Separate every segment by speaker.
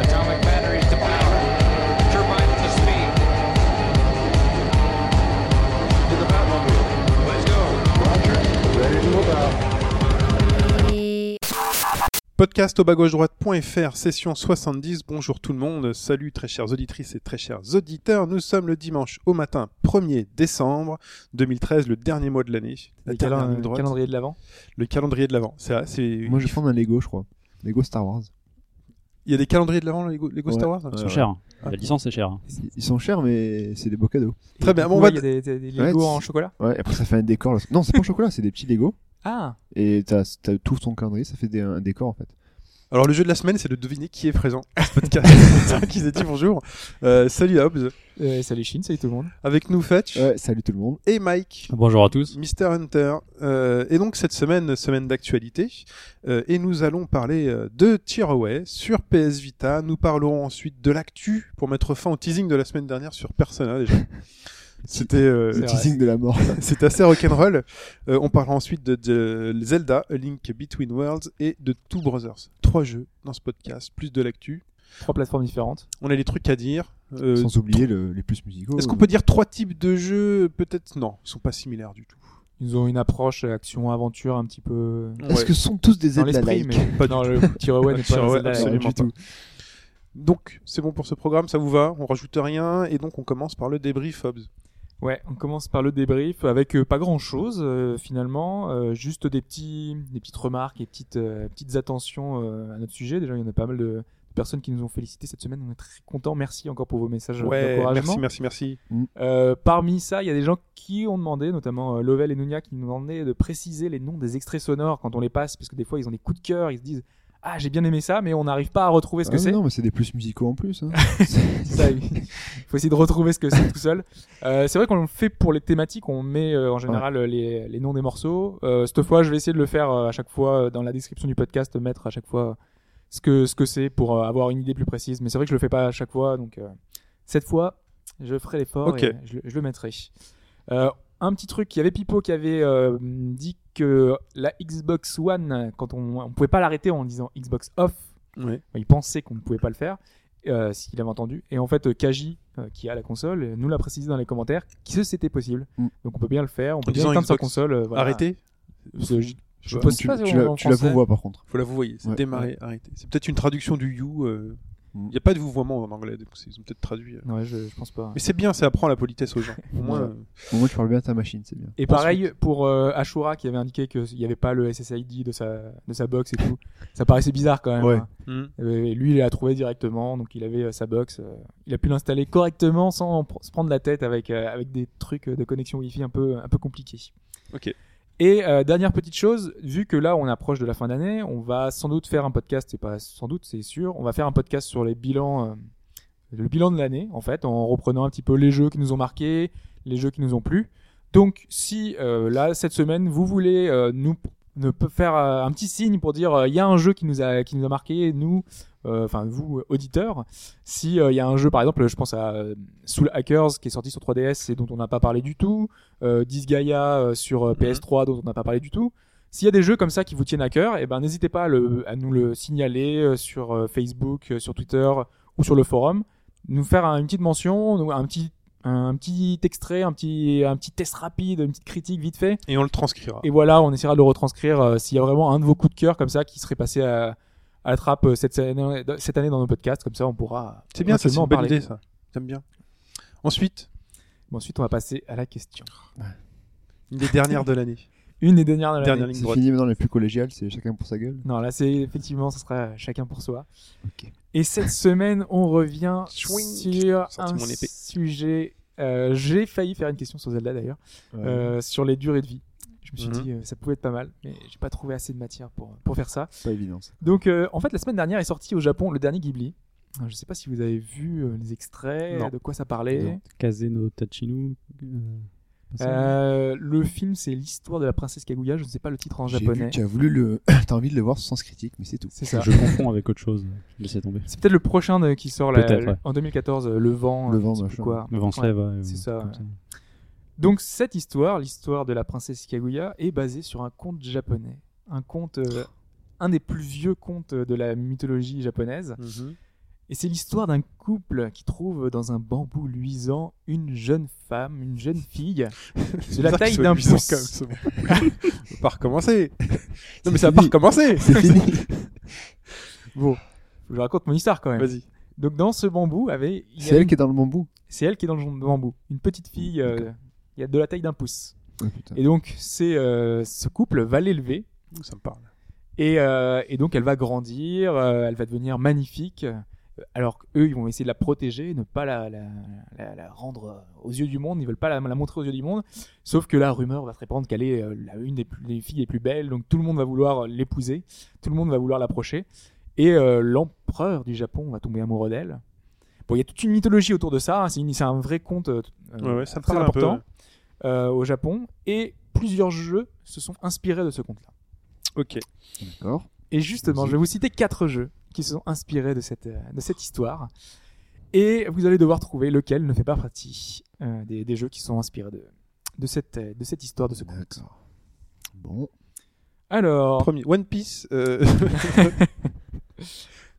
Speaker 1: Atomic batteries to power. Turbines to speed. To the Batmobile. Let's go.
Speaker 2: Podcast au bas gauche droite.fr, session 70. Bonjour tout le monde. Salut très chères auditrices et très chers auditeurs. Nous sommes le dimanche au matin 1er décembre 2013, le dernier mois de l'année.
Speaker 3: Le
Speaker 2: T'as la
Speaker 3: calen-
Speaker 2: ligne droite
Speaker 3: calendrier de l'avant.
Speaker 2: Le calendrier de l'avant. C'est vrai, c'est-
Speaker 4: Moi, je vais prendre un Lego, je crois. Lego Star Wars.
Speaker 2: Il y a des calendriers de l'avant, Lego, Lego
Speaker 4: Ouais.
Speaker 2: Star Wars
Speaker 4: Ouais,
Speaker 5: Ils sont
Speaker 4: ouais.
Speaker 5: chers. hein. La licence est chère. hein.
Speaker 4: Ils- Ils sont chers, mais c'est des beaux cadeaux.
Speaker 2: Très bien, bon, on
Speaker 3: on
Speaker 2: va-
Speaker 3: va. Il y a des, des, des
Speaker 4: Ouais,
Speaker 3: Lego
Speaker 4: c'est-
Speaker 3: en chocolat.
Speaker 4: Ouais, et après, ça fait un décor. là. Non, c'est pas au chocolat, c'est des petits Lego.
Speaker 3: Ah,
Speaker 4: Et t'as t'as tout son calendrier, ça fait des- un décor en fait.
Speaker 2: Alors, le jeu de la semaine, c'est de deviner qui est présent à ce podcast. c'est ça qu'ils aient dit bonjour. Euh, salut Hobbs.
Speaker 3: euh, salut Chine, salut tout le monde.
Speaker 2: Avec nous, Fetch
Speaker 4: Ouais, salut tout le monde.
Speaker 2: et Mike.
Speaker 5: Bonjour à tous.
Speaker 2: Mister Hunter. Euh, et donc cette semaine, semaine d'actualité, euh, et nous allons parler euh, de Tearaway sur PS Vita. Nous parlerons ensuite de l'actu pour mettre fin au teasing de la semaine dernière sur Persona déjà. C'était euh,
Speaker 3: C'est
Speaker 4: Le
Speaker 3: vrai.
Speaker 4: teasing de la mort.
Speaker 2: c'était assez rock'n'roll. Euh, on parlera ensuite de, de Zelda, A Link Between Worlds et de Two Brothers. Trois jeux dans ce podcast, plus de l'actu.
Speaker 3: Trois plateformes différentes.
Speaker 2: On a des trucs à dire. Euh,
Speaker 4: Sans oublier le- les plus musicaux.
Speaker 2: Est-ce qu'on peut dire trois types de jeux Peut-être non, ils sont pas similaires du tout.
Speaker 3: Ils ont une approche action-aventure un petit peu.
Speaker 4: Est-ce que ce sont tous des
Speaker 3: Dans
Speaker 4: aides
Speaker 3: l'esprit,
Speaker 4: laïque
Speaker 3: mais.
Speaker 2: Pas du
Speaker 3: non, le Tiraway n'est pas
Speaker 2: Tiraway,
Speaker 3: Zelda.
Speaker 2: absolument.
Speaker 4: du tout.
Speaker 2: Donc, c'est bon pour ce programme, ça vous va On rajoute rien et donc on commence par le débrief, Hobbs.
Speaker 3: Ouais, on commence par le débrief avec euh, pas grand chose finalement, euh, juste des, petits, des petites remarques et petites, euh, petites attentions euh, à notre sujet. Déjà, il y en a pas mal de personnes qui nous ont félicité cette semaine. On est très contents. Merci encore pour vos messages d'encouragement.
Speaker 2: merci, merci, merci.
Speaker 3: Euh, parmi ça, il y a des gens qui ont demandé, notamment euh, Lovell et Nounia, qui nous ont demandé de préciser les noms des extraits sonores quand on les passe, parce que des fois ils ont des coups de cœur, ils se disent Ah, j'ai bien aimé ça, mais on n'arrive pas à retrouver ce que
Speaker 4: Ah,
Speaker 3: c'est.
Speaker 4: Non, mais c'est des plus musicaux en plus. hein.
Speaker 3: Ça, il faut essayer de retrouver ce que c'est tout seul. Euh, c'est vrai qu'on le fait pour les thématiques, on met euh, en général euh, les, les noms des morceaux. Euh, cette fois, je vais essayer de le faire euh, à chaque fois euh, dans la description du podcast, mettre à chaque fois euh, ce que ce que c'est pour euh, avoir une idée plus précise. Mais c'est vrai que je le fais pas à chaque fois, donc euh, cette fois, je ferai l'effort
Speaker 2: Ok.
Speaker 3: et je, le- je le mettrai. Euh, un petit truc, il y avait Pipo qui avait euh, dit que la Xbox One, quand on, on pouvait pas l'arrêter en disant Xbox off,
Speaker 2: Ouais.
Speaker 3: il pensait qu'on ne pouvait pas le faire, euh, s'il avait entendu. Et en fait, euh, Kaji, euh, qui a la console, euh, nous l'a précisé dans les commentaires, que c'était possible.
Speaker 4: Mm.
Speaker 3: Donc on peut bien le faire, on peut
Speaker 2: En
Speaker 3: bien
Speaker 2: disant
Speaker 3: éteindre sa
Speaker 2: Xbox.
Speaker 3: console. euh, voilà.
Speaker 2: Arrêtez
Speaker 3: Parce que je-
Speaker 2: Je
Speaker 3: je
Speaker 2: sais pas.
Speaker 3: pose
Speaker 4: tu
Speaker 3: pas
Speaker 4: tu
Speaker 3: sur le
Speaker 4: la,
Speaker 3: nom
Speaker 4: tu la
Speaker 3: français.
Speaker 4: vouvoies par contre.
Speaker 2: Faut la vouvoyer, c'est
Speaker 4: Ouais,
Speaker 2: démarrer, arrêter. C'est peut-être une traduction du you. euh. Il
Speaker 4: Mm.
Speaker 2: n'y a pas de vouvoiement en anglais, donc c'est- ils ont peut-être traduit. euh.
Speaker 3: Ouais, je, je pense pas.
Speaker 2: Mais c'est bien, ça apprend la politesse aux gens. Au moins,
Speaker 4: Voilà.
Speaker 2: euh,
Speaker 4: Au moins, tu parles bien à ta machine, c'est bien.
Speaker 3: Et pareil pour euh, Ashura qui avait indiqué qu'il n'y avait pas le SSID de sa, de sa box et tout. Ça paraissait bizarre quand même.
Speaker 4: Ouais.
Speaker 3: hein.
Speaker 2: hmm.
Speaker 3: Euh, et lui, il l'a trouvé directement, donc il avait euh, sa box. euh, il a pu l'installer correctement sans pr- se prendre la tête avec, euh, avec des trucs euh, de connexion Wi-Fi un peu, un peu compliqués.
Speaker 2: Ok.
Speaker 3: Et euh, dernière petite chose, vu que là on approche de la fin d'année, on va sans doute faire un podcast, c'est pas sans doute, c'est sûr, on va faire un podcast sur les bilans, euh, le bilan de l'année en fait, en reprenant un petit peu les jeux qui nous ont marqués, les jeux qui nous ont plu. Donc si euh, là cette semaine vous voulez euh, nous ne peut faire euh, un petit signe pour dire euh, il y a un jeu qui nous a qui nous a marqué nous euh, enfin vous euh, auditeurs si euh, il y a un jeu par exemple je pense à euh, Soul Hackers qui est sorti sur 3DS et dont on n'a pas parlé du tout euh, Disgaea euh, sur euh, PS3 dont on n'a pas parlé du tout s'il y a des jeux comme ça qui vous tiennent à cœur eh ben n'hésitez pas à, le- à nous le signaler euh, sur euh, Facebook euh, sur Twitter ou sur le forum nous faire un- une petite mention nous- un petit un petit extrait un petit un petit test rapide une petite critique vite fait
Speaker 2: Et on le transcrira.
Speaker 3: et voilà, on essaiera de le retranscrire euh, s'il y a vraiment un de vos coups de cœur comme ça qui serait passé à, à la trappe euh, cette année, cette année dans nos podcasts. Comme ça, on pourra.
Speaker 2: C'est bien, ça, c'est une
Speaker 3: éventuellement en
Speaker 2: bonne
Speaker 3: parler.
Speaker 2: idée, ça. J'aime bien. Ensuite,
Speaker 3: Bon, ensuite, on va passer à la question.
Speaker 2: une des dernières de l'année.
Speaker 3: Une des dernières de l'année.
Speaker 2: Dernière ligne
Speaker 4: C'est
Speaker 2: droite.
Speaker 4: fini maintenant, les plus collégiales, c'est chacun pour sa gueule.
Speaker 3: Non, là, c'est effectivement, ce sera chacun pour soi.
Speaker 4: Ok.
Speaker 3: Et cette semaine, on revient
Speaker 2: Swing.
Speaker 3: sur
Speaker 2: Sorti
Speaker 3: un
Speaker 2: mon épée.
Speaker 3: sujet. euh, J'ai failli faire une question sur Zelda d'ailleurs, euh, sur les durées de vie. Je me suis
Speaker 2: Mhm.
Speaker 3: dit, euh, ça pouvait être pas mal, mais j'ai pas trouvé assez de matière pour, euh, pour faire ça.
Speaker 4: C'est pas évident. ça.
Speaker 3: Donc, euh, en fait, la semaine dernière est sorti au Japon le dernier Ghibli. Euh, Je ne sais pas si vous avez vu euh, les extraits,
Speaker 2: Non.
Speaker 3: de quoi ça parlait.
Speaker 4: Non.
Speaker 5: Kazeno Tachinu. euh,
Speaker 4: passé.
Speaker 3: Euh, le film, c'est l'histoire de la princesse Kaguya. Je ne sais pas le titre en
Speaker 4: J'ai vu
Speaker 3: japonais.
Speaker 4: que Tu as voulu le, t'as envie de le voir sans sens critique, mais c'est tout.
Speaker 3: C'est ça.
Speaker 5: Je confonds avec autre chose. Laissez tomber.
Speaker 3: C'est peut-être le prochain euh, qui sort là,
Speaker 5: Peut-être, ouais.
Speaker 3: en 2014, euh, Le Vent.
Speaker 4: Le
Speaker 3: euh,
Speaker 4: Vent,
Speaker 3: je sais
Speaker 4: machin.
Speaker 3: plus quoi.
Speaker 5: Le vent se
Speaker 3: Ouais.
Speaker 5: lève. ouais,
Speaker 3: c'est
Speaker 5: euh,
Speaker 3: ça,
Speaker 5: comme
Speaker 3: ouais. Donc cette histoire, l'histoire de la princesse Kaguya, est basée sur un conte japonais. Un conte, euh, un des plus vieux contes de la mythologie japonaise. Et c'est l'histoire d'un couple qui trouve dans un bambou luisant une jeune femme, une jeune fille.
Speaker 2: C'est
Speaker 3: la
Speaker 2: bizarre
Speaker 3: taille
Speaker 2: qu'il soit
Speaker 3: d'un
Speaker 2: luisant
Speaker 3: pouce.
Speaker 2: comme ça. On va pas recommencer. Non, mais
Speaker 4: C'est
Speaker 2: ça va pas
Speaker 4: fini.
Speaker 2: recommencer.
Speaker 4: C'est fini.
Speaker 3: Bon, je vous raconte mon histoire quand même.
Speaker 2: Vas-y.
Speaker 3: Donc dans ce bambou, avait, il y
Speaker 4: C'est
Speaker 3: avait
Speaker 4: elle qui est dans le bambou.
Speaker 3: une- c'est elle qui est dans le bambou. Une petite fille, euh, il y a de la taille d'un pouce.
Speaker 2: Ah,
Speaker 4: Oh, putain.
Speaker 3: Et donc c'est euh, ce couple va l'élever
Speaker 2: Ouh, Ça me parle.
Speaker 3: Et, euh, et donc elle va grandir, euh, elle va devenir magnifique. euh, Alors qu'eux, ils vont essayer de la protéger, ne pas la, la, la- la rendre euh, aux yeux du monde. Ils veulent pas la, la montrer aux yeux du monde. Sauf que la rumeur va se répandre qu'elle est euh, la- une des, plus- des filles les plus belles. Donc tout le monde va vouloir euh, l'épouser. Tout le monde va vouloir l'approcher. Et euh, l'empereur du Japon va tomber amoureux d'elle. Bon, il y a toute une mythologie autour de ça. hein, C'est une- c'est un vrai conte euh, euh,
Speaker 2: Ouais, ouais, ça me
Speaker 3: très
Speaker 2: parle un peu,
Speaker 3: important euh, au Japon. Et plusieurs jeux se sont inspirés de ce conte-là.
Speaker 2: Ok.
Speaker 4: D'accord.
Speaker 3: Et justement,
Speaker 4: Vas-y.
Speaker 3: je vais vous citer quatre jeux qui se sont inspirés de cette, euh, de cette histoire. Et vous allez devoir trouver lequel ne fait pas partie euh, des, des jeux qui sont inspirés de, de, cette, euh, de cette histoire, de ce conte.
Speaker 4: D'accord. Bon.
Speaker 3: Alors,
Speaker 2: Premier. One Piece. euh,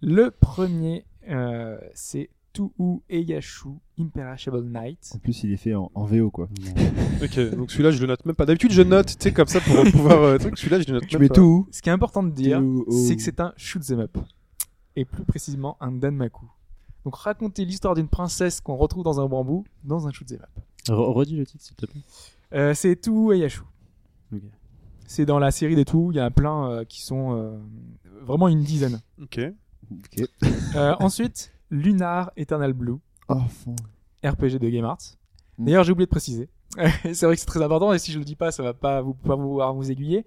Speaker 3: le premier, euh, c'est Tuhu Eyashu Imperishable Knight.
Speaker 4: En plus, il est fait en, en VO, quoi.
Speaker 2: ok. Donc celui-là, je le note même pas. D'habitude, je note, tu sais, comme ça pour pouvoir. euh, truc. Celui-là, je le note.
Speaker 4: Tu
Speaker 2: même
Speaker 4: mets
Speaker 2: pas.
Speaker 4: tout.
Speaker 3: Ce qui est important de dire,
Speaker 4: Tuhu O-
Speaker 3: c'est que c'est un shoot 'em up. Et plus précisément, un Danmaku. Donc, raconter l'histoire d'une princesse qu'on retrouve dans un bambou, dans un shoot 'em up.
Speaker 5: Re- Redis le titre, s'il te plaît.
Speaker 3: Euh, c'est tout et Yashu.
Speaker 5: Ok.
Speaker 3: C'est dans la série des tout, il y en a plein euh, qui sont euh, vraiment une dizaine.
Speaker 2: Ok.
Speaker 4: Ok.
Speaker 3: Euh, ensuite, Lunar Eternal Blue,
Speaker 4: Enfant.
Speaker 3: RPG de Game Arts.
Speaker 4: Mm.
Speaker 3: D'ailleurs, j'ai oublié de préciser. c'est vrai que c'est très important et si je le dis pas, ça va pas vous pas pouvoir vous aiguiller.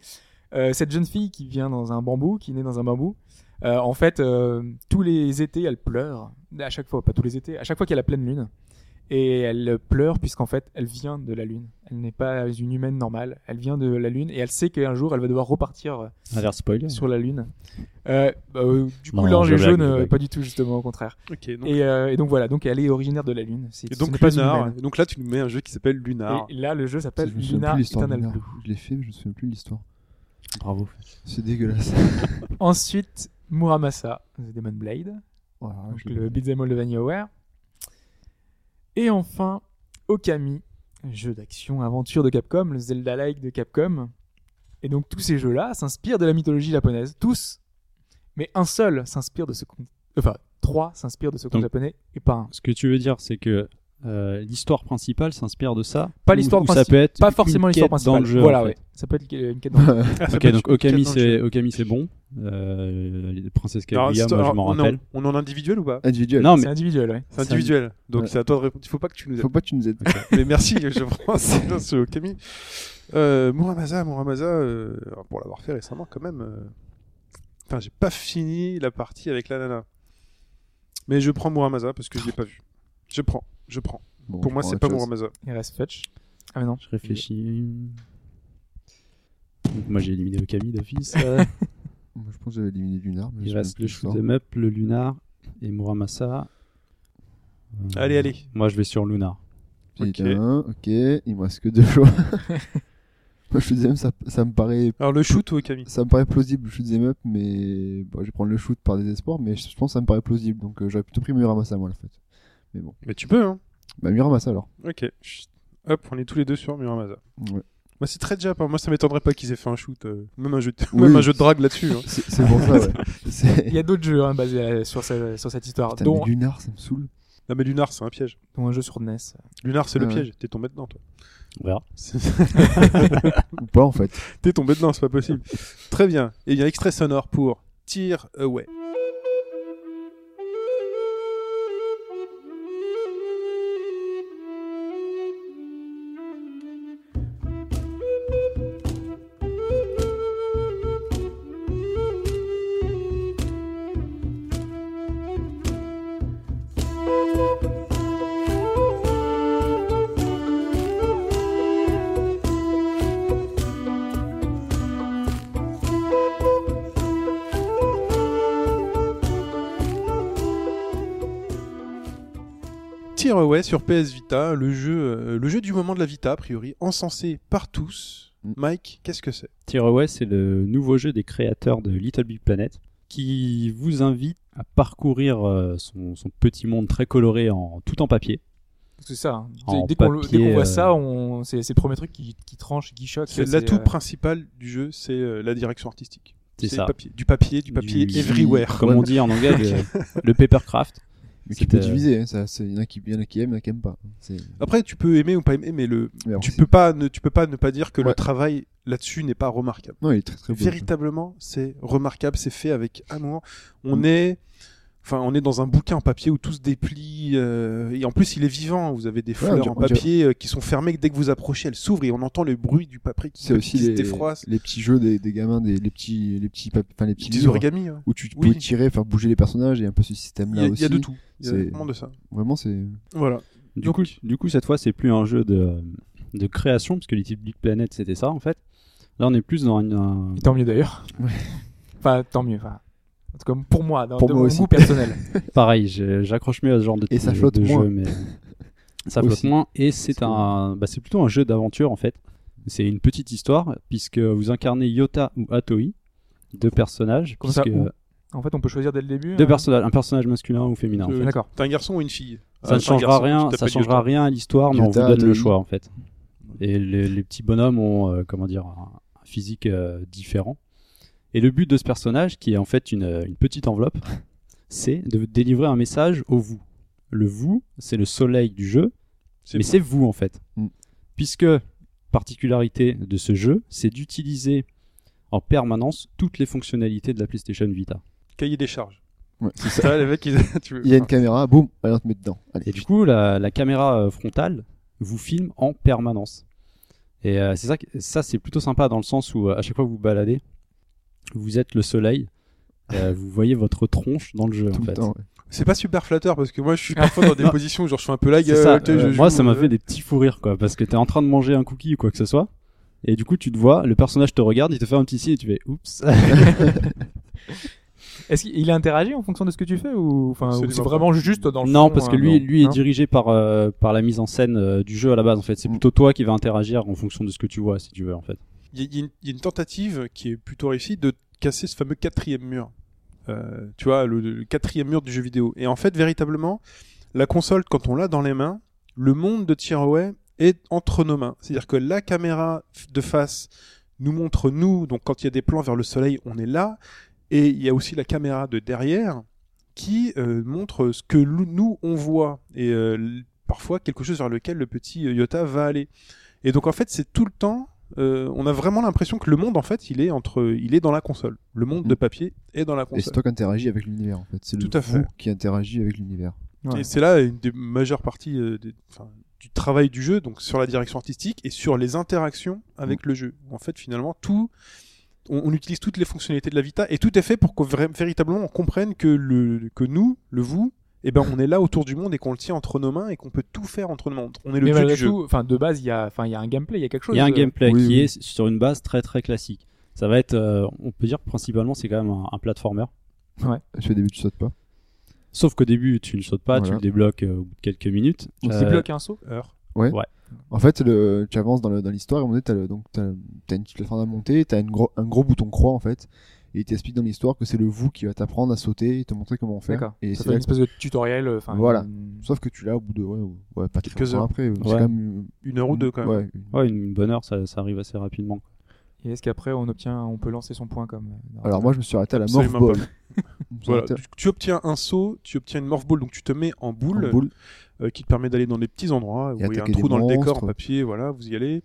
Speaker 3: Euh, cette jeune fille qui vient dans un bambou, qui naît dans un bambou, euh, en fait, euh, tous les étés, elle pleure. À chaque fois, pas tous les étés, à chaque fois qu'il y a la pleine lune. Et elle pleure puisqu'en fait, elle vient de la lune. Elle n'est pas une humaine normale. Elle vient de la lune et elle sait qu'un jour, elle va devoir repartir euh,
Speaker 5: Ça a Ah, l'air spoiler.
Speaker 3: sur la lune. Euh, bah, euh, du coup,
Speaker 5: Non,
Speaker 3: là,
Speaker 5: je
Speaker 3: les
Speaker 5: blague,
Speaker 3: jaunes,
Speaker 5: je
Speaker 3: euh,
Speaker 5: blague.
Speaker 3: pas du tout, justement, au contraire.
Speaker 2: Ok. Donc,
Speaker 3: Et, euh, et donc voilà, donc elle est originaire de la Lune. C'est
Speaker 2: et
Speaker 3: ce n'est
Speaker 2: donc
Speaker 3: pas une
Speaker 2: Lunar.
Speaker 3: humaine.
Speaker 2: Et donc là, tu nous mets un jeu qui s'appelle Lunar.
Speaker 3: Et là, le jeu s'appelle
Speaker 4: Je me souviens
Speaker 3: Luna
Speaker 4: plus de l'histoire. de
Speaker 3: Eternal Blue.
Speaker 4: Lunar. Je l'ai fait, mais je me souviens plus de l'histoire.
Speaker 5: Bravo.
Speaker 4: C'est dégueulasse.
Speaker 3: Ensuite, Muramasa, The Demon Blade,
Speaker 4: Voilà,
Speaker 5: Ah,
Speaker 3: donc
Speaker 4: je l'ai-
Speaker 3: le beat'em all de Vanillaware. Et enfin, Okami, jeu d'action aventure de Capcom, le Zelda-like de Capcom. Et donc tous ces jeux-là s'inspirent de la mythologie japonaise, tous. Mais un seul s'inspire de ce conte. Enfin, trois s'inspirent de ce conte
Speaker 5: Donc-
Speaker 3: japonais et pas un.
Speaker 5: Ce que tu veux dire, c'est que euh, l'histoire principale s'inspire de ça.
Speaker 3: Pas
Speaker 5: ou-
Speaker 3: l'histoire
Speaker 5: ou
Speaker 3: principale.
Speaker 5: Ça peut être
Speaker 3: Pas forcément
Speaker 5: une
Speaker 3: l'histoire
Speaker 5: quête
Speaker 3: principale.
Speaker 5: Dans le jeu,
Speaker 3: voilà,
Speaker 5: en fait.
Speaker 3: ouais. Ça peut être une quête dans le jeu.
Speaker 2: Ah, ça
Speaker 5: Ok,
Speaker 2: peut être
Speaker 5: donc
Speaker 2: une quête
Speaker 5: Okami,
Speaker 2: dans le jeu.
Speaker 5: c'est Okami, c'est bon. Euh, les Princesse
Speaker 2: Alors,
Speaker 5: Kaguya,
Speaker 2: c'est-
Speaker 5: moi je
Speaker 2: alors,
Speaker 3: oh,
Speaker 5: m'en
Speaker 2: on est en-
Speaker 5: rappelle.
Speaker 2: On est en individuel ou pas
Speaker 4: Individuel.
Speaker 5: Non, mais
Speaker 3: C'est individuel, ouais.
Speaker 2: C'est individuel. Donc
Speaker 4: Ouais.
Speaker 2: c'est à toi de répondre. Il faut pas que tu nous
Speaker 4: Faut pas que tu nous aides.
Speaker 2: Mais merci, je pense, non, c'est au Camille. Euh, Muramasa, Muramasa, euh, alors, pour l'avoir fait récemment quand même. euh, Enfin, j'ai pas fini la partie avec la nana. Mais je prends Muramasa parce que je l'ai pas vu. Je prends, je prends.
Speaker 4: Bon,
Speaker 2: pour
Speaker 4: je
Speaker 2: moi,
Speaker 4: prends
Speaker 2: c'est
Speaker 4: autre
Speaker 2: pas
Speaker 4: chose.
Speaker 2: Muramasa.
Speaker 3: Il reste Fetch. Ah mais non.
Speaker 5: Je réfléchis. Donc, moi j'ai éliminé Okami d'office. Euh,
Speaker 4: Moi, je pense que j'avais éliminé Lunar. Mais je
Speaker 5: Il
Speaker 4: me souviens plus de
Speaker 5: reste le
Speaker 4: l'histoire.
Speaker 5: shoot'em up, le lunar et Muramasa. Euh,
Speaker 2: Allez, allez.
Speaker 5: Moi je vais sur lunar.
Speaker 2: Ok.
Speaker 4: Putain, ok. Il me reste que deux choix. Moi, je disais, ça, ça me paraît.
Speaker 2: Alors le shoot au Camille.
Speaker 4: Ça me paraît plausible, shoot them up, mais bon, je vais prendre le shoot par désespoir, mais je pense que ça me paraît plausible, donc euh, j'aurais plutôt pris Muramasa, moi, en fait.
Speaker 2: Mais tu peux, hein.
Speaker 4: Bah, Muramasa, alors.
Speaker 2: Ok. Chut. Hop, on est tous les deux sur Muramasa.
Speaker 4: Ouais.
Speaker 2: Moi, c'est très Jap. hein. Moi, ça m'étonnerait pas qu'ils aient fait un shoot, euh, même un jeu, de...
Speaker 4: Oui.
Speaker 2: même un jeu de drague là-dessus. hein.
Speaker 4: C'est c'est pour ça, ouais. C'est-
Speaker 3: Il y a d'autres jeux hein, basés euh, sur, ce- sur cette histoire,
Speaker 4: Putain,
Speaker 3: dont,
Speaker 4: mais Lunar, ça me saoule.
Speaker 2: Non, mais Lunar, c'est un piège.
Speaker 3: dont un jeu sur
Speaker 4: E
Speaker 3: NES.
Speaker 2: Lunar, c'est le
Speaker 4: Ah Ouais.
Speaker 2: piège. T'es tombé dedans, toi.
Speaker 5: On verra.
Speaker 4: Ou pas, en fait.
Speaker 2: T'es tombé dedans, c'est pas possible. Très bien. Et bien, extrait sonore pour Tear Away. Tearaway sur PS Vita, le jeu, euh, le jeu du moment de la Vita, a priori, encensé par tous.
Speaker 4: Mm.
Speaker 2: Mike, qu'est-ce que c'est
Speaker 5: Tearaway, c'est le nouveau jeu des créateurs de Little Big Planet qui vous invite à parcourir euh, son, son petit monde très coloré en tout en papier.
Speaker 3: C'est ça. hein.
Speaker 5: En
Speaker 3: Dès, dès qu'on le- dès
Speaker 5: papier,
Speaker 3: qu'on voit
Speaker 5: euh,
Speaker 3: ça, on... c'est c'est le premier truc qui, qui tranche, qui choque. euh,
Speaker 2: C'est
Speaker 3: la
Speaker 2: l'atout
Speaker 3: tout
Speaker 2: principal du jeu, c'est euh, la direction artistique.
Speaker 5: C'est ça.
Speaker 2: le papier- du papier, du papier
Speaker 5: Du-
Speaker 2: everywhere.
Speaker 5: Comme on dit en anglais, le, le papercraft.
Speaker 4: Mais qui
Speaker 5: C'était-
Speaker 2: euh,
Speaker 4: peut diviser, hein, ça, c'est- il y en a qui il y en a qui aiment, il y en a qui aiment pas. C'est-
Speaker 2: Après, tu peux aimer ou pas aimer, mais le,
Speaker 4: mais alors,
Speaker 2: tu
Speaker 4: c'est-
Speaker 2: peux pas, ne, tu peux pas ne pas dire que le
Speaker 4: Ouais.
Speaker 2: travail là-dessus n'est pas remarquable.
Speaker 4: Non, il est très très beau.
Speaker 2: Véritablement, c'est remarquable, c'est fait avec amour.
Speaker 5: Mm.
Speaker 2: On est, enfin, on est dans un bouquin en papier où tout se déplie. euh, et en plus, il est vivant. Vous avez des
Speaker 4: Ouais, on
Speaker 2: fleurs
Speaker 4: dirait-
Speaker 2: en
Speaker 4: on dirait-
Speaker 2: papier euh, qui sont fermées. Dès que vous approchez, elles s'ouvrent et on entend le bruit du papier qui,
Speaker 4: C'est aussi
Speaker 2: qui se
Speaker 4: les,
Speaker 2: défroisse.
Speaker 4: les petits jeux des, des gamins, des, les petits, les petits, pap- enfin les petits
Speaker 2: Des
Speaker 4: livres
Speaker 2: origamis. hein.
Speaker 4: où tu
Speaker 2: Oui.
Speaker 4: peux tirer, faire bouger les personnages et un peu ce système
Speaker 2: Il y,
Speaker 4: là
Speaker 2: a-
Speaker 4: aussi.
Speaker 2: il y a de tout. Il y a
Speaker 4: c'est-
Speaker 2: vraiment de ça.
Speaker 4: Vraiment, c'est
Speaker 2: Voilà.
Speaker 5: Du,
Speaker 2: Donc-
Speaker 5: coup, du coup, cette fois, c'est plus un jeu de, de création, puisque Little Big Planet, c'était ça, en fait. Là, on est plus dans une- un,
Speaker 3: Tant mieux d'ailleurs.
Speaker 4: Ouais.
Speaker 3: Enfin, tant mieux. Enfin, en tout cas, pour moi, dans,
Speaker 4: Pour
Speaker 3: de
Speaker 4: moi
Speaker 3: mon
Speaker 4: aussi.
Speaker 3: goût personnel.
Speaker 5: Pareil, je- j'accroche mieux à ce genre de,
Speaker 4: Et ça
Speaker 5: de-
Speaker 4: flotte
Speaker 5: de
Speaker 4: moins.
Speaker 5: jeu, mais ça flotte
Speaker 4: Aussi.
Speaker 5: moins. Et c'est
Speaker 4: que-
Speaker 5: un, bah, c'est plutôt un jeu d'aventure en fait. C'est une petite histoire puisque vous incarnez Yota ou Atoi, deux personnages.
Speaker 3: Comme ça,
Speaker 5: puisque-
Speaker 3: ou- En fait, on peut choisir dès le début.
Speaker 5: deux
Speaker 3: hein.
Speaker 5: personnages, un personnage masculin ou féminin. en
Speaker 2: Euh,
Speaker 5: fait.
Speaker 3: D'accord.
Speaker 2: T'es un garçon ou une fille
Speaker 5: Ça
Speaker 2: Enfin,
Speaker 5: ne
Speaker 2: un
Speaker 5: changera
Speaker 2: Ah, garçon,
Speaker 5: rien,
Speaker 2: tu
Speaker 5: ça
Speaker 2: t'appelles
Speaker 5: changera
Speaker 2: Yoda.
Speaker 5: rien à l'histoire, mais on vous
Speaker 4: Yota,
Speaker 5: donne le
Speaker 4: Atoi.
Speaker 5: choix en fait. Et les, les petits bonhommes ont, euh, comment dire, un, un physique euh, différent. Et le but de ce personnage, qui est en fait une, euh, une petite enveloppe, c'est de délivrer un message au vous. Le vous, c'est le soleil du jeu,
Speaker 2: C'est
Speaker 5: mais c'est vous en fait.
Speaker 4: Mm.
Speaker 5: Puisque, particularité de ce jeu, c'est d'utiliser en permanence toutes les fonctionnalités de la PlayStation Vita.
Speaker 2: cahier des charges.
Speaker 4: ouais, c'est ça.
Speaker 2: Ça, les mecs, ils- tu veux-
Speaker 4: Il y a une caméra, boum, allez on te met dedans. Allez.
Speaker 5: Et du coup, la, la caméra euh, frontale vous filme en permanence. Et euh, c'est ça, que- ça c'est plutôt sympa dans le sens où euh, à chaque fois que vous baladez, vous êtes le soleil, euh, vous voyez votre tronche dans le jeu
Speaker 4: tout
Speaker 5: en
Speaker 4: le
Speaker 5: fait.
Speaker 4: temps. ouais.
Speaker 2: C'est pas super flatteur parce que moi je suis parfois dans des
Speaker 5: Non.
Speaker 2: positions où genre je fais un peu la
Speaker 5: C'est
Speaker 2: gueule.
Speaker 5: ça.
Speaker 2: tu sais,
Speaker 5: euh,
Speaker 2: je
Speaker 5: moi,
Speaker 2: joue,
Speaker 5: ça m'a
Speaker 2: euh,
Speaker 5: fait des petits fous rires quoi, parce que t'es en train de manger un cookie ou quoi que ce soit, et du coup tu te vois, le personnage te regarde, il te fait un petit signe et tu fais oups.
Speaker 3: Est-ce qu'il interagit en fonction de ce que tu fais ou enfin ou
Speaker 2: Absolument
Speaker 3: c'est
Speaker 2: pas.
Speaker 3: vraiment juste dans le
Speaker 5: non,
Speaker 3: fond,
Speaker 5: parce que
Speaker 3: hein,
Speaker 5: lui,
Speaker 3: non.
Speaker 5: lui est
Speaker 3: Non
Speaker 5: dirigé par, euh, par la mise en scène euh, du jeu à la base en fait. C'est
Speaker 4: Mm.
Speaker 5: plutôt toi qui va interagir en fonction de ce que tu vois si tu veux en fait.
Speaker 2: Il y, a- il y a une- il y a une tentative qui est plutôt réussie de casser ce fameux quatrième mur. Euh, tu vois, le, le quatrième mur du jeu vidéo. Et en fait, véritablement, la console, quand on l'a dans les mains, le monde de Tearaway est entre nos mains. C'est-à-dire que la caméra f- de face nous montre nous, donc quand il y a des plans vers le soleil, on est là. Et il y a aussi la caméra de derrière qui euh, montre ce que lou- nous, on voit. Et euh, l- parfois quelque chose vers lequel le petit euh, Yota va aller. Et donc en fait, c'est tout le temps euh, on a vraiment l'impression que le monde, en fait, il est entre, il est dans la console. Le monde de papier est dans la
Speaker 4: Et c'est
Speaker 2: console.
Speaker 4: toi qui interagis avec l'univers en fait. C'est le
Speaker 2: Tout à
Speaker 4: vous
Speaker 2: fait.
Speaker 4: qui interagit avec l'univers.
Speaker 3: Ouais.
Speaker 2: Et c'est là une des majeures parties euh, des- enfin, du travail du jeu, donc sur la direction artistique et sur les interactions avec
Speaker 3: Mm.
Speaker 2: le jeu. En fait, finalement, tout, on, on utilise toutes les fonctionnalités de la Vita et tout est fait pour que vra- véritablement on comprenne que le, que nous, le vous, eh ben, on est là autour du monde et qu'on le tient entre nos mains et qu'on peut tout faire entre nos mains. On est le
Speaker 3: Mais
Speaker 2: dieu du
Speaker 3: malgré
Speaker 2: jeu.
Speaker 3: tout, enfin de base, il y a enfin il y a un gameplay, il y a quelque chose.
Speaker 5: Il y a un
Speaker 3: euh,
Speaker 5: gameplay
Speaker 4: oui,
Speaker 5: qui
Speaker 4: oui.
Speaker 5: est sur une base très très classique. Ça va être, euh, on peut dire principalement, c'est quand même un, un platformer.
Speaker 4: Tu fais début, tu sautes pas.
Speaker 5: Sauf qu'au début, tu ne sautes pas, tu
Speaker 4: Voilà.
Speaker 5: le débloques euh, au bout de quelques minutes.
Speaker 3: Donc
Speaker 5: Euh,
Speaker 3: c'est bloqué un saut.
Speaker 2: Heure.
Speaker 4: En fait, le, tu avances dans le- dans l'histoire et à un moment donné, t'as le- donc t'as t'as une petite plateforme à monter, t'as une gros, un gros bouton croix en fait, et il t'explique dans l'histoire que c'est le vous qui va t'apprendre à sauter et te montrer comment faire.
Speaker 3: D'accord.
Speaker 4: Et
Speaker 3: Ça
Speaker 4: c'est
Speaker 3: fait
Speaker 4: là
Speaker 3: une espèce de tutoriel. euh, Enfin,
Speaker 4: Voilà.
Speaker 3: une-
Speaker 4: que- Sauf que tu l'as au bout de ouais, ou- ouais, pas très
Speaker 2: Quelques
Speaker 4: longtemps
Speaker 2: heures.
Speaker 4: après. C'est
Speaker 5: Ouais.
Speaker 4: quand même
Speaker 2: Une heure ou deux, quand même.
Speaker 4: Ouais, une-
Speaker 5: ouais, une bonne heure, ça, ça arrive assez rapidement.
Speaker 3: Et est-ce qu'après on obtient, on peut lancer son point comme. euh,
Speaker 4: Alors moi, je me suis arrêté à la morph
Speaker 2: Absolument
Speaker 4: ball.
Speaker 2: pas.
Speaker 4: Je me suis
Speaker 2: Voilà.
Speaker 4: arrêté à-
Speaker 2: Tu, tu obtiens un saut, tu obtiens une morph ball, donc tu te mets en boule.
Speaker 4: en boule.
Speaker 2: euh, qui te permet d'aller dans des petits endroits où
Speaker 4: Et
Speaker 2: il y a un
Speaker 4: attaquer
Speaker 2: trou
Speaker 4: des
Speaker 2: dans le décor en
Speaker 4: monstres.
Speaker 2: papier, voilà, vous y allez.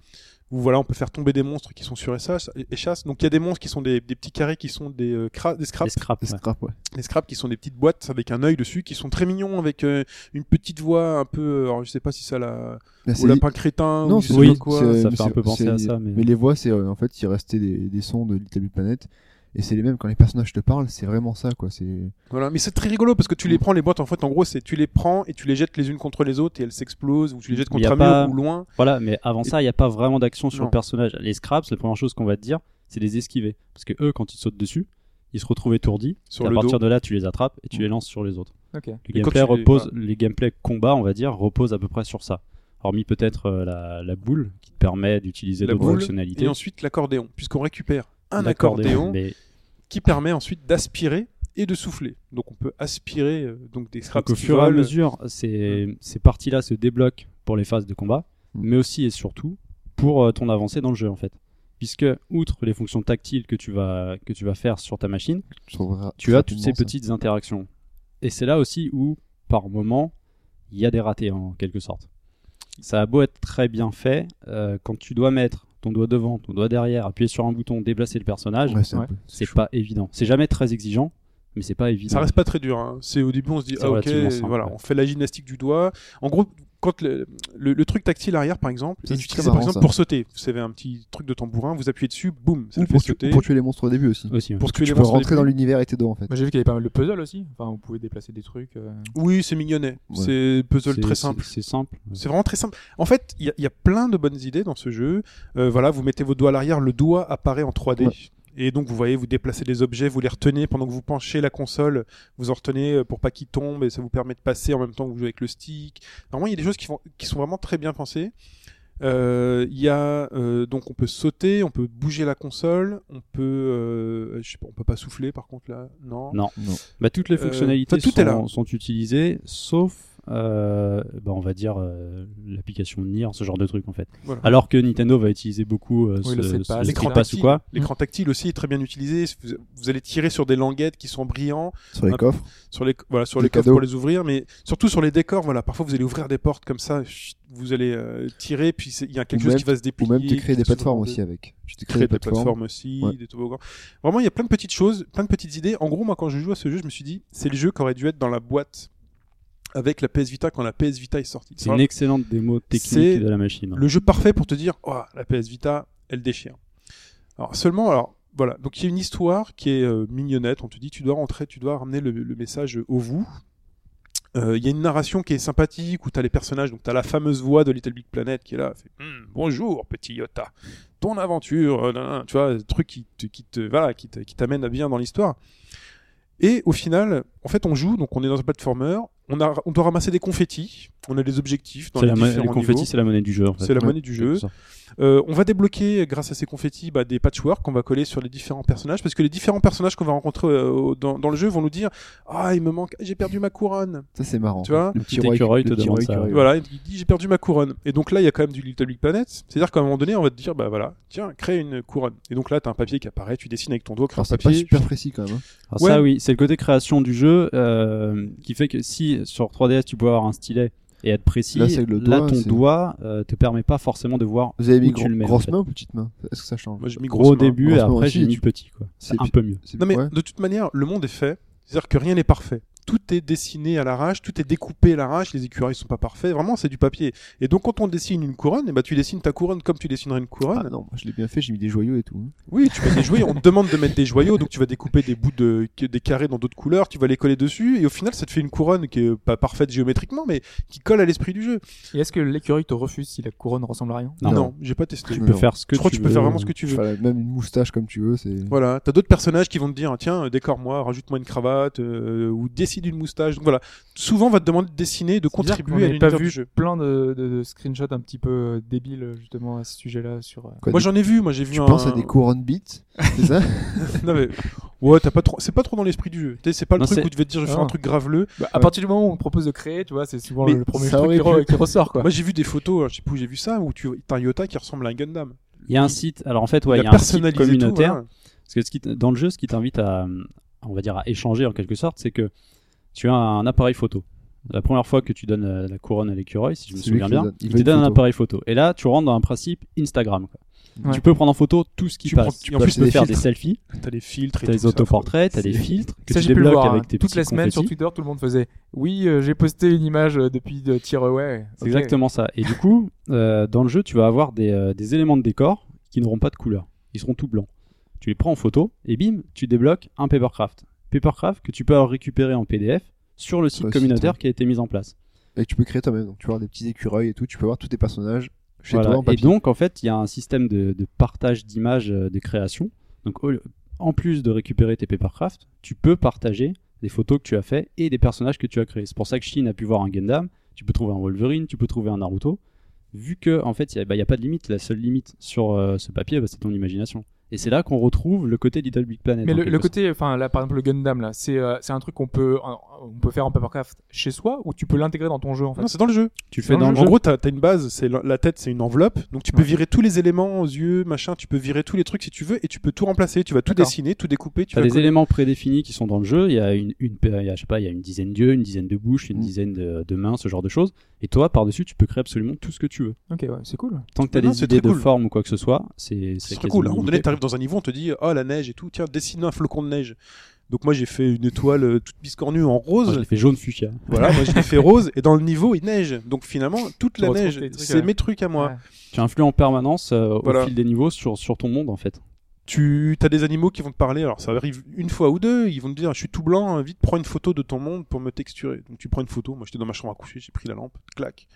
Speaker 2: Ou voilà, on peut faire tomber des monstres qui sont sur SS et chasse. Donc il y a des monstres qui sont des, des petits carrés qui sont des, euh, cra- des
Speaker 5: Les
Speaker 2: scraps,
Speaker 5: scraps,
Speaker 4: Et
Speaker 5: ouais.
Speaker 4: scrap, ouais.
Speaker 2: des scraps qui sont des petites boîtes avec un œil dessus, qui sont très mignons avec euh, une petite voix un peu, euh, alors je sais pas si ça la,
Speaker 4: Là,
Speaker 2: au
Speaker 4: c'est-
Speaker 2: lapin crétin
Speaker 4: Non,
Speaker 2: ou je
Speaker 4: c'est-
Speaker 2: sais
Speaker 5: oui,
Speaker 2: pas quoi.
Speaker 4: c'est-
Speaker 5: ça
Speaker 4: mais
Speaker 5: fait un peu penser
Speaker 4: c'est-
Speaker 5: à ça, mais-
Speaker 4: les voix, c'est euh, en fait, il restait des, des sons de Little Big Planet. Et c'est les mêmes quand les personnages te parlent, c'est vraiment ça quoi. C'est
Speaker 2: Voilà, mais c'est très rigolo parce que tu les prends les boîtes en fait, en gros c'est tu les prends et tu les jettes les unes contre les autres et elles s'explosent ou tu les jettes
Speaker 5: Il y a
Speaker 2: contre un
Speaker 5: pas-
Speaker 2: mur ou loin.
Speaker 5: Voilà, mais avant ça, il n'y a pas vraiment d'action sur
Speaker 2: Non.
Speaker 5: le personnage. Les scraps, la première chose qu'on va te dire, c'est les esquiver. Parce que eux, quand ils sautent dessus, ils se retrouvent étourdis.
Speaker 2: Sur
Speaker 5: et à
Speaker 2: le
Speaker 5: partir
Speaker 2: dos. Mm.
Speaker 5: de là, tu les attrapes et tu les lances sur les autres.
Speaker 3: Ok.
Speaker 5: Les
Speaker 2: Et quand
Speaker 5: gameplays,
Speaker 2: tu les-
Speaker 5: repose, les gameplays combat, on va dire, reposent à peu près sur ça. Hormis peut-être euh, la, la boule qui te permet d'utiliser
Speaker 2: La
Speaker 5: d'autres
Speaker 2: boule
Speaker 5: fonctionnalités.
Speaker 2: Et ensuite l'accordéon, puisqu'on récupère un
Speaker 5: L'accordéon,
Speaker 2: accordéon
Speaker 5: Mais
Speaker 2: qui permet ensuite d'aspirer et de souffler. Donc on peut aspirer euh, donc des
Speaker 5: donc,
Speaker 2: scraps
Speaker 5: au
Speaker 2: qui
Speaker 5: fur et à
Speaker 2: volent.
Speaker 5: mesure, ces, ces parties-là se débloquent pour les phases de combat,
Speaker 4: Mm.
Speaker 5: mais aussi et surtout pour euh, ton avancée dans le jeu en fait. Puisque, outre les fonctions tactiles que tu vas, que tu vas faire sur ta machine,
Speaker 4: Je trouverai
Speaker 5: tu as toutes
Speaker 4: rapidement
Speaker 5: ces
Speaker 4: ça. hein.
Speaker 5: petites interactions. Et c'est là aussi où, par moment, il y a des ratés en quelque sorte. Ça a beau être très bien fait, euh, quand tu dois mettre ton doigt devant, ton doigt derrière, appuyer sur un bouton, déplacer le personnage,
Speaker 4: Ouais, c'est un
Speaker 3: Ouais.
Speaker 4: peu-
Speaker 5: c'est pas évident. C'est jamais très exigeant, mais c'est pas évident.
Speaker 2: Ça reste pas très dur. hein. C'est au début on se dit
Speaker 5: C'est
Speaker 2: ah ok
Speaker 5: relativement simple,
Speaker 2: voilà
Speaker 5: ouais.
Speaker 2: on fait la gymnastique du doigt. En gros quand le, le- le truc tactile arrière par exemple,
Speaker 4: Ça,
Speaker 2: est
Speaker 4: c'est
Speaker 2: utilisé
Speaker 4: très
Speaker 2: par
Speaker 4: marrant,
Speaker 2: exemple
Speaker 4: ça.
Speaker 2: pour sauter. Vous savez un petit truc de tambourin, vous appuyez dessus, boum, ça
Speaker 4: Ou
Speaker 2: le fait
Speaker 4: pour, tu-
Speaker 2: sauter.
Speaker 4: pour tuer les monstres au début aussi.
Speaker 5: aussi. ouais.
Speaker 2: Pour tuer
Speaker 4: Tu
Speaker 2: les
Speaker 4: peux
Speaker 2: monstres au
Speaker 4: rentrer dans
Speaker 2: début.
Speaker 4: l'univers et t'es dedans en fait.
Speaker 3: Moi j'ai vu qu'il y avait pas mal de puzzles aussi. Enfin, on pouvait déplacer des trucs. euh.
Speaker 2: Oui, c'est mignonnet.
Speaker 4: Ouais.
Speaker 2: C'est puzzle
Speaker 5: C'est-
Speaker 2: très
Speaker 5: c'est-
Speaker 2: simple.
Speaker 5: C'est simple.
Speaker 2: C'est vraiment très simple. En fait, il y, a- il y a plein de bonnes idées dans ce jeu. Euh, voilà, vous mettez vos doigts à l'arrière, le doigt apparaît en 3D.
Speaker 4: Ouais.
Speaker 2: Et donc, vous voyez, vous déplacez des objets, vous les retenez pendant que vous penchez la console, vous en retenez euh, pour pas qu'ils tombent et ça vous permet de passer en même temps que vous jouez avec le stick. Vraiment, il y a des choses qui, font- qui sont vraiment très bien pensées. Euh, Il y a euh, donc on peut sauter, on peut bouger la console, on peut, euh, je sais pas, on peut pas souffler par contre là, non.
Speaker 5: Non. Bah, toutes les
Speaker 2: Euh,
Speaker 5: fonctionnalités
Speaker 2: bah, tout
Speaker 5: sont,
Speaker 2: est là.
Speaker 5: sont utilisées, sauf, euh, bah, on va dire, euh, l'application NIR, ce genre de truc en fait.
Speaker 2: Voilà.
Speaker 5: Alors que Nintendo va utiliser beaucoup euh,
Speaker 3: Oui,
Speaker 5: ce-
Speaker 3: le
Speaker 5: ce-
Speaker 3: CPAS,
Speaker 5: le
Speaker 3: L'écran
Speaker 5: CPAS ou quoi.
Speaker 2: L'écran tactile aussi est très bien utilisé. Vous- vous allez tirer sur des languettes qui sont brillants.
Speaker 4: Sur les
Speaker 2: Ah,
Speaker 4: coffres.
Speaker 2: sur les voilà sur
Speaker 4: Des
Speaker 2: les coffres
Speaker 4: cadeaux.
Speaker 2: pour les ouvrir mais surtout sur les décors voilà parfois vous allez ouvrir des portes comme ça chut, vous allez euh, tirer puis c'est- il y a quelque
Speaker 4: Ou
Speaker 2: chose
Speaker 4: même-
Speaker 2: qui va se
Speaker 4: Ou
Speaker 2: déplier
Speaker 4: même te créer
Speaker 2: qui
Speaker 4: des
Speaker 2: va se
Speaker 4: plateformes
Speaker 2: demander.
Speaker 4: aussi avec. Tu te crées
Speaker 2: créer
Speaker 4: des
Speaker 2: des
Speaker 4: plateformes.
Speaker 2: plateformes aussi
Speaker 4: Ouais.
Speaker 2: des toboggans vraiment il y a plein de petites choses plein de petites idées en gros moi quand je joue à ce jeu je me suis dit c'est le jeu qui aurait dû être dans la boîte avec la PS Vita quand la PS Vita est sortie
Speaker 5: C'est une excellente démo
Speaker 2: C'est
Speaker 5: technique de la machine. hein.
Speaker 2: le jeu parfait pour te dire oh, la PS Vita elle déchire alors seulement alors voilà donc il y a une histoire qui est euh, mignonnette on te dit tu dois rentrer tu dois ramener le, le message au vous Euh, il y a une narration qui est sympathique où t'as les personnages donc t'as la fameuse voix de Little Big Planet qui est là fait, Hum, bonjour petit Yota ton aventure euh, nan, nan, tu vois le truc qui te, qui te voilà qui te- qui t'amène à bien dans l'histoire et au final en fait on joue donc on est dans un platformer on a on doit ramasser des confettis on a des objectifs dans
Speaker 5: C'est
Speaker 2: les,
Speaker 5: la monnaie-
Speaker 2: différents
Speaker 5: les confettis,
Speaker 2: niveaux.
Speaker 5: c'est la monnaie du jeu. En fait.
Speaker 2: C'est la
Speaker 4: Ouais,
Speaker 2: monnaie du jeu.
Speaker 5: Ça.
Speaker 2: Euh, on va débloquer, grâce à ces confettis, bah, des patchworks qu'on va coller sur les différents personnages, parce que les différents personnages qu'on va rencontrer euh, au- dans, dans le jeu vont nous dire Ah, il me manque, j'ai perdu ma couronne.
Speaker 4: Ça c'est marrant.
Speaker 2: Tu vois
Speaker 5: Le
Speaker 4: Le
Speaker 5: petit
Speaker 4: petit roi-
Speaker 5: écureuil
Speaker 4: le
Speaker 5: te
Speaker 4: petit
Speaker 5: demande
Speaker 4: roi
Speaker 5: ça.
Speaker 4: écureuil.
Speaker 5: ouais.
Speaker 2: Voilà, il dit J'ai perdu ma couronne. Et donc là, il y a quand même du Little Big Planet. C'est-à-dire qu'à un moment donné, on va te dire Bah voilà, tiens, crée une couronne. Et donc là, t'as un papier qui apparaît, tu dessines avec ton doigt, crée
Speaker 4: Alors
Speaker 2: un
Speaker 4: c'est pas
Speaker 2: papier.
Speaker 4: super précis quand même. hein.
Speaker 5: Alors
Speaker 2: Ouais.
Speaker 5: Ça, oui, c'est le côté création du jeu euh, qui fait que si sur 3DS tu peux avoir un stylet et être précis,
Speaker 4: Là, c'est le doigt,
Speaker 5: ton
Speaker 4: c'est-
Speaker 5: doigt euh, te permet pas forcément de voir
Speaker 4: Vous avez mis
Speaker 5: Où tu
Speaker 4: gro-
Speaker 5: le mets, en
Speaker 4: grosse
Speaker 5: fait.
Speaker 4: main ou petite main Est-ce que ça change
Speaker 2: Moi, j'ai mis
Speaker 5: gros
Speaker 2: grosse main.
Speaker 5: début et
Speaker 4: Grosse main
Speaker 5: après
Speaker 4: aussi,
Speaker 5: j'ai
Speaker 4: et
Speaker 5: mis
Speaker 4: tu-
Speaker 5: petit quoi. C'est
Speaker 4: C'est
Speaker 5: un
Speaker 4: pi-
Speaker 5: peu mieux.
Speaker 4: C'est-
Speaker 2: Non mais
Speaker 4: ouais.
Speaker 2: de toute manière, le monde est fait. C'est-à-dire que rien n'est parfait. Tout est dessiné à l'arrache, tout est découpé à l'arrache, les écureuils sont pas parfaits, vraiment c'est du papier. Et donc quand on dessine une couronne, eh ben, tu dessines ta couronne comme tu dessinerais une couronne.
Speaker 4: Ah non, moi, je l'ai bien fait, j'ai mis des joyaux et tout. hein.
Speaker 2: Oui, tu mets des joyaux, on te demande de mettre des joyaux, donc tu vas découper des bouts de des carrés dans d'autres couleurs, tu vas les coller dessus, et au final ça te fait une couronne qui est pas parfaite géométriquement, mais qui colle à l'esprit du jeu.
Speaker 3: Et est-ce que l'écureuil te refuse si la couronne ressemble à rien
Speaker 5: Non.
Speaker 2: Non, j'ai pas testé.
Speaker 4: Ah Tu
Speaker 5: Tu
Speaker 4: me
Speaker 5: peux
Speaker 4: lance.
Speaker 5: faire ce que
Speaker 2: Je crois que
Speaker 5: tu
Speaker 2: tu peux
Speaker 5: veux.
Speaker 2: faire vraiment ce que tu veux.
Speaker 4: Enfin, même une moustache comme tu veux, c'est.
Speaker 2: Voilà, t'as d'autres personnages qui vont te dire ah, tiens décore-moi, rajoute-moi une cravate euh, ou dessine une moustache. Donc voilà, souvent on va te demander de dessiner, de
Speaker 3: C'est-à-dire qu'on
Speaker 2: contribuer à
Speaker 3: avait pas
Speaker 2: l'univers
Speaker 3: vu
Speaker 2: du jeu.
Speaker 3: plein de, de- de screenshots un petit peu euh, débiles justement à ce sujet-là sur. euh,
Speaker 4: Quoi,
Speaker 2: Moi
Speaker 4: des-
Speaker 2: j'en ai vu, moi j'ai vu
Speaker 4: Tu
Speaker 2: un.
Speaker 4: penses à des couronnes bites, c'est ça
Speaker 2: Non, mais- Ouais, t'as pas trop. C'est pas trop dans l'esprit du jeu. Tu sais, C'est pas le
Speaker 5: Non,
Speaker 2: truc
Speaker 5: c'est-
Speaker 2: où tu vas te dire je vais faire
Speaker 3: Ah.
Speaker 2: un truc graveleux.
Speaker 3: Bah, à partir du moment où on te propose de créer, tu vois, c'est souvent
Speaker 2: Mais
Speaker 3: le premier
Speaker 4: ça
Speaker 3: truc qui,
Speaker 4: aurait
Speaker 3: re- qui ressort, quoi.
Speaker 2: Moi j'ai vu des photos, hein, je sais pas où j'ai vu ça, où tu t'as un Yota qui ressemble à un Gundam.
Speaker 5: Il y a un site, alors en fait, ouais, il y a un site
Speaker 2: personnalisé tout,
Speaker 5: communautaire.
Speaker 2: hein.
Speaker 5: Parce que ce qui t- dans le jeu, ce qui t'invite à, euh, on va dire, à échanger en quelque sorte, c'est que tu as un appareil photo. La première fois que tu donnes euh, la couronne à l'écureuil, si je me
Speaker 4: C'est lui
Speaker 5: souviens
Speaker 4: qui
Speaker 5: bien,
Speaker 4: donne- il
Speaker 5: il
Speaker 4: veut
Speaker 5: te
Speaker 4: une
Speaker 5: donne un
Speaker 4: photo.
Speaker 5: appareil photo. Et là, tu rentres dans un principe Instagram. quoi.
Speaker 3: Ouais.
Speaker 5: Tu peux prendre en photo tout ce qui
Speaker 2: Tu prends-
Speaker 5: passe.
Speaker 2: tu
Speaker 5: tu
Speaker 2: en
Speaker 5: peux
Speaker 2: plus,
Speaker 4: des
Speaker 5: faire des
Speaker 4: filtres.
Speaker 5: selfies,
Speaker 2: T'as les filtres et
Speaker 5: t'as des
Speaker 2: tout ça.
Speaker 5: autoportraits, t'as
Speaker 2: C'est-
Speaker 5: des filtres que
Speaker 3: Ça,
Speaker 5: tu
Speaker 3: j'ai pu le
Speaker 5: débloques
Speaker 3: voir.
Speaker 5: avec
Speaker 3: hein.
Speaker 5: tes
Speaker 3: Toute
Speaker 5: petits
Speaker 3: la semaine sur
Speaker 5: confettis.
Speaker 3: Twitter, tout le monde faisait Oui, euh, j'ai posté une image euh, depuis de Tearaway.
Speaker 5: C'est exactement ça. Et du coup, euh, dans le jeu, tu vas avoir des, euh, des éléments de décor qui n'auront pas de couleur. Ils seront tout blancs. Tu les prends en photo et bim, tu débloques un papercraft. Papercraft que tu peux alors récupérer en PDF sur le
Speaker 4: Sur
Speaker 5: site
Speaker 4: le
Speaker 5: communautaire
Speaker 4: site, ouais.
Speaker 5: qui a été mis en place.
Speaker 4: Et tu peux créer toi-même. Donc tu vois des petits écureuils et tout, tu peux voir tous tes personnages chez
Speaker 5: Voilà.
Speaker 4: toi en
Speaker 5: et
Speaker 4: papier.
Speaker 5: donc, en fait, il y a un système de, de partage d'images euh, de création. Donc, au- en plus de récupérer tes papercraft, tu peux partager des photos que tu as fait et des personnages que tu as créés. C'est pour ça que Shin a pu voir un Gundam, tu peux trouver un Wolverine, tu peux trouver un Naruto. Vu que en fait, il n'y a, bah, y a pas de limite, la seule limite sur euh, ce papier, bah, c'est ton imagination. Et c'est là qu'on retrouve le côté Little Big Planet.
Speaker 3: Mais
Speaker 5: en
Speaker 3: le,
Speaker 5: quelque
Speaker 3: le
Speaker 5: sorte.
Speaker 3: côté, enfin là par exemple le Gundam là, c'est euh, c'est un truc qu'on peut euh, on peut faire en papercraft chez soi ou tu peux l'intégrer dans ton jeu en fait.
Speaker 2: Non, c'est dans le jeu.
Speaker 5: tu le fais dans
Speaker 2: en
Speaker 5: le jeu.
Speaker 2: gros, t'as as une base, c'est la, la tête, c'est une enveloppe. Donc tu peux
Speaker 3: Ouais.
Speaker 2: virer tous les éléments aux yeux, machin. Tu peux virer tous les trucs si tu veux, et tu peux tout remplacer. Tu vas tout
Speaker 3: D'accord.
Speaker 2: dessiner, tout découper. Tu
Speaker 5: T'as
Speaker 2: vas
Speaker 5: des
Speaker 2: coller.
Speaker 5: éléments prédéfinis qui sont dans le jeu. Il y a une, une il y a, je sais pas, il y a une dizaine d'yeux, une dizaine de bouches, une
Speaker 4: Mm.
Speaker 5: dizaine de, de mains, ce genre de choses. Et toi, par dessus, tu peux créer absolument tout ce que tu veux.
Speaker 3: Ok ouais, c'est cool.
Speaker 5: Tant que t'as
Speaker 2: Non,
Speaker 5: des
Speaker 2: c'est
Speaker 5: idées
Speaker 2: très
Speaker 5: de
Speaker 2: cool.
Speaker 5: forme ou quoi que ce soit, c'est
Speaker 2: C'est
Speaker 5: c'est
Speaker 2: très cool. À un
Speaker 5: quasiment
Speaker 2: moment donné,
Speaker 5: limité.
Speaker 2: t'arrives dans un niveau, on te dit, oh la neige et tout. Tiens, dessine un flocon de neige. Donc moi, j'ai fait une étoile euh, toute biscornue en
Speaker 5: Moi,
Speaker 2: rose.
Speaker 5: je l'ai fait jaune fuchsia.
Speaker 2: voilà, moi je l'ai fait rose et dans le niveau il neige. Donc finalement toute
Speaker 3: Tu
Speaker 2: la
Speaker 3: retrouves
Speaker 2: neige,
Speaker 3: tes trucs,
Speaker 2: c'est
Speaker 3: ouais.
Speaker 2: mes trucs à moi.
Speaker 3: Ouais.
Speaker 5: Tu influes en permanence euh,
Speaker 2: Voilà.
Speaker 5: au fil des niveaux sur, sur ton monde en fait.
Speaker 2: Tu as des animaux qui vont te parler, alors ça arrive une fois ou deux, ils vont te dire je suis tout blanc, hein, vite prends une photo de ton monde pour me texturer. Donc tu prends une photo, moi j'étais dans ma chambre à coucher, j'ai pris la lampe, clac.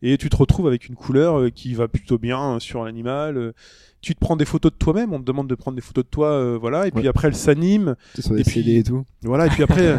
Speaker 2: Et tu te retrouves avec une couleur euh, qui va plutôt bien euh, sur l'animal. euh, Tu te prends des photos de toi-même, on te demande de prendre des photos de toi, euh, voilà. Et puis
Speaker 4: Ouais.
Speaker 2: après elle s'anime,
Speaker 4: Tu sais, sur
Speaker 2: Et
Speaker 4: des
Speaker 2: puis-
Speaker 4: CD et tout.
Speaker 2: voilà. Et puis après, euh,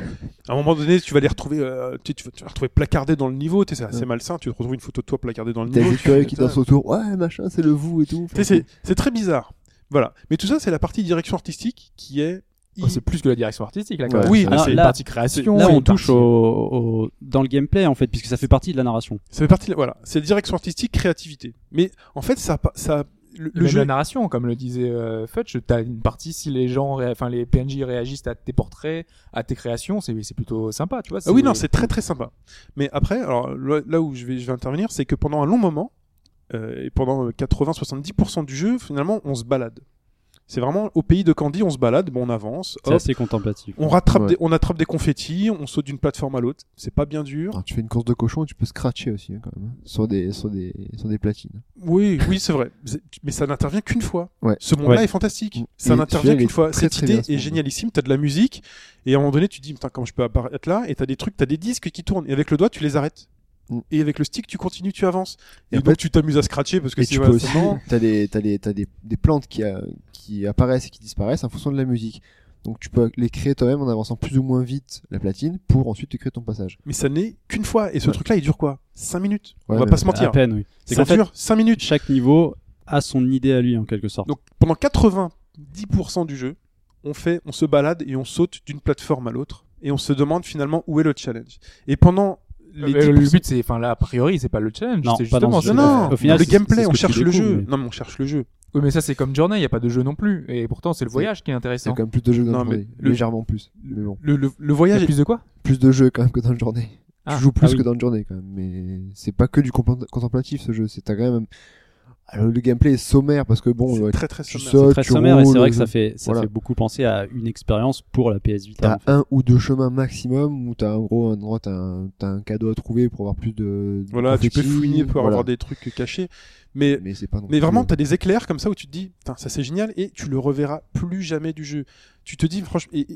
Speaker 2: à un moment donné, tu vas les retrouver, euh, tu, tu vas tu vas les retrouver placardés dans le niveau. Tu sais, c'est assez
Speaker 4: Ouais.
Speaker 2: malsain. Tu retrouves une photo de toi placardée dans le
Speaker 4: T'as
Speaker 2: niveau.
Speaker 4: des
Speaker 2: tu
Speaker 4: curieux
Speaker 2: fais,
Speaker 4: qui
Speaker 2: Putain,
Speaker 4: dansent autour. Ouais, machin, c'est le vous et tout.
Speaker 2: Tu sais, C'est c'est très bizarre. Voilà. Mais tout ça, c'est la partie direction artistique qui est.
Speaker 3: Oh, c'est plus que la direction artistique là. quand
Speaker 4: Ouais.
Speaker 3: même.
Speaker 2: Oui,
Speaker 3: Ah,
Speaker 2: mais
Speaker 3: c'est
Speaker 5: c'est-
Speaker 3: une
Speaker 5: là-
Speaker 3: partie création.
Speaker 5: Là,
Speaker 3: une
Speaker 5: on touche
Speaker 3: partie-
Speaker 5: au, au- dans le gameplay en fait, puisque ça fait partie de la narration.
Speaker 2: Ça fait partie. de la- Voilà. C'est direction artistique, créativité. Mais en fait, ça. a pas- ça a- le, le
Speaker 3: Même
Speaker 2: jeu.
Speaker 3: la narration, comme le disait euh, Fudge, t'as une partie si les gens, ré- enfin les PNJ réagissent à tes portraits, à tes créations, c'est c'est plutôt sympa, tu vois.
Speaker 2: Ah oui, non, c'est très très sympa. Mais après, alors là là où je vais, je vais intervenir, c'est que pendant un long moment, euh, et pendant euh, 80-70% du jeu, finalement, on se balade. C'est vraiment au pays de Candy, on se balade, bon, on avance,
Speaker 5: C'est
Speaker 2: hop,
Speaker 5: assez contemplatif.
Speaker 2: on rattrape,
Speaker 4: Ouais.
Speaker 2: des, on attrape des confettis, on saute d'une plateforme à l'autre. C'est pas bien dur.
Speaker 4: Alors, tu fais une course de cochon et tu peux scratcher aussi, hein, quand même. hein, Sur des, sur des, sur des platines.
Speaker 2: Oui, oui, c'est vrai. C'est- Mais ça n'intervient qu'une fois.
Speaker 4: Ouais.
Speaker 2: Ce monde-là
Speaker 5: Ouais.
Speaker 2: est fantastique.
Speaker 4: Mm.
Speaker 2: Ça
Speaker 4: Et celui-là,
Speaker 2: n'intervient
Speaker 4: il
Speaker 2: qu'une
Speaker 4: est
Speaker 2: fois.
Speaker 4: très,
Speaker 2: Cette
Speaker 4: très
Speaker 2: idée
Speaker 4: bien, ce
Speaker 2: est
Speaker 4: monde-là.
Speaker 2: génialissime. T'as de la musique. Et à un moment donné, tu te dis, putain, comment je peux apparaître là? Et t'as des trucs, t'as des disques qui tournent. Et avec le doigt, tu les arrêtes.
Speaker 4: Mm.
Speaker 2: Et avec le stick, tu continues, tu avances. Et,
Speaker 4: Et en
Speaker 2: donc,
Speaker 4: fait-
Speaker 2: tu t'amuses à scratcher parce que
Speaker 4: Et
Speaker 2: c'est
Speaker 4: tu peux
Speaker 2: voilà,
Speaker 4: aussi,
Speaker 2: c'est marrant.
Speaker 4: t'as des, t'as des, t'as des, des plantes qui, euh, qui apparaissent et qui disparaissent en fonction de la musique. Donc tu peux les créer toi-même en avançant plus ou moins vite la platine pour ensuite te créer ton passage.
Speaker 2: Mais ça n'est qu'une fois. Et ce
Speaker 4: Ouais.
Speaker 2: truc-là, il dure quoi? 5 minutes.
Speaker 4: Ouais,
Speaker 2: On va
Speaker 4: mais-
Speaker 2: pas se
Speaker 5: à
Speaker 2: mentir.
Speaker 5: peine, oui. C'est
Speaker 2: Ça
Speaker 5: qu'en fait,
Speaker 2: dure 5 minutes.
Speaker 5: chaque niveau a son idée à lui en quelque sorte.
Speaker 2: Donc pendant 90% du jeu, on fait, on se balade et on saute d'une plateforme à l'autre et on se demande finalement où est le challenge. Et pendant les
Speaker 3: Mais le
Speaker 2: 10%,
Speaker 3: but, c'est, enfin là, a priori, c'est pas le challenge,
Speaker 5: Non,
Speaker 3: c'est
Speaker 5: pas
Speaker 3: justement.
Speaker 5: dans ce
Speaker 2: non,
Speaker 3: c'est-
Speaker 2: non,
Speaker 5: Au final,
Speaker 2: le
Speaker 5: c'est-
Speaker 2: gameplay,
Speaker 5: c'est ce
Speaker 2: on
Speaker 5: que tu
Speaker 2: cherche le
Speaker 5: découvres,
Speaker 2: jeu.
Speaker 5: mais-
Speaker 2: Non, mais on cherche le jeu.
Speaker 3: Oui, mais ça, c'est comme Journey, il y a pas de jeu non plus, et pourtant, c'est le voyage qui est
Speaker 4: C'est
Speaker 3: intéressant.
Speaker 4: quand même plus de jeux que
Speaker 2: Non,
Speaker 4: dans le
Speaker 2: mais
Speaker 4: journée,
Speaker 2: le-
Speaker 4: légèrement plus. Mais bon,
Speaker 2: Le, le- le
Speaker 3: Il y a
Speaker 2: voyage,
Speaker 3: plus de quoi
Speaker 4: plus de jeux quand même que dans le journée.
Speaker 3: Ah,
Speaker 4: tu joues plus
Speaker 5: ah oui.
Speaker 4: que dans le journée quand même, mais c'est pas que du compla- contemplatif ce jeu. C'est t'as quand même alors, le gameplay est sommaire parce que bon,
Speaker 2: c'est
Speaker 4: ouais,
Speaker 2: très très
Speaker 4: tu
Speaker 2: sommaire.
Speaker 4: sautes,
Speaker 5: Très
Speaker 4: tu
Speaker 5: sommaire, et
Speaker 4: roules,
Speaker 5: c'est vrai
Speaker 4: le
Speaker 5: que ça
Speaker 4: jeu-
Speaker 5: fait, ça
Speaker 4: Voilà. Bah,
Speaker 5: fait beaucoup penser à une expérience pour la PS Vita.
Speaker 4: T'as
Speaker 5: en fait.
Speaker 4: un ou deux chemins maximum où t'as en gros un endroit, t'as un, t'as un cadeau à trouver pour avoir plus de. de
Speaker 2: Voilà, tu peux
Speaker 4: confettis,
Speaker 2: fouiner pour
Speaker 4: voilà.
Speaker 2: avoir des trucs cachés, euh, mais
Speaker 4: Mais c'est pas non
Speaker 2: mais
Speaker 4: plus-
Speaker 2: vraiment, t'as des éclairs comme ça où tu te dis, Putain, ça c'est génial, et tu le reverras plus jamais du jeu. Tu te dis, franchement, et,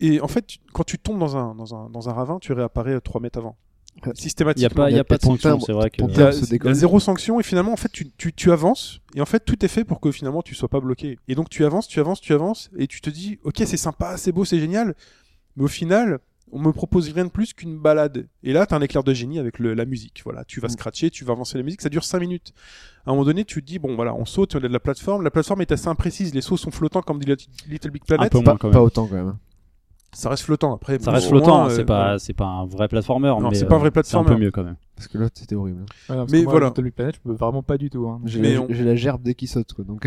Speaker 2: et- et en fait, tu- quand tu tombes dans un, dans un, dans un ravin, tu réapparais 3 mètres avant.
Speaker 4: Ouais.
Speaker 5: Il n'y
Speaker 2: Systématiquement.
Speaker 5: a pas, il y a pas de
Speaker 4: ton
Speaker 5: sanction,
Speaker 4: timbre-
Speaker 5: c'est vrai que.
Speaker 4: ton
Speaker 2: Il y a-
Speaker 4: se
Speaker 2: il y a
Speaker 4: décolle.
Speaker 2: zéro sanction et finalement en fait tu, tu, tu avances et en fait tout est fait pour que finalement tu sois pas bloqué. Et donc tu avances, tu avances, tu avances et tu te dis ok c'est sympa, c'est beau, c'est génial, mais au final on me propose rien de plus qu'une balade. Et là t'as un éclair de génie avec le- la musique. Voilà, tu vas
Speaker 4: Mm.
Speaker 2: scratcher, tu vas avancer la musique, ça dure 5 minutes. À un moment donné tu te dis bon voilà on saute, on a de la plateforme, la plateforme est assez imprécise, les sauts sont flottants comme dit Little Big
Speaker 5: Un
Speaker 2: Planet,
Speaker 5: peu
Speaker 4: Pas,
Speaker 5: moins quand
Speaker 4: pas
Speaker 5: même.
Speaker 4: autant quand même. hein.
Speaker 2: ça reste flottant après.
Speaker 5: Ça
Speaker 2: bon,
Speaker 5: reste
Speaker 2: au
Speaker 5: flottant, hein,
Speaker 2: moins, euh,
Speaker 5: c'est pas, c'est pas un vrai platformer.
Speaker 2: Non,
Speaker 5: mais,
Speaker 2: c'est pas un vrai
Speaker 5: euh, C'est
Speaker 2: platformer.
Speaker 5: un peu mieux quand même.
Speaker 4: Parce que l'autre c'était horrible. hein.
Speaker 3: Ouais, parce que
Speaker 2: Mais
Speaker 3: moi,
Speaker 2: voilà.
Speaker 3: Little Big Planet, je peux vraiment pas du tout. hein.
Speaker 4: J'ai
Speaker 2: Mais
Speaker 4: la,
Speaker 2: on-
Speaker 4: j'ai la gerbe dès qu'il saute quoi, donc.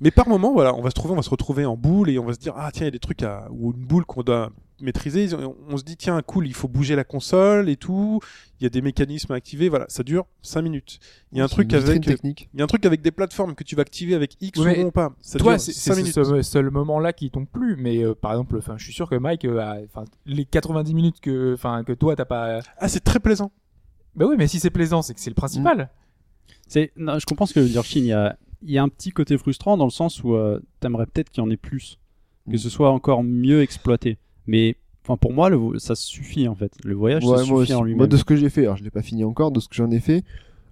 Speaker 2: Mais par moment, voilà, on va se trouver, on va se retrouver en boule et on va se dire ah tiens il y a des trucs à ou une boule qu'on doit maîtriser. On se dit tiens cool, il faut bouger la console et tout. Il y a des mécanismes à activer. Voilà, ça dure 5 minutes. Il y a un
Speaker 4: C'est
Speaker 2: truc
Speaker 4: une vitrine
Speaker 2: avec euh,
Speaker 4: technique.
Speaker 2: il y a un truc avec des plateformes que tu vas activer avec X
Speaker 3: Oui,
Speaker 2: ou
Speaker 3: mais
Speaker 2: non ou pas. Ça
Speaker 3: Toi,
Speaker 2: dure
Speaker 3: c'est
Speaker 2: 5
Speaker 3: c'est
Speaker 2: minutes.
Speaker 3: ce seul- seul moment-là qui tombe plus, mais euh, par exemple, enfin, je suis sûr que Mike, euh, a- enfin, les 90 minutes que, enfin, que toi, t'as pas.
Speaker 2: Ah c'est très plaisant.
Speaker 3: Bah oui, mais si c'est plaisant, c'est que c'est le principal.
Speaker 5: C'est, non, je comprends ce que veut dire Shin. Il y a, il y a un petit côté frustrant dans le sens où euh, t'aimerais peut-être qu'il y en ait plus, que
Speaker 4: Mm.
Speaker 5: ce soit encore mieux exploité. Mais enfin, pour moi, le vo- ça suffit en fait. Le voyage, ça
Speaker 4: Ouais,
Speaker 5: suffit
Speaker 4: moi, aussi.
Speaker 5: en
Speaker 4: Moi,
Speaker 5: lui-même.
Speaker 4: de ce que j'ai fait, alors je l'ai pas fini encore, de ce que j'en ai fait.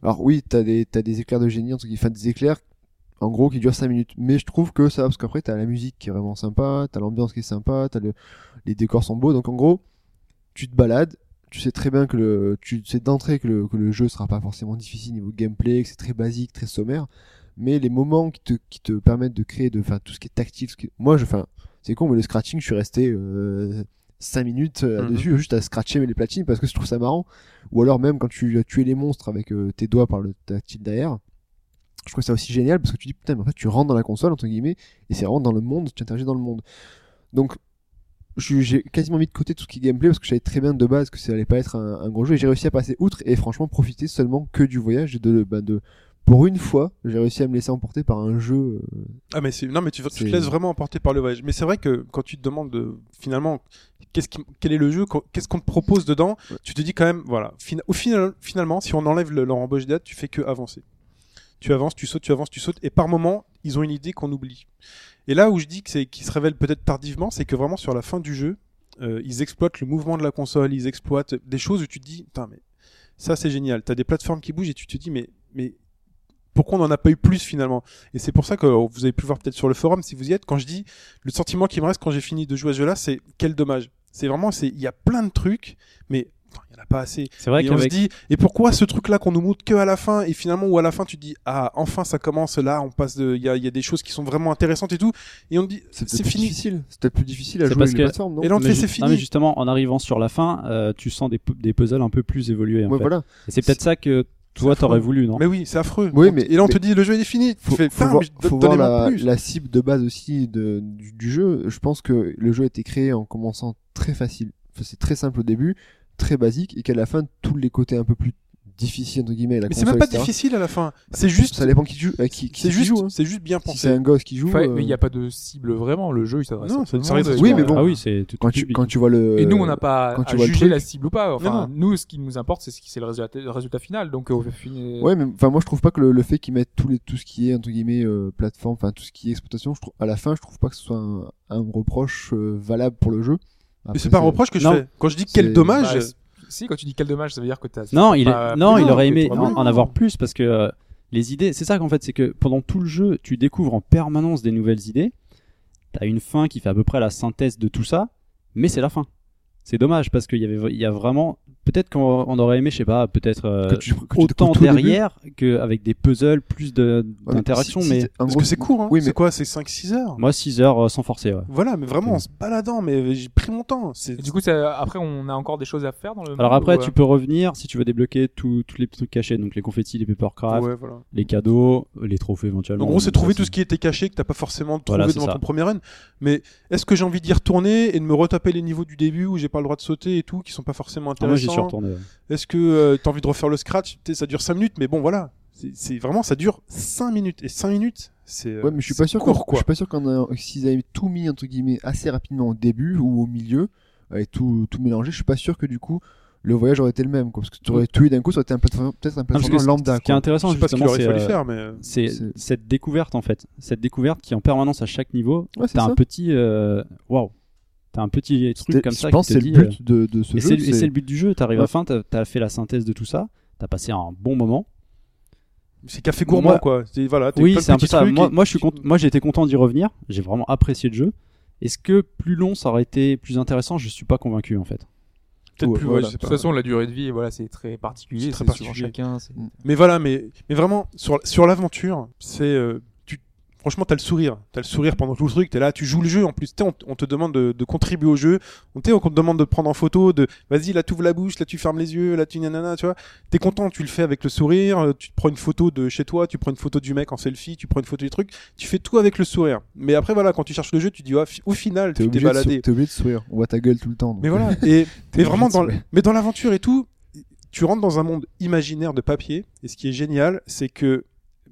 Speaker 4: Alors oui, t'as des, t'as des éclairs de génie, entre guillemets, enfin des éclairs en gros qui dure 5 minutes. Mais je trouve que ça, parce qu'après t'as la musique qui est vraiment sympa, t'as l'ambiance qui est sympa, t'as le... les décors sont beaux. Donc en gros, tu te balades, tu sais très bien que le, tu sais d'entrée que le, que le jeu sera pas forcément difficile niveau gameplay, que c'est très basique, très sommaire. Mais les moments qui te, qui te permettent de créer, de faire tout ce qui est tactile, ce qui... moi je, enfin, c'est con, mais le scratching, je suis resté euh, 5 minutes euh,
Speaker 2: Mhm.
Speaker 4: dessus, juste à scratcher les platines parce que je trouve ça marrant. Ou alors même quand tu as tué les monstres avec euh, tes doigts par le tactile derrière. Je trouve ça aussi génial parce que tu dis putain, mais en fait tu rentres dans la console entre guillemets et c'est vraiment dans le monde, tu interagis dans le monde. Donc je- j'ai quasiment mis de côté tout ce qui est gameplay parce que je savais très bien de base que ça allait pas être un, un gros jeu et j'ai réussi à passer outre et franchement profiter seulement que du voyage et de, le- ben, de pour une fois j'ai réussi à me laisser emporter par un jeu euh,
Speaker 2: Ah mais c'est non mais tu, tu te
Speaker 4: C'est-
Speaker 2: laisses vraiment emporter par le voyage. Mais c'est vrai que quand tu te demandes de- finalement qu'est-ce qui- quel est le jeu, qu'on- qu'est-ce qu'on te propose dedans,
Speaker 4: Ouais.
Speaker 2: tu te dis quand même voilà. fina- au final finalement si on enlève le, leur embauche date, tu fais que avancer. Tu avances, tu sautes, tu avances, tu sautes et par moment ils ont une idée qu'on oublie. Et là où je dis que c'est qui se révèle peut-être tardivement, c'est que vraiment sur la fin du jeu, euh, ils exploitent le mouvement de la console, ils exploitent des choses où tu te dis putain mais ça c'est génial. T'as des plateformes qui bougent et tu te dis mais mais pourquoi on n'en a pas eu plus finalement et c'est pour ça que euh, vous avez pu voir peut-être sur le forum si vous y êtes, quand je dis le sentiment qui me reste quand j'ai fini de jouer à ce jeu-là, c'est quel dommage. C'est vraiment, c'est il y a plein de trucs, mais putain, il n'y en a pas assez.
Speaker 5: C'est vrai
Speaker 2: Et on se
Speaker 5: qu'avec
Speaker 2: dit, et pourquoi ce truc-là qu'on nous montre que à la fin, et finalement, ou à la fin, tu te dis, ah, enfin, ça commence là, on passe de, il y a, il y a des choses qui sont vraiment intéressantes et tout, et on te dit,
Speaker 4: c'est
Speaker 2: c'est
Speaker 4: peut-être plus
Speaker 2: fini.
Speaker 4: difficile c'est peut-être plus difficile à
Speaker 5: C'est
Speaker 4: jouer
Speaker 5: parce
Speaker 4: avec
Speaker 5: que-
Speaker 4: les plateformes non
Speaker 2: Et là, on te
Speaker 5: mais
Speaker 2: fait,
Speaker 5: ju-
Speaker 2: c'est
Speaker 5: non,
Speaker 2: fini.
Speaker 5: mais justement, en arrivant sur la fin, euh, tu sens des, pu- des puzzles un peu plus évolués. en
Speaker 4: ouais
Speaker 5: fait.
Speaker 4: voilà
Speaker 5: Et c'est peut-être ça que toi
Speaker 2: affreux.
Speaker 5: t'aurais voulu, non
Speaker 2: Mais oui, c'est affreux.
Speaker 4: Oui,
Speaker 2: On te-
Speaker 4: mais-
Speaker 2: et là, on
Speaker 4: mais-
Speaker 2: te dit, le jeu il est fini. Tu
Speaker 4: faut,
Speaker 2: fais,
Speaker 4: faut
Speaker 2: putain,
Speaker 4: voir,
Speaker 2: mais je-
Speaker 4: faut voir
Speaker 2: donnez-moi
Speaker 4: la,
Speaker 2: plus.
Speaker 4: la cible de base aussi de, du, du jeu. Je pense que le jeu a été créé en commençant très facile. Enfin, c'est très simple au début, très basique, et qu'à la fin, tous les côtés un peu plus difficiles, entre guillemets, la
Speaker 2: Mais c'est
Speaker 4: console,
Speaker 2: même pas
Speaker 4: etc.,
Speaker 2: difficile à la fin. C'est juste,
Speaker 4: Ça dépend qui, joue, à qui, qui
Speaker 2: c'est juste,
Speaker 4: joue. hein.
Speaker 2: c'est juste bien
Speaker 4: Si c'est
Speaker 2: pensé.
Speaker 4: un gosse qui joue.
Speaker 3: Enfin,
Speaker 4: euh,
Speaker 3: Mais il n'y a pas de cible vraiment. Le jeu, il s'adresse
Speaker 2: Non,
Speaker 3: à tout le
Speaker 2: ça
Speaker 3: monde.
Speaker 2: reste-
Speaker 3: Il
Speaker 4: oui,
Speaker 3: y a-
Speaker 4: mais bon.
Speaker 5: Ah oui, c'est tout
Speaker 4: quand,
Speaker 5: le
Speaker 4: tu,
Speaker 5: public.
Speaker 4: quand tu vois le.
Speaker 3: Et nous, on n'a pas
Speaker 4: quand
Speaker 3: à
Speaker 4: tu vois le
Speaker 3: juger
Speaker 4: truc-
Speaker 3: la cible ou pas. Enfin,
Speaker 2: Non, non.
Speaker 3: nous, ce qui nous importe, c'est ce qui c'est le résultat, le résultat final. Donc, euh, au final,
Speaker 4: Ouais, mais enfin moi je trouve pas que le, le fait qu'ils mettent tout les tout ce qui est entre guillemets euh, plateforme, enfin tout ce qui est exploitation, je trouve à la fin je trouve pas que ce soit un, un reproche euh, valable pour le jeu.
Speaker 2: Mais
Speaker 4: Après,
Speaker 2: c'est pas un reproche que je
Speaker 5: Non.
Speaker 2: fais. Quand je dis
Speaker 4: C'est-
Speaker 2: quel dommage,
Speaker 3: Bah, si quand tu dis quel dommage, ça veut dire que t'as.
Speaker 5: Non, il, est-
Speaker 3: pas-
Speaker 5: non,
Speaker 3: plus
Speaker 5: il
Speaker 3: loin,
Speaker 5: aurait
Speaker 3: t'es
Speaker 5: aimé
Speaker 3: pas
Speaker 5: en,
Speaker 3: loin.
Speaker 5: en avoir plus parce que euh, les idées, c'est ça qu'en fait, c'est que pendant tout le jeu, tu découvres en permanence des nouvelles idées. T'as une fin qui fait à peu près la synthèse de tout ça, mais c'est la fin. C'est dommage parce qu'il y avait, il y a vraiment, peut-être qu'on on aurait aimé, je sais pas, peut-être euh,
Speaker 4: que tu- que tu découvres
Speaker 5: autant
Speaker 4: tout au début.
Speaker 5: derrière qu'avec des puzzles, plus de-
Speaker 4: Ouais, mais
Speaker 5: d'interactions,
Speaker 4: si- si
Speaker 5: mais,
Speaker 4: t'es- en
Speaker 2: parce
Speaker 4: gros,
Speaker 2: que c'est court, hein.
Speaker 4: Oui, mais
Speaker 2: C'est quoi, c'est 5-6 heures?
Speaker 5: moi 6 heures euh, sans forcer. ouais.
Speaker 2: Voilà, mais vraiment
Speaker 5: Ok.
Speaker 2: en se baladant, mais j'ai pris mon temps. C'est
Speaker 3: Et du coup, ça- après, on a encore des choses à faire dans le.
Speaker 5: Alors
Speaker 3: monde,
Speaker 5: après,
Speaker 3: ou, euh,
Speaker 5: tu peux revenir si tu veux débloquer tout- tous les trucs cachés, donc les confettis, les papercrafts,
Speaker 2: ouais, voilà.
Speaker 5: les cadeaux, les trophées éventuellement.
Speaker 2: En gros, c'est trouver
Speaker 5: Ça,
Speaker 2: tout ce qui était caché que t'as pas forcément trouvé
Speaker 5: Voilà, c'est
Speaker 2: devant
Speaker 5: ça.
Speaker 2: ton premier run. Mais est-ce que j'ai envie d'y retourner et de me retaper les niveaux du début où j'ai pas le droit de sauter et tout, qui sont pas forcément
Speaker 5: Ah, moi j'y
Speaker 2: intéressants
Speaker 5: suis retourné. ouais.
Speaker 2: Est-ce que euh, t'as envie de refaire le scratch Tu sais, Ça dure 5 minutes, mais bon, voilà. C'est- C'est vraiment, ça dure 5 minutes. Et 5 minutes, c'est. euh,
Speaker 4: Ouais, mais je suis pas
Speaker 2: c'est
Speaker 4: sûr
Speaker 2: court,
Speaker 4: qu'on- je
Speaker 2: quoi.
Speaker 4: suis pas sûr qu'on a- s'ils avaient tout mis entre guillemets assez rapidement au début ou au milieu euh, et tout tout mélangé, je suis pas sûr que du coup le voyage aurait été le même quoi, parce que tu aurais tout eu d'un coup, ça aurait été un plateforme peut-être un
Speaker 5: parce
Speaker 4: plateforme
Speaker 5: que
Speaker 4: lambda
Speaker 5: Ce qui est
Speaker 4: quoi.
Speaker 2: Je
Speaker 5: intéressant,
Speaker 2: sais pas ce qu'il
Speaker 5: justement,
Speaker 2: aurait fallu
Speaker 5: c'est euh,
Speaker 2: faire, mais. euh,
Speaker 5: c'est
Speaker 4: C'est-
Speaker 5: cette découverte en fait, cette découverte qui en permanence à chaque niveau,
Speaker 4: Ouais, c'est
Speaker 5: t'as un
Speaker 4: ça.
Speaker 5: petit, euh, waouh, t'as un petit truc
Speaker 4: C'était-
Speaker 5: comme
Speaker 4: je
Speaker 5: ça qui
Speaker 4: pense
Speaker 5: te
Speaker 4: que c'est
Speaker 5: dit,
Speaker 4: le but de, de ce
Speaker 5: euh, et c'est
Speaker 4: jeu,
Speaker 5: et c'est le but du jeu. T'arrives à
Speaker 4: Ouais.
Speaker 5: la fin, t'as as fait la synthèse de tout ça, t'as passé un bon moment.
Speaker 2: C'est café gourmand,
Speaker 5: Moi-
Speaker 2: quoi. C'est- Voilà, t'as
Speaker 5: Oui,
Speaker 2: plein de
Speaker 5: c'est un peu
Speaker 2: petits
Speaker 5: ça.
Speaker 2: trucs
Speaker 5: Moi,
Speaker 2: et-
Speaker 5: moi, je suis cont- moi, j'étais content d'y revenir. J'ai vraiment apprécié le jeu. Est-ce que plus long, ça aurait été plus intéressant Je suis pas convaincu en fait.
Speaker 2: Peut-être
Speaker 4: Ouais,
Speaker 2: plus,
Speaker 4: voilà.
Speaker 2: ouais, je sais
Speaker 3: De
Speaker 2: pas.
Speaker 3: toute façon, la durée de vie, voilà, c'est très particulier.
Speaker 2: C'est
Speaker 3: C'est
Speaker 2: très
Speaker 3: très
Speaker 2: particulier.
Speaker 3: chacun. c'est-
Speaker 2: Mais voilà, mais, mais vraiment, sur, sur l'aventure, c'est. euh, tu- franchement, t'as le sourire. T'as le sourire pendant tout le truc, t'es là, tu joues le jeu en plus. T'sais, On, on te demande de, de contribuer au jeu, on, t'sais, on te demande de prendre en photo, de vas-y, là, tu ouvres la bouche, là, tu fermes les yeux, là, tu nanana, tu vois. T'es content, tu le fais avec le sourire, euh, tu te prends une photo de chez toi, tu prends une photo du mec en selfie, tu prends une photo du truc, tu fais tout avec le sourire. Mais après, voilà, quand tu cherches le jeu, tu dis, ah, fi- au final,
Speaker 4: T'es
Speaker 2: tu t'es
Speaker 4: obligé, de sou-
Speaker 2: baladé.
Speaker 4: t'es obligé de sourire. On voit ta gueule tout le temps. donc. euh,
Speaker 2: Mais voilà, et, mais
Speaker 4: obligé
Speaker 2: vraiment
Speaker 4: de
Speaker 2: dans,
Speaker 4: sourire.
Speaker 2: mais dans l'aventure et tout, tu rentres dans un monde imaginaire de papier. Et ce qui est génial, c'est que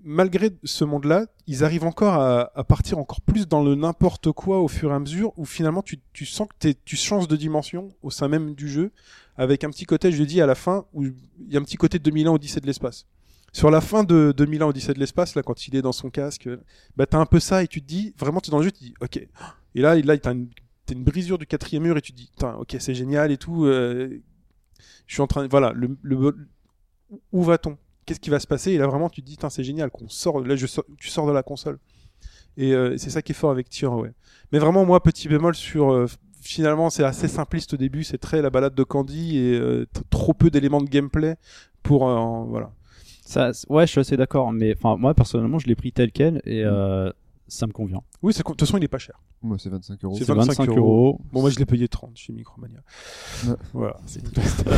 Speaker 2: malgré ce monde-là, ils arrivent encore à, à partir encore plus dans le n'importe quoi au fur et à mesure, où finalement tu, tu sens que t'es- tu changes de dimension au sein même du jeu, avec un petit côté, je le dis à la fin, où il y a un petit côté de 2001 Odyssée de l'espace. Sur la fin de 2001 Odyssée de l'espace, là, quand il est dans son casque, bah t'as un peu ça et tu te dis, vraiment t'es dans le jeu, tu te dis, ok. Et là, et là t'as une t'as une brisure du quatrième mur et tu te dis, Putain, ok, c'est génial et tout. euh, je suis en train, de- voilà, le, le- où va-t-on qu'est-ce qui va se passer Et là, vraiment, tu te dis, Tain, c'est génial, qu'on sort, là, je sors- tu sors de la console. Et euh, c'est ça qui est fort avec Tyr, ouais. Mais vraiment, moi, petit bémol sur. euh, finalement, c'est assez simpliste au début, c'est très la balade de Candy et euh, t- trop peu d'éléments de gameplay pour. euh, en- voilà.
Speaker 5: Ça, c- ouais, je suis assez d'accord, mais enfin, moi personnellement, je l'ai pris tel quel
Speaker 2: Mm.
Speaker 5: et euh, ça me convient.
Speaker 2: Oui, c'est con- de toute façon, il est pas cher.
Speaker 4: Moi, c'est 25 euros.
Speaker 2: C'est
Speaker 5: C'est
Speaker 2: 25
Speaker 5: 25,
Speaker 2: euros.
Speaker 5: euros.
Speaker 2: Bon, moi, je l'ai payé 30 chez Micromania.
Speaker 4: Ouais.
Speaker 2: Voilà.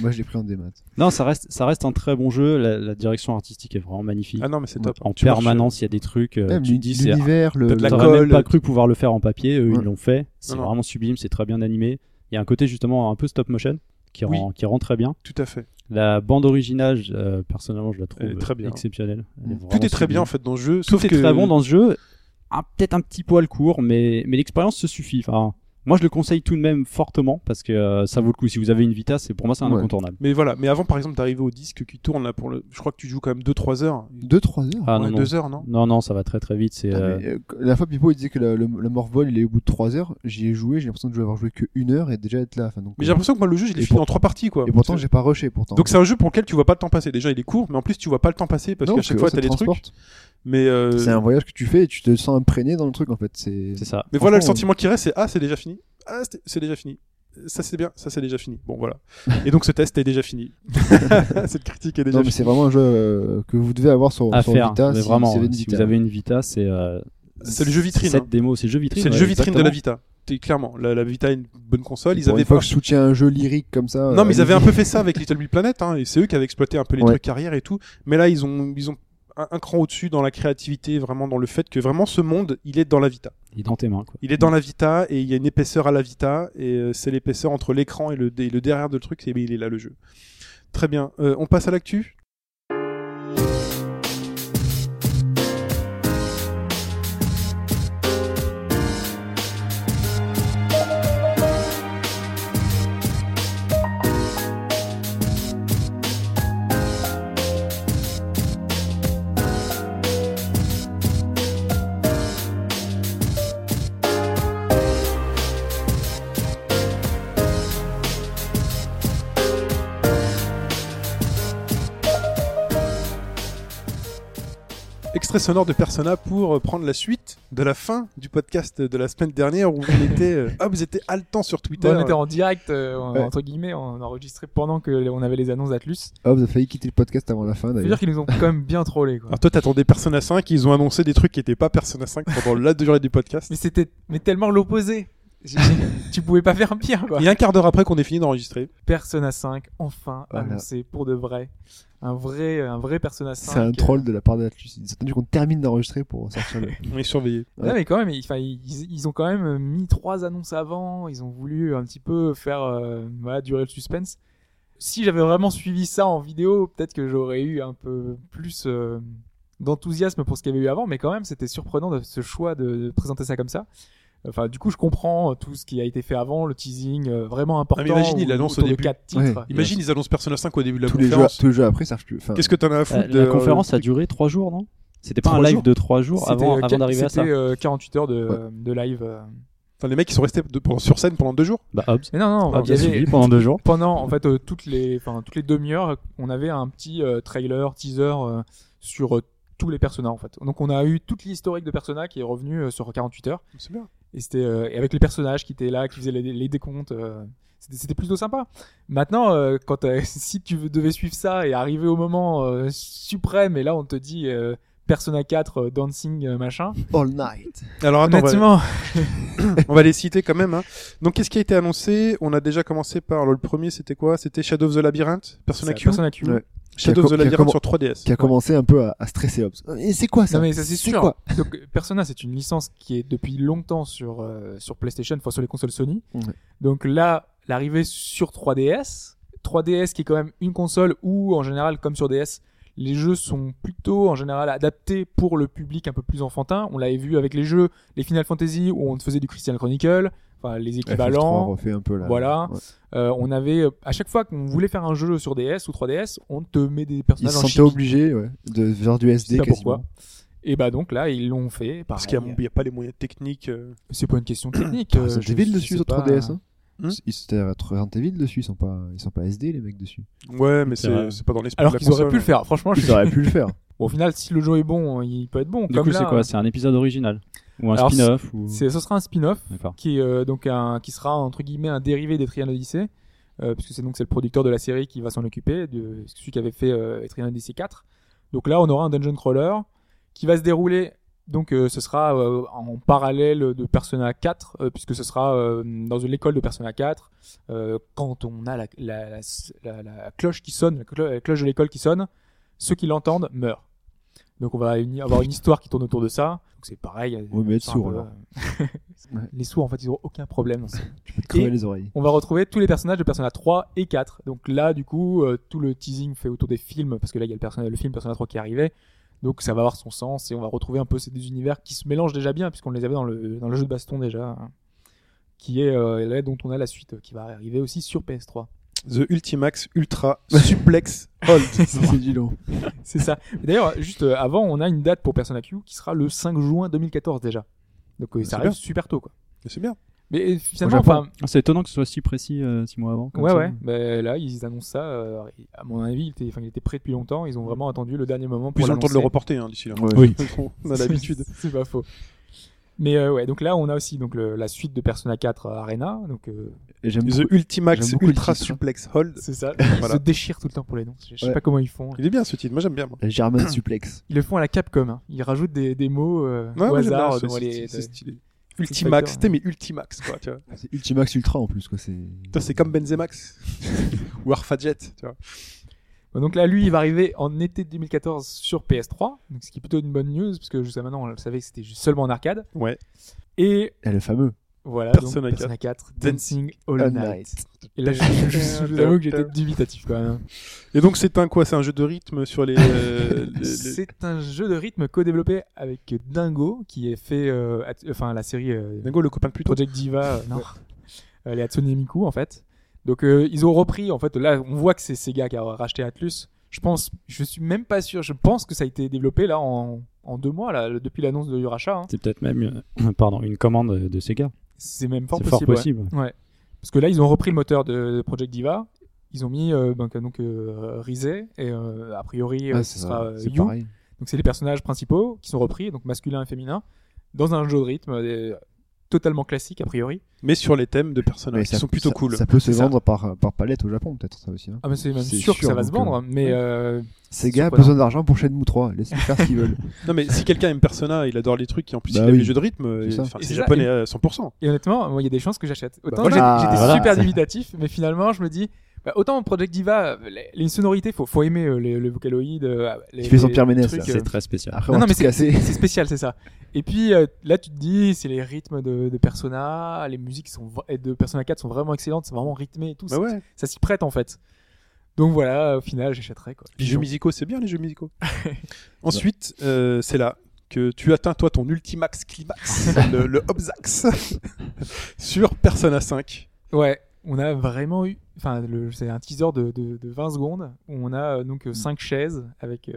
Speaker 4: Moi, je l'ai pris en démat.
Speaker 5: Non, ça reste, ça reste un très bon jeu. La, la direction artistique est vraiment magnifique.
Speaker 2: Ah non, mais c'est top.
Speaker 5: en
Speaker 2: Tu marches,
Speaker 5: permanence, il y a des trucs. euh,
Speaker 4: Même
Speaker 5: tu te dis, c'est
Speaker 4: Eh, l'univers, le.
Speaker 2: t'as de Eh, la
Speaker 4: le-
Speaker 5: T'aurais
Speaker 2: colle.
Speaker 5: même pas cru pouvoir le faire en papier, eux
Speaker 4: Ouais.
Speaker 5: ils l'ont fait. C'est
Speaker 2: Non, non.
Speaker 5: vraiment sublime, c'est très bien animé. Il y a un côté justement un peu stop motion qui,
Speaker 2: Oui.
Speaker 5: rend, qui rend très bien.
Speaker 2: Tout à fait.
Speaker 5: La bande originale, je- euh, personnellement, je la
Speaker 2: Elle est
Speaker 5: trouve
Speaker 2: très bien.
Speaker 5: exceptionnelle. Elle
Speaker 4: Mm.
Speaker 5: vraiment
Speaker 2: Tout est très bien
Speaker 5: sublime.
Speaker 2: en fait dans le jeu.
Speaker 5: Tout
Speaker 2: sauf
Speaker 5: est
Speaker 2: que...
Speaker 5: très bon dans ce jeu. Ah, Peut-être un petit poil court, mais, mais l'expérience se suffit. Enfin, moi je le conseille tout de même fortement parce que euh, ça vaut le coup. Si vous avez une Vita, c'est pour moi c'est un
Speaker 4: Ouais.
Speaker 5: incontournable.
Speaker 2: Mais voilà, mais avant par exemple d'arriver au disque qui tourne là pour le. Je crois que tu joues quand même 2-3 heures.
Speaker 4: 2-3 heures.
Speaker 5: Ah
Speaker 2: Ouais,
Speaker 5: non, non.
Speaker 2: deux heures, non
Speaker 5: non, non, ça va très très vite. C'est
Speaker 4: Ah,
Speaker 5: euh,
Speaker 4: mais, euh, la fois, Pipo, il disait que le, le, le Morvol, il est au bout de 3 heures. J'y ai joué, j'ai l'impression de jouer- avoir joué que 1 heure et déjà être là. Enfin, donc,
Speaker 2: Mais j'ai l'impression que moi le jeu je l'ai
Speaker 4: Et
Speaker 2: fini
Speaker 4: pour-
Speaker 2: en trois parties quoi.
Speaker 4: Et pourtant, j'ai pas rushé. Pourtant.
Speaker 2: Donc c'est un jeu pour lequel tu vois pas le temps passer. Déjà il est court, mais en plus tu vois pas le temps passer parce
Speaker 4: Non,
Speaker 2: qu'à chaque fois
Speaker 4: ça
Speaker 2: t'as
Speaker 4: te
Speaker 2: des trucs.
Speaker 4: transporte.
Speaker 2: Mais euh,
Speaker 4: C'est un voyage que tu fais et tu te sens imprégné dans le truc en fait. C'est.
Speaker 5: c'est ça.
Speaker 2: mais voilà le
Speaker 4: franchement,
Speaker 2: sentiment qui reste c'est ah c'est déjà fini, ah c'était- c'est déjà fini, ça c'est bien, ça c'est déjà fini. Bon voilà. Et donc ce test est déjà fini. Cette critique est déjà
Speaker 4: Non, mais
Speaker 2: finie.
Speaker 4: c'est vraiment un jeu euh, que vous devez avoir sur,
Speaker 5: À
Speaker 4: sur
Speaker 5: faire.
Speaker 4: Vita.
Speaker 5: mais
Speaker 4: si,
Speaker 5: vraiment, hein,
Speaker 4: si
Speaker 5: si,
Speaker 4: une Vita.
Speaker 5: vous avez une Vita, c'est euh,
Speaker 2: C'est le jeu vitrine,
Speaker 5: Cette
Speaker 2: hein.
Speaker 5: démo, c'est le jeu vitrine.
Speaker 2: C'est le
Speaker 5: ouais,
Speaker 2: jeu vitrine de la
Speaker 5: exactement.
Speaker 2: Vita. T'es- Clairement, la, la Vita est une bonne console. Ils
Speaker 4: Pour
Speaker 2: avaient
Speaker 4: une fois
Speaker 2: pas...
Speaker 4: que je soutiens un jeu lyrique comme ça.
Speaker 2: Non, mais ils
Speaker 4: euh,
Speaker 2: avaient un peu fait ça avec Little Big Planet, hein, et c'est eux qui avaient exploité un peu les
Speaker 4: Ouais.
Speaker 2: trucs carrière et tout. Mais là, ils ont, ils ont un, un cran au-dessus dans la créativité, vraiment dans le fait que vraiment ce monde, il est dans la Vita.
Speaker 5: Il est dans tes mains. Quoi.
Speaker 2: Il est dans la Vita et il y a une épaisseur à la Vita et euh, c'est l'épaisseur entre l'écran et le, et le derrière de le truc. Et bien, il est là le jeu. Très bien. Euh, on passe à l'actu. Extrait sonore de Persona pour euh, prendre la suite de la fin du podcast de la semaine dernière où on était, euh, ah, vous étiez haletant sur Twitter.
Speaker 3: on était en direct, euh, en-
Speaker 4: Ouais.
Speaker 3: entre guillemets, on a enregistré pendant que l- on avait les annonces d'Atlus.
Speaker 4: Ah, vous avez failli quitter le podcast avant la fin
Speaker 3: cest à dire
Speaker 4: d'ailleurs.
Speaker 3: qu'ils nous ont quand même bien trollés. Quoi.
Speaker 2: Alors toi t'attendais Persona 5, ils ont annoncé des trucs qui étaient pas Persona 5 pendant la durée du podcast.
Speaker 3: Mais c'était mais tellement l'opposé. J'ai- tu pouvais pas faire pire quoi.
Speaker 2: Et un quart d'heure après qu'on ait fini d'enregistrer,
Speaker 3: Persona 5 enfin
Speaker 4: Voilà.
Speaker 3: annoncé pour de vrai. Un vrai un vrai Persona 5.
Speaker 4: C'est un troll
Speaker 3: euh,
Speaker 4: de la part d'Atlus. Ils ont attendu qu'on termine d'enregistrer pour sortir le.
Speaker 2: on est surveillé.
Speaker 3: Non mais quand même, ils, enfin, ils, ils ont quand même mis trois annonces avant. Ils ont voulu un petit peu faire euh, voilà durer le suspense. Si j'avais vraiment suivi ça en vidéo, peut-être que j'aurais eu un peu plus euh, d'enthousiasme pour ce qu'il y avait eu avant. Mais quand même, c'était surprenant de ce choix de, de présenter ça comme ça. Enfin, du coup, je comprends euh, tout ce qui a été fait avant, le teasing euh, vraiment important.
Speaker 2: Ah, mais imagine,
Speaker 3: où-
Speaker 2: il annonce au
Speaker 3: autour de
Speaker 2: début.
Speaker 3: quatre
Speaker 4: Ouais.
Speaker 3: titres.
Speaker 2: Imagine ils annoncent Persona 5 au début de la
Speaker 4: Tous les, jeux,
Speaker 2: conférence.
Speaker 4: tous les jeux après, ça marche plus. Enfin,
Speaker 2: Qu'est-ce que t'en as à foutre
Speaker 5: Euh,
Speaker 2: de
Speaker 5: La conférence a duré 3 jours, non C'était pas un
Speaker 2: Trois
Speaker 5: live
Speaker 2: jours
Speaker 5: de 3 jours
Speaker 3: C'était,
Speaker 5: avant,
Speaker 3: euh,
Speaker 5: avant d'arriver à ça
Speaker 3: c'était, euh, 48 heures de,
Speaker 4: Ouais.
Speaker 3: de live. euh.
Speaker 2: Enfin, les mecs ils sont restés de- pendant- sur scène pendant deux jours.
Speaker 5: Bah, Hobbs.
Speaker 3: Mais non, non,
Speaker 5: Hobbs
Speaker 3: il y
Speaker 5: a
Speaker 3: avait-
Speaker 5: suivi pendant 2 jours.
Speaker 3: pendant en fait euh, toutes les enfin toutes les demi-heures on avait un petit euh, trailer teaser euh, sur euh, tous les personnages en fait donc on a eu toute l'historique de Persona qui est revenue euh, sur 48 heures
Speaker 2: C'est bien.
Speaker 3: et c'était euh, et avec les personnages qui étaient là qui faisaient les, les décomptes euh, c'était c'était plutôt sympa maintenant euh, quand euh, si tu devais suivre ça et arriver au moment euh, suprême et là on te dit euh, Persona 4 euh, dancing euh, machin
Speaker 4: All Night.
Speaker 2: Alors attends, on va,
Speaker 3: honnêtement
Speaker 2: on va les citer quand même. hein. Donc qu'est-ce qui a été annoncé On a déjà commencé par le premier, c'était quoi C'était Shadow of the Labyrinth, Persona
Speaker 3: c'est
Speaker 2: Q.
Speaker 3: Persona Q
Speaker 4: Ouais. Qui
Speaker 2: Shadow
Speaker 4: a
Speaker 2: of the
Speaker 4: com- qui a
Speaker 2: Labyrinth sur
Speaker 4: com-
Speaker 2: 3DS.
Speaker 4: Qui a commencé un peu à, à stresser Hobbs. Et c'est quoi ça
Speaker 3: Non mais ça c'est sûr.
Speaker 4: quoi
Speaker 3: Donc euh, Persona c'est une licence qui est depuis longtemps sur euh, sur PlayStation, enfin sur les consoles Sony.
Speaker 4: Ouais.
Speaker 3: Donc là, l'arrivée sur 3DS, 3DS qui est quand même une console où en général comme sur DS, les jeux sont plutôt en général adaptés pour le public un peu plus enfantin. On l'avait vu avec les jeux, les Final Fantasy où on faisait du Crystal Chronicle, enfin les
Speaker 4: FF3
Speaker 3: équivalents.
Speaker 4: refait un peu là.
Speaker 3: Voilà.
Speaker 4: Ouais.
Speaker 3: Euh, on avait euh, à chaque fois qu'on voulait faire un jeu sur DS ou 3DS, on te met des
Speaker 4: Ils
Speaker 3: personnages
Speaker 4: se
Speaker 3: en
Speaker 4: sentaient
Speaker 3: chibi.
Speaker 4: obligés ouais, de faire du
Speaker 3: Je sais
Speaker 4: SD
Speaker 3: pas
Speaker 4: quasiment.
Speaker 3: pourquoi. Et bah donc là ils l'ont fait.
Speaker 2: Parce qu'il
Speaker 3: pareil.
Speaker 2: n'y a, il y a pas les moyens techniques. euh.
Speaker 3: C'est pas une question technique.
Speaker 4: Putain,
Speaker 3: euh,
Speaker 4: ça
Speaker 3: je-
Speaker 4: débile
Speaker 3: je
Speaker 4: dessus
Speaker 3: sais
Speaker 4: sur
Speaker 3: pas.
Speaker 4: 3DS. hein.
Speaker 2: Hmm.
Speaker 4: Ils sont à Resident Evil dessus, ils sont pas, ils sont pas SD les mecs dessus.
Speaker 2: Ouais, mais
Speaker 5: C'est vrai.
Speaker 2: c'est c'est pas dans l'esprit
Speaker 3: Alors
Speaker 2: de la
Speaker 3: qu'ils auraient pu
Speaker 2: console.
Speaker 3: le faire. Franchement, je
Speaker 4: Ils auraient pu le faire.
Speaker 3: Bon, au final, si le jeu est bon, hein, il peut être bon.
Speaker 5: Du
Speaker 3: comme
Speaker 5: coup,
Speaker 3: là, hein.
Speaker 5: c'est quoi C'est un épisode original Ou un
Speaker 3: Alors,
Speaker 5: spin-off ou...
Speaker 3: c'est- Ce sera un spin-off
Speaker 5: D'accord.
Speaker 3: qui est euh, donc un, qui sera entre guillemets un dérivé des Trial Odyssey, euh, puisque c'est donc c'est le producteur de la série qui va s'en occuper, de celui qui avait fait euh, Trial Odyssey 4. Donc là, on aura un dungeon crawler qui va se dérouler. Donc euh, ce sera euh, en parallèle de Persona 4, euh, puisque ce sera euh, dans une- l'école de Persona 4. euh, quand on a la, la- la- la- la cloche qui sonne, la clo- la cloche de l'école qui sonne, ceux qui l'entendent meurent. Donc on va une- avoir une histoire qui tourne autour de ça. Donc c'est pareil. euh,
Speaker 4: Ouais, mais être
Speaker 3: c'est un
Speaker 4: sourd,
Speaker 3: peu,
Speaker 4: alors.
Speaker 3: euh,
Speaker 4: Ouais.
Speaker 3: Les sourds en fait ils ont aucun problème dans ça.
Speaker 4: Tu peux te crever
Speaker 3: Et-
Speaker 4: les oreilles.
Speaker 3: On va retrouver tous les personnages de Persona 3 et 4. Donc là, du coup, euh, tout le teasing fait autour des films, parce que là, il y a le, personnage, le film Persona 3 qui est arrivé. Donc ça va avoir son sens et on va retrouver un peu ces deux univers qui se mélangent déjà bien, puisqu'on les avait dans le, dans le jeu de baston déjà, hein. qui est euh, là dont on a la suite, euh, qui va arriver aussi sur PS3.
Speaker 2: The Ultimax Ultra Suplex Hold.
Speaker 4: C'est du long.
Speaker 3: C'est ça. D'ailleurs, juste euh, avant, on a une date pour Persona Q qui sera le 5 juin 2014 déjà. Donc euh,
Speaker 2: Bah, C'est
Speaker 3: ça arrive
Speaker 2: bien.
Speaker 3: super tôt, quoi.
Speaker 2: Mais C'est bien.
Speaker 3: Mais euh, finalement,
Speaker 5: Japon.
Speaker 3: enfin,
Speaker 5: Ah, C'est étonnant que ce soit si précis euh, six mois avant. comme
Speaker 3: Ouais,
Speaker 5: ça.
Speaker 3: ouais. Bah, là, ils annoncent ça. euh, à mon avis, il était, enfin, il était prêt depuis longtemps. Ils ont vraiment attendu le dernier moment
Speaker 2: Puis
Speaker 3: pour
Speaker 2: ils ont le temps de le
Speaker 3: l'annoncer.
Speaker 2: reporter hein, d'ici là.
Speaker 4: Ouais.
Speaker 5: Oui.
Speaker 2: On a l'habitude.
Speaker 3: C'est pas faux. Mais euh, ouais, donc là, on a aussi donc le- la suite de Persona 4 Arena. Donc euh,
Speaker 4: Et j'aime
Speaker 2: The
Speaker 4: beaucoup.
Speaker 2: Ultimax
Speaker 4: J'aime beaucoup le
Speaker 2: Ultra
Speaker 4: titre.
Speaker 2: Suplex Hold.
Speaker 3: c'est ça. Ils
Speaker 2: Voilà.
Speaker 3: se déchirent tout le temps pour les noms. Je, je sais
Speaker 4: Ouais.
Speaker 3: pas comment ils font. hein.
Speaker 2: Il est bien ce titre. Moi j'aime bien. Moi.
Speaker 4: La German Suplex.
Speaker 3: Ils le font à la Capcom. hein. Ils rajoutent des, des mots euh,
Speaker 2: Ouais,
Speaker 3: au
Speaker 2: moi, j'aime bien,
Speaker 3: hasard.
Speaker 2: c'est-
Speaker 3: dans
Speaker 2: c'est-
Speaker 3: les-
Speaker 2: c'est stylé.
Speaker 3: Street
Speaker 2: Ultimax,
Speaker 3: Fighter. hein.
Speaker 2: c'était mais Ultimax quoi. Tu vois.
Speaker 4: C'est Ultimax Ultra en plus quoi. C'est.
Speaker 2: Putain, c'est comme Benzemax ou Arfajet. Tu vois.
Speaker 3: Bon, Donc là, lui, il va arriver en été 2014 sur PS3. Donc, ce qui est plutôt une bonne news parce que jusqu'à maintenant, on le savait que c'était juste seulement en arcade.
Speaker 2: Ouais.
Speaker 3: Et
Speaker 4: Eh, le fameux.
Speaker 3: Voilà,
Speaker 2: Persona 4.
Speaker 3: donc, Persona 4,
Speaker 2: Dancing
Speaker 3: Dancing All
Speaker 4: All
Speaker 3: Night.
Speaker 4: Night.
Speaker 3: Et là, je, je- je- je vous avoue que j'étais dubitatif quand même.
Speaker 2: Et donc c'est un quoi C'est un jeu de rythme sur les. euh, les- les-
Speaker 3: C'est un jeu de rythme co-développé avec Dingo, qui est fait, euh, at- enfin, la série euh,
Speaker 2: Dingo le copain de Pluton.
Speaker 3: Project Diva, euh, non, Euh, les Hatsune Miku en fait. Donc euh, ils ont repris, en fait, là, on voit que c'est Sega qui a racheté Atlus. Je pense, je suis même pas sûr, je pense que ça a été développé là en, en deux mois, là, depuis l'annonce de Yuracha. hein.
Speaker 5: C'est peut-être même euh, pardon, une commande de Sega.
Speaker 3: C'est même fort
Speaker 5: C'est
Speaker 3: possible.
Speaker 5: fort
Speaker 3: ouais.
Speaker 5: possible.
Speaker 3: Parce que là, ils ont repris le moteur de de Project Diva. Ils ont mis euh, donc, donc euh, Rise et euh, a priori euh,
Speaker 4: Ah,
Speaker 3: ce
Speaker 4: c'est
Speaker 3: sera euh,
Speaker 4: c'est
Speaker 3: Yu.
Speaker 4: pareil.
Speaker 3: Donc c'est les personnages principaux qui sont repris, donc masculin et féminin, dans un jeu de rythme euh, totalement classique a priori.
Speaker 2: Mais sur les thèmes de
Speaker 4: Mais
Speaker 2: personnages qui
Speaker 4: ça-
Speaker 2: sont plutôt
Speaker 4: ça-
Speaker 2: cool.
Speaker 4: Ça peut se
Speaker 3: C'est ça.
Speaker 4: vendre par par palette au Japon peut-être ça aussi. hein.
Speaker 3: Ah mais c'est même
Speaker 4: C'est
Speaker 3: sûr, que
Speaker 4: sûr,
Speaker 3: ça va se
Speaker 4: donc,
Speaker 3: vendre, mais euh,
Speaker 4: Sega a
Speaker 3: surprenant.
Speaker 4: besoin d'argent pour Shenmue 3. Laissez faire ce qu'ils veulent.
Speaker 2: Non mais si quelqu'un aime Persona, il adore les trucs et en plus
Speaker 4: Bah
Speaker 2: il aime
Speaker 4: oui.
Speaker 2: les jeux de rythme, euh,
Speaker 4: C'est ça.
Speaker 2: enfin,
Speaker 3: Et
Speaker 2: c'est
Speaker 3: c'est ça,
Speaker 2: japonais à 100%.
Speaker 3: et honnêtement, moi, il y a des chances que j'achète. Autant
Speaker 2: moi,
Speaker 3: j'ai-
Speaker 4: Bah, j'ai-
Speaker 3: j'étais
Speaker 5: voilà.
Speaker 3: super dubitatif, mais finalement je me dis, bah, autant Project Diva, les, les sonorités, faut faut aimer euh, les- le vocaloïde. euh, les-
Speaker 4: Tu fais son
Speaker 3: les
Speaker 4: Pierre Ménès,
Speaker 3: trucs,
Speaker 4: là.
Speaker 3: euh,
Speaker 5: C'est très spécial.
Speaker 4: Après,
Speaker 3: Non,
Speaker 4: on
Speaker 3: non,
Speaker 4: va
Speaker 3: mais
Speaker 4: tout casser.
Speaker 3: C'est spécial, c'est ça. Et puis euh, là, tu te dis, c'est les rythmes de, de Persona, les musiques sont vra- et de Persona 4 sont vraiment excellentes, c'est vraiment rythmé et tout.
Speaker 2: Bah
Speaker 3: ça-
Speaker 2: ouais.
Speaker 3: Ça s'y prête en fait. Donc voilà, au final, j'achèterai quoi.
Speaker 2: Les jeux musicaux, c'est bien les jeux musicaux. Ensuite, euh, c'est là que tu atteins toi ton ultimax climax, le, le Obsax, sur Persona 5.
Speaker 3: Ouais, on a vraiment eu. Enfin, le- c'est un teaser de, de, de 20 secondes où on a euh, donc 5 chaises avec euh,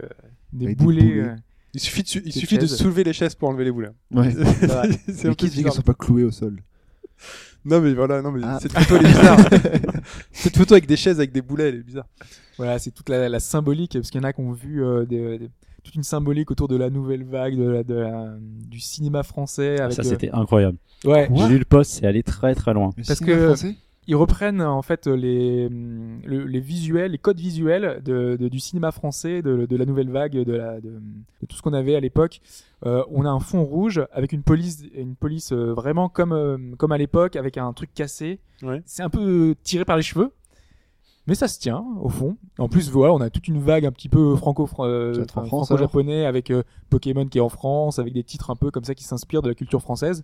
Speaker 3: des
Speaker 4: Avec des
Speaker 3: boulets.
Speaker 4: boulets.
Speaker 3: euh,
Speaker 2: Il suffit de, su- il
Speaker 3: Petites
Speaker 2: suffit de
Speaker 3: chaises.
Speaker 2: soulever les chaises pour enlever les boulets.
Speaker 4: Ouais.
Speaker 2: C'est
Speaker 3: vrai.
Speaker 2: un peu
Speaker 4: Mais qui dit qu'ils
Speaker 2: bizarre.
Speaker 4: sont pas cloués au sol
Speaker 2: Non mais voilà, non mais
Speaker 4: Ah.
Speaker 2: cette photo elle est bizarre. cette photo avec des chaises avec des boulets, elle est bizarre.
Speaker 3: Voilà, c'est toute la, la symbolique, parce qu'il y en a qui ont vu euh, des- des- toute une symbolique autour de la nouvelle vague, de la, de la- euh, du cinéma français. Avec,
Speaker 5: Ah, Ça,
Speaker 3: euh,
Speaker 5: c'était incroyable.
Speaker 3: Ouais,
Speaker 5: J'ai lu le post, c'est allé très très loin.
Speaker 4: Le
Speaker 3: Parce
Speaker 4: cinéma
Speaker 3: que-
Speaker 4: français
Speaker 3: ils reprennent en fait les, hum, le- les visuels, les codes visuels de, de- du cinéma français, de, de la nouvelle vague, de, la, de, de tout ce qu'on avait à l'époque. Euh, on a un fond rouge avec une police, une police euh, vraiment comme, euh, comme à l'époque, avec un truc cassé.
Speaker 2: Ouais.
Speaker 3: C'est un peu euh, tiré par les cheveux. Mais ça se tient au fond. En plus, voilà, on a toute une vague un petit peu franco,
Speaker 4: Ça va être en France,
Speaker 3: japonais avec euh, Pokémon qui est en France, avec des titres un peu comme ça qui s'inspirent de la culture française.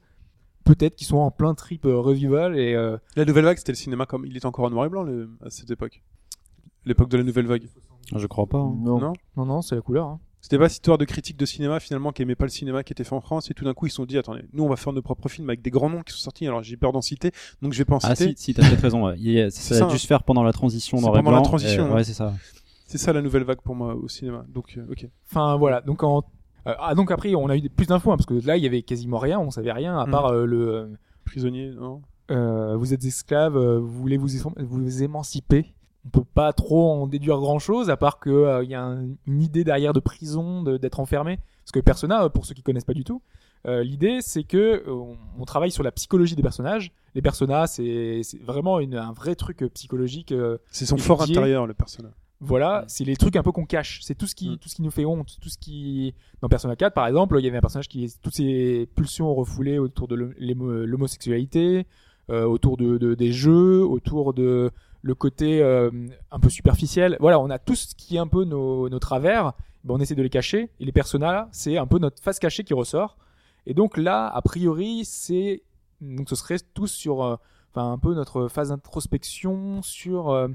Speaker 3: Peut-être qu'ils sont en plein trip euh, revival et euh,
Speaker 2: La nouvelle vague, c'était le cinéma comme il était encore en noir et blanc le- à cette époque. L'époque de la nouvelle vague.
Speaker 5: Je crois pas. hein.
Speaker 4: Non.
Speaker 2: Non.
Speaker 3: non non, c'est la couleur. hein.
Speaker 2: C'était pas cette histoire de critique de cinéma finalement qui aimait pas le cinéma qui était fait en France et tout d'un coup ils se sont dit attendez nous on va faire nos propres films avec des grands noms qui sont sortis alors j'ai peur d'en citer donc je vais pas en
Speaker 5: Ah
Speaker 2: citer
Speaker 5: si, si t'as peut-être raison. ouais. Il y a-
Speaker 2: C'est
Speaker 5: ça,
Speaker 2: ça,
Speaker 5: a
Speaker 2: hein.
Speaker 5: dû se faire pendant la transition
Speaker 2: C'est
Speaker 5: noir et
Speaker 2: pendant la
Speaker 5: blanc,
Speaker 2: transition,
Speaker 5: et-
Speaker 2: hein.
Speaker 5: ouais, c'est ça.
Speaker 2: c'est ça la nouvelle vague pour moi au cinéma donc euh, ok
Speaker 3: Enfin voilà, donc en euh, ah donc après on a eu des- plus d'infos hein, parce que là il y avait quasiment rien, on savait rien à
Speaker 2: Mm.
Speaker 3: part euh, le euh,
Speaker 2: prisonnier non
Speaker 3: euh, vous êtes esclave, euh, vous voulez vous, éman- vous émanciper. On peut pas trop en déduire grand chose, à part que euh, il y a un- une idée derrière de prison, de- d'être enfermé. Parce que Persona, euh, pour ceux qui connaissent pas du tout, euh, l'idée c'est que euh, on, on travaille sur la psychologie des personnages. Les personnages, c'est c'est vraiment une- un vrai truc euh, psychologique. euh,
Speaker 2: C'est son
Speaker 3: Et
Speaker 2: fort
Speaker 3: qui est-
Speaker 2: intérieur, le personnage.
Speaker 3: voilà, c'est les trucs un peu qu'on cache. C'est tout ce qui,
Speaker 2: Mm.
Speaker 3: tout ce qui nous fait honte, tout ce qui, dans Persona 4, par exemple, il y avait un personnage qui, toutes ses pulsions refoulées autour de l'homo- l'homo- l'homosexualité, euh, autour de, de- des jeux, autour de le côté euh, un peu superficiel. Voilà, on a tout ce qui est un peu nos, nos travers. Ben, on essaie de les cacher. Et les personnages, là, c'est un peu notre face cachée qui ressort. Et donc là, a priori, c'est, donc ce serait tous sur, euh, enfin, un peu notre phase d'introspection sur, euh,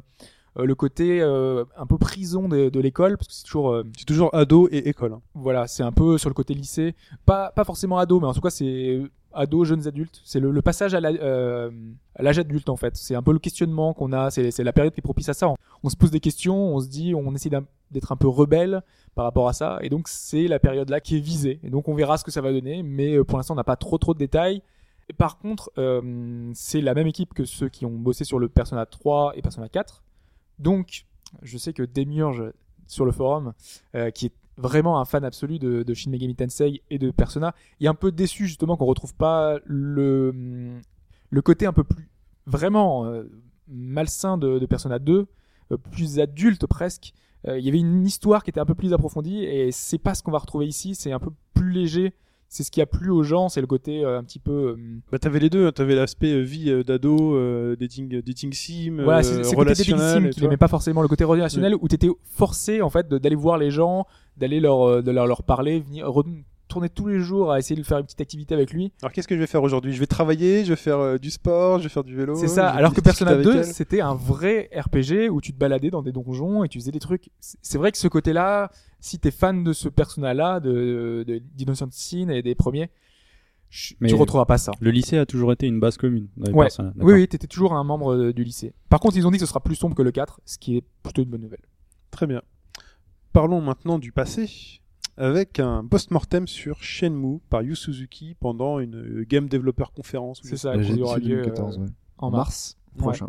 Speaker 3: euh, le côté euh, un peu prison de, de l'école parce que c'est toujours euh,
Speaker 2: C'est toujours ado et école. hein.
Speaker 3: voilà c'est un peu sur le côté lycée pas pas forcément ado mais en tout cas c'est euh, ado jeunes adultes c'est le, le passage à la- euh, à l'âge adulte en fait c'est un peu le questionnement qu'on a c'est c'est la période qui est propice à ça on se pose des questions on se dit on essaie d'un- d'être un peu rebelle par rapport à ça et donc c'est la période là qui est visée et donc on verra ce que ça va donner mais euh, pour l'instant on n'a pas trop trop de détails Et par contre euh, c'est la même équipe que ceux qui ont bossé sur le Persona 3 et Persona 4 donc je sais que Demiurge sur le forum euh, qui est vraiment un fan absolu de, de Shin Megami Tensei et de Persona est un peu déçu justement qu'on retrouve pas le mm, le côté un peu plus vraiment euh, malsain de, de Persona 2 euh, plus adulte presque Euh, il y avait une histoire qui était un peu plus approfondie et c'est pas ce qu'on va retrouver ici c'est un peu plus léger c'est ce qui a plu aux gens c'est le côté euh, un petit peu euh,
Speaker 2: Bah, t'avais les deux, hein. t'avais l'aspect euh, vie euh, d'ado, euh, dating, dating sim,
Speaker 3: Voilà,
Speaker 2: euh,
Speaker 3: c'est c'est le côté
Speaker 2: relationnel.
Speaker 3: dating
Speaker 2: et
Speaker 3: sim qui
Speaker 2: tout.
Speaker 3: n'aimait pas forcément le côté relationnel où t'étais forcé en fait de- d'aller voir les gens, d'aller leur, euh, de leur leur parler, venir retourner tous les jours à essayer de faire une petite activité avec lui.
Speaker 2: Alors qu'est-ce que je vais faire aujourd'hui Je vais travailler, je vais faire euh, du sport, je vais faire du vélo.
Speaker 3: C'est ça.
Speaker 2: je vais
Speaker 3: Alors que
Speaker 2: discuter
Speaker 3: Persona
Speaker 2: avec
Speaker 3: 2,
Speaker 2: elle.
Speaker 3: c'était un vrai RPG où tu te baladais dans des donjons et tu faisais des trucs. C'est c'est vrai que ce côté-là, si t'es fan de ce persona-là, de, de d'Innocent Sin et des premiers, je-
Speaker 5: Mais-
Speaker 3: tu retrouveras pas ça.
Speaker 5: Le lycée a toujours été une base commune. dans les
Speaker 3: Ouais.
Speaker 5: personnages,
Speaker 3: Oui,
Speaker 5: d'accord.
Speaker 3: oui, t'étais toujours un membre euh, du lycée. Par contre, ils ont dit que ce sera plus sombre que le 4, ce qui est plutôt une bonne nouvelle.
Speaker 2: Très bien. Parlons maintenant du passé avec un post-mortem sur Shenmue par Yu Suzuki pendant une euh, Game Developer Conférence. ou je
Speaker 3: C'est
Speaker 2: sais
Speaker 3: ça,
Speaker 4: La
Speaker 3: qui
Speaker 4: GDC
Speaker 3: aura lieu euh,
Speaker 4: 2014, ouais.
Speaker 3: en mars.
Speaker 4: mars
Speaker 3: Ouais.
Speaker 4: prochain.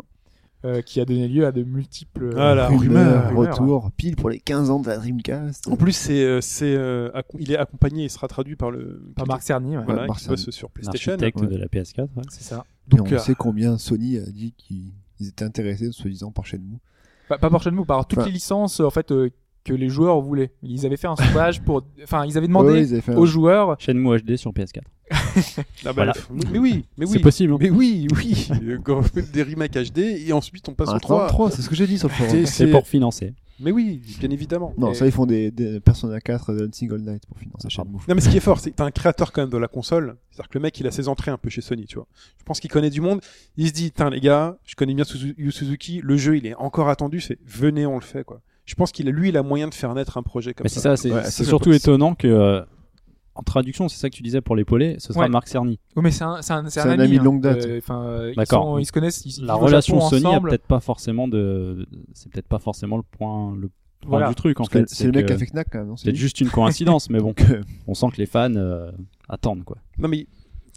Speaker 3: euh, qui a donné lieu à de multiples. euh,
Speaker 2: Ah là. La rumeur,
Speaker 4: Rumeur,
Speaker 3: rumeur.
Speaker 4: retour, pile pour les 15 ans de la Dreamcast.
Speaker 2: En plus, c'est, euh, c'est, euh, acco- il est accompagné, il sera traduit par le
Speaker 3: Par Marc Cerny, ouais.
Speaker 2: voilà,
Speaker 4: Ouais, Marc
Speaker 2: qui bosse sur PlayStation.
Speaker 5: L'architecte
Speaker 4: ouais.
Speaker 5: de la PS4. ouais.
Speaker 3: c'est ça.
Speaker 2: Donc,
Speaker 4: et
Speaker 2: euh,
Speaker 4: on sait combien Sony a dit qu'ils ils étaient intéressés, soi-disant, par Shenmue.
Speaker 3: Pas, pas par Shenmue, par toutes
Speaker 4: Enfin.
Speaker 3: les licences en fait euh, que les joueurs voulaient. Ils avaient fait un sondage pour, enfin, ils avaient demandé
Speaker 4: Ouais, ouais, ils avaient fait un-
Speaker 3: aux joueurs.
Speaker 5: Shenmue HD sur PS4.
Speaker 2: Ah bah,
Speaker 5: Voilà.
Speaker 2: f- Mais oui, mais oui.
Speaker 5: C'est possible. hein.
Speaker 2: Mais oui, oui. Euh, quand on fait des remakes HD et ensuite on passe
Speaker 4: un
Speaker 2: au 3.
Speaker 4: 3, c'est ce que j'ai dit sur le forum.
Speaker 2: C'est-
Speaker 5: C'est
Speaker 2: c'est-
Speaker 5: pour financer.
Speaker 2: Mais oui, bien évidemment.
Speaker 4: Non,
Speaker 2: Et-
Speaker 4: ça, ils font des, des Persona 4 et Single Night pour
Speaker 5: Ah,
Speaker 4: financer Shenmue.
Speaker 2: Non mais ce qui est fort, c'est que t'as un créateur quand même de la console. C'est-à-dire que le mec, il a ses entrées un peu chez Sony, tu vois. Je pense qu'il connaît du monde. Il se dit, tiens les gars, je connais bien Suzu- Yu Suzuki. Le jeu, il est encore attendu. C'est venez, on le fait quoi. Je pense qu'il a, lui, il a moyen de faire naître un projet comme
Speaker 5: Mais c'est
Speaker 2: ça.
Speaker 5: ça, c'est
Speaker 4: Ouais,
Speaker 5: c'est
Speaker 4: c'est-
Speaker 5: surtout étonnant que euh, en traduction, c'est ça que tu disais pour l'épauler, ce sera
Speaker 3: Ouais.
Speaker 5: Marc Cerny.
Speaker 3: Oui, Oh, mais c'est un, c'est un, c'est
Speaker 4: C'est un ami de
Speaker 3: hein.
Speaker 4: longue date.
Speaker 3: Euh, Enfin, euh, ils,
Speaker 5: D'accord.
Speaker 3: sont- ils se connaissent. Ils, ils
Speaker 5: La
Speaker 3: vivent au
Speaker 5: relation
Speaker 3: Japon
Speaker 5: Sony a
Speaker 3: ensemble.
Speaker 5: peut-être pas forcément de, c'est peut-être pas forcément le point le point
Speaker 3: Voilà.
Speaker 5: du truc en
Speaker 4: Parce que
Speaker 5: fait.
Speaker 4: C'est le mec
Speaker 5: que
Speaker 4: qui a fait Knack, hein, quand même. non,
Speaker 5: c'est
Speaker 4: c'est
Speaker 5: peut-être
Speaker 4: lui
Speaker 5: juste une coïncidence, mais bon,
Speaker 4: Que-
Speaker 5: on sent que les fans euh, attendent quoi.
Speaker 2: Non mais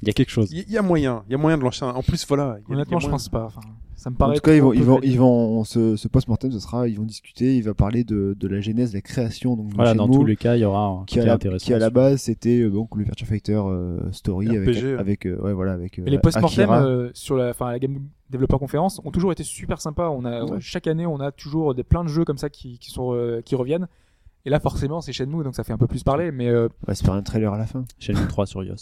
Speaker 5: Il y a quelque chose.
Speaker 2: il y, il y a moyen, il y a moyen de lancer. un- En plus, voilà. il y a-
Speaker 3: Honnêtement,
Speaker 2: il y a
Speaker 3: je
Speaker 2: moyen.
Speaker 3: pense pas. Enfin, ça me
Speaker 4: En
Speaker 3: paraît.
Speaker 4: tout cas, ils vont,
Speaker 3: trop
Speaker 4: ils vont,
Speaker 3: peu
Speaker 4: ils vont, ce, ce post-mortem, ce sera, ils vont discuter, il va parler de, de la genèse, de la création, donc de
Speaker 5: Voilà, dans
Speaker 4: Shenmue,
Speaker 5: tous les cas, il y aura un
Speaker 4: qui à
Speaker 5: côté
Speaker 4: la,
Speaker 5: intéressant.
Speaker 4: qui à la base c'était euh, donc le Virtua Fighter euh, Story avec,
Speaker 2: RPG, ouais.
Speaker 4: avec euh, ouais voilà avec euh,
Speaker 3: Mais les post-mortem
Speaker 4: Akira.
Speaker 3: euh, sur la, enfin, la Game Developer Conference ont toujours été super sympas. On a
Speaker 4: Ouais.
Speaker 3: chaque année, on a toujours des plein de jeux comme ça qui, qui sont euh, qui reviennent. Et là, forcément, c'est Shenmue, donc ça fait un peu plus parler. Mais euh,
Speaker 4: Ouais, c'est par un trailer à la fin.
Speaker 5: Shenmue 3 sur iOS.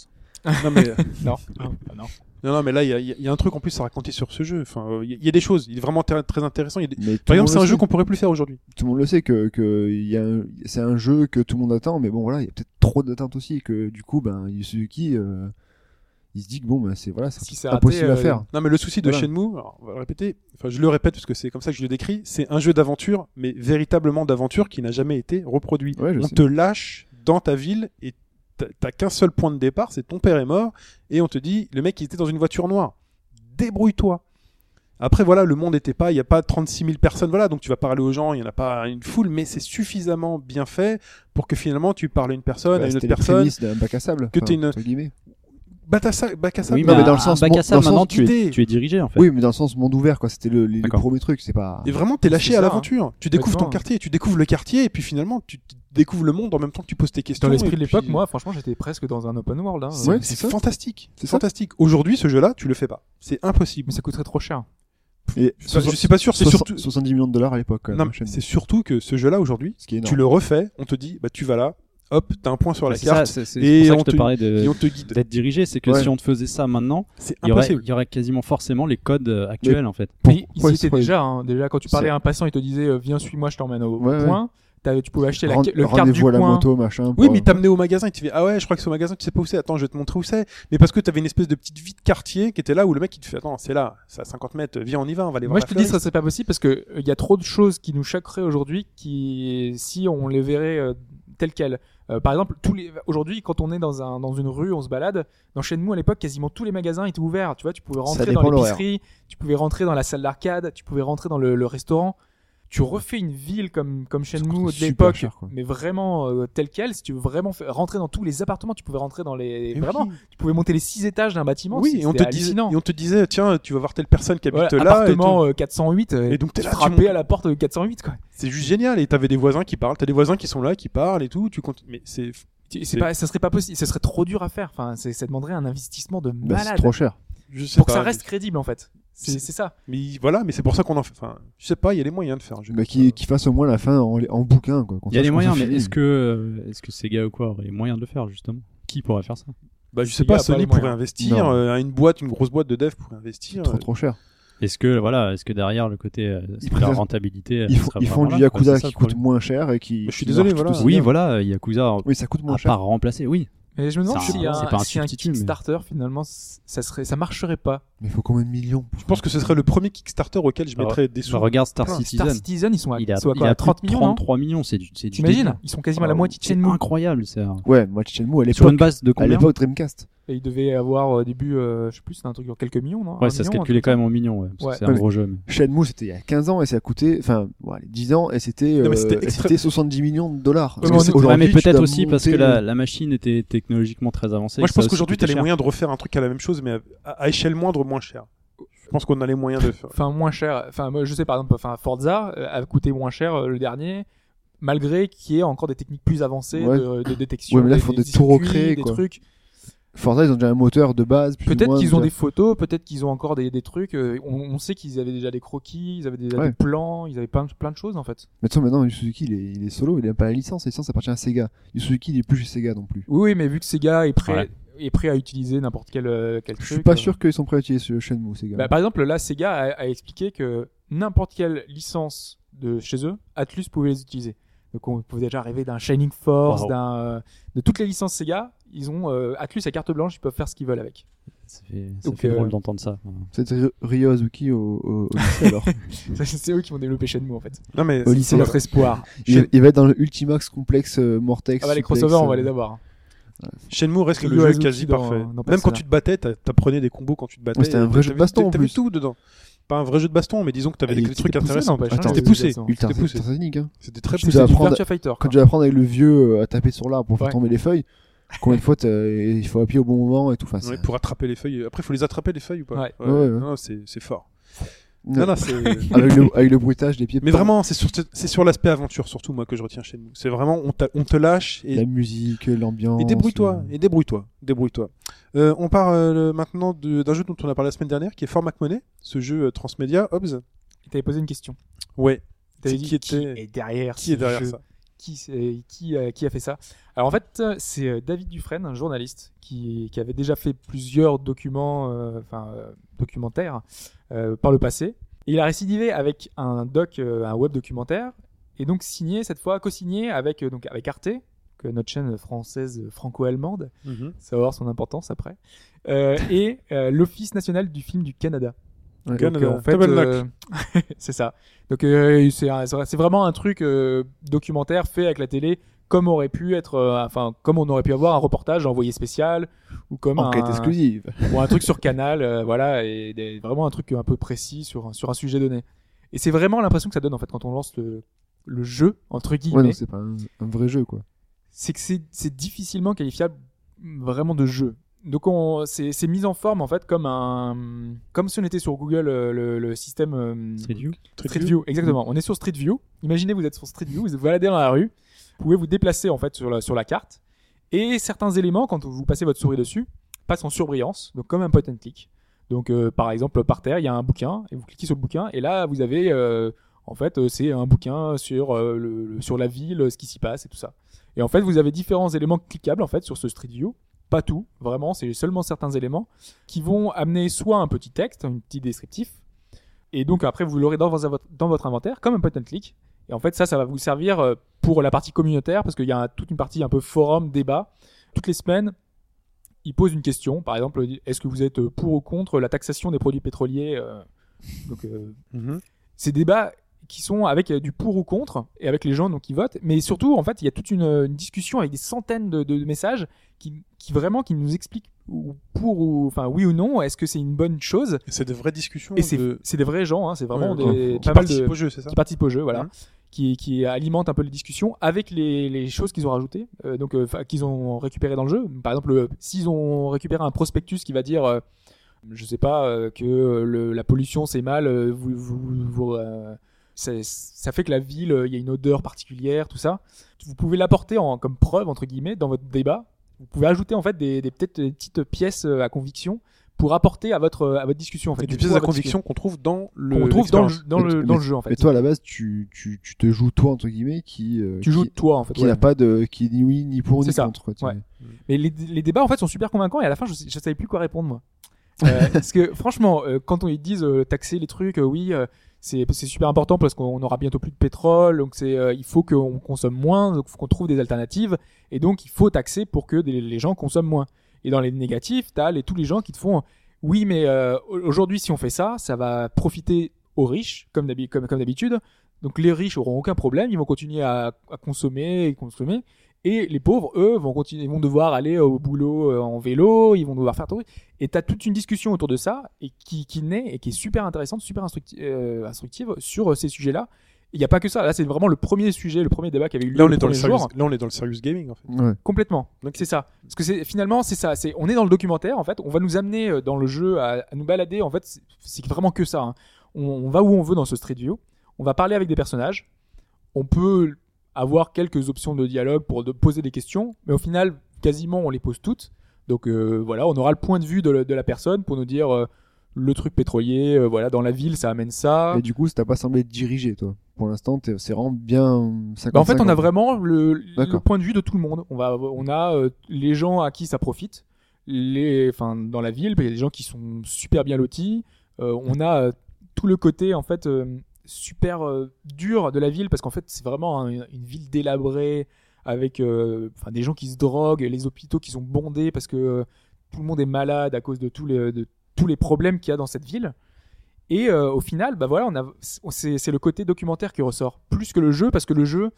Speaker 2: Non mais,
Speaker 3: non, non.
Speaker 2: non, non, mais là, il y a, il y a- il y a un truc en plus à raconter sur ce jeu. Enfin, euh, il y a- il y a des choses. Il est vraiment ter- très intéressant. Il y a des-
Speaker 4: Mais tout
Speaker 2: Par
Speaker 4: le
Speaker 2: exemple,
Speaker 4: monde
Speaker 2: c'est
Speaker 4: le
Speaker 2: un jeu
Speaker 4: sait.
Speaker 2: qu'on pourrait plus faire aujourd'hui.
Speaker 4: tout le monde le sait que que il y a un- c'est un jeu que tout le monde attend, mais bon voilà, il y a peut-être trop d'attentes aussi et que du coup ben Yu Suzuki euh, il se dit que bon ben c'est voilà, c'est
Speaker 3: Si c'est
Speaker 4: impossible
Speaker 3: raté,
Speaker 4: à
Speaker 3: euh,
Speaker 4: faire.
Speaker 2: Non, mais le souci de
Speaker 4: Voilà.
Speaker 2: Shenmue, alors, on va le répéter, enfin, je le répète parce que c'est comme ça que je le décris, c'est un jeu d'aventure, mais véritablement d'aventure qui n'a jamais été reproduit.
Speaker 4: Ouais, je
Speaker 2: on
Speaker 4: sais.
Speaker 2: te lâche dans ta ville et t'as- t'as qu'un seul point de départ, c'est ton père est mort, et on te dit, le mec, il était dans une voiture noire. Débrouille-toi. Après, voilà, le monde n'était pas, il n'y a pas 36 000 personnes, voilà, donc tu vas parler aux gens, il n'y en a pas une foule, mais c'est suffisamment bien fait pour que finalement tu parles à une personne,
Speaker 4: Bah,
Speaker 2: à une
Speaker 4: c'était
Speaker 2: autre
Speaker 4: les
Speaker 2: personne,
Speaker 4: prémices d'un bac à sable.
Speaker 2: que
Speaker 4: enfin,
Speaker 2: t'es une-
Speaker 4: entre guillemets.
Speaker 2: Batassa, Bakassa,
Speaker 5: Oui,
Speaker 4: Non,
Speaker 5: mais,
Speaker 4: mais
Speaker 5: à-
Speaker 4: dans le
Speaker 5: à
Speaker 4: sens-
Speaker 5: Bakassa,
Speaker 4: dans le sens
Speaker 5: maintenant, tu
Speaker 2: guidé.
Speaker 5: es, tu es dirigé en fait.
Speaker 4: Oui, mais dans le sens monde ouvert, quoi. C'était le, le, le
Speaker 5: D'accord.
Speaker 4: premier truc. C'est pas.
Speaker 2: Et vraiment, t'es lâché
Speaker 3: C'est
Speaker 2: à
Speaker 3: ça,
Speaker 2: l'aventure. Tu découvres ton
Speaker 3: Honnêtement, hein.
Speaker 2: quartier, tu découvres le quartier, et puis finalement, tu tu découvres le monde en même temps que tu poses tes questions.
Speaker 3: Dans l'esprit de
Speaker 2: et
Speaker 3: l'époque,
Speaker 2: puis-
Speaker 3: moi, franchement, j'étais presque dans un open world. hein.
Speaker 2: C'est
Speaker 4: Ouais,
Speaker 2: c'est
Speaker 4: c'est ça.
Speaker 2: fantastique. C'est
Speaker 4: ça.
Speaker 2: fantastique. Aujourd'hui, ce jeu-là, tu le fais pas. C'est impossible.
Speaker 3: Mais ça coûterait trop cher.
Speaker 4: Et
Speaker 2: Je suis pas- je suis pas sûr. C'est
Speaker 4: soix-
Speaker 2: surtout.
Speaker 4: 70 millions de dollars à l'époque. quand même,
Speaker 2: Non,
Speaker 4: la
Speaker 2: mais
Speaker 4: chaîne.
Speaker 2: c'est surtout que ce jeu-là aujourd'hui,
Speaker 4: ce qui est
Speaker 2: tu
Speaker 4: énorme.
Speaker 2: le refais, on te dit, bah tu vas là, hop, t'as un point sur
Speaker 5: Bah,
Speaker 2: la
Speaker 5: c'est ça,
Speaker 2: carte
Speaker 5: c'est- c'est
Speaker 2: et
Speaker 5: pour ça
Speaker 2: on
Speaker 5: que je
Speaker 2: te-
Speaker 5: te parlais
Speaker 2: et
Speaker 5: de-
Speaker 2: on te guide.
Speaker 5: d'être dirigé. C'est que
Speaker 4: Ouais.
Speaker 5: si on te faisait ça maintenant,
Speaker 2: C'est
Speaker 5: il y aurait,
Speaker 2: impossible.
Speaker 5: il y aurait quasiment forcément les codes euh, actuels en fait.
Speaker 4: Pour-
Speaker 3: Mais ils
Speaker 4: ouais,
Speaker 3: y étaient
Speaker 4: c'est-
Speaker 3: déjà. hein. Déjà, quand tu parlais
Speaker 4: C'est-
Speaker 3: à un patient, il te disait euh, Viens, suis-moi, je t'emmène au
Speaker 4: Ouais, ouais.
Speaker 3: point. T'avais- Tu pouvais acheter la,
Speaker 4: Rend-
Speaker 3: le carte du
Speaker 4: Rendez-vous à la
Speaker 3: coin.
Speaker 4: moto, machin.
Speaker 2: Oui,
Speaker 4: pour-
Speaker 2: mais t'amenais au magasin et tu fais ah ouais, je crois que c'est au magasin, tu sais pas où c'est. Attends, je vais te montrer où c'est. Mais parce que t'avais une espèce de petite vie de quartier qui était là où le mec il te fait attends, c'est là, c'est à 50 mètres, viens on y va, on va aller voir.
Speaker 3: Moi, je
Speaker 2: la
Speaker 3: te dis,
Speaker 2: fleuriste.
Speaker 3: ça c'est pas possible parce que euh, il y a trop de choses qui nous choqueraient aujourd'hui qui, si on les verrait euh, telles quelles. Euh, par exemple, tous les aujourd'hui, quand on est dans un dans une rue, on se balade. Dans Shenmue à l'époque, quasiment tous les magasins étaient ouverts. Tu vois, tu pouvais rentrer dans
Speaker 4: dépend l'horaire.
Speaker 3: l'épicerie, tu pouvais rentrer dans la salle d'arcade, tu pouvais rentrer dans le, le restaurant. Tu refais une ville comme comme Shenmue
Speaker 4: coûte
Speaker 3: de
Speaker 4: super
Speaker 3: l'époque,
Speaker 4: cher, quoi.
Speaker 3: mais vraiment euh, telle quelle. Si tu veux vraiment fa- rentrer dans tous les appartements, tu pouvais rentrer dans les
Speaker 2: Et
Speaker 3: vraiment.
Speaker 2: Eh oui.
Speaker 3: Tu pouvais monter les six étages d'un bâtiment.
Speaker 2: Oui,
Speaker 3: c'est-
Speaker 2: et on te
Speaker 3: c'était
Speaker 2: disait,
Speaker 3: hallucinant.
Speaker 2: et on te disait, tiens, tu vas voir telle personne qui
Speaker 3: Voilà,
Speaker 2: habite là. et tout.
Speaker 3: appartement euh, 408. euh,
Speaker 2: Et donc t'es là, tu
Speaker 3: frappé
Speaker 2: montes.
Speaker 3: à la porte de 408 quoi.
Speaker 2: c'est juste génial. Et t'avais des voisins qui parlent, t'as des voisins qui sont là, qui parlent et tout. Tu comptes, mais c'est
Speaker 3: C'est pas, ça serait pas possible, ce serait trop dur à faire. Enfin, c'est- ça demanderait un investissement de
Speaker 4: Bah, c'est
Speaker 3: malade
Speaker 4: trop cher.
Speaker 2: je sais
Speaker 3: pour que
Speaker 2: pas,
Speaker 3: ça reste crédible en fait. C'est c'est ça.
Speaker 2: Mais voilà, mais c'est pour ça qu'on en fait. Enfin, je sais pas, il y a les moyens de faire. un jeu
Speaker 4: Mais
Speaker 2: comme
Speaker 4: Bah, qui,
Speaker 2: ça.
Speaker 4: qui fasse au moins la fin en, en bouquin. Quoi. Comme
Speaker 5: Il y a
Speaker 4: ça,
Speaker 5: les
Speaker 4: je pense
Speaker 5: moyens,
Speaker 4: que
Speaker 5: mais
Speaker 4: c'est fini.
Speaker 5: est-ce que, euh, est-ce que Sega ou quoi aurait les moyens de le faire justement Qui pourrait faire ça
Speaker 2: Bah, je sais
Speaker 3: Il y a
Speaker 2: pas,
Speaker 3: pas
Speaker 2: Sony
Speaker 3: les
Speaker 2: pourrait
Speaker 3: moyens.
Speaker 2: investir,
Speaker 4: Non.
Speaker 2: euh, une boîte, une grosse boîte de dev pourrait investir.
Speaker 4: Trop
Speaker 2: euh,
Speaker 4: trop cher.
Speaker 5: Est-ce que voilà, est-ce que derrière le côté euh, de la
Speaker 4: préfèrent-
Speaker 5: rentabilité, euh,
Speaker 4: Ils,
Speaker 5: ce
Speaker 4: font-
Speaker 5: sera
Speaker 4: ils
Speaker 5: pas
Speaker 4: font
Speaker 5: mal,
Speaker 4: du
Speaker 5: quoi, Ah, c'est
Speaker 4: Yakuza
Speaker 5: ça,
Speaker 4: qui
Speaker 5: le problème.
Speaker 4: coûte moins cher et qui.
Speaker 2: Je suis
Speaker 4: qui
Speaker 2: désolé,
Speaker 4: marche tout
Speaker 2: voilà.
Speaker 4: aussi
Speaker 5: Oui,
Speaker 4: bien.
Speaker 5: voilà, euh, Yakuza
Speaker 4: Oui, ça coûte moins
Speaker 5: à
Speaker 4: cher.
Speaker 5: part remplacer, oui.
Speaker 3: Mais je me demande
Speaker 5: C'est
Speaker 3: si
Speaker 5: un-
Speaker 3: un,
Speaker 5: c'est pas un
Speaker 3: si un
Speaker 5: substitut, mais-
Speaker 3: Kickstarter finalement, c- ça serait, ça marcherait pas.
Speaker 4: Mais il faut combien de millions pour
Speaker 2: Je pense que ce serait le premier Kickstarter auquel je
Speaker 5: Ah ouais.
Speaker 2: mettrais des sous.
Speaker 5: Bah, regarde Star
Speaker 2: Plein.
Speaker 5: Citizen.
Speaker 3: Star Citizen, ils sont à,
Speaker 5: il a,
Speaker 3: ils sont à
Speaker 5: il
Speaker 3: quoi,
Speaker 5: a
Speaker 3: à 30
Speaker 5: plus de
Speaker 3: millions. non
Speaker 5: 33 millions, c'est du, c'est du
Speaker 3: T'imagines
Speaker 5: délire.
Speaker 3: Ils sont quasiment à la
Speaker 5: Ah,
Speaker 3: moitié de
Speaker 5: c'est
Speaker 3: Shenmue.
Speaker 5: incroyable, c'est
Speaker 4: Ouais, moi, Shenmue à
Speaker 5: sur
Speaker 4: l'époque.
Speaker 5: une base de
Speaker 4: À
Speaker 5: combien
Speaker 4: l'époque Dreamcast.
Speaker 3: Et ils devaient avoir au début, euh, je sais plus, c'était un truc dans quelques millions, non Un
Speaker 5: Ouais, ça se
Speaker 3: million, un
Speaker 5: calculait
Speaker 3: truc
Speaker 5: quand même en millions, ouais, parce que
Speaker 3: Ouais.
Speaker 5: c'est un
Speaker 4: Ouais,
Speaker 5: gros jeu. mais-
Speaker 4: Shenmue, c'était il y a 15 ans et ça a coûté, enfin, bon, allez, 10 ans et c'était
Speaker 2: Non, mais c'était
Speaker 4: euh, et
Speaker 2: extra-
Speaker 4: c'était 70 millions de dollars.
Speaker 2: Ouais,
Speaker 4: Parce
Speaker 2: mais
Speaker 4: que
Speaker 2: on est-
Speaker 4: c'est-
Speaker 5: Ouais,
Speaker 4: aujourd'hui,
Speaker 5: mais
Speaker 4: tu
Speaker 5: peut-être
Speaker 4: dois
Speaker 5: aussi parce que
Speaker 4: monter
Speaker 5: la,
Speaker 4: le-
Speaker 5: la machine était technologiquement très avancée.
Speaker 2: Moi, je
Speaker 5: ça
Speaker 2: pense
Speaker 5: aussi
Speaker 2: qu'aujourd'hui,
Speaker 5: coûtait
Speaker 2: t'as les
Speaker 5: cher.
Speaker 2: moyens de refaire un truc à la même chose, mais à, à- à échelle moindre, moins cher. Je pense qu'on a les moyens de faire.
Speaker 3: enfin moins cher enfin moi, je sais par exemple enfin Forza euh, a coûté moins cher euh, le dernier malgré qu'il y ait encore des techniques plus avancées
Speaker 4: Ouais.
Speaker 3: de, de détection
Speaker 4: Ouais, mais là,
Speaker 3: des,
Speaker 4: faut
Speaker 3: des
Speaker 4: des tours
Speaker 3: circuits,
Speaker 4: recréés,
Speaker 3: des
Speaker 4: quoi.
Speaker 3: trucs
Speaker 4: Forza, ils ont déjà un moteur de base. plus ou
Speaker 3: peut-être
Speaker 4: moins,
Speaker 3: qu'ils ont
Speaker 4: déjà.
Speaker 3: des photos peut-être qu'ils ont encore des, des trucs euh, on, on sait qu'ils avaient déjà des croquis ils avaient déjà
Speaker 4: Ouais.
Speaker 3: des plans ils avaient plein de, plein de choses en fait
Speaker 4: Mais de toute façon, maintenant, Yu Suzuki, il est, il est solo, il n'a pas la licence, la licence appartient à Sega. Yu Suzuki, il est plus chez Sega non plus.
Speaker 3: oui oui mais vu que Sega est prêt
Speaker 5: Ouais.
Speaker 3: est prêt à utiliser n'importe quel euh, quel
Speaker 4: Je
Speaker 3: truc,
Speaker 4: suis pas
Speaker 3: euh,
Speaker 4: sûr qu'ils sont prêts à utiliser ce Shenmue, Sega.
Speaker 3: Bah, par exemple, là, Sega a, a expliqué que n'importe quelle licence de chez eux, Atlus pouvait les utiliser. Donc on pouvait déjà rêver d'un Shining Force,
Speaker 5: Wow.
Speaker 3: d'un euh, de toutes les licences Sega, ils ont euh, Atlus à carte blanche, ils peuvent faire ce qu'ils veulent avec.
Speaker 5: Ça fait, ça
Speaker 3: Donc,
Speaker 5: fait
Speaker 3: euh,
Speaker 5: drôle d'entendre ça. Hein.
Speaker 4: C'était Ryo Azuki au, au, au lycée alors.
Speaker 3: C'est eux qui vont développer Shenmue en fait.
Speaker 2: Non, mais
Speaker 4: Au lycée,
Speaker 3: C'est notre espoir.
Speaker 4: il, il va être dans le Ultimax complexe euh, Mortex.
Speaker 3: Ah bah les
Speaker 4: Suplex,
Speaker 3: crossovers, on va
Speaker 4: euh,
Speaker 3: les avoir. hein.
Speaker 2: Shenmue reste le
Speaker 3: Ryo
Speaker 2: jeu
Speaker 3: Azuki
Speaker 2: quasi
Speaker 3: dans-
Speaker 2: parfait.
Speaker 3: dans
Speaker 2: Même quand
Speaker 3: Persona.
Speaker 2: tu te battais, t'a- t'apprenais des combos quand tu te battais.
Speaker 4: Ouais, c'était un vrai
Speaker 2: T'avais-
Speaker 4: jeu de baston, en
Speaker 2: T'avais
Speaker 4: plus.
Speaker 2: tout dedans. Pas un vrai jeu de baston, mais disons que t'avais
Speaker 4: Ah,
Speaker 2: des
Speaker 4: il
Speaker 2: des
Speaker 4: était
Speaker 2: trucs
Speaker 4: poussé,
Speaker 2: intéressants.
Speaker 4: n'empêche, hein,
Speaker 2: C'était
Speaker 4: les
Speaker 2: poussé.
Speaker 3: adolescents.
Speaker 4: Ultra
Speaker 2: C'était poussé.
Speaker 4: Ultra Sonic, hein.
Speaker 3: Ah.
Speaker 2: C'était très
Speaker 4: Tu
Speaker 2: poussé.
Speaker 4: dois
Speaker 3: Du
Speaker 4: apprendre-
Speaker 3: Virtua Fighter.
Speaker 4: Quand
Speaker 3: quoi.
Speaker 4: tu vas apprendre avec le vieux euh, à taper sur l'arbre pour faire
Speaker 3: Ouais.
Speaker 4: tomber les feuilles, combien de fois t'as- euh, il faut appuyer au bon moment et tout. Enfin,
Speaker 2: Ouais,
Speaker 4: c'est-
Speaker 2: pour attraper les feuilles. Après, il faut les attraper les feuilles ou pas
Speaker 3: Ouais.
Speaker 4: Ouais, ouais.
Speaker 2: Non, c'est c'est fort.
Speaker 4: Non,
Speaker 2: Non, non, c'est.
Speaker 4: avec, le, avec le bruitage des pieds.
Speaker 2: Mais vraiment, c'est sur, c'est sur l'aspect aventure surtout moi que je retiens chez nous. C'est vraiment on, t'a- on te lâche et,
Speaker 4: La musique, l'ambiance.
Speaker 2: et débrouille-toi,
Speaker 4: euh,
Speaker 2: et débrouille-toi, débrouille-toi. Euh, on part euh, le- maintenant de- d'un jeu dont on a parlé la semaine dernière, qui est Fort McMoney, ce jeu euh, transmédia. Hobbs,
Speaker 3: T'avais posé une question.
Speaker 2: ouais,
Speaker 3: T'avais
Speaker 2: C'est
Speaker 3: dit
Speaker 2: qui
Speaker 3: qui,
Speaker 2: était-
Speaker 3: est derrière
Speaker 2: qui est
Speaker 3: ce
Speaker 2: derrière
Speaker 3: jeu
Speaker 2: ça
Speaker 3: qui, c'est- qui, euh, qui a fait ça Alors en fait, euh, c'est euh, David Dufresne, un journaliste qui, qui avait déjà fait plusieurs documents, euh, enfin euh, documentaires euh, par le passé. Et il a récidivé avec un doc, euh, un web documentaire, et donc signé cette fois, co-signé avec euh, donc avec Arte, que notre chaîne française euh, franco-allemande, ça va avoir son importance après, euh, et euh, l'Office national du film du Canada.
Speaker 4: Ouais.
Speaker 3: Donc,
Speaker 2: Canada.
Speaker 3: euh, en fait,
Speaker 2: Table
Speaker 3: euh, c'est ça. Donc euh, c'est un- c'est vrai- c'est vraiment un truc euh, documentaire fait avec la télé, comme aurait pu être, euh, enfin comme on aurait pu avoir un reportage envoyé spécial ou comme
Speaker 4: Enquête
Speaker 3: un,
Speaker 4: exclusive.
Speaker 3: ou un truc sur Canal, euh, voilà, et des- vraiment un truc un peu précis sur un- sur un sujet donné. Et c'est vraiment l'impression que ça donne en fait quand on lance le le jeu entre
Speaker 4: Ouais,
Speaker 3: guillemets
Speaker 4: non, c'est pas un, un vrai jeu, quoi.
Speaker 3: c'est que c'est c'est difficilement qualifiable mm, vraiment de jeu. donc on- c'est c'est mis en forme en fait comme un comme si on était sur Google euh, le, le système euh,
Speaker 5: Street View.
Speaker 3: Street View, exactement. On est sur Street View. Imaginez, vous êtes sur Street View, vous vous baladez dans la rue, vous pouvez vous déplacer en fait sur la, sur la carte, et certains éléments, quand vous passez votre souris dessus, passent en surbrillance, donc comme un point and click. Donc euh, par exemple, par terre, il y a un bouquin, et vous cliquez sur le bouquin, et là, vous avez, euh, en fait, euh, c'est un bouquin sur, euh, le, le- sur la ville, ce qui s'y passe, et tout ça. Et en fait, vous avez différents éléments cliquables en fait sur ce Street View. Pas tout, vraiment, c'est seulement certains éléments qui vont amener soit un petit texte, un petit descriptif, et donc après, vous l'aurez dans, votre- dans votre inventaire, comme un point and click. Et en fait, ça, ça va vous servir euh, pour la partie communautaire, parce qu'il y a un- toute une partie un peu forum, débat. Toutes les semaines, ils posent une question. Par exemple, est-ce que vous êtes pour ou contre la taxation des produits pétroliers euh, Donc, euh,
Speaker 2: Mhm.
Speaker 3: ces débats qui sont avec euh, du pour ou contre, et avec les gens donc, qui votent. Mais surtout, en fait, il y a toute une, euh, une discussion avec des centaines de, de- de messages qui, qui vraiment qui nous expliquent ou- pour ou enfin oui ou non, est-ce que c'est une bonne chose
Speaker 2: Et C'est des vraies discussions.
Speaker 3: et c'est
Speaker 2: de...
Speaker 3: c'est des vrais gens, hein, c'est vraiment
Speaker 2: Ouais,
Speaker 3: des,
Speaker 2: qui
Speaker 3: pas mal
Speaker 2: participent
Speaker 3: de
Speaker 2: au jeu, c'est ça
Speaker 3: qui participent au jeu, voilà,
Speaker 2: Mhm.
Speaker 3: qui, qui alimentent un peu les discussions avec les, les choses qu'ils ont rajoutées, euh, donc euh, 'fin, qu'ils ont récupérées dans le jeu. Par exemple, euh, s'ils ont récupéré un prospectus qui va dire, euh, je sais pas, euh, que euh, le- la pollution c'est mal, euh, vous, vous- vous, euh, ça, ça fait que la ville, euh, il y a une odeur particulière, tout ça. Vous pouvez l'apporter en- comme preuve entre guillemets dans votre débat. Vous pouvez ajouter en fait des, des- peut-être des petites pièces euh, à conviction pour apporter à votre euh, à votre discussion en fait.
Speaker 2: Et des
Speaker 3: du
Speaker 2: pièces
Speaker 3: coup,
Speaker 2: de
Speaker 3: à votre
Speaker 2: conviction
Speaker 3: discussion
Speaker 2: qu'on trouve dans le.
Speaker 3: qu'on trouve dans le,
Speaker 2: l'expérience.
Speaker 3: dans, le,
Speaker 4: Mais-
Speaker 3: dans le jeu en fait.
Speaker 4: Mais toi, à la base, tu, tu, tu te joues toi, entre guillemets, qui, euh,
Speaker 3: tu joues
Speaker 4: qui,
Speaker 3: toi en fait.
Speaker 4: qui n'a pas de, qui est ni oui, ni pour, ni
Speaker 3: C'est ça.
Speaker 4: contre. quoi, tu
Speaker 3: Ouais.
Speaker 4: vois.
Speaker 3: Mais les, les débats en fait sont super convaincants et à la fin je, sais- je savais plus quoi répondre moi. Euh, parce que franchement, euh, quand on ils disent euh, taxer les trucs, euh, oui, euh, c'est c'est super important parce qu'on aura bientôt plus de pétrole, donc c'est euh, il faut qu'on consomme moins, donc faut qu'on trouve des alternatives et donc il faut taxer pour que des- les gens consomment moins. Et dans les négatifs, t'as les tous les gens qui te font oui, mais euh, aujourd'hui si on fait ça, ça va profiter aux riches comme d'habi- comme comme d'habitude. Donc les riches auront aucun problème, ils vont continuer à, à consommer et consommer. Et les pauvres, eux, vont continuer, vont devoir aller au boulot euh, en vélo, ils vont devoir faire tout. Et t'as toute une discussion autour de ça et qui, qui naît et qui est super intéressante, super instructi- euh, instructive sur euh, ces sujets-là. Il n'y a pas que ça. Là, c'est vraiment le premier sujet, le premier débat qui avait eu lieu
Speaker 2: Là, on
Speaker 3: le
Speaker 2: est dans le
Speaker 3: premier jour.
Speaker 2: serious... Là, on est dans le serious gaming en fait.
Speaker 4: Ouais.
Speaker 3: Complètement. Donc c'est ça. Parce que c'est finalement c'est ça. C'est on est dans le documentaire en fait. On va nous amener euh, dans le jeu à, à nous balader. En fait, c'est- c'est vraiment que ça. hein. On, on va où on veut dans ce Street View. On va parler avec des personnages. On peut avoir quelques options de dialogue pour de poser des questions, mais au final quasiment on les pose toutes. Donc euh, voilà, on aura le point de vue de, le- de la personne pour nous dire euh, le truc pétrolier. euh, voilà, dans la ville ça amène ça.
Speaker 4: Et du coup, ça t'a pas semblé dirigé, toi. Pour l'instant, t'es- c'est vraiment bien 50
Speaker 3: Bah, en fait, on a vraiment le, le
Speaker 4: D'accord.
Speaker 3: point de vue de tout le monde. On va, on a euh, les gens à qui ça profite, les, enfin, dans la ville, il y a des gens qui sont super bien lotis. Euh, on a euh, tout le côté en fait euh, super euh, dur de la ville parce qu'en fait, c'est vraiment un- une ville délabrée avec, euh, enfin, des gens qui se droguent, les hôpitaux qui sont bondés parce que euh, tout le monde est malade à cause de tous les, euh, de tous les problèmes qu'il y a dans cette ville. Et euh, au final, bah voilà, on a, c'est c'est le côté documentaire qui ressort plus que le jeu parce que le jeu,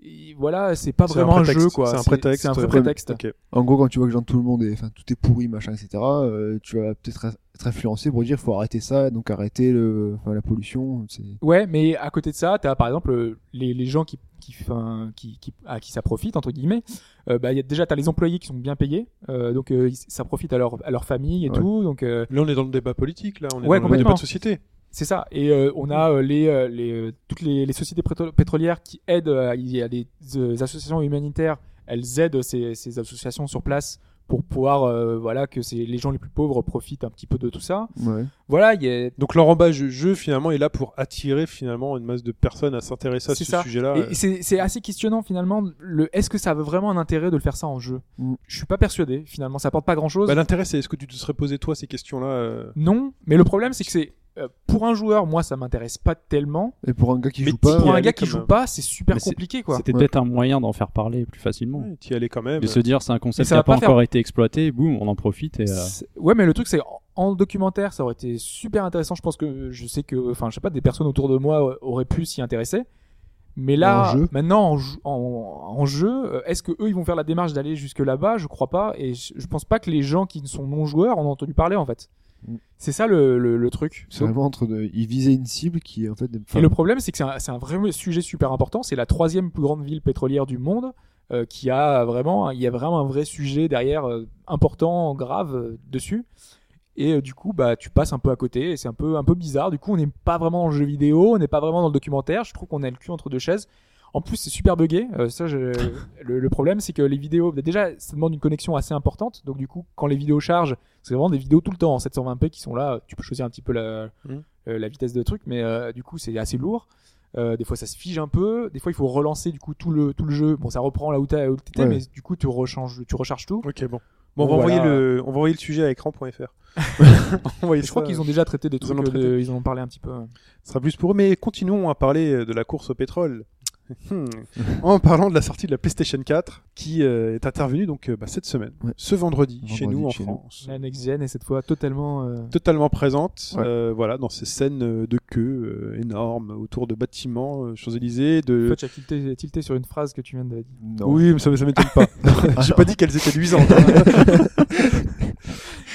Speaker 3: il- voilà, c'est pas
Speaker 2: C'est
Speaker 3: vraiment
Speaker 2: un
Speaker 3: un,
Speaker 2: prétexte,
Speaker 3: jeu quoi.
Speaker 2: c'est un prétexte,
Speaker 3: C'est un vrai
Speaker 2: euh,
Speaker 3: prétexte.
Speaker 2: Ok.
Speaker 4: En gros, quand tu vois que genre, tout le monde est, enfin, tout est pourri, machin, etc., euh, tu vas peut-être être influencé pour dire, faut arrêter ça, donc arrêter le, enfin, la pollution. C'est
Speaker 3: Ouais, mais à côté de ça, t'as par exemple euh, les, les gens qui, qui, fin, qui, qui- à qui ça profite entre guillemets. Euh, bah, y a, déjà, t'as les employés qui sont bien payés, euh, donc euh, ils- ça profite à leur à leur famille et
Speaker 4: Ouais.
Speaker 3: tout. Donc euh,
Speaker 2: Là, on est dans le débat politique. Là, on est
Speaker 3: Ouais,
Speaker 2: dans le débat
Speaker 3: complètement.
Speaker 2: de société.
Speaker 3: C'est ça. Et euh, on a euh, les, euh, les, euh, toutes les, les sociétés préto- pétrolières qui aident. euh, Il y a des euh, associations humanitaires. Elles aident ces, ces associations sur place pour pouvoir, euh, voilà, que c'est les gens les plus pauvres profitent un petit peu de tout ça.
Speaker 4: ouais.
Speaker 3: Voilà, il y a-
Speaker 2: Donc Laurent Bas, je- jeu finalement est là pour attirer finalement une masse de personnes à s'intéresser à
Speaker 3: C'est
Speaker 2: ce
Speaker 3: ça.
Speaker 2: sujet-là.
Speaker 3: Et c'est c'est assez questionnant finalement. Le est-ce que ça veut vraiment un intérêt de le faire ça en jeu
Speaker 4: Mm.
Speaker 3: Je suis pas persuadé. Finalement, ça apporte pas grand chose.
Speaker 2: Bah, L'intérêt, c'est est-ce que tu te serais posé toi ces questions-là euh,
Speaker 3: non, mais le problème c'est que c'est euh, pour un joueur, moi ça m'intéresse pas tellement.
Speaker 4: Et pour un gars qui
Speaker 2: Mais
Speaker 4: joue
Speaker 2: t'y
Speaker 4: pas.
Speaker 3: Pour
Speaker 2: y
Speaker 3: un
Speaker 2: aller
Speaker 3: gars qui
Speaker 2: comme un-
Speaker 3: joue pas, c'est super
Speaker 5: hein. Mais c'est-
Speaker 3: compliqué quoi.
Speaker 5: C'était
Speaker 4: Ouais.
Speaker 5: peut-être un moyen d'en faire parler plus facilement.
Speaker 2: ouais, bah. T'y allais quand même.
Speaker 5: De se dire, c'est un concept
Speaker 3: Et
Speaker 5: qui
Speaker 3: ça va
Speaker 5: n'a pas,
Speaker 3: pas faire-
Speaker 5: encore été exploité, boum, on en profite et. euh,
Speaker 3: C'est- Ouais, mais le truc, c'est en- en documentaire, ça aurait été super intéressant. Je pense que je sais que, enfin, je sais pas, des personnes autour de moi euh, auraient pu s'y intéresser. Mais là,
Speaker 4: En jeu.
Speaker 3: maintenant, en, jou- en- en jeu, euh, est-ce que eux, ils vont faire la démarche d'aller jusque là-bas Je crois pas. Et je, je pense pas que les gens qui ne sont non joueurs en ont entendu parler, en fait.
Speaker 4: Mm.
Speaker 3: C'est ça le, le- le truc.
Speaker 4: C'est vraiment entre de... il visait une cible qui est en fait. des-
Speaker 3: Et le problème, c'est que c'est un, c'est un vrai sujet super important. C'est la troisième plus grande ville pétrolière du monde. euh, qui a vraiment, il y a vraiment un vrai sujet derrière euh, important, grave euh, dessus. Et euh, du coup, bah, tu passes un peu à côté et c'est un peu, un peu bizarre. Du coup, on n'est pas vraiment dans le jeu vidéo, on n'est pas vraiment dans le documentaire. Je trouve qu'on a le cul entre deux chaises. En plus, c'est super buggé. Euh, ça, je- le, le problème, c'est que les vidéos, bah, déjà, ça demande une connexion assez importante. Donc, du coup, quand les vidéos chargent, c'est vraiment des vidéos tout le temps en 720p qui sont là. euh, Tu peux choisir un petit peu la,
Speaker 2: Mhm.
Speaker 3: euh, la vitesse de truc, mais euh, du coup, c'est assez lourd. Euh, des fois, ça se fige un peu. Des fois, il faut relancer du coup tout le tout le jeu. Bon, ça reprend là où t'as- où t'étais,
Speaker 4: Ouais.
Speaker 3: mais du coup, tu rechanges, tu recharges tout.
Speaker 2: Ok, bon. Bon, on va,
Speaker 3: Bon, voilà.
Speaker 2: envoyer le, on va envoyer le sujet à écran.fr.
Speaker 3: Je crois qu'ils ont déjà traité des
Speaker 2: Ils en
Speaker 3: trucs.
Speaker 2: ont
Speaker 3: euh,
Speaker 2: traité.
Speaker 3: de- Ils en ont parlé un petit peu. euh,
Speaker 2: Ce sera plus pour eux, mais continuons à parler euh, de la course au pétrole. Hmm. en parlant de la sortie de la PlayStation 4 qui euh, est intervenue donc euh, bah, cette semaine,
Speaker 4: Ouais.
Speaker 2: ce vendredi, chez
Speaker 4: Vendredi,
Speaker 2: nous en
Speaker 4: chez nous.
Speaker 2: France.
Speaker 3: La next gen est cette fois totalement. euh,
Speaker 2: Totalement présente,
Speaker 4: Ouais.
Speaker 2: euh, voilà, dans ces scènes euh, de queue euh, énormes autour de bâtiments, euh, Champs-Élysées, de.
Speaker 3: Fudge a tilté, tilté sur une phrase que tu viens de dire.
Speaker 4: Non.
Speaker 2: Oui, mais ça, ça m'étonne pas.
Speaker 4: Ah,
Speaker 2: J'ai pas dit qu'elles étaient luisantes. hein.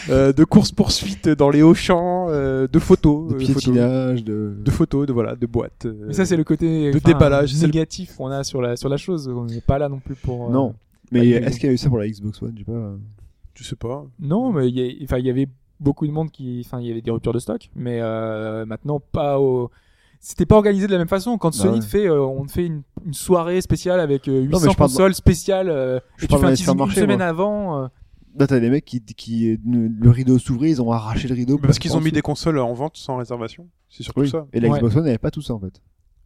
Speaker 2: Euh, de courses-poursuites dans les hauts champs, euh, de photos,
Speaker 4: De
Speaker 2: euh, photos,
Speaker 4: piétinage, de.
Speaker 2: de photos, de voilà, de boîtes. euh,
Speaker 3: Mais ça, c'est le côté
Speaker 2: de
Speaker 3: enfin,
Speaker 2: déballage, c'est le-
Speaker 3: négatif qu'on a sur la, sur la chose. On n'est pas là non plus pour. euh,
Speaker 4: Non. Mais
Speaker 3: Ah,
Speaker 4: est-ce qu'il y a eu ça pour la Xbox One Je sais pas. euh.
Speaker 2: Je sais pas.
Speaker 3: Non, mais il y a- enfin, il y avait beaucoup de monde qui. Enfin, il y avait des ruptures de stock, mais euh, maintenant, pas au. C'était pas organisé de la même façon. Quand
Speaker 4: Bah
Speaker 3: Sony
Speaker 4: ouais.
Speaker 3: te fait, euh, on te fait une, une soirée spéciale avec euh, 800
Speaker 4: mais je parle de-
Speaker 3: consoles spéciales, euh,
Speaker 4: Je
Speaker 3: et tu
Speaker 4: parle
Speaker 3: fais
Speaker 4: dans
Speaker 3: un
Speaker 4: les
Speaker 3: teasing une
Speaker 4: supermarchés,
Speaker 3: semaine
Speaker 4: moi.
Speaker 3: avant. euh,
Speaker 4: Là, Bah, t'as des mecs qui, qui euh, le rideau s'ouvrait, ils ont arraché le rideau.
Speaker 2: Parce qu'ils ont mis
Speaker 4: dessous.
Speaker 2: des consoles en vente sans réservation. C'est surtout
Speaker 4: Oui.
Speaker 2: ça.
Speaker 4: Et la
Speaker 3: Ouais.
Speaker 4: Xbox One n'avait pas tout ça en fait.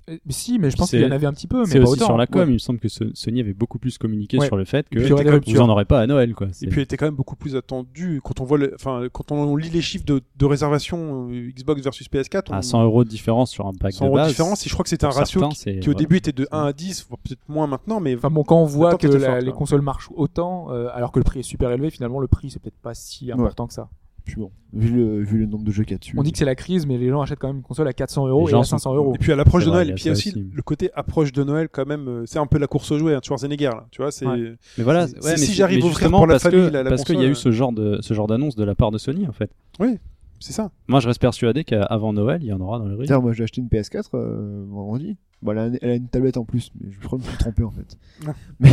Speaker 3: euh, mais si, mais je pense
Speaker 5: C'est-
Speaker 3: qu'il y en avait un petit peu, mais
Speaker 5: C'est
Speaker 3: pas
Speaker 5: aussi
Speaker 3: autant.
Speaker 5: sur la com.
Speaker 3: Ouais.
Speaker 5: Il me semble que ce- Sony avait beaucoup plus communiqué
Speaker 3: Ouais.
Speaker 5: sur le fait que
Speaker 3: Puis il y aurait des
Speaker 5: vous
Speaker 3: ruptures.
Speaker 5: en aurez pas à Noël, quoi.
Speaker 2: Et
Speaker 5: C'est-
Speaker 2: puis elle était quand même beaucoup plus attendue. Quand on voit, le- enfin, quand on lit les chiffres de, de réservation euh, Xbox versus PS4, on...
Speaker 5: à 100 euros de différence sur un pack
Speaker 2: 100
Speaker 5: Ah, de
Speaker 2: euros de
Speaker 5: base.
Speaker 2: différence. Et je crois que c'était un
Speaker 5: pour
Speaker 2: ratio
Speaker 5: certains,
Speaker 2: qui,
Speaker 5: c'est-
Speaker 2: qui au
Speaker 5: voilà.
Speaker 2: début était de 1 à 10, voire peut-être moins maintenant, mais
Speaker 3: Enfin bon, quand on voit
Speaker 2: L'attente
Speaker 3: que
Speaker 2: était
Speaker 3: la-
Speaker 2: forte,
Speaker 3: les
Speaker 2: hein.
Speaker 3: consoles marchent autant, euh, alors que le prix est super élevé, finalement le prix c'est peut-être pas si important que ça.
Speaker 4: Puis bon, vu le, vu le nombre de jeux qu'il y a dessus.
Speaker 3: On dit que c'est la crise, mais les gens achètent quand même une console à 400 euros
Speaker 5: Les
Speaker 3: et
Speaker 5: gens
Speaker 3: à
Speaker 5: sont-
Speaker 3: 500 euros.
Speaker 2: Et puis à l'approche
Speaker 5: C'est
Speaker 2: de
Speaker 5: vrai,
Speaker 2: Noël,
Speaker 5: il y
Speaker 2: et
Speaker 5: a
Speaker 2: puis il y
Speaker 5: ça
Speaker 2: a aussi
Speaker 5: aussi.
Speaker 2: le côté approche de Noël quand même, euh, c'est un peu la course au jouet, hein, Schwarzenegger là, tu vois, c'est
Speaker 3: Ouais.
Speaker 5: Mais voilà,
Speaker 2: Si-
Speaker 5: ouais,
Speaker 2: si-
Speaker 5: mais
Speaker 2: si
Speaker 5: c'est-
Speaker 2: j'arrive
Speaker 5: mais
Speaker 2: à ouvrir
Speaker 5: justement
Speaker 2: pour la
Speaker 5: parce que-
Speaker 2: famille, la- la
Speaker 5: parce qu'il y a
Speaker 2: console, euh.
Speaker 5: eu ce genre de ce genre d'annonce de la part de Sony en fait.
Speaker 2: c'est ça.
Speaker 5: Moi, je reste persuadé qu'avant Noël, il y en aura dans les rues.
Speaker 4: Tiens, moi j'ai acheté une PS4 euh, vendredi. Bon, elle, a, elle a une tablette en plus, mais je crois que je me suis trompé en fait.
Speaker 2: Non.
Speaker 4: mais,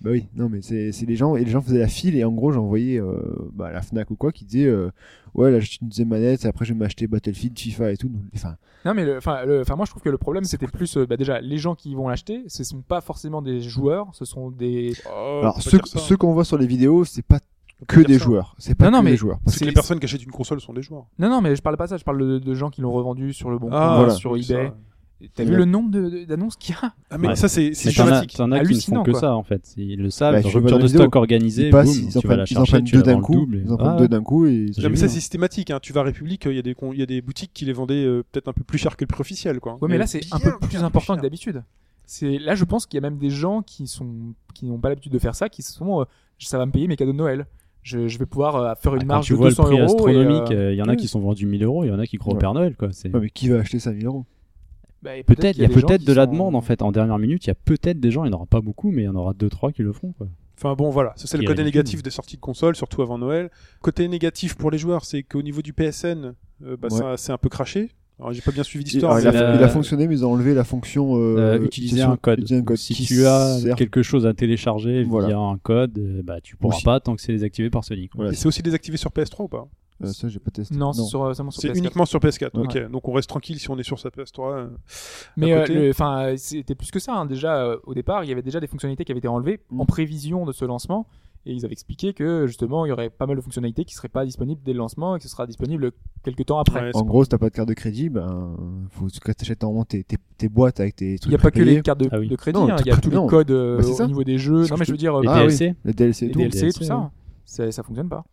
Speaker 4: bah oui, non, mais c'est c'est les gens, et les gens faisaient la file, et en gros, j'envoyais euh, bah, à la Fnac ou quoi qui disait euh, Ouais, là j'ai acheté une deuxième manette, et après je vais m'acheter Battlefield, FIFA et tout. Donc, Enfin,
Speaker 3: Non mais le- enfin le- enfin, moi je trouve que le problème c'était plus euh, bah, déjà les gens qui vont l'acheter, ce sont pas forcément des joueurs, ce sont des
Speaker 4: alors ceux,
Speaker 5: hein.
Speaker 4: ceux qu'on voit sur les vidéos, c'est pas que des joueurs. C'est pas
Speaker 3: Non, non,
Speaker 4: que
Speaker 3: mais
Speaker 4: des joueurs.
Speaker 2: Parce que les personnes qui achètent une console sont des joueurs.
Speaker 3: Non non mais je parle pas de ça, je parle de, de gens qui l'ont revendu sur le bon
Speaker 2: Ah,
Speaker 3: coin,
Speaker 4: voilà.
Speaker 3: sur
Speaker 2: Oui,
Speaker 3: eBay.
Speaker 2: ça.
Speaker 3: T'as vu
Speaker 4: Ouais.
Speaker 3: le nombre de- de- d'annonces qu'il y a
Speaker 2: Ah mais
Speaker 5: Ouais.
Speaker 2: ça c'est c'est
Speaker 5: Mais t'en as-
Speaker 2: dramatique.
Speaker 5: t'en as qui ne font
Speaker 3: Hallucinant,
Speaker 5: que
Speaker 3: quoi.
Speaker 5: ça en fait. Ils le savent,
Speaker 4: Bah, je vois
Speaker 5: rupture
Speaker 4: dans
Speaker 5: de
Speaker 4: les vidéos.
Speaker 5: stock organisée,
Speaker 4: Ils passent,
Speaker 5: boum,
Speaker 4: ils en
Speaker 5: tu vas
Speaker 4: prennent
Speaker 5: la
Speaker 4: ils en
Speaker 5: chercher,
Speaker 4: prennent
Speaker 5: tu
Speaker 4: deux
Speaker 5: la vends
Speaker 4: d'un
Speaker 5: le
Speaker 4: coup.
Speaker 5: double. et-
Speaker 4: Ils en
Speaker 5: Ah,
Speaker 4: prennent deux d'un coup, et
Speaker 2: Non, mais ça c'est systématique. Hein. Tu vas à République, il y a des con- il y a des boutiques qui les vendaient euh, peut-être un peu plus cher que le prix officiel, quoi.
Speaker 3: Ouais mais
Speaker 2: Et
Speaker 3: là c'est un
Speaker 2: bien,
Speaker 3: peu plus
Speaker 2: bien
Speaker 3: important
Speaker 2: cher.
Speaker 3: que d'habitude. C'est là je pense qu'il y a même des gens qui sont qui n'ont pas l'habitude de faire ça, qui se sont euh, ça va me payer mes cadeaux de Noël. Je, je vais pouvoir euh, faire une
Speaker 5: Ah, Bah, quand
Speaker 3: marge
Speaker 5: tu
Speaker 3: de
Speaker 5: vois le
Speaker 3: 200
Speaker 5: prix
Speaker 3: euros. et, euh,
Speaker 5: astronomique, euh, il y en a
Speaker 4: ouais.
Speaker 5: qui sont vendus 1000 euros, il y en a qui croient au
Speaker 4: Ouais.
Speaker 5: Père Noël, quoi. C'est-
Speaker 4: Ouais, mais qui va acheter 5000 euros
Speaker 3: bah, et
Speaker 5: Peut-être, il y a
Speaker 3: des gens
Speaker 5: peut-être
Speaker 3: qui
Speaker 5: de la
Speaker 3: sont-
Speaker 5: demande en fait. En dernière minute, il y a peut-être des gens, il n'y en aura pas beaucoup, mais il y en aura 2-3 qui le feront. Quoi.
Speaker 2: Enfin bon, voilà, ça c'est le
Speaker 5: Qui est
Speaker 2: côté
Speaker 5: ridicule.
Speaker 2: négatif des sorties de consoles, surtout avant Noël. Côté négatif pour les joueurs, c'est qu'au niveau du PSN, euh, bah,
Speaker 4: Ouais.
Speaker 2: ça c'est un peu craché. Alors j'ai pas bien suivi
Speaker 4: Et-
Speaker 2: l'histoire.
Speaker 4: alors,
Speaker 2: mais
Speaker 4: il, a,
Speaker 5: la-
Speaker 4: il a fonctionné, mais ils ont enlevé la fonction euh,
Speaker 5: Euh, utiliser un code.
Speaker 4: utiliser un code
Speaker 5: si
Speaker 4: qui
Speaker 5: tu as
Speaker 4: sert-
Speaker 5: quelque chose à télécharger
Speaker 4: Voilà.
Speaker 5: via un code, euh, bah, tu pourras
Speaker 4: Ou si-
Speaker 5: pas tant que c'est désactivé par Sony. quoi.
Speaker 4: Voilà,
Speaker 2: Et c'est aussi désactivé sur PS3 ou pas
Speaker 4: Euh, ça, j'ai pas testé.
Speaker 3: Non, c'est sur, euh, seulement sur
Speaker 2: C'est
Speaker 3: PS4.
Speaker 2: uniquement sur PS4.
Speaker 3: Ouais.
Speaker 2: Ok, donc on reste tranquille si on est sur sa PS3. euh.
Speaker 3: Mais
Speaker 2: à
Speaker 3: euh,
Speaker 2: côté.
Speaker 3: le- enfin, euh, c'était plus que ça. hein. Déjà, euh, au départ, il y avait déjà des fonctionnalités qui avaient été enlevées
Speaker 4: Mm.
Speaker 3: en prévision de ce lancement. Et ils avaient expliqué que justement, il y aurait pas mal de fonctionnalités qui seraient pas disponibles dès le lancement et que ce sera disponible quelques temps après.
Speaker 2: Ouais, c'est
Speaker 4: En gros, si t'as pas de carte de crédit, ben, faut que t'achètes en tes, tes, tes boîtes avec tes
Speaker 3: Il
Speaker 4: trucs.
Speaker 3: n'y a pas que
Speaker 4: prépayés,
Speaker 3: les cartes de,
Speaker 5: Ah oui.
Speaker 3: de crédit,
Speaker 4: Non,
Speaker 3: hein.
Speaker 4: tout-
Speaker 3: il y a tous
Speaker 4: non.
Speaker 3: les codes euh,
Speaker 4: Bah, c'est
Speaker 3: au
Speaker 4: ça.
Speaker 3: niveau des jeux.
Speaker 4: C'est
Speaker 3: Non, mais je veux dire, euh,
Speaker 5: Les
Speaker 4: Ah oui.
Speaker 5: DLC
Speaker 4: les DLC et
Speaker 3: les
Speaker 4: tout.
Speaker 3: DLC,
Speaker 5: DLC,
Speaker 3: tout ça, ça, ça fonctionne pas.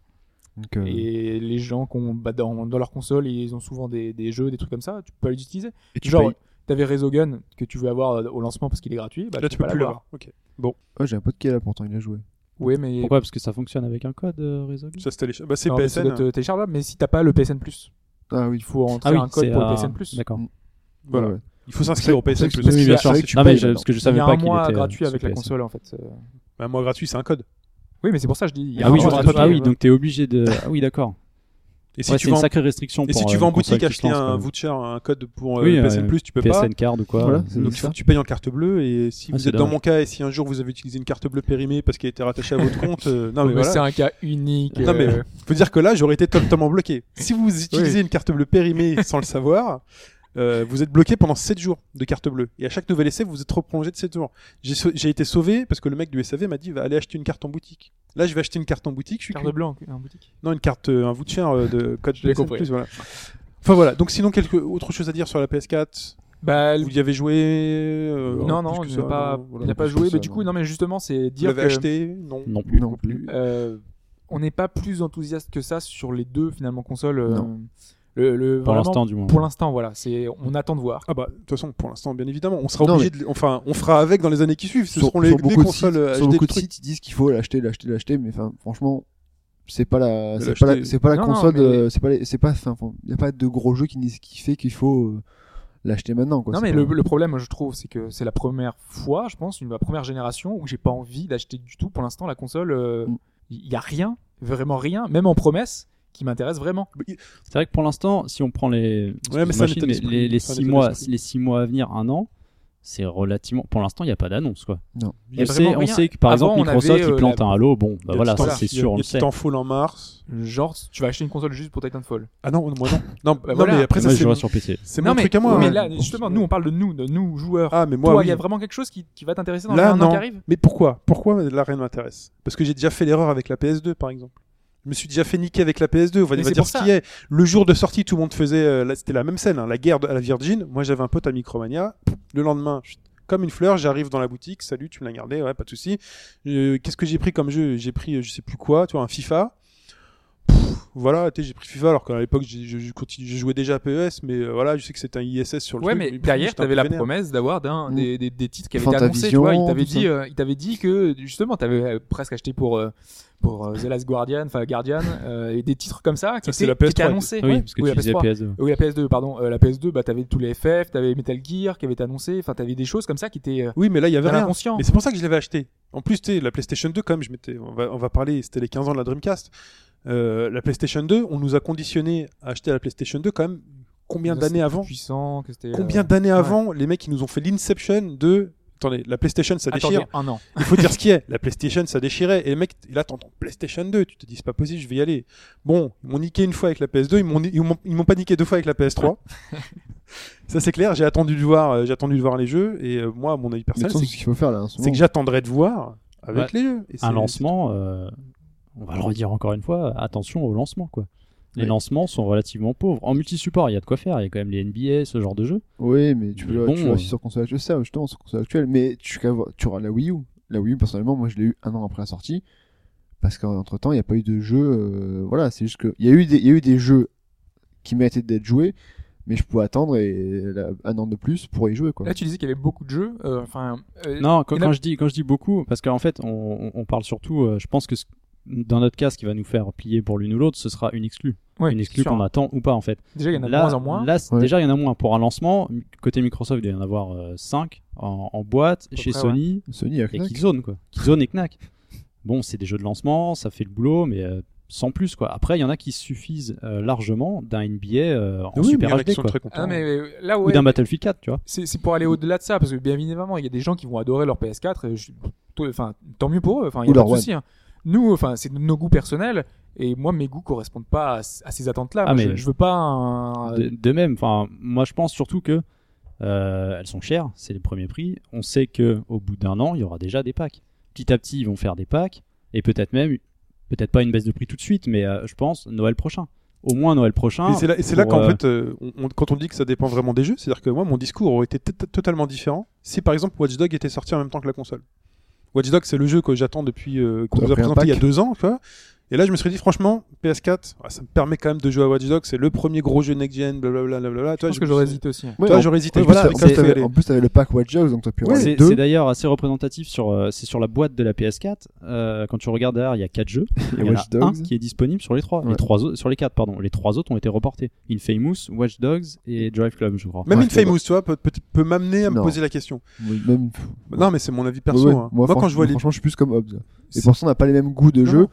Speaker 4: Donc, euh, et,
Speaker 3: Et les gens qui ont, bah, dans, dans leur console, ils ont souvent des, des jeux, des trucs comme ça, tu peux pas les utiliser.
Speaker 4: tu
Speaker 3: Genre,
Speaker 4: payes.
Speaker 3: t'avais Réseau Gun que tu veux avoir euh, au lancement parce qu'il est gratuit. Bah,
Speaker 2: Là tu
Speaker 3: peux
Speaker 2: peux
Speaker 3: pas
Speaker 2: plus
Speaker 3: l'avoir.
Speaker 2: l'avoir. Ok.
Speaker 4: Ouais, Oh, j'ai un pote qui est là pourtant, il a joué.
Speaker 3: Oui, mais
Speaker 5: Pourquoi Parce que ça fonctionne avec un code euh, réseau
Speaker 2: Ça c'est télécha- bah, c'est
Speaker 3: Non, mais ça
Speaker 2: PSN.
Speaker 3: doit être euh, téléchargeable, mais si t'as pas le PSN Plus,
Speaker 4: Ah oui.
Speaker 3: il faut rentrer un code
Speaker 5: c'est,
Speaker 3: pour
Speaker 5: euh,
Speaker 3: le PSN Plus.
Speaker 5: D'accord.
Speaker 2: Voilà.
Speaker 4: Ouais, ouais.
Speaker 2: Il faut s'inscrire au PSN
Speaker 4: c'est-
Speaker 2: Plus.
Speaker 4: c'est-
Speaker 5: Oui,
Speaker 3: qu'il y
Speaker 5: bien
Speaker 3: a-
Speaker 5: sûr.
Speaker 4: c'est vrai que tu
Speaker 5: Non, mais
Speaker 4: payes,
Speaker 5: je-
Speaker 4: là-dedans.
Speaker 5: parce que je
Speaker 3: Il y
Speaker 5: savais
Speaker 3: a
Speaker 5: pas
Speaker 3: un
Speaker 5: qu'il
Speaker 3: mois
Speaker 5: était euh,
Speaker 3: gratuit
Speaker 5: sous
Speaker 3: avec la
Speaker 5: PSN.
Speaker 3: console en fait. euh.
Speaker 2: Un mois Bah, gratuit, c'est un code.
Speaker 3: Oui, mais c'est pour ça je dis. il y a
Speaker 5: Ah
Speaker 3: un
Speaker 5: oui,
Speaker 3: mois
Speaker 5: je-
Speaker 3: gratuit. euh,
Speaker 5: ah oui, donc t'es obligé de. Ah oui, d'accord.
Speaker 2: Et si
Speaker 5: Ouais,
Speaker 2: tu
Speaker 5: c'est une
Speaker 2: vends,
Speaker 5: sacrée restriction
Speaker 2: et
Speaker 5: pour
Speaker 2: si tu
Speaker 5: euh,
Speaker 2: vas en
Speaker 5: une console
Speaker 2: boutique
Speaker 5: qui
Speaker 2: acheter
Speaker 5: se lance,
Speaker 2: un
Speaker 5: quoi.
Speaker 2: voucher, un code pour euh,
Speaker 5: Oui,
Speaker 2: PSN
Speaker 5: euh,
Speaker 2: Plus, tu peux pas.
Speaker 5: PSN card ou quoi
Speaker 4: Voilà,
Speaker 5: euh,
Speaker 4: c'est
Speaker 2: Donc il faut que tu payes en carte bleue et si
Speaker 5: Ah,
Speaker 2: vous
Speaker 5: c'est
Speaker 2: êtes dans
Speaker 5: dingue.
Speaker 2: mon cas et si un jour vous avez utilisé une carte bleue périmée parce qu'elle était rattachée à votre compte, euh, non mais,
Speaker 3: Mais
Speaker 2: voilà,
Speaker 3: c'est un cas unique.
Speaker 2: Non, mais-
Speaker 3: euh,
Speaker 2: faut dire que là j'aurais été totalement bloqué. Si vous utilisez une carte bleue périmée sans le savoir, euh, vous êtes bloqué pendant 7 jours de carte bleue et à chaque nouvel essai vous êtes replongé de 7 jours. J'ai sau- J'ai été sauvé parce que le mec du SAV m'a dit va aller acheter une carte en boutique. Là je vais acheter une carte en boutique, je suis
Speaker 3: carte
Speaker 2: cuit.
Speaker 3: blanche en boutique.
Speaker 2: Non, une carte, euh, un voucher euh, de code
Speaker 3: Je l'ai
Speaker 2: PSN+,
Speaker 3: compris.
Speaker 2: voilà. Enfin voilà, donc sinon quelque autre chose à dire sur la PS4
Speaker 3: Bah,
Speaker 2: Vous y avez joué euh,
Speaker 3: non,
Speaker 2: plus
Speaker 3: non,
Speaker 2: que
Speaker 3: il
Speaker 2: ça,
Speaker 3: n'a pas,
Speaker 2: non, voilà.
Speaker 3: il n'a pas
Speaker 4: plus que
Speaker 3: joué.
Speaker 4: ça,
Speaker 3: Mais du coup, non, mais justement, c'est
Speaker 2: Vous
Speaker 3: dire
Speaker 2: l'avez
Speaker 3: que
Speaker 2: acheté Non.
Speaker 5: Non plus.
Speaker 4: Non plus.
Speaker 3: euh, on n'est pas plus enthousiaste que ça sur les deux finalement consoles. euh,
Speaker 4: Non.
Speaker 3: le, le-
Speaker 5: Pour
Speaker 3: vraiment,
Speaker 5: l'instant, du moins.
Speaker 3: Pour l'instant, voilà. C'est, on attend de voir.
Speaker 2: Ah bah de toute façon pour l'instant bien évidemment on sera
Speaker 4: Non,
Speaker 2: obligé de, enfin on fera avec dans les années qui suivent ce seront les, les
Speaker 4: beaucoup de
Speaker 2: consoles
Speaker 4: sites,
Speaker 2: euh,
Speaker 4: sur
Speaker 2: HD
Speaker 4: beaucoup de
Speaker 2: trucs.
Speaker 4: sites, ils disent qu'il faut l'acheter, l'acheter, l'acheter, mais enfin, franchement, c'est pas la,
Speaker 2: Mais
Speaker 4: c'est pas la,
Speaker 2: l'acheter-
Speaker 4: c'est pas la
Speaker 3: Non, non,
Speaker 4: console,
Speaker 3: mais-
Speaker 4: euh, c'est pas, les- c'est pas, enfin, il y a pas de gros jeux qui, dis- qui fait qu'il faut euh, l'acheter maintenant, quoi.
Speaker 3: non
Speaker 4: C'est
Speaker 3: mais
Speaker 4: pas-
Speaker 3: le, le problème je trouve c'est que c'est la première fois je pense une la première génération où j'ai pas envie d'acheter du tout pour l'instant la console euh,
Speaker 4: Mm.
Speaker 3: il y a rien vraiment rien même en promesse qui m'intéresse vraiment
Speaker 5: C'est vrai que pour l'instant, si on prend les,
Speaker 2: Ouais, mais ça,
Speaker 5: excuse-moi,
Speaker 2: l'état
Speaker 5: Chine, mais
Speaker 2: d'esprit.
Speaker 5: les, les
Speaker 2: Ça,
Speaker 5: six
Speaker 2: l'état
Speaker 5: mois,
Speaker 2: d'esprit.
Speaker 5: les six mois à venir, un an, c'est relativement. Pour l'instant, il n'y a pas d'annonce, quoi.
Speaker 4: Non.
Speaker 3: Il y a
Speaker 5: On sait,
Speaker 3: vraiment
Speaker 5: on
Speaker 3: rien.
Speaker 5: sait que par
Speaker 3: Avant,
Speaker 5: exemple
Speaker 3: on
Speaker 5: Microsoft,
Speaker 3: avait,
Speaker 5: ils
Speaker 3: euh,
Speaker 5: plantent
Speaker 3: la-
Speaker 5: un Halo. Bon, bah
Speaker 2: Il y a
Speaker 5: voilà, ça
Speaker 2: Titanfall-
Speaker 5: c'est
Speaker 2: il y a-
Speaker 5: sûr, on
Speaker 2: il
Speaker 5: le
Speaker 2: y a
Speaker 5: sait.
Speaker 2: Titanfall en mars
Speaker 3: genre tu vas acheter une console juste pour Titanfall
Speaker 2: ah non moi non non, non,
Speaker 3: voilà.
Speaker 2: mais après
Speaker 5: Moi,
Speaker 2: ça
Speaker 5: je
Speaker 2: c'est
Speaker 5: jouerai
Speaker 2: mon,
Speaker 5: sur PC.
Speaker 2: c'est
Speaker 3: non
Speaker 2: mon
Speaker 3: mais,
Speaker 2: truc à moi
Speaker 3: mais
Speaker 2: hein.
Speaker 3: là justement nous on parle de nous de nous joueurs
Speaker 2: ah mais
Speaker 3: toi
Speaker 2: moi
Speaker 3: il y a
Speaker 2: oui.
Speaker 3: vraiment quelque chose qui, qui va t'intéresser dans
Speaker 2: là
Speaker 3: les années qui
Speaker 2: non
Speaker 3: arrivent
Speaker 2: mais pourquoi pourquoi la reine m'intéresse parce que j'ai déjà fait l'erreur avec la PS2 par exemple je me suis déjà fait niquer avec la PS2 on va,
Speaker 3: Mais
Speaker 2: on va
Speaker 3: c'est
Speaker 2: dire
Speaker 3: pour
Speaker 2: ce
Speaker 3: ça.
Speaker 2: qui est le jour de sortie tout le monde faisait euh, là, c'était la même scène hein, la guerre de- à la Virgin moi j'avais un pote à Micromania le lendemain je- comme une fleur, j'arrive dans la boutique, salut, tu me l'as gardé, ouais, pas de souci. Euh, Qu'est-ce que j'ai pris comme jeu J'ai pris, euh, je sais plus quoi, tu vois, un FIFA. Pff, voilà, tu sais, j'ai pris FIFA alors qu'à l'époque, j'ai- je, je continue- je jouais déjà à PES, mais euh, voilà, je sais que c'était un ISS sur le
Speaker 3: ouais
Speaker 2: truc,
Speaker 3: mais
Speaker 2: pff,
Speaker 3: derrière
Speaker 2: j'étais un
Speaker 3: t'avais
Speaker 2: peu
Speaker 3: la
Speaker 2: vénère.
Speaker 3: promesse d'avoir d'un-
Speaker 4: Mm.
Speaker 3: des, des, des titres qui avaient été annoncés tu
Speaker 4: Fantavision,
Speaker 3: vois il t'avait
Speaker 4: tout ça.
Speaker 3: dit euh, il t'avait dit que justement t'avais euh, presque acheté pour euh, pour euh, The Last Guardian enfin Guardian euh, et des titres comme ça qui
Speaker 2: Ça, Ah, c'est
Speaker 3: étaient
Speaker 2: la
Speaker 3: qui
Speaker 2: PS3,
Speaker 3: étaient annoncés
Speaker 5: Oui, parce que
Speaker 3: Oui,
Speaker 5: tu
Speaker 3: la
Speaker 5: disais E,
Speaker 3: PS3.
Speaker 5: PS2.
Speaker 3: Oui, la PS2, pardon. Euh, la PS2, bah, t'avais tous les FF, t'avais Metal Gear qui avait été annoncé, enfin, t'avais des choses comme ça qui étaient euh,
Speaker 2: Oui, mais là, il y avait
Speaker 3: dans
Speaker 2: rien.
Speaker 3: l'inconscient.
Speaker 2: Mais c'est pour ça que je l'avais acheté. En plus, tu sais, la PlayStation 2, quand même, je m'étais, on va, on va parler, c'était les 15 ans de la Dreamcast. Euh, la PlayStation 2, on nous a conditionné à acheter la PlayStation 2 quand même combien
Speaker 3: Que
Speaker 2: d'années
Speaker 3: c'était
Speaker 2: avant
Speaker 3: puissant, que c'était. euh,
Speaker 2: Combien d'années avant les mecs ils nous ont fait l'inception de attendez la PlayStation ça
Speaker 3: euh, Attendez,
Speaker 2: déchire
Speaker 3: un an.
Speaker 2: il faut dire ce qui est la PlayStation ça déchirait et les mecs là t'entends PlayStation 2 tu te dis c'est pas possible je vais y aller bon ils m'ont niqué une fois avec la PS2 ils m'ont ils m'ont ils m'ont pas niqué deux fois avec la PS3 ça c'est clair j'ai attendu de voir euh, j'ai attendu de voir les jeux et euh, moi mon avis
Speaker 4: Mais de
Speaker 2: personnel
Speaker 4: toute
Speaker 2: c'est
Speaker 4: façon, c'est ce qu'il faut faire là. en ce
Speaker 2: que- c'est
Speaker 4: moment.
Speaker 2: que j'attendrai de voir avec les jeux Et c'est-
Speaker 5: Un lancement, euh, on va le redire encore une fois, attention au lancement, quoi. Les
Speaker 4: Oui.
Speaker 5: lancements sont relativement pauvres. En multisupport, il y a de quoi faire. Il y a quand même les NBA, ce genre de jeux.
Speaker 4: Oui, mais tu
Speaker 5: Mais
Speaker 4: peux, tu
Speaker 5: bon,
Speaker 4: vas
Speaker 2: euh.
Speaker 4: aussi sur console actuelle, ça, justement, sur console actuelle. Mais tu, qu'à voir- tu auras la Wii U. La Wii U, personnellement, moi, je l'ai eu un an après la sortie. Parce qu'entre temps, il n'y a pas eu de jeu. euh, voilà, c'est juste que. Il y, a eu des- il y a eu des jeux qui méritaient d'être joués, mais je pouvais attendre et, là, un an de plus pour y jouer, quoi.
Speaker 3: Là, tu disais qu'il y avait beaucoup de jeux. euh, Enfin. euh,
Speaker 5: Non, quand,
Speaker 3: et là-
Speaker 5: quand je dis, quand je dis beaucoup, parce qu'en fait, on, on- on parle surtout, euh, je pense que ce- dans notre cas, ce qui va nous faire plier pour l'une ou l'autre, ce sera une exclue.
Speaker 3: ouais,
Speaker 5: une
Speaker 3: c'est
Speaker 5: exclue
Speaker 3: sûr. hein.
Speaker 5: qu'on attend ou pas, en fait.
Speaker 3: Déjà, il y en a de
Speaker 5: là,
Speaker 3: moins en moins.
Speaker 5: là, c'est-
Speaker 4: Ouais.
Speaker 5: déjà, il y en a moins. Pour un lancement, côté Microsoft, il doit y en avoir 5 en, en boîte,
Speaker 3: peu
Speaker 5: chez
Speaker 3: près,
Speaker 5: Sony,
Speaker 4: Sony a
Speaker 5: et Killzone, quoi. Killzone et Knack. Bon, c'est des jeux de lancement, ça fait le boulot, mais euh, sans plus, quoi. Après, il y en a qui suffisent euh, largement d'un NBA euh, en
Speaker 2: oui, mais il y
Speaker 5: Super
Speaker 2: en a qui
Speaker 5: HD,
Speaker 2: sont
Speaker 5: quoi.
Speaker 2: très
Speaker 3: Ah,
Speaker 2: contents
Speaker 3: non, mais euh, là,
Speaker 5: Ou
Speaker 3: ouais.
Speaker 5: d'un Battlefield 4, tu vois.
Speaker 3: C'est c'est pour aller au-delà de ça, parce que bien évidemment, il y a des gens qui vont adorer leur PS4. et je- tout- Enfin, tant mieux pour eux. Enfin, il y
Speaker 4: Ou
Speaker 3: a pas
Speaker 4: leur
Speaker 3: de
Speaker 4: One.
Speaker 3: souci. hein. Nous, enfin, c'est nos goûts personnels. Et moi, mes goûts correspondent pas à, à ces attentes-là.
Speaker 5: Ah,
Speaker 3: Moi,
Speaker 5: mais-
Speaker 3: je, je veux pas un.
Speaker 5: De, de même, enfin, moi je pense surtout que euh, elles sont chères, c'est les premiers prix. On sait que au bout d'un an, il y aura déjà des packs. Petit à petit, ils vont faire des packs et peut-être même, peut-être pas une baisse de prix tout de suite, mais euh, je pense Noël prochain. Au moins Noël prochain.
Speaker 3: Ah.
Speaker 2: Et c'est là, et c'est là
Speaker 5: pour,
Speaker 2: qu'en
Speaker 5: euh,
Speaker 2: fait, euh, on- on- quand on dit que ça dépend vraiment des jeux, c'est-à-dire que moi, mon discours aurait été t- t- totalement différent si, par exemple, Watch Dog était sorti en même temps que la console. Watch Dog, c'est le jeu que j'attends depuis euh, qu'on
Speaker 4: T'as
Speaker 2: nous a
Speaker 4: pris un
Speaker 2: présenté il y a
Speaker 4: pack.
Speaker 2: deux ans. Quoi. Et là, je me serais dit, franchement, PS4, ah, ça me permet quand même de jouer à Watch Dog. C'est le premier gros jeu next-gen, blablabla. blablabla.
Speaker 3: Je
Speaker 2: Toi,
Speaker 3: pense que j'aurais hésité aussi. hein.
Speaker 4: Ouais,
Speaker 2: Toi,
Speaker 4: en-
Speaker 2: j'aurais hésité.
Speaker 4: en plus,
Speaker 2: Voilà,
Speaker 4: t'as-
Speaker 2: avec
Speaker 4: en
Speaker 2: ça, je
Speaker 4: plus,
Speaker 2: peux y
Speaker 4: t'avais-
Speaker 2: aller.
Speaker 4: en plus, t'avais le pack Watch Dogs, donc t'as pu avoir les
Speaker 5: c'est,
Speaker 4: deux.
Speaker 5: c'est d'ailleurs assez représentatif sur, euh, c'est sur la boîte de la PS4. euh, quand tu regardes derrière, il y a quatre jeux.
Speaker 4: Il y a
Speaker 5: Il y en
Speaker 4: Watch
Speaker 5: a un
Speaker 4: Dogs.
Speaker 5: qui est disponible sur les trois. Les
Speaker 4: Ouais.
Speaker 5: trois autres, sur les quatre, pardon. Les trois autres ont été reportés. Infamous, Watch Dogs et Drive Club, je crois.
Speaker 2: Même
Speaker 4: Ouais,
Speaker 2: Infamous, tu vois, peut, peut- peut m'amener à me
Speaker 4: Non.
Speaker 2: poser la question.
Speaker 4: Oui, Même...
Speaker 2: Non, mais c'est mon avis perso.
Speaker 4: Ouais, ouais.
Speaker 2: hein.
Speaker 4: Moi,
Speaker 2: Moi, quand je vois les.
Speaker 4: franchement, je suis plus comme Hobbs. Et
Speaker 2: C'est-
Speaker 4: pour ça, on n'a pas les mêmes goûts de
Speaker 2: Non,
Speaker 4: jeu.
Speaker 2: non.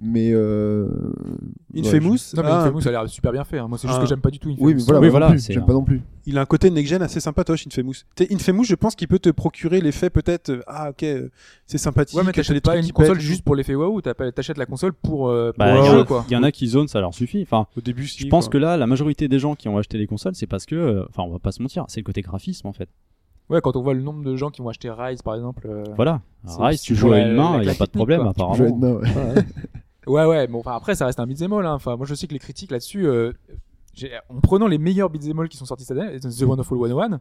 Speaker 4: Mais euh... ouais,
Speaker 2: Infamous,
Speaker 3: Non, mais
Speaker 2: a un-
Speaker 3: Infamous, Ah. ça a l'air super bien fait. hein. Moi, c'est juste
Speaker 2: Ah.
Speaker 3: que j'aime pas du tout
Speaker 4: je- Ah. Oui, mais
Speaker 3: Infamous.
Speaker 4: voilà,
Speaker 5: Oui,
Speaker 4: moi
Speaker 5: voilà,
Speaker 4: non plus,
Speaker 5: c'est
Speaker 4: j'aime
Speaker 5: un-
Speaker 4: pas non plus.
Speaker 2: il a un côté next-gen assez sympatoche, Infamous. T'es- Infamous, je pense qu'il peut te procurer l'effet peut-être, euh, ah ok, euh, c'est sympathique,
Speaker 3: Ouais, mais
Speaker 2: t'as des
Speaker 3: t'achètes pas
Speaker 2: trucs
Speaker 3: une
Speaker 2: qui pètent.
Speaker 3: console juste pour l'effet waouh, t'appelles- t'achètes la console pour, euh, pour
Speaker 5: Bah,
Speaker 3: le
Speaker 5: il y en
Speaker 3: jeu,
Speaker 5: a-
Speaker 3: quoi.
Speaker 5: il y en a qui zonent, ça leur suffit. Enfin,
Speaker 2: Au début, si,
Speaker 5: je pense
Speaker 2: quoi.
Speaker 5: que là, la majorité des gens qui ont acheté les consoles, c'est parce que, euh, enfin, on va pas se mentir, c'est le côté graphisme en fait.
Speaker 3: Ouais, quand on voit le nombre de gens qui vont acheter Rise, par exemple. euh,
Speaker 5: Voilà.
Speaker 3: C'est-
Speaker 5: Rise,
Speaker 3: c'est
Speaker 5: tu
Speaker 3: pour
Speaker 5: joues à
Speaker 3: la-
Speaker 5: une
Speaker 3: la
Speaker 5: main, il y a
Speaker 3: claque
Speaker 5: pas de problème
Speaker 3: technique,
Speaker 4: Je vais
Speaker 5: apparemment.
Speaker 4: être- non, ouais.
Speaker 3: Ouais, ouais, bon, enfin, après, ça reste un beat'em all, hein. Enfin, moi, je sais que les critiques là-dessus, euh, j'ai- en prenant les meilleurs beat'em all qui sont sortis cette année, The
Speaker 5: Mm.
Speaker 3: Wonderful 101,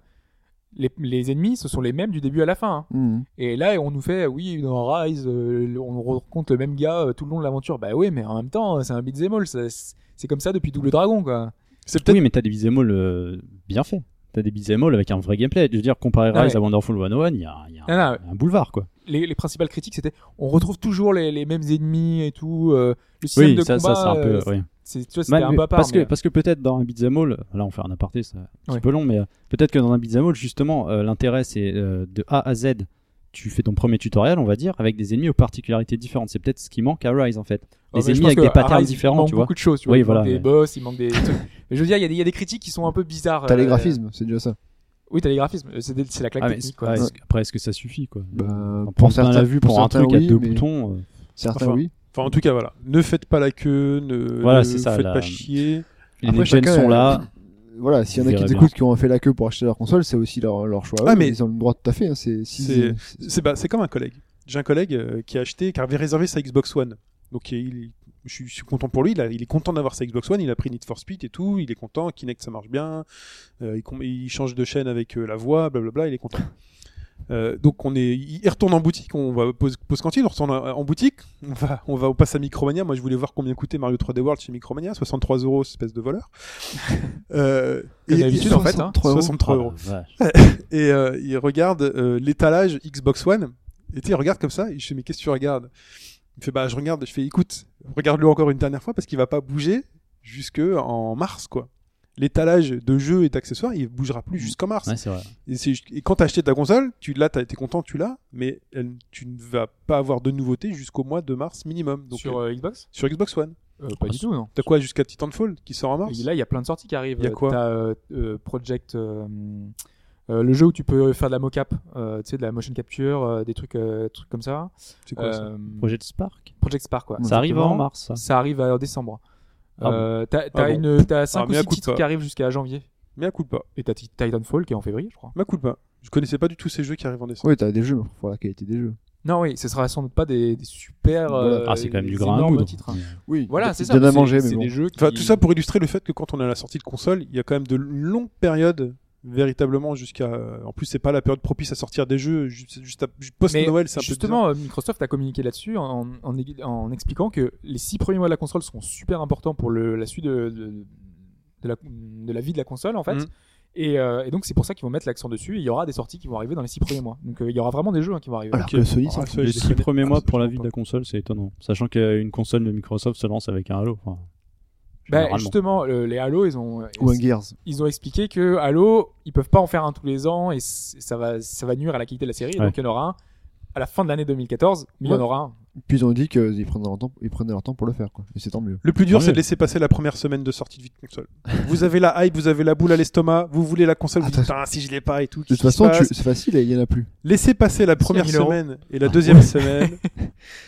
Speaker 3: les, les ennemis, ce sont les mêmes du début à la fin. hein.
Speaker 4: Hmm.
Speaker 3: Et là, on nous fait, oui, dans Rise, euh, le- on rencontre le même gars euh, tout le long de l'aventure. Bah oui, mais en même temps, c'est un beat'em all. ça- C'est comme ça depuis Double Dragon, quoi.
Speaker 2: c'est peut-être
Speaker 5: Oui, mais t'as des beat'em all, euh, bien faits. T'as des beat'em all avec un vrai gameplay. Je veux dire, comparé
Speaker 3: Ah
Speaker 5: Rise
Speaker 3: ouais.
Speaker 5: à Wonderful 101, il y a, il y a
Speaker 3: Non, non,
Speaker 5: un boulevard quoi.
Speaker 3: les, les principales critiques, c'était on retrouve toujours les, les mêmes ennemis et tout. euh, le système
Speaker 5: oui,
Speaker 3: de
Speaker 5: ça,
Speaker 3: combat,
Speaker 5: ça c'est un peu.
Speaker 3: euh,
Speaker 5: oui.
Speaker 3: c'est- tu vois,
Speaker 5: Ouais,
Speaker 3: c'était un
Speaker 5: mais
Speaker 3: peu à part.
Speaker 5: parce, que,
Speaker 3: mais-
Speaker 5: parce que peut-être dans un beat'em all, là on fait un aparté, c'est un
Speaker 3: Ouais.
Speaker 5: petit peu long, mais euh, peut-être que dans un beat'em all, justement, euh, l'intérêt c'est euh, de A à Z, tu fais ton premier tutoriel, on va dire, avec des ennemis aux particularités différentes. C'est peut-être ce qui manque à Rise en fait.
Speaker 3: Ouais,
Speaker 5: les
Speaker 3: mais je
Speaker 5: ennemis
Speaker 3: pense
Speaker 5: avec
Speaker 3: que
Speaker 5: des
Speaker 3: à
Speaker 5: patterns
Speaker 3: Rise, Il
Speaker 5: différents,
Speaker 3: manque
Speaker 5: tu vois.
Speaker 3: beaucoup de choses. Tu vois
Speaker 5: Oui,
Speaker 3: il
Speaker 5: voilà,
Speaker 3: manque des
Speaker 5: ouais.
Speaker 3: boss, il manque des trucs. Mais je veux dire, il y, a des- il y a des critiques qui sont un peu bizarres.
Speaker 4: T'as les
Speaker 3: euh,
Speaker 4: graphismes, c'est déjà ça.
Speaker 3: Oui, t'as les graphismes. euh, C'est des- c'est la claque
Speaker 5: Ah, mais
Speaker 3: technique.
Speaker 5: c'est-
Speaker 3: quoi.
Speaker 5: ouais,
Speaker 3: Ouais.
Speaker 5: est-ce que- Après, est-ce que ça suffit quoi
Speaker 4: Bah,
Speaker 5: Enfin,
Speaker 4: pour
Speaker 5: Pour ce qu'on
Speaker 4: certains-
Speaker 5: a vu
Speaker 4: pour
Speaker 5: pour un
Speaker 4: certains,
Speaker 5: truc à
Speaker 4: oui,
Speaker 5: deux
Speaker 4: mais-
Speaker 5: boutons. euh,
Speaker 4: Certains,
Speaker 2: Enfin,
Speaker 4: oui.
Speaker 2: Enfin, en tout cas, voilà. Ne faites pas la queue, ne,
Speaker 5: Voilà,
Speaker 2: ne
Speaker 5: c'est ça,
Speaker 2: faites
Speaker 5: la-
Speaker 2: pas chier.
Speaker 5: Les
Speaker 4: Après,
Speaker 5: next gen
Speaker 4: chacun,
Speaker 5: sont
Speaker 4: euh,
Speaker 5: là.
Speaker 4: Voilà, s'il y en a
Speaker 5: Vous
Speaker 4: qui
Speaker 5: verrez
Speaker 4: t'écoutent qui ont fait la queue pour acheter leur console, c'est aussi leur, leur choix.
Speaker 2: Ah,
Speaker 4: Ouais,
Speaker 2: mais-
Speaker 4: Ils ont le droit tout à fait. hein, c'est si-
Speaker 2: C'est-
Speaker 4: c'est-
Speaker 2: C'est bah, c'est comme un collègue. J'ai un collègue euh, qui a acheté, qui avait réservé sa Xbox One. Donc il, je, suis, je suis content pour lui. Il, a- il est content d'avoir sa Xbox One. Il a pris Need for Speed et tout. Il est content. Kinect ça marche bien. Euh, il com- il, change de chaîne avec euh, la voix. Blablabla. Il est content. Euh, donc on est, il retourne en boutique, on va pause, pause cantine, on retourne en en boutique, on va, on va au pass à Micromania. Moi je voulais voir combien coûtait Mario 3D World chez Micromania, 63 euros, espèce de voleur. Euh,
Speaker 3: Comme
Speaker 2: et-
Speaker 3: d'habitude, en fait, hein.
Speaker 4: 63 euros.
Speaker 2: 63 euros
Speaker 5: Ah, la vache.
Speaker 2: et euh, il regarde euh, l'étalage Xbox One. Et tu sais, il regarde comme ça. Et je fais, mais qu'est-ce que tu regardes Il me fait, bah, je regarde. Je fais, écoute, regarde-le encore une dernière fois parce qu'il va pas bouger jusque en mars, quoi. L'étalage de jeux et d'accessoires, il bougera plus jusqu'en mars.
Speaker 5: Ouais, c'est vrai.
Speaker 2: Et, c'est- et quand t'as acheté ta console, tu l'as, t'as été content, tu l'as, mais elle- tu ne vas pas avoir de nouveautés jusqu'au mois de mars minimum. Donc, euh,
Speaker 3: Sur
Speaker 2: sur,
Speaker 3: euh, Xbox
Speaker 2: Xbox One.
Speaker 3: Euh, Pas du tout, non.
Speaker 2: T'as quoi jusqu'à Titanfall qui sort en mars
Speaker 3: Et là, il y a plein de sorties qui arrivent.
Speaker 2: Il y a quoi
Speaker 3: T'as euh, euh, Project. euh, euh, le jeu où tu peux faire de la mocap, euh, tu sais, de la motion capture, euh, des trucs, euh, trucs comme ça.
Speaker 2: C'est quoi ça
Speaker 3: Euh,
Speaker 5: Projet de Spark.
Speaker 3: Project Spark, quoi.
Speaker 5: Ça arrive en
Speaker 3: Exactement.
Speaker 5: mars. ça.
Speaker 3: Ça arrive euh, en décembre.
Speaker 5: Ah bon.
Speaker 3: Euh, t'as
Speaker 2: Ah bon.
Speaker 3: 5
Speaker 2: Ah,
Speaker 3: ou
Speaker 2: mais à
Speaker 3: 6
Speaker 2: coup de
Speaker 3: titres
Speaker 2: pas.
Speaker 3: qui arrivent jusqu'à janvier.
Speaker 2: Mais à coup de pas.
Speaker 3: Et t'as Ti- Titanfall qui est en février, je crois.
Speaker 2: Mais à coup de pas. Je connaissais pas du tout ces jeux qui arrivent en décembre.
Speaker 4: Oui, t'as des jeux, mais faut voir la qualité des jeux.
Speaker 3: Non, oui, ce sera sans doute pas des, des super.
Speaker 4: Voilà.
Speaker 3: euh,
Speaker 5: Ah, c'est quand même du
Speaker 3: des
Speaker 5: grain à
Speaker 3: énormes
Speaker 5: moudre.
Speaker 3: titres, hein.
Speaker 4: Oui,
Speaker 3: Voilà, c'est ça.
Speaker 4: Bien à
Speaker 3: c'est-
Speaker 4: manger, mais
Speaker 3: c'est
Speaker 4: bon.
Speaker 3: des jeux
Speaker 2: Enfin,
Speaker 3: qui-
Speaker 2: tout ça pour illustrer le fait que quand on a la sortie de console, il y a quand même de une longue période véritablement jusqu'à. euh, En plus, c'est pas la période propice à sortir des jeux ju- juste à- ju- post
Speaker 3: Mais
Speaker 2: Noël. C'est un peu
Speaker 3: Justement, euh, Microsoft a communiqué là-dessus en, en, en expliquant que les six premiers mois de la console seront super importants pour le, la suite de, de, de la, de la vie de la console, en fait.
Speaker 5: Mm.
Speaker 2: Mhm.
Speaker 3: Et, euh, et donc, c'est pour ça qu'ils vont mettre l'accent dessus. et Il y aura des sorties qui vont arriver dans les six premiers mois. Donc, euh, il y aura vraiment des jeux hein, qui vont arriver.
Speaker 4: Alors que Sony,
Speaker 2: bizarre.
Speaker 4: ça-
Speaker 2: Ah, ça, je
Speaker 5: Les
Speaker 2: les
Speaker 5: six
Speaker 2: connais
Speaker 5: premiers mois pour la vie de
Speaker 2: absolument
Speaker 5: la console, c'est étonnant. Sachant qu'une console de Microsoft se lance avec un Halo. enfin,
Speaker 3: Bah,
Speaker 5: généralement.
Speaker 3: justement, le- les Halo, ils ont,
Speaker 4: ou un Gears.
Speaker 3: ils ont expliqué que Halo, ils peuvent pas en faire un tous les ans et c- ça va, ça va nuire à la qualité de la série. Et
Speaker 5: Ouais.
Speaker 3: Donc, il y en aura un à la fin de l'année 2014, mais il y en
Speaker 4: Ouais.
Speaker 3: aura un.
Speaker 4: Puis ils ont dit qu'ils prenaient leur temps, ils prenaient leur temps pour le faire, quoi. Et c'est tant mieux.
Speaker 2: Le plus dur,
Speaker 5: Tant
Speaker 2: c'est de
Speaker 5: mieux.
Speaker 2: laisser passer la première semaine de sortie de vie de console. vous avez la hype, vous avez la boule à l'estomac, vous voulez la console, vous dites,
Speaker 4: Attends.
Speaker 2: putain, si je l'ai pas et tout.
Speaker 4: De toute façon, tu- c'est facile, et il y en a plus.
Speaker 2: Laissez passer la première
Speaker 3: 1000 euros.
Speaker 2: semaine et
Speaker 5: Ah
Speaker 2: la deuxième semaine.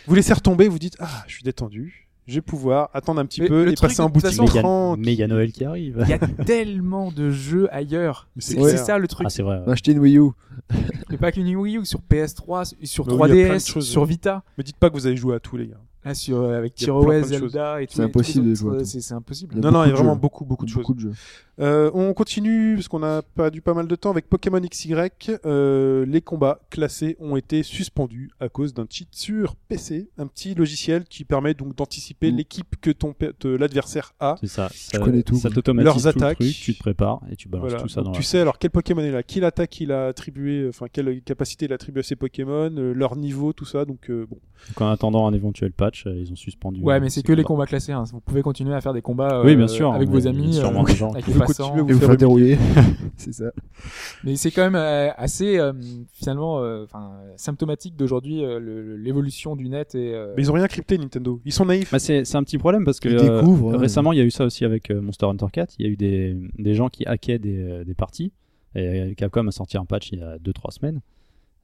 Speaker 2: Vous laissez retomber, vous dites, ah, je suis détendu, je vais pouvoir attendre un petit
Speaker 3: Mais
Speaker 2: peu
Speaker 3: le
Speaker 2: et
Speaker 3: truc,
Speaker 2: passer
Speaker 3: de
Speaker 2: en
Speaker 3: toute
Speaker 2: boutique.
Speaker 3: façon,
Speaker 5: Mais il y a-
Speaker 2: tranquille.
Speaker 5: mais il y a Noël qui arrive.
Speaker 3: Il y a tellement de jeux ailleurs.
Speaker 2: Mais c'est
Speaker 3: C'est
Speaker 4: clair.
Speaker 3: c'est ça le truc.
Speaker 5: Ah, c'est vrai. ouais.
Speaker 4: Acheter une Wii U.
Speaker 3: Mais pas qu'une Wii U, sur PS3, sur
Speaker 2: Mais oui, il y a plein de
Speaker 3: 3DS,
Speaker 2: choses.
Speaker 3: sur Vita,
Speaker 2: Me dites pas que vous avez joué à tout, les gars.
Speaker 3: là, sur, euh, avec
Speaker 2: Il y a
Speaker 3: Tiroes,
Speaker 2: plein, plein de choses.
Speaker 3: Zelda et tout.
Speaker 4: C'est impossible de jouer à tout.
Speaker 3: C'est c'est impossible.
Speaker 4: Il y a
Speaker 2: Non, non, il y a
Speaker 4: beaucoup de
Speaker 2: vraiment
Speaker 4: jeux.
Speaker 2: beaucoup, beaucoup de choses.
Speaker 4: Beaucoup de jeux.
Speaker 2: Euh, on continue parce qu'on a perdu pas mal de temps avec Pokémon XY. Euh, les combats classés ont été suspendus à cause d'un cheat sur PC, un petit logiciel qui permet donc d'anticiper
Speaker 4: Mm.
Speaker 2: l'équipe que ton pe- de l'adversaire a.
Speaker 5: C'est ça. ça
Speaker 4: connais tout,
Speaker 5: Ça
Speaker 4: moi.
Speaker 5: t'automatise
Speaker 2: Leurs
Speaker 5: tout le
Speaker 2: attaques.
Speaker 5: truc, tu te prépares et tu balances
Speaker 2: Voilà.
Speaker 5: tout ça
Speaker 2: Donc
Speaker 5: dans
Speaker 2: tu
Speaker 5: la-
Speaker 2: sais alors quel Pokémon est là, quelle attaque il a attribué, enfin quelle capacité il attribue à ses Pokémon, euh, leur niveau, tout ça. Donc euh, bon,
Speaker 5: Donc, en attendant un éventuel patch, euh, ils ont suspendu.
Speaker 3: Ouais,
Speaker 5: euh,
Speaker 3: mais c'est
Speaker 5: ces
Speaker 3: que les combats
Speaker 5: combats.
Speaker 3: classés. hein. Vous pouvez continuer à faire des combats euh,
Speaker 5: Oui, bien sûr.
Speaker 3: avec
Speaker 5: mais
Speaker 3: vos
Speaker 5: il y a
Speaker 3: amis.
Speaker 5: sûrement
Speaker 3: euh,
Speaker 5: des gens
Speaker 3: avec
Speaker 5: qui
Speaker 3: les
Speaker 5: font
Speaker 3: passants.
Speaker 2: continuez à
Speaker 4: Et vous faire
Speaker 2: humilier.
Speaker 4: dérouiller. c'est ça.
Speaker 3: Mais c'est quand même euh, assez euh, finalement euh, enfin, symptomatique d'aujourd'hui euh, le- le- l'évolution du net et euh,
Speaker 2: Mais ils ont rien crypté Nintendo. Ils sont naïfs.
Speaker 5: Bah, c'est c'est un petit problème parce que
Speaker 4: Ils
Speaker 5: euh,
Speaker 4: découvrent, hein. ouais.
Speaker 5: récemment il y a eu ça aussi avec euh, Monster Hunter 4. Il y a eu des, des gens qui hackaient des, euh, des parties. Et euh, Capcom a sorti un patch il y a 2-3 semaines.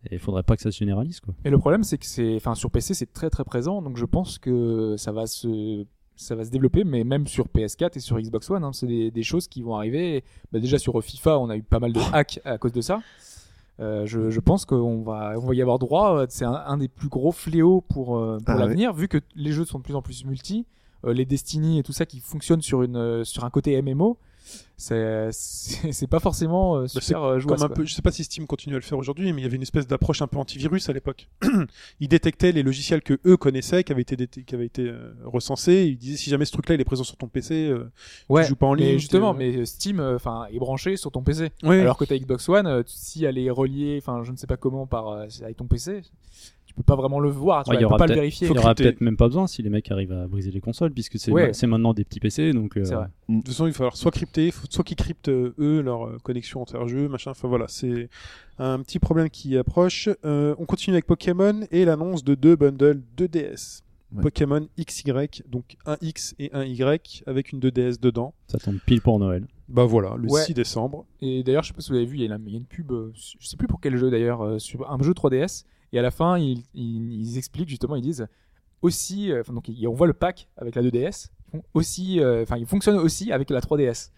Speaker 5: Et il faudrait pas que ça se généralise. Quoi.
Speaker 3: et le problème c'est que c'est enfin sur PC c'est très très présent donc je pense que ça va se ça va se développer mais même sur PS4 et sur Xbox One hein, c'est des, des choses qui vont arriver Et, bah, déjà sur FIFA on a eu pas mal de hacks à cause de ça Euh, je, je pense qu'on va, on va y avoir droit. C'est un, un des plus gros fléaux pour, euh, pour
Speaker 4: Ah,
Speaker 3: l'avenir, vu que les jeux sont de plus en plus multi, euh, les Destiny et tout ça qui fonctionnent sur, une, euh, sur un côté MMO, c'est c'est c'est pas forcément euh,
Speaker 2: Bah, c'est
Speaker 3: super euh, jouable,
Speaker 2: Comme un
Speaker 3: quoi.
Speaker 2: peu, je sais pas si Steam continue à le faire aujourd'hui, mais il y avait une espèce d'approche un peu antivirus à l'époque. ils détectaient les logiciels que eux connaissaient, qui avaient été, déte- qui avaient été euh, recensés. et Ils disaient si jamais ce truc-là il est présent sur ton PC, euh,
Speaker 3: Ouais,
Speaker 2: tu joues pas en ligne.
Speaker 3: mais
Speaker 2: t'es-
Speaker 3: justement, mais Steam euh, enfin est branché sur ton PC.
Speaker 2: Ouais.
Speaker 3: Alors que ta Xbox One, euh, si elle est reliée, enfin je ne sais pas comment par euh, avec ton PC, tu peux pas vraiment le voir, tu vois,
Speaker 5: Ouais, Ah, il y
Speaker 3: tu peux
Speaker 5: aura
Speaker 3: pas le
Speaker 5: peut-être-
Speaker 3: vérifier.
Speaker 5: Il y aura
Speaker 2: crypter.
Speaker 5: peut-être même pas besoin si les mecs arrivent à briser les consoles, puisque c'est
Speaker 3: Ouais.
Speaker 5: c'est maintenant des petits PC. Donc, euh,
Speaker 3: C'est vrai.
Speaker 2: De toute façon, il va falloir soit crypter, faut- soit qu'ils cryptent euh, eux leur euh, connexion inter-jeu, machin. Enfin voilà, c'est un petit problème qui approche. Euh, on continue avec Pokémon et l'annonce de deux bundles 2DS.
Speaker 4: Ouais.
Speaker 2: Pokémon XY, donc un X et un Y avec une 2DS dedans.
Speaker 5: ça tombe pile pour Noël.
Speaker 2: Bah voilà, le
Speaker 3: Ouais.
Speaker 2: 6 décembre.
Speaker 3: Et d'ailleurs, je sais pas si vous avez vu, il y a la- il y a une pub, euh, je sais plus pour quel jeu d'ailleurs, euh, sur un jeu 3DS. Et à la fin, ils, ils- ils expliquent justement, ils disent aussi, euh, enfin, donc il- on voit le pack avec la 2DS, ils font aussi, euh, enfin, il fonctionne aussi avec la 3DS.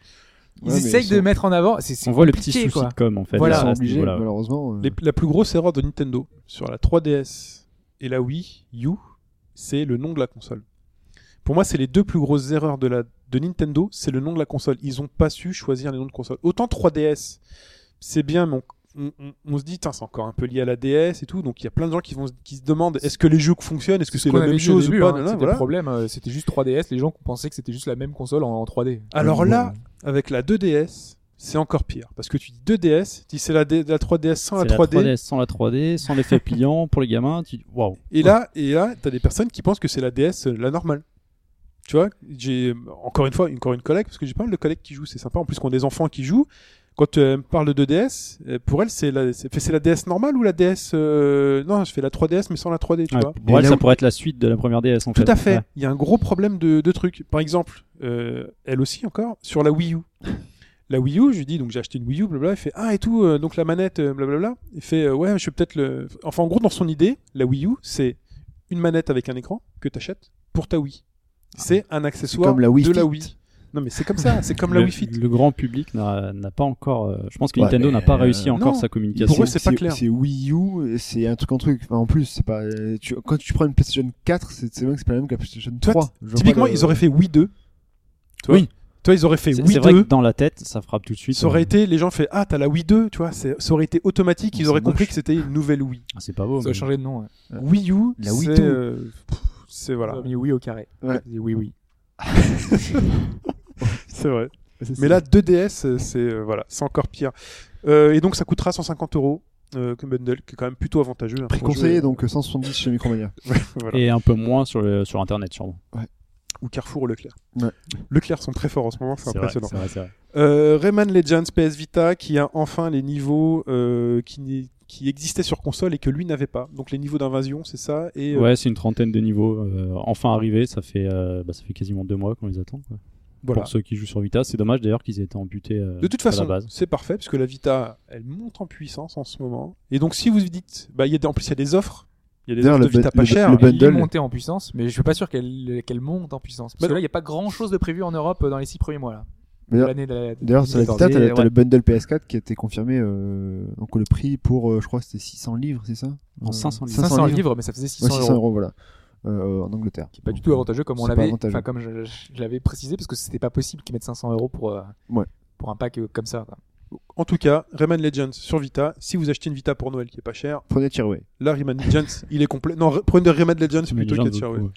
Speaker 3: Ils
Speaker 4: Ouais, mais
Speaker 3: essayent
Speaker 4: ils
Speaker 3: de
Speaker 4: sont-
Speaker 3: mettre en avant, c'est c'est
Speaker 5: On voit le petit
Speaker 3: compliqué,
Speaker 5: souci
Speaker 3: quoi.
Speaker 5: de com en fait.
Speaker 3: Voilà.
Speaker 5: à
Speaker 4: Ils sont
Speaker 5: ce
Speaker 4: obligés,
Speaker 5: niveau-là, ouais.
Speaker 4: malheureusement. euh,
Speaker 2: Les- la plus grosse erreur de Nintendo sur la 3DS et la Wii U, c'est le nom de la console. Pour moi, c'est les deux plus grosses erreurs de, la, de Nintendo, c'est le nom de la console. Ils n'ont pas su choisir les noms de console. Autant 3DS, c'est bien, mais on, on- on- on se dit, Tain, c'est encore un peu lié à la DS et tout, donc il y a plein de gens qui, vont, se- qui se demandent, est-ce que les jeux fonctionnent, est-ce que c'est
Speaker 3: Qu'on
Speaker 2: la
Speaker 3: avait
Speaker 2: même
Speaker 3: vu au
Speaker 2: chose
Speaker 3: début,
Speaker 2: ou pas
Speaker 3: hein,
Speaker 2: nanana,
Speaker 3: C'était
Speaker 2: voilà.
Speaker 3: le problème, euh, c'était juste 3DS, les gens pensaient que c'était juste la même console en, en 3D.
Speaker 2: Alors
Speaker 4: Ouais.
Speaker 2: là, avec la 2DS, c'est encore pire, parce que tu dis 2DS, tu dis c'est la, D- la 3DS sans la
Speaker 5: C'est
Speaker 2: 3D,
Speaker 5: la 3DS sans la 3D, sans l'effet pliant pour les gamins. Tu... Waouh.
Speaker 2: Et là, et là, t'as des personnes qui pensent que c'est la DS, euh, la normale. Tu vois, j'ai encore une fois encore une collègue parce que j'ai pas mal de collègues qui jouent, c'est sympa. En plus, qu'on a des enfants qui jouent. Quand euh, elle me parle de DS, euh, pour elle, c'est la, c'est c'est la DS normale ou la DS euh, Non, je fais la 3DS mais sans la 3D, tu
Speaker 5: Ouais,
Speaker 2: vois.
Speaker 5: pour
Speaker 4: Et
Speaker 5: elle,
Speaker 4: là
Speaker 5: ça
Speaker 4: où-
Speaker 5: pourrait être la suite de la première DS en
Speaker 2: Tout
Speaker 5: fait.
Speaker 2: à fait.
Speaker 5: Ouais.
Speaker 2: Il y a un gros problème de, de trucs. Par exemple, euh, elle aussi encore sur la Wii U. La Wii U, je lui dis donc j'ai acheté une Wii U, blablabla. Elle fait ah et tout, euh, donc la manette, euh, blablabla. Il fait euh, ouais, je suis peut-être le. Enfin en gros dans son idée, la Wii U c'est une manette avec un écran que t'achètes pour ta Wii.
Speaker 5: Ah
Speaker 2: C'est un accessoire
Speaker 4: comme la Wii
Speaker 2: de la
Speaker 4: Fit.
Speaker 2: Wii. Non mais c'est comme ça, c'est comme la
Speaker 5: le,
Speaker 2: Wii Fit.
Speaker 5: le grand public n'a n'a pas encore. euh, je pense que
Speaker 4: Ouais,
Speaker 5: Nintendo n'a
Speaker 4: mais,
Speaker 5: pas
Speaker 4: euh,
Speaker 5: réussi encore
Speaker 2: non.
Speaker 5: sa communication.
Speaker 2: Pour eux, c'est pas clair.
Speaker 4: C'est Wii U, c'est un truc en truc. Enfin, en plus, c'est pas. euh, tu- quand tu prends une PlayStation 4, c'est c'est vrai que c'est pas la même que la PlayStation
Speaker 2: Toi,
Speaker 4: 3. Je vois
Speaker 2: Typiquement
Speaker 4: pas le-
Speaker 2: ils auraient fait Wii 2. Toi,
Speaker 5: Oui.
Speaker 2: Toi ils auraient fait
Speaker 5: C'est
Speaker 2: Wii
Speaker 5: c'est vrai
Speaker 2: 2.
Speaker 5: que dans la tête, ça frappe tout de suite.
Speaker 2: Ça aurait été, les gens fait ah t'as la Wii 2, tu vois, c'est- ça aurait été automatique, ils
Speaker 5: C'est
Speaker 2: auraient compris
Speaker 5: moche.
Speaker 2: que c'était une nouvelle Wii.
Speaker 5: Ah, C'est pas beau.
Speaker 3: Ils ont
Speaker 5: mais-
Speaker 3: changé de nom, ouais.
Speaker 2: Euh, Wii U,
Speaker 4: La Wii
Speaker 2: c'est,
Speaker 4: Tu.
Speaker 2: euh, pff, c'est
Speaker 3: Ils
Speaker 2: voilà,
Speaker 3: ont mis oui au carré.
Speaker 4: Ouais.
Speaker 3: Ils ont dit Oui, oui.
Speaker 2: c'est vrai.
Speaker 4: C'est-
Speaker 2: Mais là, 2DS, euh, c'est euh, voilà, c'est encore pire. Euh, et donc, ça coûtera 150 euros euh, comme bundle, qui est quand même plutôt avantageux. hein,
Speaker 4: Prix
Speaker 2: pour le
Speaker 4: conseillé,
Speaker 2: jeu.
Speaker 4: donc euh, 170 chez Micromania.
Speaker 2: Voilà.
Speaker 5: Et un peu moins sur, le, sur Internet, sûrement.
Speaker 2: Ou Carrefour ou Leclerc.
Speaker 4: Ouais.
Speaker 2: Leclerc sont très forts en ce moment, c'est
Speaker 5: C'est vrai,
Speaker 2: impressionnant.
Speaker 5: c'est vrai, c'est vrai.
Speaker 2: Euh, Rayman Legends PS Vita qui a enfin les niveaux euh, qui, n'est- qui existaient sur console et que lui n'avait pas. Donc les niveaux d'invasion, c'est ça. Et euh,
Speaker 5: Ouais, c'est une trentaine de niveaux. euh, enfin arrivés, ça fait, euh, bah, ça fait quasiment deux mois qu'on les attend. quoi.
Speaker 2: voilà.
Speaker 5: Pour ceux qui jouent sur Vita, c'est dommage d'ailleurs qu'ils aient été amputés euh,
Speaker 2: De toute
Speaker 5: à la
Speaker 2: façon,
Speaker 5: base.
Speaker 2: c'est parfait puisque la Vita, elle monte en puissance en ce moment. Et donc si vous vous dites, bah il y a des, en plus il y a des offres, il y a des
Speaker 4: D'ailleurs,
Speaker 2: offres de
Speaker 4: le bu-
Speaker 2: Vita pas
Speaker 4: le-
Speaker 2: chères.
Speaker 4: le
Speaker 3: Elle est
Speaker 4: bundle.
Speaker 3: montée en puissance, mais je suis pas sûr qu'elle qu'elle monte en puissance. Parce
Speaker 2: Bah
Speaker 3: que
Speaker 2: non.
Speaker 3: là, il n'y a pas grand chose de prévu en Europe euh, dans les six premiers mois. là.
Speaker 4: Mais là-
Speaker 3: L'année de la-
Speaker 4: D'ailleurs, sur la Vita,
Speaker 3: Attendez,
Speaker 4: t'as t'as
Speaker 3: ouais.
Speaker 4: le bundle PS4 qui a été confirmé. euh, donc le prix pour, euh, je crois, que c'était 600 livres, c'est ça
Speaker 5: En
Speaker 4: Euh,
Speaker 5: 500 livres.
Speaker 3: 500, livres. mais ça faisait
Speaker 4: Ouais,
Speaker 3: 600
Speaker 4: 600
Speaker 3: euros.
Speaker 4: euros, voilà. Euh, en Angleterre.
Speaker 3: Qui est pas du tout avantageux comme on
Speaker 4: C'est pas
Speaker 3: l'avait,
Speaker 4: avantageux.
Speaker 3: enfin comme je, je- je l'avais précisé parce que c'était pas possible qu'ils mettent 500 euros pour euh,
Speaker 4: Ouais.
Speaker 3: pour un pack euh, comme ça. quoi.
Speaker 2: En tout cas, Rayman Legends sur Vita, si vous achetez une Vita pour Noël qui est pas chère,
Speaker 4: Prenez Tearaway.
Speaker 2: là Rayman Legends, il est complet. Non, re- prenez Rayman Legends
Speaker 5: Mais
Speaker 2: plutôt
Speaker 5: les gens
Speaker 2: qu'à
Speaker 5: veulent
Speaker 2: Tear, ouais.
Speaker 5: beaucoup,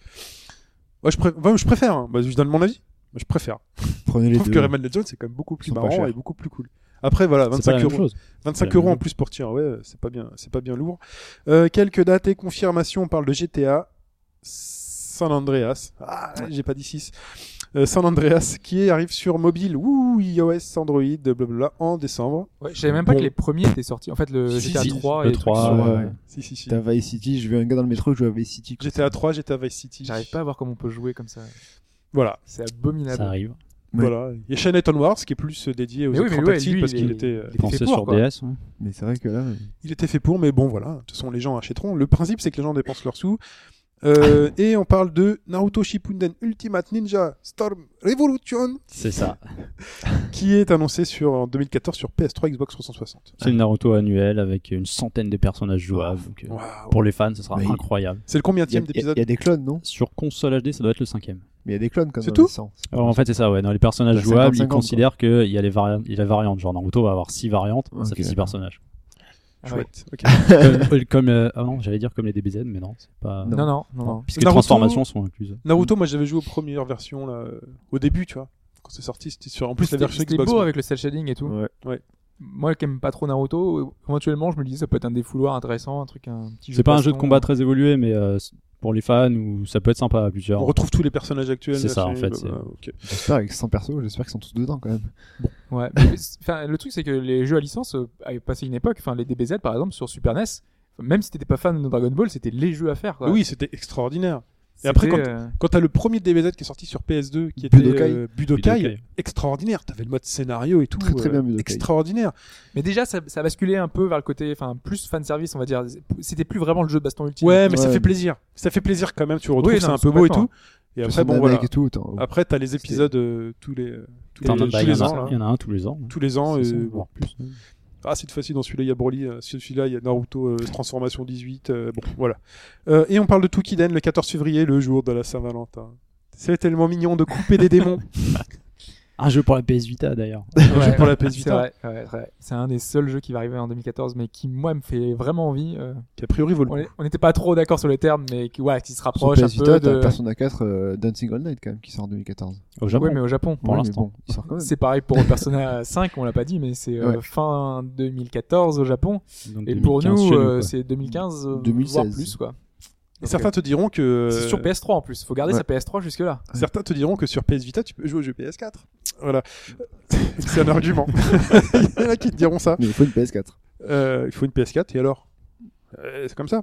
Speaker 2: Ouais, je, pré- enfin, je préfère, hein. Bah, je donne mon avis. Moi, Je préfère.
Speaker 4: Prenez
Speaker 2: Je
Speaker 4: les
Speaker 2: trouve que
Speaker 4: deux.
Speaker 2: Rayman Legends c'est quand même beaucoup plus
Speaker 4: Ils sont pas
Speaker 2: marrant
Speaker 4: chers.
Speaker 2: et beaucoup plus cool. Après voilà,
Speaker 5: C'est pas
Speaker 2: 25
Speaker 5: la même
Speaker 2: euros,
Speaker 5: chose.
Speaker 2: 25
Speaker 5: C'est la
Speaker 2: euros en
Speaker 5: même
Speaker 2: plus pour tirer, ouais, euh, c'est pas bien, c'est pas bien lourd. Euh, quelques dates et confirmations, on parle de GTA San Andreas. Ah, j'ai pas dit 6. Euh, San Andreas qui arrive sur mobile, ouh, iOS, Android, blablabla, en décembre.
Speaker 3: Ouais, je savais même pas
Speaker 2: Bon.
Speaker 3: que les premiers étaient sortis. En fait, le
Speaker 2: Si,
Speaker 3: GTA
Speaker 2: si,
Speaker 3: 3
Speaker 5: le
Speaker 3: et les trucs
Speaker 5: 3,
Speaker 3: sur-
Speaker 4: ouais.
Speaker 3: euh,
Speaker 2: Si, si, si.
Speaker 4: T'as Vice City, je vu un gars dans le métro qui joue à Vice City. quoi.
Speaker 2: J'étais à 3, j'étais à Vice City.
Speaker 3: J'arrive pas à voir comment on peut jouer comme ça.
Speaker 2: Voilà.
Speaker 3: C'est abominable.
Speaker 5: Ça arrive.
Speaker 4: Ouais.
Speaker 2: Voilà. Il y a Shannon Wars qui est plus euh, dédié aux
Speaker 3: Mais oui,
Speaker 2: écrans
Speaker 3: mais ouais,
Speaker 2: tactiles
Speaker 3: lui,
Speaker 2: parce
Speaker 3: il
Speaker 2: qu'il
Speaker 3: est-
Speaker 2: était, euh,
Speaker 3: il est fait
Speaker 5: Pensez
Speaker 3: pour,
Speaker 5: sur
Speaker 3: quoi.
Speaker 5: DS. hein.
Speaker 4: Mais c'est vrai que là.
Speaker 2: il était fait pour, mais bon, voilà. De toute façon, les gens achèteront. Le principe, c'est que les gens dépensent leurs sous. Euh, et on parle de Naruto Shippuden Ultimate Ninja Storm Revolution
Speaker 5: C'est ça.
Speaker 2: qui est annoncé sur, en 2014 sur PS3 Xbox 360.
Speaker 5: C'est le Naruto annuel avec une centaine de personnages jouables. donc, euh,
Speaker 2: Waouh.
Speaker 5: Pour les fans, ce sera
Speaker 4: Mais-
Speaker 5: incroyable.
Speaker 2: C'est le combien
Speaker 4: Il y, a-
Speaker 2: tième
Speaker 4: il y a- il y
Speaker 2: d'épisode
Speaker 4: a des clones, non
Speaker 5: Sur console HD, ça doit être le cinquième.
Speaker 4: Mais il y a des clones quand
Speaker 2: C'est
Speaker 4: même.
Speaker 2: tout
Speaker 4: sans- c'est pas
Speaker 5: Alors, en fait, c'est ça, ouais. Dans les personnages
Speaker 4: Bah,
Speaker 5: jouables,
Speaker 4: 50-50,
Speaker 5: ils considèrent qu'il y a les vari- il y a la variante. Genre, Naruto va avoir 6 variantes, ça
Speaker 4: Ok,
Speaker 5: fait 6
Speaker 4: d'accord.
Speaker 5: personnages.
Speaker 3: Ah ouais.
Speaker 2: Chouette. Ok.
Speaker 5: comme, euh, comme, euh, ah non, j'allais dire comme les DBZ, mais non, c'est pas.
Speaker 4: Non.
Speaker 3: Non, non, non, non.
Speaker 5: Puisque les
Speaker 2: Naruto-
Speaker 5: transformations sont incluses.
Speaker 2: Naruto, moi j'avais joué aux premières versions là, euh, au début, tu vois. Quand c'est sorti, c'était sur. En plus, la
Speaker 3: C'était-
Speaker 2: version
Speaker 3: c'était
Speaker 2: Xbox.
Speaker 3: beau
Speaker 2: ouais.
Speaker 3: avec le cel shading et tout.
Speaker 4: Ouais.
Speaker 2: Ouais.
Speaker 3: Moi qui aime pas trop Naruto, éventuellement je me disais ça peut être un défouloir intéressant, un truc, un petit jeu.
Speaker 5: C'est pas un jeu de
Speaker 3: baston.
Speaker 5: combat très évolué, mais euh, c'est- pour les fans, ou ça peut être sympa à plusieurs.
Speaker 2: On retrouve tous les personnages actuels.
Speaker 5: C'est
Speaker 2: là,
Speaker 5: ça,
Speaker 2: sur
Speaker 5: en
Speaker 2: les-
Speaker 5: fait,
Speaker 2: bah,
Speaker 5: c'est-
Speaker 2: bah, ok.
Speaker 4: J'espère avec 100 persos, j'espère qu'ils sont tous dedans quand même.
Speaker 3: Ouais. Mais c'est- enfin, le truc c'est que les jeux à licence euh, avaient passé une époque. Enfin, les DBZ par exemple sur Super NES, même si t'étais pas fan de Dragon Ball, c'était les jeux à faire. Quoi.
Speaker 2: Oui, c'était extraordinaire. Et après,
Speaker 3: C'était, euh,
Speaker 2: Quand t'as le premier DBZ qui est sorti sur PS2, qui était
Speaker 4: Budokai.
Speaker 2: euh, Budokai,
Speaker 5: Budokai.
Speaker 2: extraordinaire. T'avais le mode scénario et tout. euh,
Speaker 4: Très, très bien, Budokai.
Speaker 2: Extraordinaire.
Speaker 3: Mais déjà, ça, ça basculait un peu vers le côté, enfin, plus fan service, on va dire. C'était plus vraiment le jeu de baston ultime.
Speaker 2: Ouais, mais ça
Speaker 4: Ouais.
Speaker 2: fait plaisir. Ça fait plaisir quand même. Tu retrouves,
Speaker 3: Oui,
Speaker 2: c'est
Speaker 3: non,
Speaker 2: un peu beau et tout.
Speaker 3: complètement.
Speaker 2: Et
Speaker 4: Jason
Speaker 2: après, bon
Speaker 4: Danek
Speaker 2: voilà.
Speaker 4: et tout. attends.
Speaker 2: Après, t'as les épisodes euh, tous les euh, tous
Speaker 5: T'en as-
Speaker 2: les tous
Speaker 5: bah, Il y,
Speaker 2: les
Speaker 5: en
Speaker 2: ans.
Speaker 5: a-
Speaker 2: là.
Speaker 5: il y en a un tous les ans. hein.
Speaker 2: Tous les ans.
Speaker 5: C'est
Speaker 2: euh,
Speaker 5: ça,
Speaker 2: bon.
Speaker 5: voire plus.
Speaker 2: Ah, cette fois-ci, dans celui-là, il y a Broly. euh, Sur celui-là, il y a Naruto, euh, Transformation 18. euh, bon, voilà. Euh, et on parle de Tukiden le 14 février, le jour de la Saint-Valentin. C'est tellement mignon de couper des démons.
Speaker 5: Un jeu pour la PS Vita d'ailleurs.
Speaker 2: Un jeu
Speaker 3: Ouais,
Speaker 2: pour la PS
Speaker 3: C'est
Speaker 2: Vita.
Speaker 3: vrai, ouais, c'est vrai. C'est un des seuls jeux qui va arriver en 2014, mais qui, moi, me fait vraiment envie. euh,
Speaker 2: Qui a priori vaut le
Speaker 3: on
Speaker 2: coup.
Speaker 3: est- on n'était pas trop d'accord sur les termes, mais qui, ouais, qui se
Speaker 4: Sur
Speaker 3: rapproche un
Speaker 4: PS Vita,
Speaker 3: peu
Speaker 4: t'as
Speaker 3: de.
Speaker 4: Persona 4 euh, Dancing All Night quand même qui sort en 2014.
Speaker 5: Au Japon.
Speaker 3: Ouais, mais au Japon.
Speaker 5: Pour
Speaker 4: Ouais, mais
Speaker 5: l'instant.
Speaker 4: bon, il sort quand même.
Speaker 3: C'est pareil pour Persona 5, on l'a pas dit, mais c'est euh,
Speaker 4: Mmh. Ouais.
Speaker 3: fin 2014 au Japon.
Speaker 5: Donc,
Speaker 3: Et pour
Speaker 5: 2015
Speaker 3: nous,
Speaker 5: chez
Speaker 3: euh,
Speaker 5: quoi.
Speaker 3: c'est 2015, euh,
Speaker 4: 2016.
Speaker 3: voire plus, quoi.
Speaker 2: Et
Speaker 3: Donc,
Speaker 2: certains te diront que.
Speaker 3: euh, C'est sur PS3 en plus, faut garder
Speaker 4: Ouais.
Speaker 3: sa PS3 jusque-là.
Speaker 2: Certains te diront que sur PS Vita, tu peux jouer au jeu PS4. Voilà. C'est un argument. il y en a qui te diront ça.
Speaker 4: Mais il faut une PS4.
Speaker 2: Euh, il faut une PS4, et alors Euh, C'est comme ça.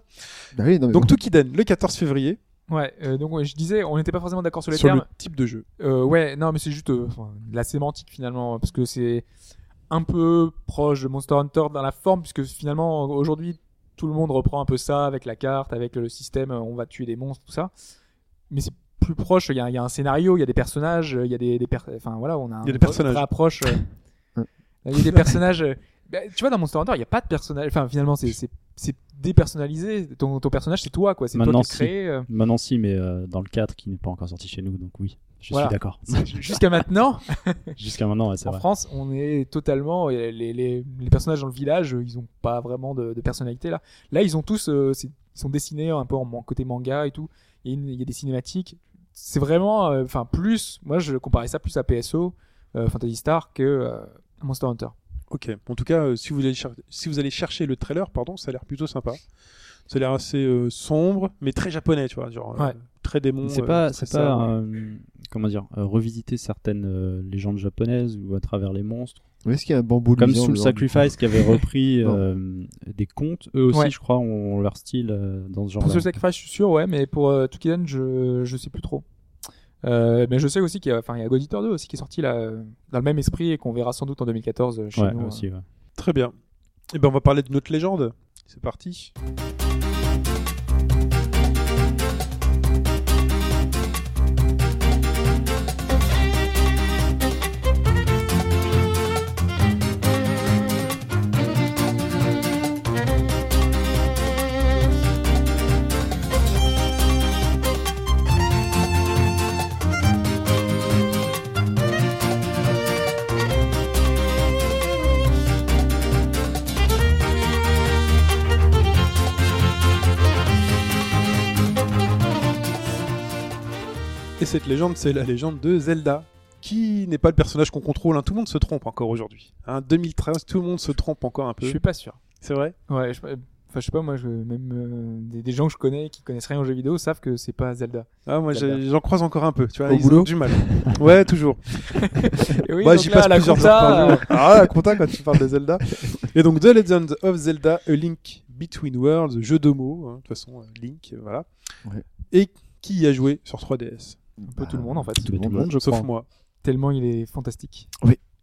Speaker 4: Bah oui, non, mais
Speaker 2: Donc,
Speaker 4: bon.
Speaker 2: Tukiden, le 14 février,
Speaker 3: Ouais, euh, donc ouais, je disais, on n'était pas forcément d'accord sur les
Speaker 2: sur
Speaker 3: termes.
Speaker 2: le type de jeu.
Speaker 3: Euh, ouais, non, mais c'est juste euh, enfin, de la sémantique finalement, parce que c'est un peu proche de Monster Hunter dans la forme, puisque finalement aujourd'hui tout le monde reprend un peu ça avec la carte, avec le système, euh, on va tuer des monstres, tout ça. Mais c'est plus proche, il y, a- il y a un scénario, il y a des personnages, euh, il y a des, des per- enfin voilà, on
Speaker 2: Il y
Speaker 3: a
Speaker 2: a des
Speaker 3: une
Speaker 2: personnages.
Speaker 3: vraie approche. euh, Il y a des personnages. euh, bah, tu vois, dans Monster Hunter, il n'y a pas de personnage. Enfin, finalement, c'est- c'est c'est dépersonnalisé. Ton, ton personnage, c'est toi, quoi. C'est toi qui
Speaker 5: Maintenant,
Speaker 3: le
Speaker 5: si.
Speaker 3: crée. euh.
Speaker 5: Maintenant, si, mais euh, dans le 4 qui n'est pas encore sorti chez nous, donc oui, je
Speaker 3: Voilà.
Speaker 5: suis d'accord.
Speaker 3: Jusqu'à maintenant,
Speaker 5: Jusqu'à maintenant, ouais, c'est
Speaker 3: En
Speaker 5: vrai.
Speaker 3: France, on est totalement les, les, les, les personnages dans le village, euh, ils ont pas vraiment de, de personnalité là. Là, ils ont tous, euh, c'est- ils sont dessinés un peu en man- côté manga et tout. Il y a, une- il y a des cinématiques. C'est vraiment, euh, enfin plus. Moi, je comparais ça plus à PSO, euh, Fantasy Star que euh, Monster Hunter.
Speaker 2: Ok. En tout cas, euh, si, vous allez cher- si vous allez chercher le trailer, pardon, ça a l'air plutôt sympa. Ça a l'air assez euh, sombre, mais très japonais, tu vois. Genre, euh,
Speaker 3: Ouais.
Speaker 2: très démon.
Speaker 5: C'est
Speaker 2: euh,
Speaker 5: pas,
Speaker 2: très
Speaker 5: c'est pas,
Speaker 2: ça.
Speaker 5: euh, comment dire, euh, revisiter certaines euh, légendes japonaises ou à travers les monstres.
Speaker 4: Mais est-ce qu'il y a un bambou
Speaker 5: Comme
Speaker 4: luisant
Speaker 5: Soul
Speaker 4: dedans, du coup
Speaker 5: Sacrifice qui avait repris
Speaker 4: Non.
Speaker 5: euh, des contes, eux aussi,
Speaker 3: Ouais.
Speaker 5: je crois, ont leur style euh, dans ce
Speaker 3: Pour
Speaker 5: genre-là.
Speaker 3: Soul Sacrifice, je suis sûr, ouais, mais pour euh, Tukiden, je, je sais plus trop. Euh, mais je sais aussi qu'il y a, enfin, il y a God Eater 2 aussi qui est sorti là, euh, dans le même esprit et qu'on verra sans doute en 2014 euh, chez
Speaker 5: Ouais,
Speaker 3: nous. euh.
Speaker 5: aussi, ouais.
Speaker 2: Très bien. Et ben, on va parler de notre légende. C'est parti. Et cette légende, c'est la légende de Zelda, qui n'est pas le personnage qu'on contrôle. hein. Tout le monde se trompe encore aujourd'hui. Hein, 2013, tout le monde se trompe encore un
Speaker 3: euh. Je
Speaker 2: peu.
Speaker 3: suis pas sûr.
Speaker 2: C'est vrai
Speaker 3: Ouais, je- Enfin, je sais pas, moi, je, même euh, des, des gens que je connais qui connaissent rien aux jeux vidéo savent que c'est pas Zelda.
Speaker 2: Ah, moi,
Speaker 3: Zelda.
Speaker 2: j'ai- j'en croise encore un peu. Tu vois,
Speaker 4: Au
Speaker 2: ils
Speaker 4: boulot
Speaker 2: ont du mal. Ouais, toujours.
Speaker 3: Et oui,
Speaker 2: Moi,
Speaker 3: donc
Speaker 2: j'y
Speaker 3: là,
Speaker 2: passe
Speaker 3: la
Speaker 2: plusieurs
Speaker 3: compta,
Speaker 2: heures par
Speaker 3: euh,
Speaker 2: jour. Ah, la compta quand tu parles de Zelda. Et donc, The Legend of Zelda, A Link Between Worlds, jeu de mots, hein, de toute façon, euh, Link, euh, voilà.
Speaker 4: Ouais.
Speaker 2: Et qui y a joué sur 3DS
Speaker 3: un peu tout le monde en fait.
Speaker 4: Tout le
Speaker 5: Bah, tout
Speaker 4: monde.
Speaker 5: je
Speaker 2: Sauf
Speaker 5: crois.
Speaker 2: moi.
Speaker 3: Tellement il est fantastique.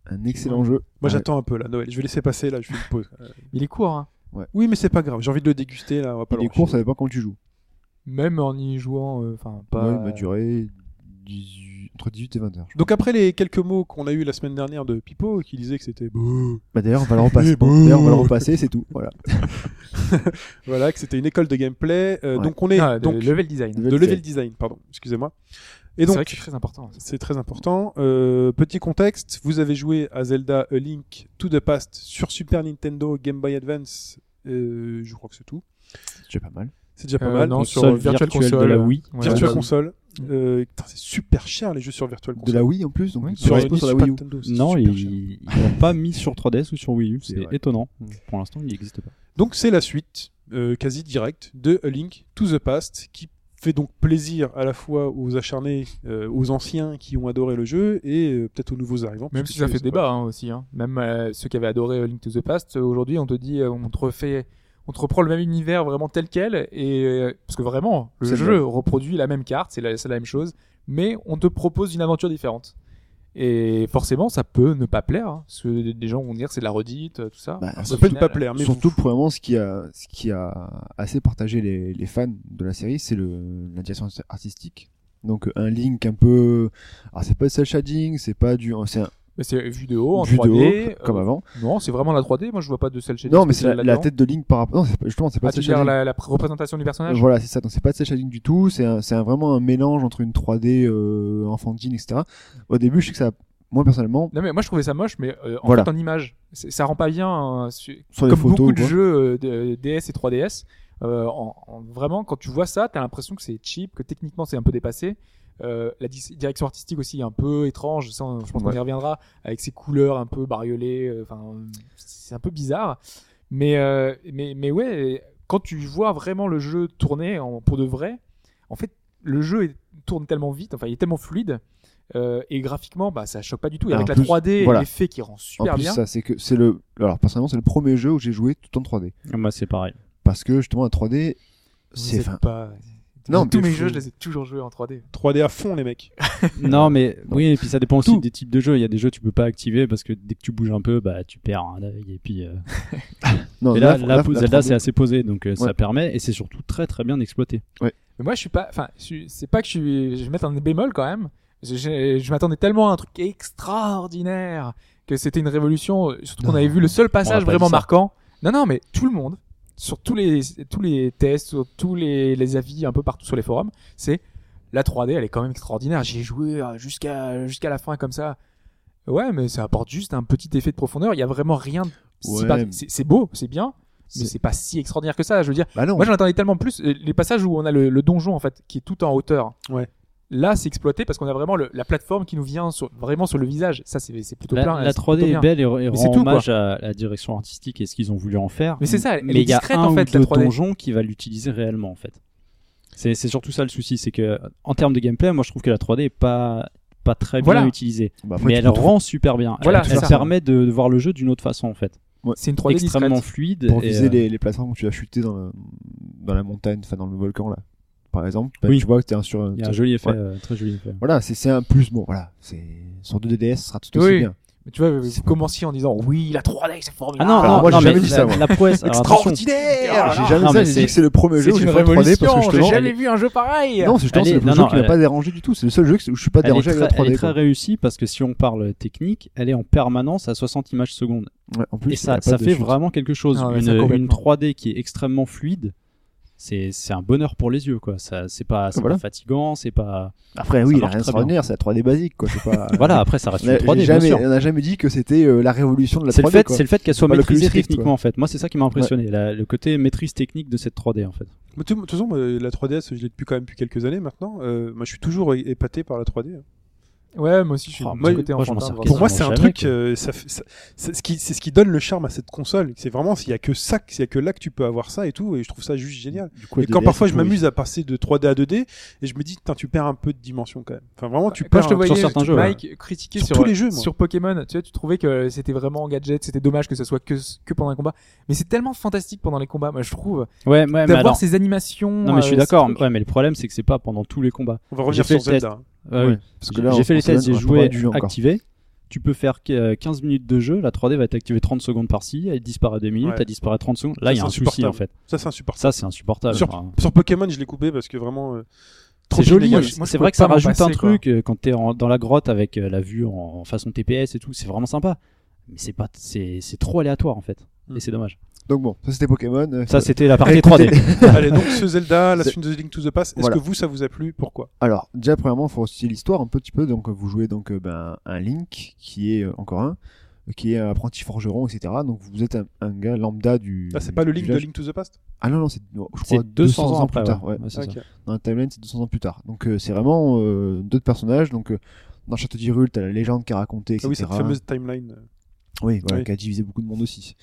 Speaker 4: Un excellent jeu.
Speaker 2: Moi,
Speaker 4: Ouais.
Speaker 2: j'attends un peu, là, Noël. Je vais laisser passer, là, je fais une pause. Euh,
Speaker 3: Il est court, hein.
Speaker 2: Oui, mais c'est pas grave. J'ai envie de le déguster, là. On va pas
Speaker 4: Il est
Speaker 2: l'enregistrer.
Speaker 4: court, ça dépend quand tu joues.
Speaker 3: Même en y jouant, euh, enfin, pas.
Speaker 4: Ouais, il m'a duré 18 entre 18 et 20 heures.
Speaker 2: Donc, après les quelques mots qu'on a eu la semaine dernière de Pipo, qui disait que c'était beau,
Speaker 4: Bah d'ailleurs, on va le repasser.
Speaker 2: Eh bon.
Speaker 4: D'ailleurs, on va le repasser, c'est tout. Voilà.
Speaker 2: voilà, que c'était une école de gameplay. euh,
Speaker 4: Ouais.
Speaker 2: Donc, on est
Speaker 3: Ah, de
Speaker 2: donc,
Speaker 3: level design.
Speaker 2: de level design, pardon, excusez-moi. Et
Speaker 3: C'est
Speaker 2: donc,
Speaker 3: vrai que c'est très important.
Speaker 2: C'est très important. Euh, petit contexte, vous avez joué à Zelda A Link to the Past sur Super Nintendo, Game Boy Advance, euh, je crois que c'est tout.
Speaker 4: C'est déjà pas mal.
Speaker 2: C'est déjà pas
Speaker 3: Euh,
Speaker 2: mal.
Speaker 3: non,
Speaker 2: Donc,
Speaker 3: sur
Speaker 5: console
Speaker 3: Virtual
Speaker 5: virtuelle de
Speaker 3: Console.
Speaker 5: la Wii.
Speaker 3: Ouais,
Speaker 2: Virtual
Speaker 3: ouais.
Speaker 2: Console. Euh, putain, c'est super cher les jeux sur Virtual
Speaker 4: De
Speaker 2: Console.
Speaker 4: la Wii en plus, donc
Speaker 3: Ouais,
Speaker 4: sur,
Speaker 2: sur,
Speaker 4: la- sur la
Speaker 2: Super
Speaker 4: Wii U.
Speaker 2: Nintendo, c'est
Speaker 5: Non,
Speaker 2: super cher.
Speaker 5: ils ils l'ont pas mis sur 3DS ou sur Wii U.
Speaker 4: C'est
Speaker 5: C'est
Speaker 4: vrai. Mm.
Speaker 5: étonnant. Pour l'instant, il n'existe pas.
Speaker 2: Donc c'est la suite euh, quasi directe de A Link to the Past qui fait donc plaisir à la fois aux acharnés, euh, aux anciens qui ont adoré le jeu et euh, peut-être aux nouveaux arrivants.
Speaker 3: Même
Speaker 2: parce
Speaker 3: si
Speaker 2: que
Speaker 3: ça
Speaker 2: je
Speaker 3: fait
Speaker 2: sais pas.
Speaker 3: débat hein, aussi. hein. Même euh, ceux qui avaient adoré euh, Link to the Past, euh, aujourd'hui on te dit, euh, on te refait, on te reprend le même univers vraiment tel quel, et euh, parce que vraiment le
Speaker 4: C'est
Speaker 3: jeu reproduit la même carte, c'est la, c'est la même chose, mais on te propose une aventure différente. Et forcément, ça peut ne pas plaire, hein, parce que des gens vont dire c'est de la redite, euh, tout ça.
Speaker 4: Bah,
Speaker 3: Alors
Speaker 2: Ça
Speaker 3: qu'au
Speaker 2: peut ne
Speaker 3: final,
Speaker 2: pas plaire, mais
Speaker 4: Surtout, premièrement, ce qui a, ce qui a assez partagé les, les fans de la série, c'est le, la direction artistique. Donc, euh, un Link un peu. Alors, c'est pas du cel shading, c'est pas du. C'est un
Speaker 3: mais C'est vu de haut Oh, en
Speaker 4: vu de
Speaker 3: 3D.
Speaker 4: haut, comme
Speaker 3: euh,
Speaker 4: avant.
Speaker 3: Non, c'est vraiment la 3D. Moi, je vois pas de celle chez
Speaker 4: Non, mais c'est la, la tête de Link par rapport. Non, c'est pas- justement, c'est pas
Speaker 3: Ah,
Speaker 4: du
Speaker 3: tu
Speaker 4: cel
Speaker 3: veux dire
Speaker 4: shading.
Speaker 3: la, la pr- représentation du personnage.
Speaker 4: Voilà, c'est ça. Donc, c'est pas de cel shading du tout. C'est un- c'est un- vraiment un mélange entre une 3D euh, enfantine, etc. Au début, je sais que ça. Moi, personnellement,
Speaker 3: Non mais moi je trouvais ça moche, mais euh, en
Speaker 4: Voilà.
Speaker 3: fait en image, C'est- ça rend pas bien. hein, su-
Speaker 4: Sur les
Speaker 3: comme
Speaker 4: photos,
Speaker 3: beaucoup
Speaker 4: quoi.
Speaker 3: de jeux euh, de- DS et 3DS, euh, en- en- vraiment quand tu vois ça, t'as l'impression que c'est cheap, que techniquement c'est un peu dépassé. Euh, la dis- direction artistique aussi est un peu étrange. ça, on- je pense qu'on
Speaker 4: Ouais.
Speaker 3: y reviendra avec ces couleurs un peu bariolées. euh, Enfin, c'est un peu bizarre. Mais euh, mais mais ouais, quand tu vois vraiment le jeu tourner en- pour de vrai, en fait le jeu est- tourne tellement vite, enfin il est tellement fluide. euh, et graphiquement, bah, ça choque pas du tout. Et
Speaker 4: Ah,
Speaker 3: avec
Speaker 4: en
Speaker 3: la
Speaker 4: plus,
Speaker 3: 3D,
Speaker 4: voilà.
Speaker 3: l'effet qui rend
Speaker 4: en
Speaker 3: super
Speaker 4: plus,
Speaker 3: bien.
Speaker 4: ça, c'est que c'est le. Alors, personnellement, c'est le premier jeu où j'ai joué tout en 3D.
Speaker 5: Moi, c'est pareil.
Speaker 4: Parce que justement, la 3D,
Speaker 3: Vous
Speaker 4: c'est.
Speaker 3: êtes
Speaker 4: enfin,
Speaker 3: pas-
Speaker 4: Non,
Speaker 3: tous
Speaker 4: mais
Speaker 3: mes
Speaker 4: faut-
Speaker 3: jeux, je les ai toujours joués en 3D.
Speaker 2: 3D à fond les mecs.
Speaker 5: Non, mais oui, et puis ça dépend aussi
Speaker 2: Tout.
Speaker 5: des types de jeux. Il y a des jeux que tu peux pas activer parce que dès que tu bouges un peu, bah tu perds un œil. Et puis euh,
Speaker 4: Non,
Speaker 5: mais là,
Speaker 4: la-
Speaker 5: là,
Speaker 4: la- la
Speaker 5: Zelda,
Speaker 4: 3D,
Speaker 5: c'est assez posé, donc euh,
Speaker 4: Ouais.
Speaker 5: ça permet et c'est surtout très très bien exploité.
Speaker 3: Mais moi, je suis pas. Enfin, je suis- c'est pas que je suis. Je vais mettre un bémol quand même. Je, je- je m'attendais tellement à un truc extraordinaire que c'était une révolution. euh, Surtout qu'on
Speaker 4: Non.
Speaker 3: avait vu le seul
Speaker 5: On
Speaker 3: passage
Speaker 5: l'a pas
Speaker 3: vraiment
Speaker 5: dit ça.
Speaker 3: marquant. Non, non, mais tout le monde, sur tous les, tous les tests, sur tous les, les avis, un peu partout sur les forums, c'est la 3D, elle est quand même extraordinaire. J'y ai joué euh, jusqu'à jusqu'à la fin comme ça. Ouais, mais ça apporte juste un petit effet de profondeur. Il y a vraiment rien. de si
Speaker 4: Ouais.
Speaker 3: par- C'est c'est beau, c'est bien, mais
Speaker 4: C'est-
Speaker 3: c'est pas si extraordinaire que ça. Je veux dire.
Speaker 4: Bah non,
Speaker 3: Moi j'en attendais tellement plus. Euh, Les passages où on a le, le donjon en fait qui est tout en hauteur.
Speaker 2: Ouais.
Speaker 3: Là c'est exploité parce qu'on a vraiment le- la plateforme qui nous vient sur, vraiment sur le visage. Ça c'est c'est plutôt
Speaker 5: La,
Speaker 3: plein.
Speaker 5: la
Speaker 3: c'est
Speaker 5: 3D
Speaker 3: plutôt
Speaker 5: est
Speaker 3: bien.
Speaker 5: belle et, et
Speaker 3: c'est
Speaker 5: rend
Speaker 3: tout, quoi.
Speaker 5: hommage à la direction artistique et ce qu'ils ont voulu en faire.
Speaker 3: Mais c'est ça, elle- elle
Speaker 5: mais
Speaker 3: est
Speaker 5: il y a
Speaker 3: discrète,
Speaker 5: un
Speaker 3: en fait,
Speaker 5: ou
Speaker 3: la
Speaker 5: deux
Speaker 3: 3D.
Speaker 5: donjons qui va l'utiliser réellement en fait. C'est c'est surtout ça le souci, c'est que en termes de gameplay, moi je trouve que la 3D est pas pas très
Speaker 3: Voilà.
Speaker 5: bien utilisée,
Speaker 4: bah
Speaker 5: mais
Speaker 4: tu
Speaker 5: elle
Speaker 4: peux tout-
Speaker 5: rend super bien.
Speaker 3: Voilà,
Speaker 5: elle
Speaker 3: c'est
Speaker 5: elle
Speaker 3: ça.
Speaker 5: permet de, de voir le jeu d'une autre façon en fait,
Speaker 3: C'est une 3D
Speaker 5: extrêmement
Speaker 3: discrète.
Speaker 5: fluide.
Speaker 4: pour
Speaker 5: et,
Speaker 4: viser
Speaker 5: euh,
Speaker 4: les, les plateformes où tu as chuté dans, le- dans la montagne, enfin dans le volcan là, par exemple, bah,
Speaker 5: Oui.
Speaker 4: tu vois que t'es un sur.
Speaker 5: Il y a
Speaker 4: t'es-
Speaker 5: un joli effet,
Speaker 4: Ouais.
Speaker 5: euh, très joli effet.
Speaker 4: Voilà, c'est c'est un plus. Bon, voilà, c'est sur 2 DDS, ce sera tout aussi
Speaker 3: Oui.
Speaker 4: bien.
Speaker 3: Mais tu vois, vous commenciez en disant oui la 3D c'est
Speaker 5: Ah
Speaker 3: formidable.
Speaker 5: non, non,
Speaker 4: moi, j'ai
Speaker 5: non,
Speaker 4: jamais
Speaker 5: mais
Speaker 4: dit
Speaker 5: la-
Speaker 4: ça, moi.
Speaker 5: La prouesse, alors, attention,
Speaker 4: Extraordinaire J'ai
Speaker 5: Ah,
Speaker 4: jamais
Speaker 5: non,
Speaker 4: dit ça,
Speaker 5: mais
Speaker 4: j'ai
Speaker 5: c'est-
Speaker 4: dit que c'est le premier jeu
Speaker 3: C'est
Speaker 4: où j'ai
Speaker 3: une
Speaker 4: fait en 3D parce que
Speaker 3: révolution. J'ai
Speaker 4: justement.
Speaker 3: jamais vu un jeu pareil.
Speaker 4: Non, c'est justement
Speaker 5: Elle
Speaker 4: c'est
Speaker 5: est-
Speaker 4: le
Speaker 5: non,
Speaker 4: jeu
Speaker 5: non,
Speaker 4: qui m'a
Speaker 5: elle-
Speaker 4: pas dérangé du tout. C'est le seul jeu que- où je suis pas
Speaker 5: elle est
Speaker 4: dérangé avec la
Speaker 5: très, elle
Speaker 4: 3D.
Speaker 5: est très
Speaker 4: quoi.
Speaker 5: réussie parce que si on parle technique, elle est en permanence à 60 images secondes.
Speaker 4: Ouais, En plus,
Speaker 5: et
Speaker 4: il y a
Speaker 5: ça,
Speaker 4: pas
Speaker 5: ça
Speaker 4: de
Speaker 5: fait
Speaker 4: choses.
Speaker 5: vraiment quelque chose.
Speaker 3: Ah ouais,
Speaker 5: une,
Speaker 3: ça, complètement.
Speaker 5: une 3D qui est extrêmement fluide, c'est c'est un bonheur pour les yeux. quoi. Ça, C'est pas, c'est
Speaker 4: Voilà.
Speaker 5: pas fatigant, c'est pas.
Speaker 4: Après,
Speaker 5: ça
Speaker 4: oui, il a
Speaker 5: marche
Speaker 4: rien
Speaker 5: très
Speaker 4: d'extraordinaire, c'est la 3D basique quoi. C'est pas.
Speaker 5: Voilà, après ça reste
Speaker 4: On a-
Speaker 5: une 3D,
Speaker 4: j'ai
Speaker 5: bien
Speaker 4: jamais-
Speaker 5: sûr.
Speaker 4: on n'a jamais dit que c'était euh, la révolution de la
Speaker 5: C'est le
Speaker 4: 3D.
Speaker 5: fait,
Speaker 4: quoi.
Speaker 5: c'est le fait qu'elle soit
Speaker 4: Pas le
Speaker 5: maîtrisée
Speaker 4: Oculus Rift,
Speaker 5: techniquement en fait. Moi, c'est ça qui m'a impressionné, la- le côté maîtrise technique de cette 3D en fait.
Speaker 2: Mais tu- De toute façon, moi, la 3DS, je l'ai depuis quand même depuis quelques années maintenant. Euh, moi, je suis toujours é- épaté par la 3D. hein.
Speaker 3: Ouais, moi aussi, je suis
Speaker 5: Oh,
Speaker 3: du
Speaker 5: moi,
Speaker 3: côté
Speaker 5: moi, je m'en
Speaker 3: enfantin,
Speaker 5: sers
Speaker 3: vraiment.
Speaker 2: Pour moi, c'est
Speaker 5: Quasiment
Speaker 2: un
Speaker 5: jamais,
Speaker 2: truc,
Speaker 5: quoi.
Speaker 2: euh, ça fait- ça- c'est ce qui, c'est ce qui donne le charme à cette console. C'est vraiment, s'il y a que ça, s'il y a que là que tu peux avoir ça et tout, et je trouve ça juste génial.
Speaker 4: Du coup, la
Speaker 2: et quand
Speaker 4: 2DS,
Speaker 2: parfois
Speaker 4: c'est
Speaker 2: je
Speaker 4: pourri.
Speaker 2: m'amuse à passer de 3D à 2D, et je me dis, putain, tu perds un peu de dimension quand même. Enfin, vraiment, tu
Speaker 3: quand
Speaker 2: perds.
Speaker 3: je te
Speaker 2: un-
Speaker 3: voyais
Speaker 5: sur certains jeux,
Speaker 3: Mike critiquer
Speaker 2: Sur
Speaker 3: sur, euh,
Speaker 2: tous les jeux, moi.
Speaker 3: sur Pokémon, tu vois, tu trouvais que c'était vraiment gadget, c'était dommage que ce soit que que pendant les combats, mais c'est tellement fantastique pendant les combats, moi je trouve
Speaker 5: Ouais, ouais, mais
Speaker 3: d'avoir
Speaker 5: alors.
Speaker 3: ces animations.
Speaker 5: Non, mais je suis
Speaker 3: euh,
Speaker 5: d'accord.
Speaker 3: ces trucs.
Speaker 5: Ouais, mais le problème, c'est que c'est pas pendant tous les combats.
Speaker 2: On va revenir
Speaker 5: J'ai fait
Speaker 2: sur
Speaker 5: le test.
Speaker 2: Zelda. hein.
Speaker 5: Ah oui.
Speaker 4: Ouais, parce que là,
Speaker 5: j'ai
Speaker 4: on-
Speaker 5: fait
Speaker 4: on
Speaker 5: les
Speaker 4: se donne-
Speaker 5: tests, j'ai
Speaker 4: on a pas parlé
Speaker 5: joué
Speaker 4: du jeu encore.
Speaker 5: activé. Tu peux faire euh, 15 minutes de jeu, la 3D va t'activer 30 secondes par-ci, elle disparaît 2 minutes,
Speaker 2: Ouais.
Speaker 5: elle disparaît 30 secondes. Là,
Speaker 2: Ça,
Speaker 5: il y a
Speaker 2: c'est
Speaker 5: un souci en
Speaker 2: insupportable.
Speaker 5: fait.
Speaker 2: Ça, c'est insupportable.
Speaker 5: Ça, c'est insupportable.
Speaker 2: Sur-
Speaker 5: Enfin,
Speaker 2: Sur Pokémon, je l'ai coupé parce que vraiment. euh, trop
Speaker 5: c'est joli.
Speaker 2: illégal.
Speaker 3: moi, je- moi, je
Speaker 5: C'est
Speaker 3: peux
Speaker 5: vrai que ça
Speaker 3: pas m'en
Speaker 5: rajoute un
Speaker 3: passer, quoi.
Speaker 5: truc euh, quand t'es en- dans la grotte avec euh, la vue en, en façon TPS et tout. C'est vraiment sympa. Mais c'est pas, c'est c'est trop aléatoire en fait.
Speaker 2: Mm.
Speaker 5: Et c'est dommage.
Speaker 4: Donc bon, ça c'était Pokémon. euh,
Speaker 5: Ça, c'était la
Speaker 4: Eh,
Speaker 5: partie
Speaker 4: écoutez,
Speaker 5: 3D.
Speaker 2: Allez, donc ce Zelda, la
Speaker 4: C'est-
Speaker 2: suite de The Link to the Past, est-ce
Speaker 4: Voilà.
Speaker 2: que vous, ça vous a plu Pourquoi
Speaker 4: Alors, déjà, premièrement, il faut aussi l'histoire un petit peu. Donc, vous jouez donc euh, ben, un Link, qui est euh, encore un, euh, qui est un apprenti forgeron, etc. Donc, vous êtes un, un gars lambda du.
Speaker 2: Ah, c'est pas le
Speaker 4: du
Speaker 2: Link de
Speaker 4: village.
Speaker 2: Link to the Past
Speaker 4: Ah non, non, c'est je
Speaker 5: C'est
Speaker 4: crois
Speaker 5: 200 ans
Speaker 4: plus
Speaker 5: après,
Speaker 4: tard.
Speaker 5: ouais.
Speaker 4: ouais.
Speaker 5: Ouais, c'est ça.
Speaker 2: Ok.
Speaker 4: Dans la timeline, c'est 200 ans plus tard. Donc, euh, c'est vraiment euh, d'autres personnages. Donc, euh, dans Château d'Hyrule, t'as la légende qui a raconté, etc.
Speaker 2: Ah oui, cette fameuse timeline. euh,
Speaker 4: Oui, voilà,
Speaker 2: Oui.
Speaker 4: qui a divisé beaucoup de monde aussi.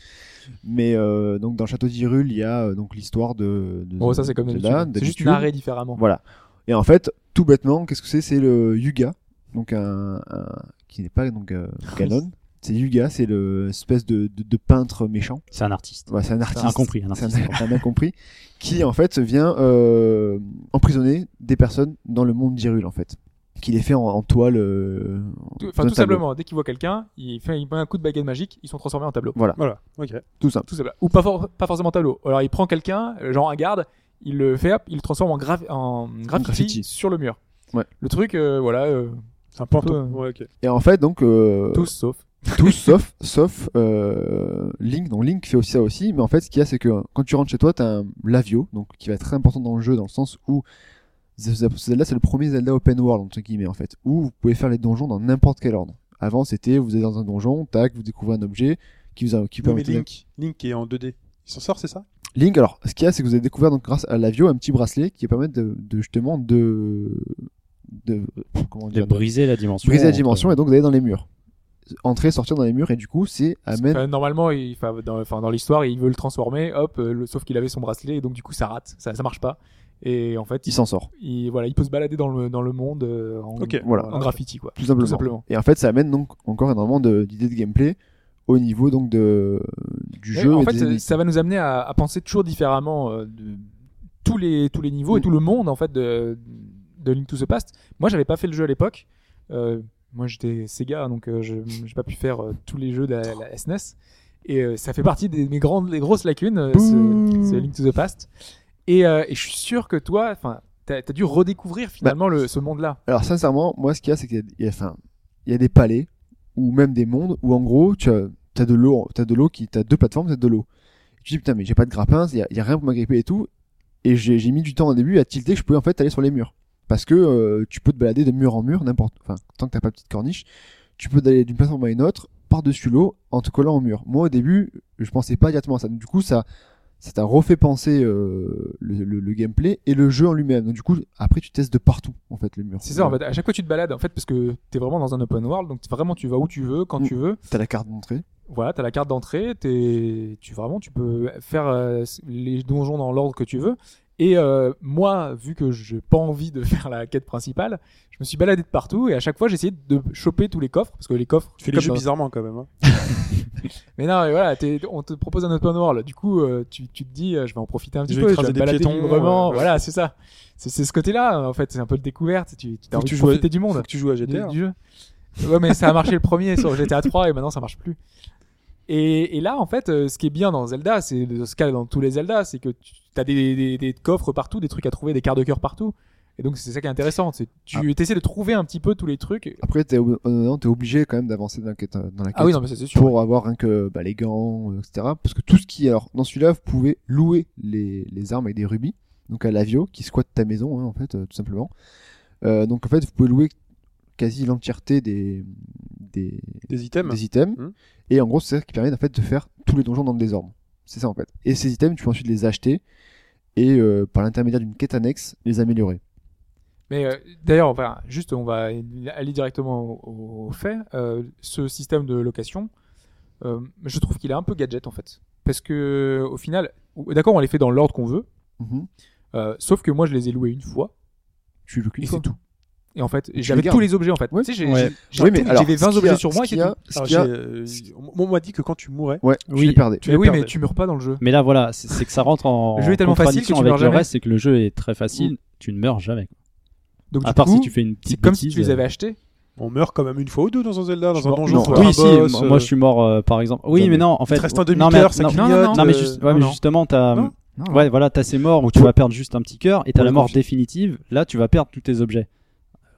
Speaker 4: Mais euh, donc dans Château d'Hyrule, il y a euh, donc l'histoire de, de
Speaker 2: Oh,
Speaker 3: Bon, ça c'est comme
Speaker 4: Zelda,
Speaker 3: d'habitude. C'est juste
Speaker 4: d'habitude.
Speaker 3: narré différemment.
Speaker 4: Voilà. Et en fait, tout bêtement, qu'est-ce que c'est C'est le Yuga, donc un, un- qui n'est pas donc euh, canon. C'est Yuga, c'est le espèce de, de, de peintre méchant.
Speaker 5: C'est un artiste.
Speaker 4: Ouais, c'est un artiste.
Speaker 5: incompris, un
Speaker 4: C'est
Speaker 5: artiste.
Speaker 4: un, un incompris qui en fait vient euh, emprisonner des personnes dans le monde d'Hyrule en fait. Qui les fait en, en toile. euh,
Speaker 3: Tout- Enfin,
Speaker 4: dans un
Speaker 3: tout
Speaker 4: tableau.
Speaker 3: simplement, dès qu'il voit quelqu'un, il fait il met un coup de baguette magique, ils sont transformés en tableau.
Speaker 4: Voilà,
Speaker 2: Voilà, ok.
Speaker 4: tout simple.
Speaker 3: Tout simplement. Ou pas, for- pas forcément tableau. Alors il prend quelqu'un, euh, genre un garde, il le fait, hop, il le transforme en, graf- en graffiti,
Speaker 4: graffiti.
Speaker 3: sur le mur.
Speaker 4: Ouais.
Speaker 3: Le truc, euh, voilà, euh,
Speaker 2: C'est un
Speaker 3: peu,
Speaker 2: panto.
Speaker 3: euh,
Speaker 2: Ouais, ok.
Speaker 4: Et en fait, donc. euh,
Speaker 3: tous sauf.
Speaker 4: tous sauf sauf euh, Link donc Link fait aussi ça aussi mais en fait ce qu'il y a c'est que euh, quand tu rentres chez toi t'as un Lavio donc qui va être très important dans le jeu dans le sens où ce- ce- ce Zelda c'est le premier Zelda open world entre guillemets en fait où vous pouvez faire les donjons dans n'importe quel ordre avant c'était vous allez dans un donjon tac vous découvrez un objet qui vous a, qui
Speaker 2: Non, mais
Speaker 4: permet de-
Speaker 2: Link, Link est en 2D. Il s'en sort, c'est ça
Speaker 4: Link alors ce qu'il y a c'est que vous avez découvert donc grâce à Lavio un petit bracelet qui permet de, de justement de de comment
Speaker 5: De
Speaker 4: dire de-
Speaker 5: briser la dimension.
Speaker 4: briser la
Speaker 5: entre-
Speaker 4: dimension et donc d'aller dans les murs entrer sortir dans les murs et du coup c'est amène
Speaker 3: Enfin, normalement, il, enfin, dans, enfin, dans l'histoire, il veut le transformer, hop, euh, le- sauf qu'il avait son bracelet, et donc du coup ça rate, ça, ça marche pas. Et en fait,
Speaker 4: il
Speaker 3: il,
Speaker 4: s'en sort
Speaker 3: il- voilà, il peut se balader dans le, dans le monde euh, en,
Speaker 2: Ok,
Speaker 4: voilà.
Speaker 3: en graffiti, quoi.
Speaker 4: Tout simplement.
Speaker 3: Tout simplement.
Speaker 4: Et en fait, ça amène donc encore énormément de- d'idées de, gameplay au niveau donc de du
Speaker 3: Et
Speaker 4: jeu.
Speaker 3: en
Speaker 4: et
Speaker 3: fait, euh,
Speaker 4: des
Speaker 3: ça,
Speaker 4: ennemis.
Speaker 3: ça va nous amener à, à penser toujours différemment euh, de tous les tous les niveaux
Speaker 4: Mm.
Speaker 3: et tout le monde en fait de, de Link to the Past. Moi, j'avais pas fait le jeu à l'époque. Euh, moi, j'étais Sega, donc euh, je j'ai pas pu faire euh, tous les jeux de la, la SNES. Et euh, ça fait partie des mes grandes, les grosses lacunes, euh, ce, ce Link to the Past. Et, euh, et je suis sûr que toi, enfin, t'as as dû
Speaker 4: Bah,
Speaker 3: redécouvrir finalement le, ce monde-là.
Speaker 4: Alors sincèrement, moi, ce qu'il y a, c'est qu'il y a- il y, a- enfin, il y a des palais ou même des mondes où en gros, tu as, t'as de l'eau, t'as de l'eau qui, t'as deux plateformes, t'as de l'eau. Tu dis putain, mais j'ai pas de grappin, il y, a- il y a rien pour m'agripper et tout. Et j'ai j'ai mis du temps au début à tilter que je pouvais en fait aller sur les murs, parce que euh, tu peux te balader de mur en mur, n'importe, enfin, tant que t'as pas de petite corniche, tu peux aller d'une plateforme à une autre par-dessus l'eau en te collant au mur. Moi, au début, je pensais pas directement à ça. Donc, du coup, ça, ça t'a refait penser euh, le, le- le gameplay et le jeu en lui-même. Donc, du coup, après, tu testes de partout en fait les murs.
Speaker 3: C'est ça, en fait. À chaque fois, tu te balades, en fait, parce que t'es vraiment dans un open world, donc vraiment, tu vas où tu veux, quand
Speaker 4: Mm.
Speaker 3: tu veux.
Speaker 4: T'as la carte d'entrée.
Speaker 3: voilà, t'as la carte d'entrée, t'es- tu vraiment tu peux faire euh, les donjons dans l'ordre que tu veux. Et euh, moi, vu que j'ai pas envie de faire la quête principale, je me suis baladé de partout et à chaque fois j'essayais de choper tous les coffres parce que les coffres.
Speaker 2: Tu fais les
Speaker 3: comme-
Speaker 2: jeux bizarrement quand même. hein.
Speaker 3: Mais non, mais voilà, t'es- on te propose un open world. Du coup, euh, tu, tu te dis, euh, je vais en profiter un petit
Speaker 2: Je vais
Speaker 3: peu, je
Speaker 2: écraser
Speaker 3: vais me
Speaker 2: des
Speaker 3: balader
Speaker 2: piétons,
Speaker 3: librement.
Speaker 2: euh,
Speaker 3: Voilà, c'est ça. C'est c'est ce côté-là, en fait, c'est un peu de découverte. Tu, tu
Speaker 2: Faut que
Speaker 3: t'as envie
Speaker 2: tu
Speaker 3: de
Speaker 2: joues à-
Speaker 3: profiter du
Speaker 2: Faut
Speaker 3: monde,
Speaker 2: que tu joues à
Speaker 3: du,
Speaker 2: GTA.
Speaker 3: du jeu. Ouais, mais ça a marché le premier sur GTA 3 et maintenant ça marche plus. Et, et là, en fait, euh, ce qui est bien dans Zelda, c'est de- ce cas dans tous les Zelda, c'est que tu as des, des, des coffres partout, des trucs à trouver, des quarts de cœur partout. Et donc, c'est ça qui est intéressant. C'est tu essaies de trouver un petit peu tous les trucs.
Speaker 4: Après, t'es ob- euh, non, t'es obligé quand même d'avancer dans la quête, euh, dans la quête
Speaker 3: Ah oui, non, mais ça, c'est sûr.
Speaker 4: pour avoir rien que bah, les gants, euh, etc. Parce que tout ce qui, alors, dans celui-là, vous pouvez louer les, les armes avec des rubis, donc à l'avio qui squatte ta maison, hein, en fait, euh, tout simplement. Euh, donc en fait, vous pouvez louer quasi l'entièreté des des,
Speaker 2: Des items.
Speaker 4: des items.
Speaker 3: Hmm.
Speaker 2: Mhm.
Speaker 4: Et en gros, c'est ça qui permet en fait de faire tous les donjons dans le désordre. C'est ça en fait. Et ces items, tu peux ensuite les acheter et euh, par l'intermédiaire d'une quête annexe, les améliorer.
Speaker 3: Mais euh, d'ailleurs, enfin, juste, on va aller directement au, au fait. Euh, ce système de location, euh, je trouve qu'il est un peu gadget en fait, parce que au final, d'accord, on les fait dans l'ordre qu'on veut,
Speaker 4: Mhm.
Speaker 3: euh, sauf que moi, je les ai loués une fois
Speaker 4: Tu le qu'une
Speaker 3: et
Speaker 4: fois.
Speaker 3: c'est tout. Et en fait,
Speaker 4: les
Speaker 3: j'avais
Speaker 4: gardes.
Speaker 3: tous les objets en fait.
Speaker 4: Ouais.
Speaker 3: Tu sais, j'ai
Speaker 5: Ouais.
Speaker 3: j'ai-
Speaker 4: Oui, mais
Speaker 3: j'avais
Speaker 4: alors,
Speaker 3: 20
Speaker 4: ce qu'il y
Speaker 3: objets
Speaker 4: a-
Speaker 3: sur
Speaker 4: ce
Speaker 3: moi et
Speaker 4: qu'il
Speaker 3: c'est
Speaker 4: y a-
Speaker 3: tout. Ah,
Speaker 4: ce
Speaker 2: Alors,
Speaker 4: qu'il y a-
Speaker 2: j'ai, euh, on on m'a dit que quand tu mourais,
Speaker 4: Ouais,
Speaker 5: Oui.
Speaker 4: je les perdais.
Speaker 2: tu
Speaker 3: Mais
Speaker 2: les
Speaker 3: oui, mais
Speaker 2: perdais.
Speaker 3: tu meurs pas dans le jeu.
Speaker 5: Mais là, voilà, c'est c'est que ça rentre en
Speaker 3: Le jeu est tellement facile que
Speaker 5: contradiction
Speaker 3: tu
Speaker 5: avec
Speaker 3: meurs
Speaker 5: le
Speaker 3: jamais.
Speaker 5: reste, c'est que le jeu est très facile, tu ne meurs jamais.
Speaker 3: Donc,
Speaker 5: à
Speaker 3: du
Speaker 5: part si
Speaker 3: coup,
Speaker 5: tu fais une
Speaker 3: c'est
Speaker 5: petite
Speaker 3: comme si
Speaker 5: bêtise,
Speaker 3: tu les avais
Speaker 5: euh,
Speaker 3: achetés.
Speaker 2: on meurt quand même une fois ou deux dans un Zelda, dans un
Speaker 4: Non,
Speaker 2: donjon.
Speaker 4: non.
Speaker 2: faut
Speaker 5: Oui,
Speaker 2: un
Speaker 5: si,
Speaker 2: boss,
Speaker 5: moi,
Speaker 2: euh,
Speaker 5: moi, je suis mort euh, par exemple. Oui,
Speaker 4: Jamais.
Speaker 5: mais non, en fait.
Speaker 2: il te reste un
Speaker 5: non, mais,
Speaker 2: demi-cœur, ça
Speaker 5: non,
Speaker 3: clignote,
Speaker 2: clignote.
Speaker 5: non, mais,
Speaker 2: euh,
Speaker 5: juste- ouais, mais
Speaker 3: non.
Speaker 5: justement, t'as, hum,
Speaker 2: Non.
Speaker 5: ouais, voilà, t'as ces morts où tu vas perdre juste un petit cœur et t'as la mort définitive. Là, tu vas perdre tous tes objets.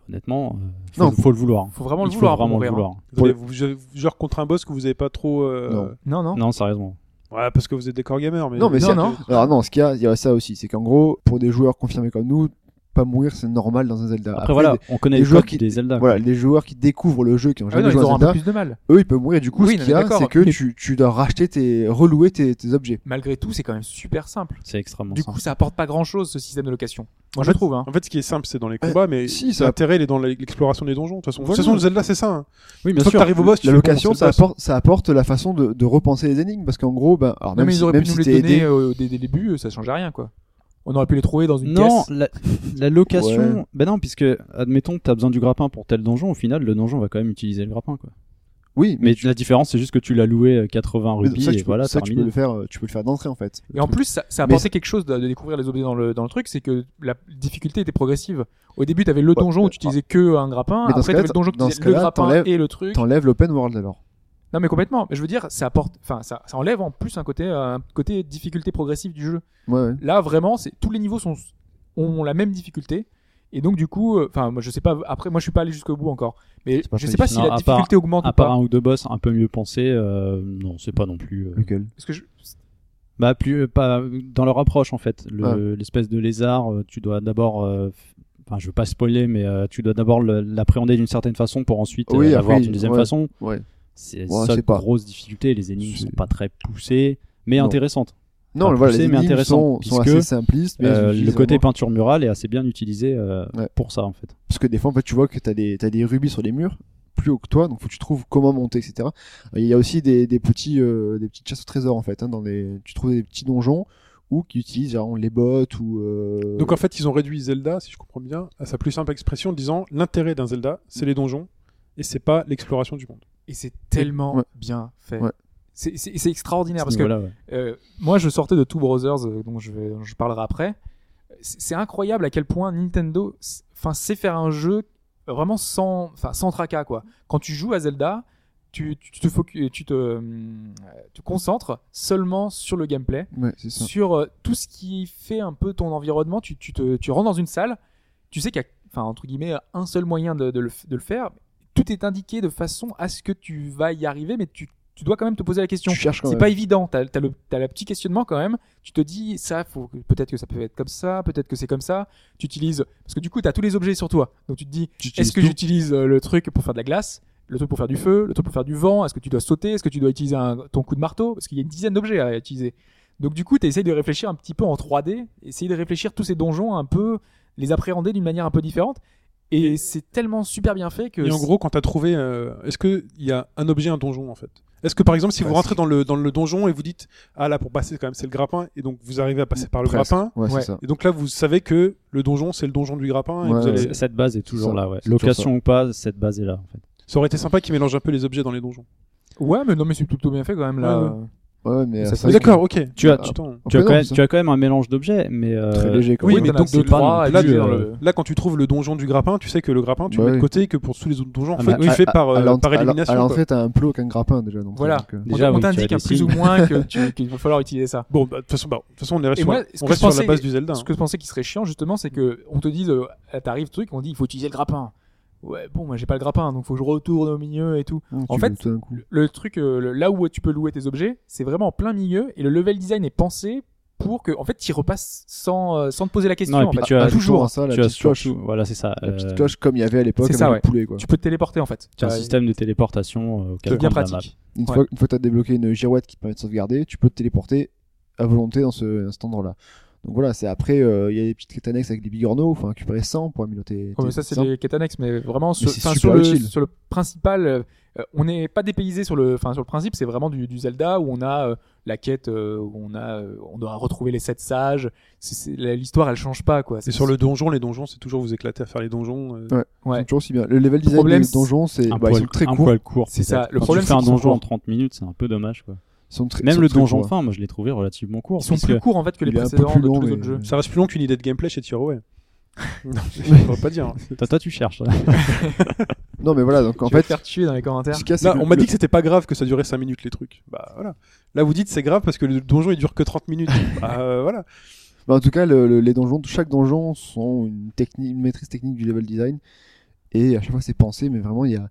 Speaker 5: Honnêtement, euh, faut,
Speaker 4: Non.
Speaker 5: faut le vouloir.
Speaker 3: Faut vraiment le
Speaker 5: Il faut
Speaker 3: vouloir. pour
Speaker 5: vraiment le
Speaker 3: mourir, hein.
Speaker 2: Attendez,
Speaker 5: vouloir.
Speaker 2: vous- je- genre contre un boss que vous avez pas trop. euh,
Speaker 4: Non.
Speaker 3: Non, non.
Speaker 5: Non, sérieusement.
Speaker 2: Ouais, parce que vous êtes des core gamers. Mais...
Speaker 4: Non, mais
Speaker 3: Non,
Speaker 4: c'est-
Speaker 3: non.
Speaker 4: Alors non, ce qu'il y a, il y a ça aussi, c'est qu'en gros, pour des joueurs confirmés comme nous, pas mourir c'est normal dans un Zelda.
Speaker 5: Après, voilà,
Speaker 4: des-
Speaker 5: on connaît
Speaker 4: des
Speaker 5: les
Speaker 4: joueurs
Speaker 5: joueurs
Speaker 4: qui-
Speaker 5: des Zelda. quoi.
Speaker 4: voilà, les joueurs qui découvrent le jeu, qui n'ont
Speaker 3: Ah
Speaker 4: jamais
Speaker 3: non, ils
Speaker 4: joué à
Speaker 3: auront un peu
Speaker 4: Zelda,
Speaker 3: plus de mal.
Speaker 4: eux ils peuvent mourir. Du coup,
Speaker 3: Oui,
Speaker 4: ce
Speaker 3: non,
Speaker 4: qu'il y
Speaker 3: mais
Speaker 4: a,
Speaker 3: d'accord.
Speaker 4: c'est que
Speaker 3: Mais-
Speaker 4: tu, tu dois racheter tes, relouer tes, tes objets.
Speaker 3: Malgré tout, c'est quand même super simple.
Speaker 5: C'est extrêmement
Speaker 3: Du
Speaker 5: simple.
Speaker 3: coup, ça apporte pas grand chose ce système de location. Moi,
Speaker 2: En
Speaker 3: je
Speaker 2: fait,
Speaker 3: trouve. Hein.
Speaker 2: En fait, ce qui est simple, c'est dans les combats, mais
Speaker 4: si, ça-
Speaker 2: l'intérêt, il est dans l'exploration des donjons. De toute façon, De toute
Speaker 4: Voilà.
Speaker 2: façon, le Zelda, c'est ça. hein.
Speaker 5: Oui,
Speaker 2: Une fois que t'arrives au boss, tu
Speaker 4: La
Speaker 2: fais, bon,
Speaker 4: location,
Speaker 2: c'est le
Speaker 4: ça
Speaker 2: boss.
Speaker 4: apporte, ça apporte la façon de, de repenser les énigmes, parce qu'en gros, ben, alors
Speaker 3: Non,
Speaker 4: même,
Speaker 3: mais
Speaker 4: si,
Speaker 3: ils auraient
Speaker 4: même
Speaker 3: pu nous
Speaker 4: si t'es
Speaker 3: les donner
Speaker 4: aidé,
Speaker 3: euh, dès, dès le début, euh, ça changeait rien quoi. On aurait pu les trouver dans une
Speaker 5: Non,
Speaker 3: caisse.
Speaker 5: la, la location.
Speaker 4: Ouais.
Speaker 5: Ben non, puisque admettons que t'as besoin du grappin pour tel donjon, au final, le donjon va quand même utiliser le grappin. Quoi.
Speaker 4: oui, mais,
Speaker 5: Mais la différence, c'est juste que tu l'as loué euh, 80
Speaker 4: mais ça,
Speaker 5: rupies
Speaker 4: tu
Speaker 5: et
Speaker 4: peux-
Speaker 5: voilà,
Speaker 4: ça, tu peux
Speaker 5: terminé.
Speaker 4: le faire, euh, tu peux le faire d'entrée en fait.
Speaker 3: Et en plus, ça, ça
Speaker 4: Mais
Speaker 3: apportait quelque chose de, de découvrir les objets dans le, dans le truc, c'est que la difficulté était progressive. Au début, t'avais le
Speaker 4: Ouais,
Speaker 3: donjon où
Speaker 4: ouais.
Speaker 3: tu utilisais que un grappin,
Speaker 4: Mais dans
Speaker 3: après
Speaker 4: ce
Speaker 3: t'avais
Speaker 4: cas-là,
Speaker 3: le donjon où tu
Speaker 4: dans ce
Speaker 3: utilisais le
Speaker 4: cas-là,
Speaker 3: grappin
Speaker 4: t'enlèves-
Speaker 3: et le truc.
Speaker 4: T'enlèves l'open world alors.
Speaker 3: Non mais complètement. Mais Je veux dire, ça apporte, enfin, ça, ça enlève en plus un côté, un côté difficulté progressive du jeu.
Speaker 4: Ouais, ouais.
Speaker 3: Là, vraiment, c'est tous les niveaux sont ont la même difficulté. Et donc du coup, euh, enfin, moi je sais pas. Après, moi je suis pas allé jusqu'au bout encore. Mais
Speaker 4: pas
Speaker 3: je sais pas si
Speaker 5: Non,
Speaker 3: la
Speaker 5: à part-
Speaker 3: difficulté augmente
Speaker 5: À
Speaker 3: ou
Speaker 5: part
Speaker 3: pas.
Speaker 5: un ou deux boss un peu mieux pensés, euh, non, c'est pas non plus. euh,
Speaker 4: Lequel
Speaker 3: Parce que je-
Speaker 5: Bah plus euh, pas dans leur approche en fait. Le-
Speaker 4: Ouais.
Speaker 5: L'espèce de lézard, euh, tu dois d'abord. euh, f- Enfin, je veux pas spoiler, mais euh, tu dois d'abord le- l'appréhender d'une certaine façon pour ensuite euh,
Speaker 4: Oui,
Speaker 5: l'avoir
Speaker 4: après,
Speaker 5: d'une deuxième
Speaker 4: ouais.
Speaker 5: façon.
Speaker 4: Ouais.
Speaker 5: C'est
Speaker 4: Ouais,
Speaker 5: ça
Speaker 4: c'est
Speaker 5: la
Speaker 4: pas.
Speaker 5: grosse difficulté. Les énigmes
Speaker 4: C'est-
Speaker 5: sont pas très poussées, mais
Speaker 4: Non.
Speaker 5: intéressantes.
Speaker 4: Non,
Speaker 5: Pas
Speaker 4: mais voilà,
Speaker 5: poussé,
Speaker 4: les
Speaker 5: mais
Speaker 4: énigmes
Speaker 5: intéressant,
Speaker 4: sont, sont
Speaker 5: puisque,
Speaker 4: assez simplistes. Mais elles
Speaker 5: Euh, le
Speaker 4: utilisent
Speaker 5: côté
Speaker 4: vraiment-
Speaker 5: peinture murale est assez bien utilisé euh,
Speaker 4: Ouais.
Speaker 5: pour ça en fait.
Speaker 4: Parce que des fois, en fait, tu vois que t'as des, t'as des rubis sur les murs, plus haut que toi, donc faut que tu trouves comment monter, etc. Il y a aussi des, des petits, euh, des petites chasses au trésor, en fait, hein, dans les, tu trouves des petits donjons ou qui utilisent, genre, les bottes ou, euh,
Speaker 2: Donc en fait, ils ont réduit Zelda, si je comprends bien, à sa plus simple expression, disant l'intérêt d'un Zelda, c'est les donjons et c'est pas l'exploration du monde.
Speaker 3: et c'est tellement
Speaker 4: Ouais.
Speaker 3: bien fait.
Speaker 4: Ouais.
Speaker 3: C'est- C'est c'est extraordinaire parce que
Speaker 5: Voilà, ouais.
Speaker 3: Euh, moi, je sortais de Two Brothers, euh, dont je, vais, dont je parlerai après. C'est c'est incroyable à quel point Nintendo s- 'fin, sait faire un jeu vraiment sans, 'fin, sans tracas. Quoi. Quand tu joues à Zelda, tu, tu, tu te, focu- tu te, hum, euh, te concentres seulement sur le gameplay,
Speaker 4: ouais, c'est ça.
Speaker 3: sur euh, tout ce qui fait un peu ton environnement. Tu, tu, te, tu rentres dans une salle, tu sais qu'il y a 'fin, entre guillemets, un seul moyen de, de le, f- de le faire. Tout est indiqué de façon à ce que tu vas y arriver, mais tu, tu dois quand même te poser la question.
Speaker 4: Tu cherches quand
Speaker 3: C'est
Speaker 4: même.
Speaker 3: pas évident. T'as as le t'as le petit questionnement quand même. Tu te dis ça, faut que- peut-être que ça peut être comme ça, peut-être que c'est comme ça. Tu utilises parce que du coup t'as tous les objets sur toi. Donc tu te dis
Speaker 4: Tu utilises
Speaker 3: est-ce que
Speaker 4: tout.
Speaker 3: j'utilise euh, le truc pour faire de la glace, le truc pour faire du feu, le truc pour faire du vent Est-ce que tu dois sauter Est-ce que tu dois utiliser un- ton coup de marteau Parce qu'il y a une dizaine d'objets à utiliser. Donc du coup t'essayes de réfléchir un petit peu en 3D, essayer de réfléchir tous ces donjons un peu, les appréhender d'une manière un peu différente. Et c'est tellement super bien fait que
Speaker 2: Et en gros, quand t'as trouvé, euh, est-ce que il y a un objet, un donjon en fait Est-ce que par exemple, si vous
Speaker 4: Presque.
Speaker 2: rentrez dans le dans le donjon et vous dites ah là pour passer quand même c'est le grappin et donc vous arrivez à passer par le
Speaker 4: Mm, Presque.
Speaker 2: grappin
Speaker 4: Ouais,
Speaker 3: Ouais.
Speaker 4: c'est ça.
Speaker 2: et donc là vous savez que le donjon c'est le donjon du grappin et
Speaker 4: Ouais,
Speaker 2: vous allez-
Speaker 4: ouais.
Speaker 5: Euh, Cette base est toujours
Speaker 4: ça,
Speaker 5: là. Ouais.
Speaker 4: c'est toujours
Speaker 5: Location ou pas, cette base est là. En fait.
Speaker 2: ça aurait été sympa qu'ils mélangent un peu les objets dans les donjons.
Speaker 3: ouais mais non mais c'est plutôt bien fait quand même là.
Speaker 2: Ouais,
Speaker 4: Ouais, mais
Speaker 3: Ça
Speaker 4: euh,
Speaker 3: fait-
Speaker 4: c'est
Speaker 2: Ah,
Speaker 4: vrai que-
Speaker 2: D'accord, ok.
Speaker 5: Tu as-
Speaker 2: Ah, putain.
Speaker 5: Tu, as
Speaker 4: Après,
Speaker 5: quand
Speaker 4: non,
Speaker 5: même,
Speaker 4: c'est-
Speaker 5: tu as quand même un mélange d'objets, mais euh,
Speaker 4: Très léger quand
Speaker 2: oui,
Speaker 4: même.
Speaker 2: mais
Speaker 3: t'en as
Speaker 2: donc
Speaker 3: assez
Speaker 2: de
Speaker 3: trois euh,
Speaker 5: trois,
Speaker 3: à
Speaker 5: tu
Speaker 2: Là,
Speaker 3: deux
Speaker 5: le-
Speaker 2: tu-
Speaker 3: dans le-
Speaker 2: là, quand tu trouves le donjon du grappin, tu sais que le grappin, tu le
Speaker 4: Bah
Speaker 2: mets de
Speaker 4: oui.
Speaker 2: côté et que pour tous les autres donjons, en
Speaker 5: Ah
Speaker 2: fait,
Speaker 5: bah,
Speaker 2: tu
Speaker 4: à-
Speaker 2: fais
Speaker 4: à-
Speaker 2: par, euh,
Speaker 4: à l'entrée-
Speaker 2: par
Speaker 4: à l'en-
Speaker 2: élimination.
Speaker 4: À
Speaker 2: quoi.
Speaker 4: l'entrée, t'as un plot avec un grappin déjà. donc,
Speaker 3: Voilà.
Speaker 4: donc, euh,
Speaker 3: On-
Speaker 5: Déjà,
Speaker 3: on
Speaker 5: oui, tu as
Speaker 3: t'indique
Speaker 5: des
Speaker 3: hein, plus
Speaker 5: signes.
Speaker 3: ou moins que tu- qu'il va falloir utiliser ça.
Speaker 2: Bon, bah, de toute façon, bah, de toute façon, on est
Speaker 3: Et
Speaker 2: sur,
Speaker 3: moi,
Speaker 2: la-
Speaker 3: ce
Speaker 2: on
Speaker 3: que
Speaker 2: reste
Speaker 3: je
Speaker 2: sur la
Speaker 3: pensais-
Speaker 2: base du Zelda. hein.
Speaker 3: Ce que je pensais qui serait chiant, justement, c'est que on te dise, euh, t'arrives le truc, on dit il faut utiliser le grappin. Ouais, bon, moi j'ai pas le grappin, donc faut que je retourne au milieu et tout.
Speaker 4: tu
Speaker 3: En
Speaker 4: le
Speaker 3: fait,
Speaker 4: mets tout d'un coup.
Speaker 3: Le, le truc, euh, le- là où tu peux louer tes objets, c'est vraiment en plein milieu et le level design est pensé pour que, en fait, tu repasses sans, euh, sans te poser la question.
Speaker 5: Non, et
Speaker 3: en
Speaker 5: puis
Speaker 3: fait.
Speaker 5: tu as-
Speaker 4: Ah,
Speaker 3: toujours,
Speaker 4: ça, la
Speaker 5: tu as
Speaker 4: petite cloche.
Speaker 5: surtout- voilà, c'est ça.
Speaker 4: La petite
Speaker 5: euh,
Speaker 4: cloche comme il y avait à l'époque
Speaker 3: c'est
Speaker 4: avec
Speaker 3: ça,
Speaker 4: le
Speaker 3: ouais.
Speaker 4: poulet quoi.
Speaker 3: Tu peux te téléporter en fait.
Speaker 5: t'as un
Speaker 3: T'as-
Speaker 5: système de téléportation euh, aux quatre
Speaker 3: C'est bien
Speaker 5: coins de la
Speaker 3: pratique.
Speaker 4: Une
Speaker 3: Ouais.
Speaker 4: fois, une fois que tu as débloqué une girouette qui te permet de sauvegarder, tu peux te téléporter à volonté dans, ce, dans cet endroit-là. Donc voilà, c'est après, euh, il y a des petites quêtes annexes avec des bigorneaux, enfin, récupérer 100 pour améliorer tes.
Speaker 3: Oh, mais
Speaker 4: tes-
Speaker 3: ça, c'est
Speaker 4: tes-
Speaker 3: des quêtes annexes, mais vraiment sur,
Speaker 4: Mais c'est
Speaker 3: enfin,
Speaker 4: super
Speaker 3: sur le,
Speaker 4: utile.
Speaker 3: sur le principal, euh, on n'est pas dépaysé sur le, enfin, sur le principe, c'est vraiment du, du Zelda où on a euh, la quête, euh, où on, a, euh, on doit retrouver les sept sages. C'est- c'est- la- L'histoire, elle change pas. Quoi.
Speaker 2: Et sur le donjon, les donjons, c'est toujours vous éclater à faire les donjons. euh,
Speaker 4: Ils sont
Speaker 3: ouais.
Speaker 4: toujours aussi bien. Le level design
Speaker 3: problème,
Speaker 4: des donjons, c'est,
Speaker 5: un
Speaker 4: bah, ils
Speaker 5: poil,
Speaker 4: sont très
Speaker 5: un
Speaker 4: courts.
Speaker 5: poil court.
Speaker 3: C'est ça.
Speaker 5: peut-être.
Speaker 3: Le
Speaker 5: Quand
Speaker 3: problème,
Speaker 5: tu fais un
Speaker 3: c'est qu'ils sont
Speaker 5: donjon en
Speaker 3: courts.
Speaker 5: 30 minutes, c'est un peu dommage. Quoi.
Speaker 4: Ils sont très- ils
Speaker 5: Même
Speaker 4: sont
Speaker 5: le
Speaker 4: très
Speaker 5: donjon
Speaker 4: courts.
Speaker 5: fin, moi je l'ai trouvé relativement court.
Speaker 3: Ils sont
Speaker 5: puisque-
Speaker 3: plus courts en fait que les
Speaker 4: il est un peu
Speaker 3: précédents
Speaker 4: plus
Speaker 3: de
Speaker 4: long
Speaker 3: tous les
Speaker 4: et-
Speaker 3: autres jeux.
Speaker 2: Ça reste plus long qu'une idée de gameplay chez Tiroway. non, je ne pas dire. hein.
Speaker 5: Toi, toi, tu cherches.
Speaker 4: hein. Non, mais voilà, donc en
Speaker 3: Tu vas
Speaker 4: fait,
Speaker 3: te faire tuer dans les commentaires.
Speaker 4: ce qu'il y a, c'est
Speaker 2: Là,
Speaker 4: que
Speaker 2: Bah, on m'a
Speaker 4: le-
Speaker 2: dit que c'était pas grave que ça durait 5 minutes les trucs. Bah voilà. Là, vous dites c'est grave parce que le donjon il dure que 30 minutes. bah euh, voilà.
Speaker 4: Bah, en tout cas, le- le- les donjons, chaque donjon sont une technique, une maîtrise technique du level design. Et à chaque fois, c'est pensé, mais vraiment, il y a,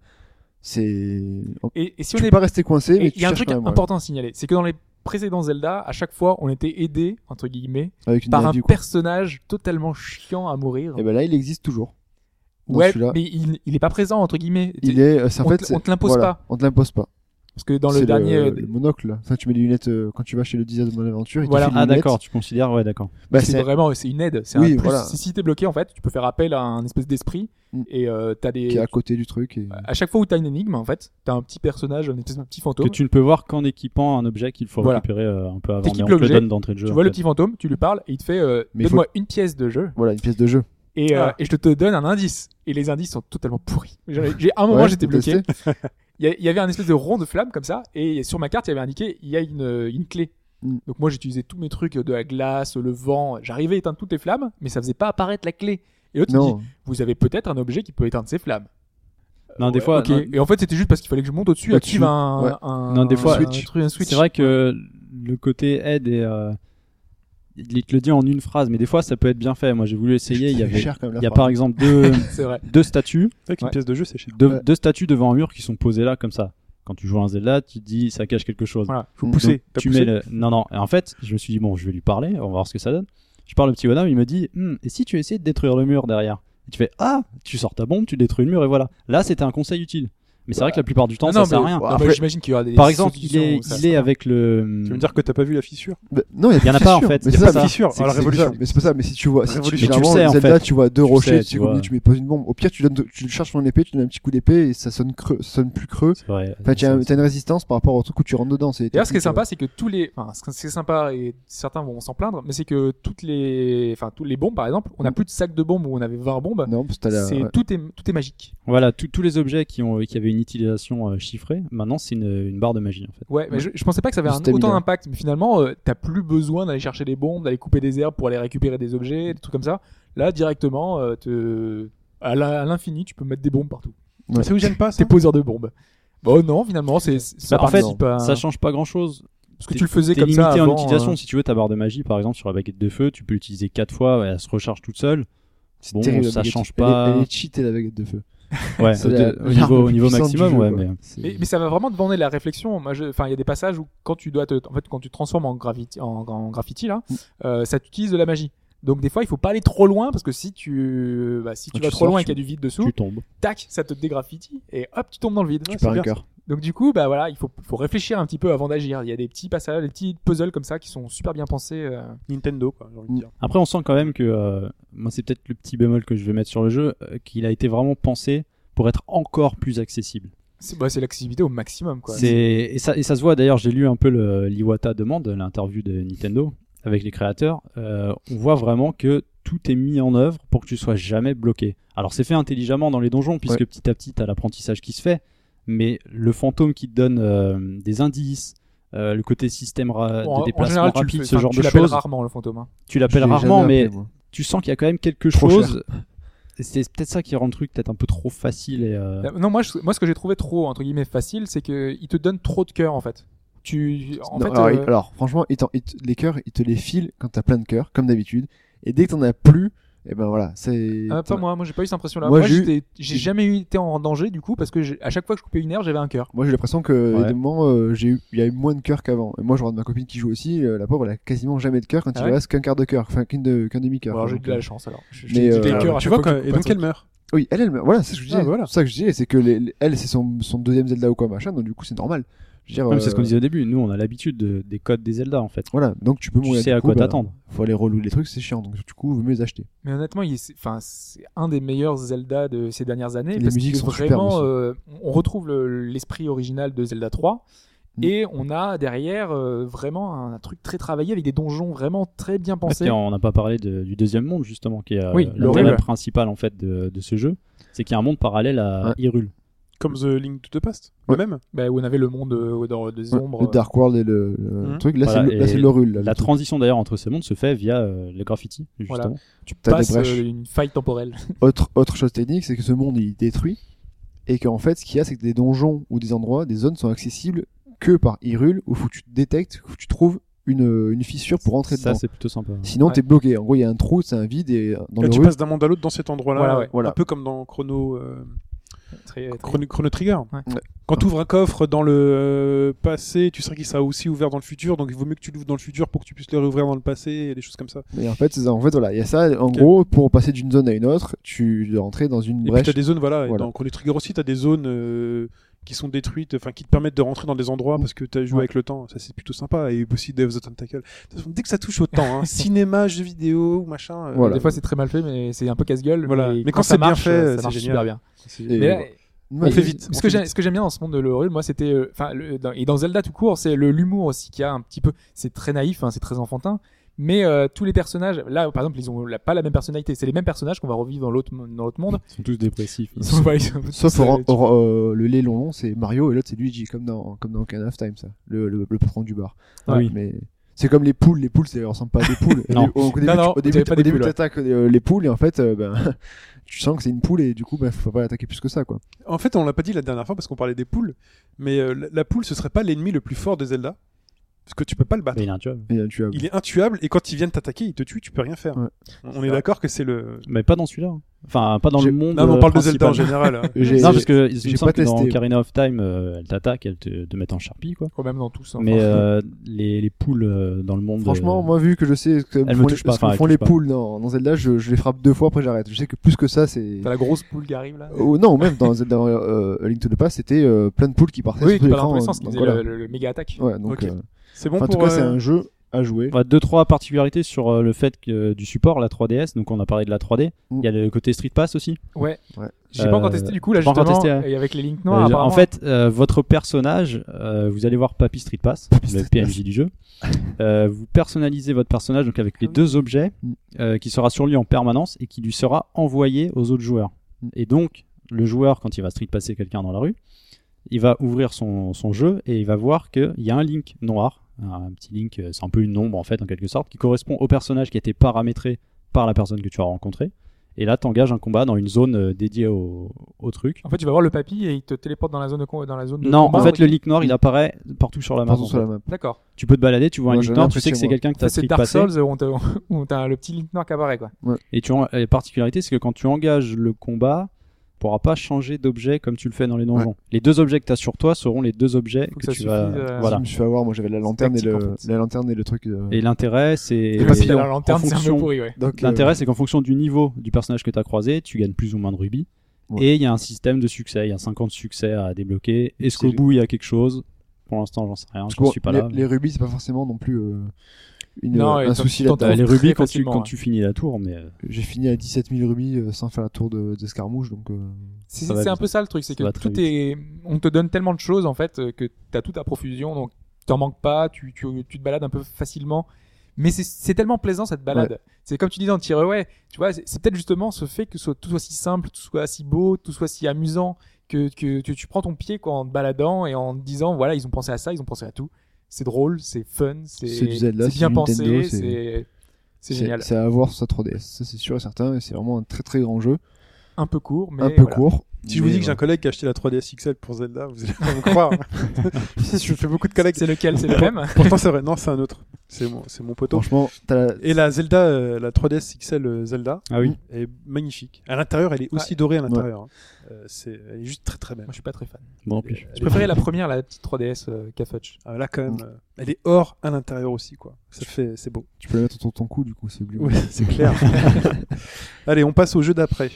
Speaker 4: c'est, on-
Speaker 3: Et, et si on
Speaker 4: tu
Speaker 3: est
Speaker 4: peux pas rester coincé, mais
Speaker 3: Et
Speaker 4: tu
Speaker 3: il y a un
Speaker 4: cherches
Speaker 3: truc
Speaker 4: quand même, ouais.
Speaker 3: important à signaler, c'est que dans les précédents Zelda, à chaque fois, on était aidé entre guillemets
Speaker 4: avec une
Speaker 3: par un
Speaker 4: review, quoi.
Speaker 3: personnage totalement chiant à mourir.
Speaker 4: Et ben là, il existe toujours. Dans
Speaker 3: ouais,
Speaker 4: celui-là,
Speaker 3: mais il, il est pas présent entre guillemets.
Speaker 4: il est, euh, c'est- en
Speaker 3: on
Speaker 4: fait,
Speaker 3: te-
Speaker 4: c'est-
Speaker 3: on te l'impose
Speaker 4: voilà,
Speaker 3: pas.
Speaker 4: On te l'impose pas.
Speaker 3: Parce que dans le
Speaker 4: C'est
Speaker 3: dernier, euh,
Speaker 4: le monocle. là. Ça, tu mets des lunettes euh, quand tu vas chez le design de mon aventure.
Speaker 3: Voilà.
Speaker 5: Ah d'accord, tu considères, ouais d'accord.
Speaker 4: Bah,
Speaker 3: c'est
Speaker 4: c'est
Speaker 3: vraiment c'est une aide. C'est
Speaker 4: Oui,
Speaker 3: un plus.
Speaker 4: voilà.
Speaker 3: Si, si t'es bloqué en fait, tu peux faire appel à un espèce d'esprit
Speaker 4: Mm.
Speaker 3: et euh, t'as
Speaker 4: qui est
Speaker 3: des.
Speaker 4: à côté du truc. Et...
Speaker 3: À chaque fois où t'as une énigme en fait, t'as un petit personnage, un espèce de petit fantôme.
Speaker 5: Que tu ne peux voir qu'en équipant un objet qu'il faut
Speaker 3: Voilà.
Speaker 5: récupérer euh, un peu avant.
Speaker 3: T'équipes
Speaker 5: mais on te le
Speaker 3: l'objet,
Speaker 5: donne d'entrée de jeu.
Speaker 3: Tu
Speaker 5: en
Speaker 3: vois le
Speaker 5: fait.
Speaker 3: petit fantôme, tu lui parles et il te fait euh,
Speaker 4: Mais il faut-
Speaker 3: donne-moi une pièce de jeu
Speaker 4: Voilà, une pièce de jeu.
Speaker 3: et, euh,
Speaker 2: Ah.
Speaker 3: et je te donne un indice. Et les indices sont totalement pourris. J'en ai- J'ai à un moment
Speaker 4: Ouais,
Speaker 3: j'étais
Speaker 4: faut
Speaker 3: bloqué.
Speaker 4: tester.
Speaker 3: Il y a- il y, avait un espèce de rond de flamme comme ça, et sur ma carte, il y avait indiqué il y a une, euh, une clé.
Speaker 4: Mm.
Speaker 3: Donc moi, j'utilisais tous mes trucs euh, de la glace, le vent. J'arrivais à éteindre toutes les flammes, mais ça faisait pas apparaître la clé. Et l'autre il dit
Speaker 4: Non.
Speaker 3: vous avez peut-être un objet qui peut éteindre ces flammes.
Speaker 5: Non, des
Speaker 3: Ouais,
Speaker 5: fois,
Speaker 3: ok.
Speaker 5: non,
Speaker 3: Et en fait, c'était juste parce qu'il fallait que je monte au-dessus,
Speaker 4: Là-dessus,
Speaker 3: active un,
Speaker 4: ouais.
Speaker 3: un,
Speaker 5: Bah, Non, des fois, euh,
Speaker 3: un
Speaker 4: Switch.
Speaker 3: truc, un switch.
Speaker 5: C'est vrai que le côté aide et euh, il te le dit en une phrase, mais des fois ça peut être bien fait. Moi j'ai voulu essayer. Il y, avait,
Speaker 4: cher quand même, la
Speaker 5: il y a
Speaker 4: phrase.
Speaker 5: par exemple deux,
Speaker 3: C'est vrai.
Speaker 5: deux statues,
Speaker 2: C'est vrai qu'une
Speaker 3: Ouais.
Speaker 2: pièce de jeu c'est cher.
Speaker 5: deux,
Speaker 4: Ouais.
Speaker 5: deux statues devant un mur qui sont posées là comme ça. Quand tu joues à un Zelda, tu te dis ça cache quelque chose.
Speaker 3: Voilà.
Speaker 4: Mm.
Speaker 2: Pousser.
Speaker 5: Donc,
Speaker 2: T'as
Speaker 5: tu
Speaker 2: poussé
Speaker 5: mets le- Non non. Et en fait, je me suis dit bon, je vais lui parler, on va voir ce que ça donne. Je parle au petit bonhomme, il me dit Hmm, et si tu essayes de détruire le mur derrière Et Tu fais ah, tu sors ta bombe, tu détruis le mur et voilà. Là c'était un conseil utile. Mais c'est vrai que la plupart du temps
Speaker 3: Ah
Speaker 5: ça
Speaker 3: non,
Speaker 5: sert à
Speaker 3: mais-
Speaker 5: rien.
Speaker 3: non,
Speaker 4: Après-
Speaker 3: mais j'imagine qu'il y aura des.
Speaker 5: Par exemple, il
Speaker 3: solutions
Speaker 5: est,
Speaker 3: où ça
Speaker 5: il
Speaker 3: sera-
Speaker 5: est avec le.
Speaker 2: Tu veux me dire que t'as pas vu la fissure
Speaker 4: Bah, Non, il
Speaker 5: Il
Speaker 4: y
Speaker 5: y
Speaker 4: a
Speaker 5: en a
Speaker 4: plus
Speaker 5: pas,
Speaker 4: sûr.
Speaker 5: en fait.
Speaker 4: Mais
Speaker 5: Il
Speaker 4: c'est
Speaker 5: y a
Speaker 4: ça, mais
Speaker 5: pas de
Speaker 4: c'est
Speaker 5: ça.
Speaker 2: fissure.
Speaker 4: ça,
Speaker 2: Ah, la
Speaker 4: c'est
Speaker 2: révolution.
Speaker 4: ça. Mais c'est pas ça. Mais si tu vois, si tu,
Speaker 2: Révolution.
Speaker 4: généralement,
Speaker 5: Mais tu le sais, en
Speaker 4: Zelda,
Speaker 5: fait.
Speaker 4: tu vois deux
Speaker 5: Tu le
Speaker 4: rochers,
Speaker 5: sais,
Speaker 4: tu,
Speaker 5: tu vois.
Speaker 4: tu, mets- poses une bombe. Au pire, tu, donnes, tu le cherches ton épée, tu donnes un petit coup d'épée et ça sonne creux, ça sonne plus creux.
Speaker 5: hmm, C'est vrai.
Speaker 4: Enfin, tu as un- t'as une résistance par rapport au truc où tu rentres dedans.
Speaker 3: D'ailleurs, ce qui est sympa, c'est que tous les, enfin, ce qui est sympa et certains vont s'en plaindre, mais c'est que toutes les, enfin, tous les bombes, par exemple, on n'a
Speaker 4: Mm.
Speaker 3: plus de sac de bombes où on avait 20 bombes.
Speaker 4: Non, parce que t'as la-
Speaker 3: C'est
Speaker 4: ouais.
Speaker 3: tout est tout est magique.
Speaker 5: Voilà, tous- tous les objets qui, ont, qui avaient une utilisation euh, chiffrée, maintenant c'est une, une barre de magie en fait.
Speaker 3: Ouais, mais
Speaker 4: Ouais.
Speaker 3: Je, je pensais pas que ça avait
Speaker 4: Le
Speaker 3: un,
Speaker 4: stamina.
Speaker 3: autant d'impact, mais finalement, euh, t'as plus besoin d'aller chercher des bombes, d'aller couper des herbes pour aller récupérer des objets, des trucs comme ça. Là, directement, euh, te- à la- à l'infini, tu peux mettre des bombes partout.
Speaker 4: Ouais.
Speaker 2: Ça vous gêne pas ça
Speaker 3: T'es poseur de bombes. Bon, non, finalement, c'est c'est- ça
Speaker 5: Bah, en fait,
Speaker 3: participe à-
Speaker 5: Ça change pas grand chose.
Speaker 3: parce que
Speaker 5: t'es-
Speaker 3: tu le faisais
Speaker 5: T'es
Speaker 3: comme
Speaker 5: limité
Speaker 3: ça avant,
Speaker 5: en utilisation.
Speaker 3: euh,
Speaker 5: Si tu veux ta barre de magie, par exemple, sur la baguette de feu, tu peux l'utiliser 4 fois, elle se recharge toute seule.
Speaker 4: C'est
Speaker 5: Bon,
Speaker 4: terrible, la
Speaker 5: ça
Speaker 4: baguette.
Speaker 5: change
Speaker 4: Elle est-
Speaker 5: pas.
Speaker 4: Elle est, cheatée la baguette de feu.
Speaker 5: Ouais,
Speaker 4: C'est
Speaker 5: au,
Speaker 4: la-
Speaker 5: au
Speaker 4: l'arme
Speaker 5: niveau, au
Speaker 4: la
Speaker 5: niveau
Speaker 4: plus puissante
Speaker 5: maximum,
Speaker 4: du jeu,
Speaker 5: ouais,
Speaker 4: quoi.
Speaker 5: mais. euh,
Speaker 4: C'est-
Speaker 3: Mais, mais ça va vraiment demander la réflexion. Moi, je- enfin, il y a des passages où quand tu dois, te, en fait, quand tu te transformes en graffiti, en, en graffiti là,
Speaker 4: Mm.
Speaker 3: euh, ça t'utilise de la magie. Donc des fois, il faut pas aller trop loin parce que si tu, bah, si tu
Speaker 4: Quand
Speaker 3: vas
Speaker 4: tu
Speaker 3: trop
Speaker 4: sors,
Speaker 3: loin et
Speaker 4: tu-
Speaker 3: qu'il y a du vide dessous,
Speaker 5: Tu tombes.
Speaker 3: tac, ça te dégraffiti et hop, tu tombes dans le vide.
Speaker 4: Tu
Speaker 2: Ouais,
Speaker 4: perds
Speaker 2: c'est
Speaker 4: un
Speaker 2: bien.
Speaker 4: cœur.
Speaker 3: Donc du coup, bah voilà, il faut, faut réfléchir un petit peu avant d'agir. Il y a des petits passages, des petits puzzles comme ça qui sont super bien pensés. euh.
Speaker 2: Nintendo quoi, j'ai envie de dire.
Speaker 5: Après, on sent quand même que, euh, moi, c'est peut-être le petit bémol que je vais mettre sur le jeu, euh, qu'il a été vraiment pensé pour être encore plus accessible.
Speaker 3: C'est bah, c'est l'accessibilité au maximum quoi.
Speaker 5: C'est et ça, et ça se voit d'ailleurs. J'ai lu un peu le l'Iwata demande l'interview de Nintendo avec les créateurs. Euh, on voit vraiment que tout est mis en œuvre pour que tu sois jamais bloqué. Alors c'est fait intelligemment dans les donjons puisque
Speaker 4: Ouais.
Speaker 5: petit à petit t'as l'apprentissage qui se fait, mais le fantôme qui te donne euh, des indices, euh, le côté système
Speaker 2: euh,
Speaker 5: ra-
Speaker 3: Bon,
Speaker 5: de
Speaker 3: en
Speaker 5: déplacement
Speaker 3: général, tu,
Speaker 5: rapide,
Speaker 3: le fais-
Speaker 5: ce
Speaker 3: enfin,
Speaker 5: genre
Speaker 3: tu
Speaker 5: de
Speaker 3: l'appelles
Speaker 5: choses,
Speaker 3: rarement le fantôme. hein.
Speaker 5: tu
Speaker 4: Je l'ai
Speaker 5: l'appelles
Speaker 4: jamais
Speaker 5: rarement,
Speaker 4: appelé,
Speaker 5: mais
Speaker 4: moi.
Speaker 5: tu sens qu'il y a quand même quelque
Speaker 4: Trop cher.
Speaker 5: chose. Et C'est peut-être ça qui rend le truc peut-être un peu trop facile et euh,
Speaker 3: Euh, Non, moi, je- moi, ce que j'ai trouvé trop entre guillemets facile, c'est que il te donne trop de cœur en fait. Tu, en
Speaker 4: Non,
Speaker 3: fait,
Speaker 4: alors,
Speaker 3: euh,
Speaker 4: il- alors, franchement, il t'en- il te- les cœurs, ils te les filent quand t'as plein de cœurs, comme d'habitude. Et dès que t'en as plus, et ben voilà, c'est.
Speaker 3: ah, pas moi, moi j'ai pas eu cette impression là.
Speaker 4: Moi,
Speaker 3: Moi,
Speaker 4: j'ai eu-
Speaker 3: j'étais- j'ai jamais eu- été en danger du coup parce que j'ai- à chaque fois que je coupais une herbe, j'avais un cœur.
Speaker 4: Moi j'ai l'impression que
Speaker 5: Ouais.
Speaker 4: à des moments euh, j'ai eu il y a eu moins de cœur qu'avant. Et moi je regarde ma copine qui joue aussi, euh, la pauvre elle a quasiment jamais de cœur quand
Speaker 3: Ah
Speaker 4: il
Speaker 3: ouais
Speaker 4: lui reste qu'un quart de cœur, enfin qu'une de- qu'un demi cœur.
Speaker 3: Bon, Alors j'ai eu de la chance alors. Je-
Speaker 4: Mais,
Speaker 3: j'ai
Speaker 4: euh,
Speaker 3: eu des
Speaker 4: alors,
Speaker 3: cœurs à
Speaker 2: tu
Speaker 3: chaque
Speaker 2: vois
Speaker 3: fois
Speaker 2: quand- et
Speaker 3: que je coupais un
Speaker 2: donc elle
Speaker 3: truc.
Speaker 2: meurt.
Speaker 4: Oui, elle elle meurt. voilà, c'est ce que je
Speaker 2: Ah,
Speaker 4: disais.
Speaker 2: voilà.
Speaker 4: C'est ça que je disais, c'est que les- les- elle c'est son, son deuxième Zelda ou quoi machin, donc du coup c'est normal. Je veux dire,
Speaker 5: Même c'est ce qu'on
Speaker 4: euh,
Speaker 5: disait au début. Nous, on a l'habitude de- des codes des Zelda en fait.
Speaker 4: Voilà, donc tu peux
Speaker 5: Tu
Speaker 4: mourir.
Speaker 5: sais
Speaker 4: du
Speaker 5: à
Speaker 4: coup,
Speaker 5: quoi
Speaker 4: bah,
Speaker 5: t'attendre.
Speaker 4: Faut aller relouer les trucs, c'est chiant. Donc du coup, vaut mieux les acheter.
Speaker 3: Mais honnêtement, il est- c'est- enfin, c'est un des meilleurs Zelda de ces dernières années.
Speaker 4: Les
Speaker 3: parce
Speaker 4: musiques
Speaker 3: que
Speaker 4: sont superbes
Speaker 3: vraiment,
Speaker 4: aussi.
Speaker 3: euh, on retrouve le- l'esprit original de Zelda 3.
Speaker 4: Mm.
Speaker 3: Et on a derrière euh, vraiment un, un truc très travaillé avec des donjons vraiment très bien
Speaker 5: Ouais,
Speaker 3: pensés.
Speaker 5: puis on n'a pas parlé de- du deuxième monde justement qui est euh,
Speaker 3: Oui,
Speaker 5: l'intérêt
Speaker 3: l'horrible.
Speaker 5: principal en fait de, de ce jeu, c'est qu'il y a un monde parallèle à
Speaker 4: Ouais.
Speaker 5: Hyrule.
Speaker 2: Comme The Link to the Past,
Speaker 4: Ouais.
Speaker 2: le même.
Speaker 3: Bah, où on avait le monde euh, dans des
Speaker 4: Ouais,
Speaker 3: ombres.
Speaker 4: le Dark World et le, le
Speaker 2: Mhm.
Speaker 4: truc. Là,
Speaker 5: Voilà,
Speaker 4: c'est le- là,
Speaker 5: et
Speaker 4: c'est l'Orul. là, le
Speaker 5: La
Speaker 4: truc.
Speaker 5: transition d'ailleurs entre ces mondes se fait via euh, le graffiti justement.
Speaker 3: Voilà. Tu
Speaker 4: T'as des
Speaker 3: passes euh,
Speaker 4: brèches.
Speaker 3: une faille temporelle.
Speaker 4: Autre, autre chose technique, c'est que ce monde il est détruit et qu'en fait, ce qu'il y a, c'est que des donjons ou des endroits, des zones sont accessibles que par Hyrule où faut que tu détectes, où tu trouves une, une fissure pour rentrer
Speaker 5: Ça
Speaker 4: dedans.
Speaker 5: c'est plutôt sympa.
Speaker 4: Sinon,
Speaker 3: Ouais.
Speaker 4: t'es bloqué. En gros, il y a un trou, c'est un vide et euh, dans
Speaker 2: Là,
Speaker 4: le
Speaker 2: tu
Speaker 4: Hyrule,
Speaker 2: passes d'un monde à l'autre dans cet endroit-là.
Speaker 3: Voilà, ouais.
Speaker 4: Voilà.
Speaker 2: Un peu comme dans Chrono, euh,
Speaker 3: Très- très-
Speaker 2: Chrono, Chrono Trigger.
Speaker 3: Ouais.
Speaker 4: Ouais.
Speaker 2: Quand tu ouvres un coffre dans le euh, passé, tu sais qu'il sera aussi ouvert dans le futur, donc il vaut mieux que tu l'ouvres dans le futur pour que tu puisses le réouvrir dans le passé et des choses comme ça.
Speaker 4: Et en fait, c'est ça. En fait, voilà, il y a ça. En
Speaker 2: Ok.
Speaker 4: gros, pour passer d'une zone à une autre, tu dois rentrer dans une
Speaker 2: Et puis
Speaker 4: brèche.
Speaker 2: t'as des zones, voilà, et
Speaker 4: Voilà.
Speaker 2: dans Chrono Trigger aussi, t'as des zones euh, qui sont détruites, enfin qui te permettent de rentrer dans des endroits parce que t'as joué
Speaker 3: Ouais.
Speaker 2: avec le temps. Ça c'est plutôt sympa. Et aussi Dev the Tentacle. De toute façon, dès que ça touche au temps, hein, cinéma, jeux vidéo ou machin. euh,
Speaker 4: Voilà.
Speaker 3: Des fois, c'est très mal fait, mais c'est un peu casse-gueule.
Speaker 2: Voilà.
Speaker 3: Mais,
Speaker 2: Mais
Speaker 3: quand,
Speaker 2: quand
Speaker 3: ça
Speaker 2: c'est bien
Speaker 3: marche,
Speaker 2: fait,
Speaker 3: euh, ça
Speaker 2: c'est
Speaker 3: marche
Speaker 2: génial.
Speaker 3: super bien.
Speaker 4: Et
Speaker 3: Mais là,
Speaker 4: voilà.
Speaker 2: On
Speaker 4: Mais-
Speaker 2: fait vite.
Speaker 3: Ce
Speaker 2: on
Speaker 3: que
Speaker 2: fait
Speaker 3: j'ai-
Speaker 2: vite.
Speaker 3: ce que j'aime bien dans ce monde de l'horreur, moi, c'était, euh, enfin, le- dans- et dans Zelda tout court, c'est le l'humour aussi qui a un petit peu, c'est très naïf, hein, c'est très enfantin, mais euh, tous les personnages, là, par exemple, ils ont la- pas la même personnalité. C'est les mêmes personnages qu'on va revivre dans l'autre, dans l'autre monde.
Speaker 5: Ils sont tous dépressifs.
Speaker 3: Ils sont, voilà, ils sont-
Speaker 4: Sauf
Speaker 3: euh,
Speaker 4: Oran-
Speaker 3: tu-
Speaker 4: Or- euh, le lait long long, c'est Mario et l'autre c'est Luigi, comme dans comme dans Ocarina of Time, ça, le, le, le patron du bar.
Speaker 5: Ah oui.
Speaker 4: Mais c'est comme les poules, les poules, ça ressemble pas à des poules.
Speaker 5: Non.
Speaker 4: Au- Au début,
Speaker 3: Non,
Speaker 4: tu-
Speaker 3: non,
Speaker 4: au début,
Speaker 3: vous avez pas
Speaker 4: au
Speaker 3: des
Speaker 4: début,
Speaker 3: poules, ouais.
Speaker 4: t'attaques, euh, les poules et en fait, euh, ben, tu sens que c'est une poule et du coup, ben, faut pas l'attaquer plus que ça, quoi.
Speaker 2: En fait, on l'a pas dit la dernière fois parce qu'on parlait des poules, mais euh, la, la poule ce serait pas l'ennemi le plus fort de Zelda parce que tu peux pas le battre.
Speaker 5: Mais il est intuable.
Speaker 4: Et, euh, tu as-
Speaker 2: Il est intuable et quand ils viennent t'attaquer, ils te tuent, tu peux rien faire.
Speaker 4: Ouais.
Speaker 2: On est d'accord que c'est le.
Speaker 5: Mais pas dans celui-là. hein. Enfin, pas dans
Speaker 4: J'ai-
Speaker 5: le monde.
Speaker 2: Non, mais on
Speaker 5: euh,
Speaker 2: parle de Zelda en
Speaker 5: principal.
Speaker 2: général. hein.
Speaker 4: J'ai-
Speaker 5: Non, parce que il
Speaker 4: j'ai
Speaker 5: me semble
Speaker 4: pas
Speaker 5: que dans
Speaker 4: testé.
Speaker 5: Ocarina of Time, euh, elle t'attaque, elle te, te met en charpie quoi.
Speaker 3: quand même dans tous. hein.
Speaker 5: Mais
Speaker 3: Enfin,
Speaker 5: euh, les, les poules euh, dans le monde.
Speaker 4: Franchement,
Speaker 5: euh,
Speaker 4: moi, vu que je sais ce que
Speaker 5: Elle me
Speaker 4: font, les,
Speaker 5: touche pas,
Speaker 4: ce que
Speaker 5: enfin, elle
Speaker 4: font
Speaker 5: touche
Speaker 4: les
Speaker 5: pas.
Speaker 4: poules dans, dans Zelda, je, je les frappe deux fois après j'arrête. Je sais que plus que ça, c'est.
Speaker 3: t'as la grosse poule qui arrive là.
Speaker 4: Oh, non, même dans Zelda euh, A Link to the Past, c'était euh, plein de poules qui partaient
Speaker 3: oui,
Speaker 4: sur
Speaker 3: qui
Speaker 4: tout
Speaker 3: parle dans tous les
Speaker 4: l'écran.
Speaker 5: euh,
Speaker 3: sens, qui
Speaker 4: donc
Speaker 3: faisait
Speaker 4: voilà.
Speaker 3: le, le- le méga attaque.
Speaker 4: Ouais, donc,
Speaker 2: Ok.
Speaker 4: euh,
Speaker 2: C'est bon
Speaker 4: enfin, en
Speaker 2: pour.
Speaker 4: tout cas, c'est
Speaker 2: euh,
Speaker 4: un jeu à jouer.
Speaker 5: Enfin, deux trois particularités sur euh, le fait que, euh, du support, la 3DS. Donc on a parlé de la 3D.
Speaker 4: Mm.
Speaker 5: Il y a le côté Street Pass aussi.
Speaker 3: Ouais.
Speaker 4: Ouais.
Speaker 3: J'ai pas encore
Speaker 5: Euh,
Speaker 3: testé du coup là
Speaker 5: pas encore
Speaker 3: justement,
Speaker 5: testé, hein.
Speaker 3: et avec les links
Speaker 5: Euh,
Speaker 3: noirs.
Speaker 5: en fait, euh, votre personnage, euh, vous allez voir Papy Street Pass, le
Speaker 4: Street
Speaker 5: PNJ du jeu. Euh, vous personnalisez votre personnage donc avec les
Speaker 3: Ah oui.
Speaker 5: deux objets
Speaker 4: Mm.
Speaker 5: euh, qui sera sur lui en permanence et qui lui sera envoyé aux autres joueurs.
Speaker 4: Mm.
Speaker 5: Et donc, le joueur, quand il va Street Passer quelqu'un dans la rue, il va ouvrir son, son jeu et il va voir qu'il y a un link noir, un petit link, euh, c'est un peu une ombre en fait en quelque sorte, qui correspond au personnage qui a été paramétré par la personne que tu as rencontré. Et là, t'engages un combat dans une zone euh, dédiée au, au truc.
Speaker 3: En fait, tu vas voir le papy et il te téléporte dans la zone de con- dans la zone de
Speaker 5: Non,
Speaker 3: combat.
Speaker 5: en fait, le leak noir, il apparaît partout sur la map.
Speaker 4: Pardon
Speaker 5: en
Speaker 4: sur la
Speaker 5: fait.
Speaker 4: map.
Speaker 3: D'accord.
Speaker 5: Tu peux te balader, tu vois
Speaker 4: Moi,
Speaker 5: un
Speaker 4: j'ai
Speaker 5: leak noir, tu
Speaker 4: l'impression,
Speaker 5: sais que c'est
Speaker 4: moi.
Speaker 5: quelqu'un que t'as
Speaker 3: C'est
Speaker 5: street
Speaker 3: Dark
Speaker 5: passé.
Speaker 3: Souls où on te- où t'as le petit link noir qui apparaît quoi.
Speaker 5: Et tu en... et particularité, c'est que quand tu engages le combat, tu pourras pas changer d'objet comme tu le fais dans les donjons. Les deux objets que t'as sur toi seront les deux objets
Speaker 3: Faut
Speaker 5: que,
Speaker 3: que ça
Speaker 5: tu vas.
Speaker 3: suffise, euh,
Speaker 4: Je
Speaker 5: Voilà.
Speaker 4: me suis fait avoir, moi j'avais la lanterne et
Speaker 3: tactique,
Speaker 4: le,
Speaker 3: en fait.
Speaker 4: la lanterne et le truc. euh,
Speaker 5: Et l'intérêt, c'est.
Speaker 3: Et papy à la
Speaker 5: en
Speaker 3: lanterne, c'est un
Speaker 5: fonction-
Speaker 3: peu pourri ouais.
Speaker 4: donc, euh,
Speaker 5: L'intérêt, c'est qu'en fonction du niveau du personnage que tu as croisé, tu gagnes plus ou moins de rubis.
Speaker 4: Ouais.
Speaker 5: Et il y a un système de succès. Il y a 50 succès à débloquer. Est-ce
Speaker 4: C'est
Speaker 5: qu'au
Speaker 4: le-
Speaker 5: bout, il y a quelque chose Pour l'instant, j'en sais rien.
Speaker 4: parce
Speaker 5: Je
Speaker 4: que bon,
Speaker 5: suis pas
Speaker 4: les,
Speaker 5: là. mais-
Speaker 4: les rubis, c'est pas forcément non plus euh, une,
Speaker 3: Non,
Speaker 4: euh,
Speaker 3: et
Speaker 4: un
Speaker 3: t'en-
Speaker 4: souci
Speaker 3: t'en
Speaker 4: là-dedans.
Speaker 5: Bah, les
Speaker 3: trouves très
Speaker 5: rubis quand tu,
Speaker 3: facilement,
Speaker 5: quand
Speaker 3: ouais.
Speaker 5: tu finis la tour, mais. euh,
Speaker 4: J'ai fini à 17 000 rubis euh, sans faire la tour de- d'escarmouche, donc. euh,
Speaker 3: C'est
Speaker 5: Ça va
Speaker 3: c'est un
Speaker 5: vite.
Speaker 3: peu ça le truc, c'est
Speaker 5: Ça
Speaker 3: que
Speaker 5: va très
Speaker 3: tout est, on te donne tellement de choses en fait euh, que t'as tout à profusion, donc t'en manques pas, tu, tu, tu te balades un peu facilement. Mais c'est- c'est tellement plaisant cette balade. C'est comme tu dis dans Tireway, tu vois, c'est c'est peut-être justement ce fait que ce soit- tout soit si simple, tout soit si beau, tout soit si amusant, que, que, que tu prends ton pied quoi, en te baladant et en te disant, voilà, ils ont pensé à ça, ils ont pensé à tout. C'est drôle, c'est fun, c'est
Speaker 4: C'est du Zelda,
Speaker 3: c'est
Speaker 4: c'est
Speaker 3: bien
Speaker 4: du
Speaker 3: pensé,
Speaker 4: Nintendo, c'est-
Speaker 3: c'est c'est génial.
Speaker 4: C'est à avoir sur sa 3DS, ça c'est sûr et certain, et c'est vraiment un très très grand jeu,
Speaker 3: Un peu court, mais
Speaker 4: un peu
Speaker 3: voilà.
Speaker 4: court.
Speaker 2: Si je vous
Speaker 4: mais,
Speaker 2: dis que j'ai un
Speaker 4: euh,
Speaker 2: collègue qui a acheté la 3DS XL pour Zelda, vous allez pas me croire. hein. je fais beaucoup de collègues.
Speaker 3: C'est lequel, c'est le même.
Speaker 2: Pourtant, c'est vrai. Non, c'est un autre. C'est mon, c'est mon poteau.
Speaker 4: franchement, t'as la-
Speaker 2: Et la Zelda, euh, la 3DS XL euh, Zelda,
Speaker 5: Ah oui.
Speaker 2: est magnifique. À l'intérieur, elle est aussi dorée à l'intérieur. hein. Euh, c'est, elle est juste très très belle.
Speaker 3: Moi, je suis pas très fan.
Speaker 5: Bon, non plus.
Speaker 3: Je préférais la première, la petite 3DS euh, Cafetch.
Speaker 2: Ah, là, quand même, euh, elle est or à l'intérieur aussi, quoi. Ça fait, c'est beau.
Speaker 4: tu peux la mettre autour de ton cou, du coup, c'est bleu.
Speaker 2: Oui, c'est clair. Allez, on passe au jeu d'après.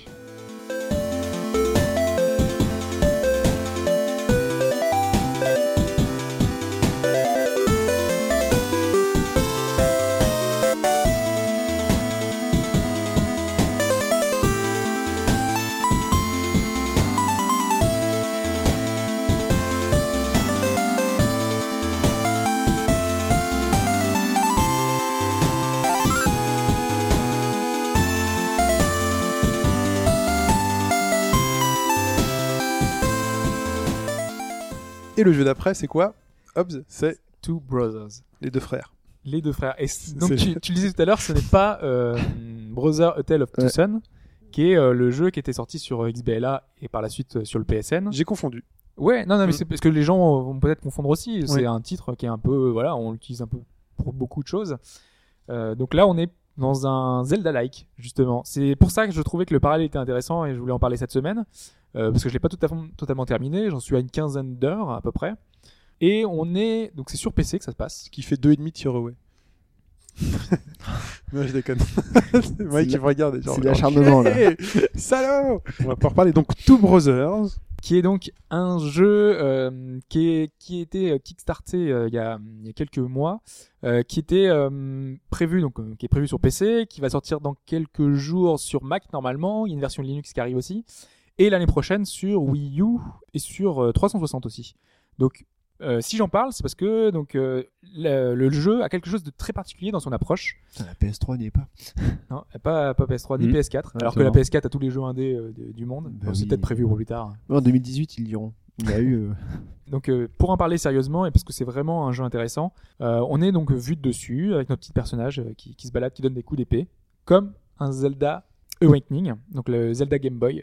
Speaker 2: Et le jeu d'après, c'est quoi Hobbs, c'est
Speaker 3: Two Brothers.
Speaker 2: les deux frères.
Speaker 3: Les deux frères. Et c- donc
Speaker 2: C'est-
Speaker 3: tu, tu le disais tout à l'heure, ce n'est pas euh, Brother A Tale of Two
Speaker 4: Ouais.
Speaker 3: Sons, qui est euh, le jeu qui était sorti sur euh, XBLA et par la suite euh, sur le PSN.
Speaker 2: J'ai confondu.
Speaker 3: Ouais, non, non, mais
Speaker 2: Mm.
Speaker 3: c'est parce que les gens euh, vont peut-être confondre aussi. C'est un titre qui est un peu, voilà, on l'utilise un peu pour beaucoup de choses. Euh, donc là, on est dans un Zelda-like, justement. C'est pour ça que je trouvais que le parallèle était intéressant et je voulais en parler cette semaine. euh, parce que je l'ai pas tout à fait, totalement terminé. J'en suis à une quinzaine d'heures, à peu près. Et on est, donc c'est sur PC que ça se passe.
Speaker 2: Ce qui fait deux et demi Away. non, je déconne. c'est Mike qui me regarde. et genre,
Speaker 4: C'est de l'acharnement, là.
Speaker 2: Hey, salaud On va pouvoir parler. Donc, Two Brothers.
Speaker 3: qui est donc un jeu euh, qui, est, qui était euh, kickstarté euh, il, y a, il y a quelques mois, euh, qui était euh, prévu donc euh, qui est prévu sur PC, qui va sortir dans quelques jours sur Mac normalement, il y a une version Linux qui arrive aussi, et l'année prochaine sur Wii U et sur euh, 360 aussi. Donc euh, si j'en parle, c'est parce que donc euh, le, le jeu a quelque chose de très particulier dans son approche.
Speaker 4: Putain, la PS3 n'y est pas.
Speaker 3: Non, pas, pas PS3 ni
Speaker 5: Mhm.
Speaker 3: PS4, alors que la
Speaker 5: Exactement.
Speaker 3: PS4 a tous les jeux indés euh, de- du monde.
Speaker 4: Bah
Speaker 3: Bon, c'est
Speaker 4: oui.
Speaker 3: peut-être prévu pour plus tard.
Speaker 4: Ouais, En 2018, ils diront. Il y a eu. euh,
Speaker 3: Donc euh, pour en parler sérieusement et parce que c'est vraiment un jeu intéressant, euh, on est donc vu de dessus avec notre petit personnage euh, qui, qui se balade, qui donne des coups d'épée, comme un Zelda Awakening, donc le Zelda Game Boy.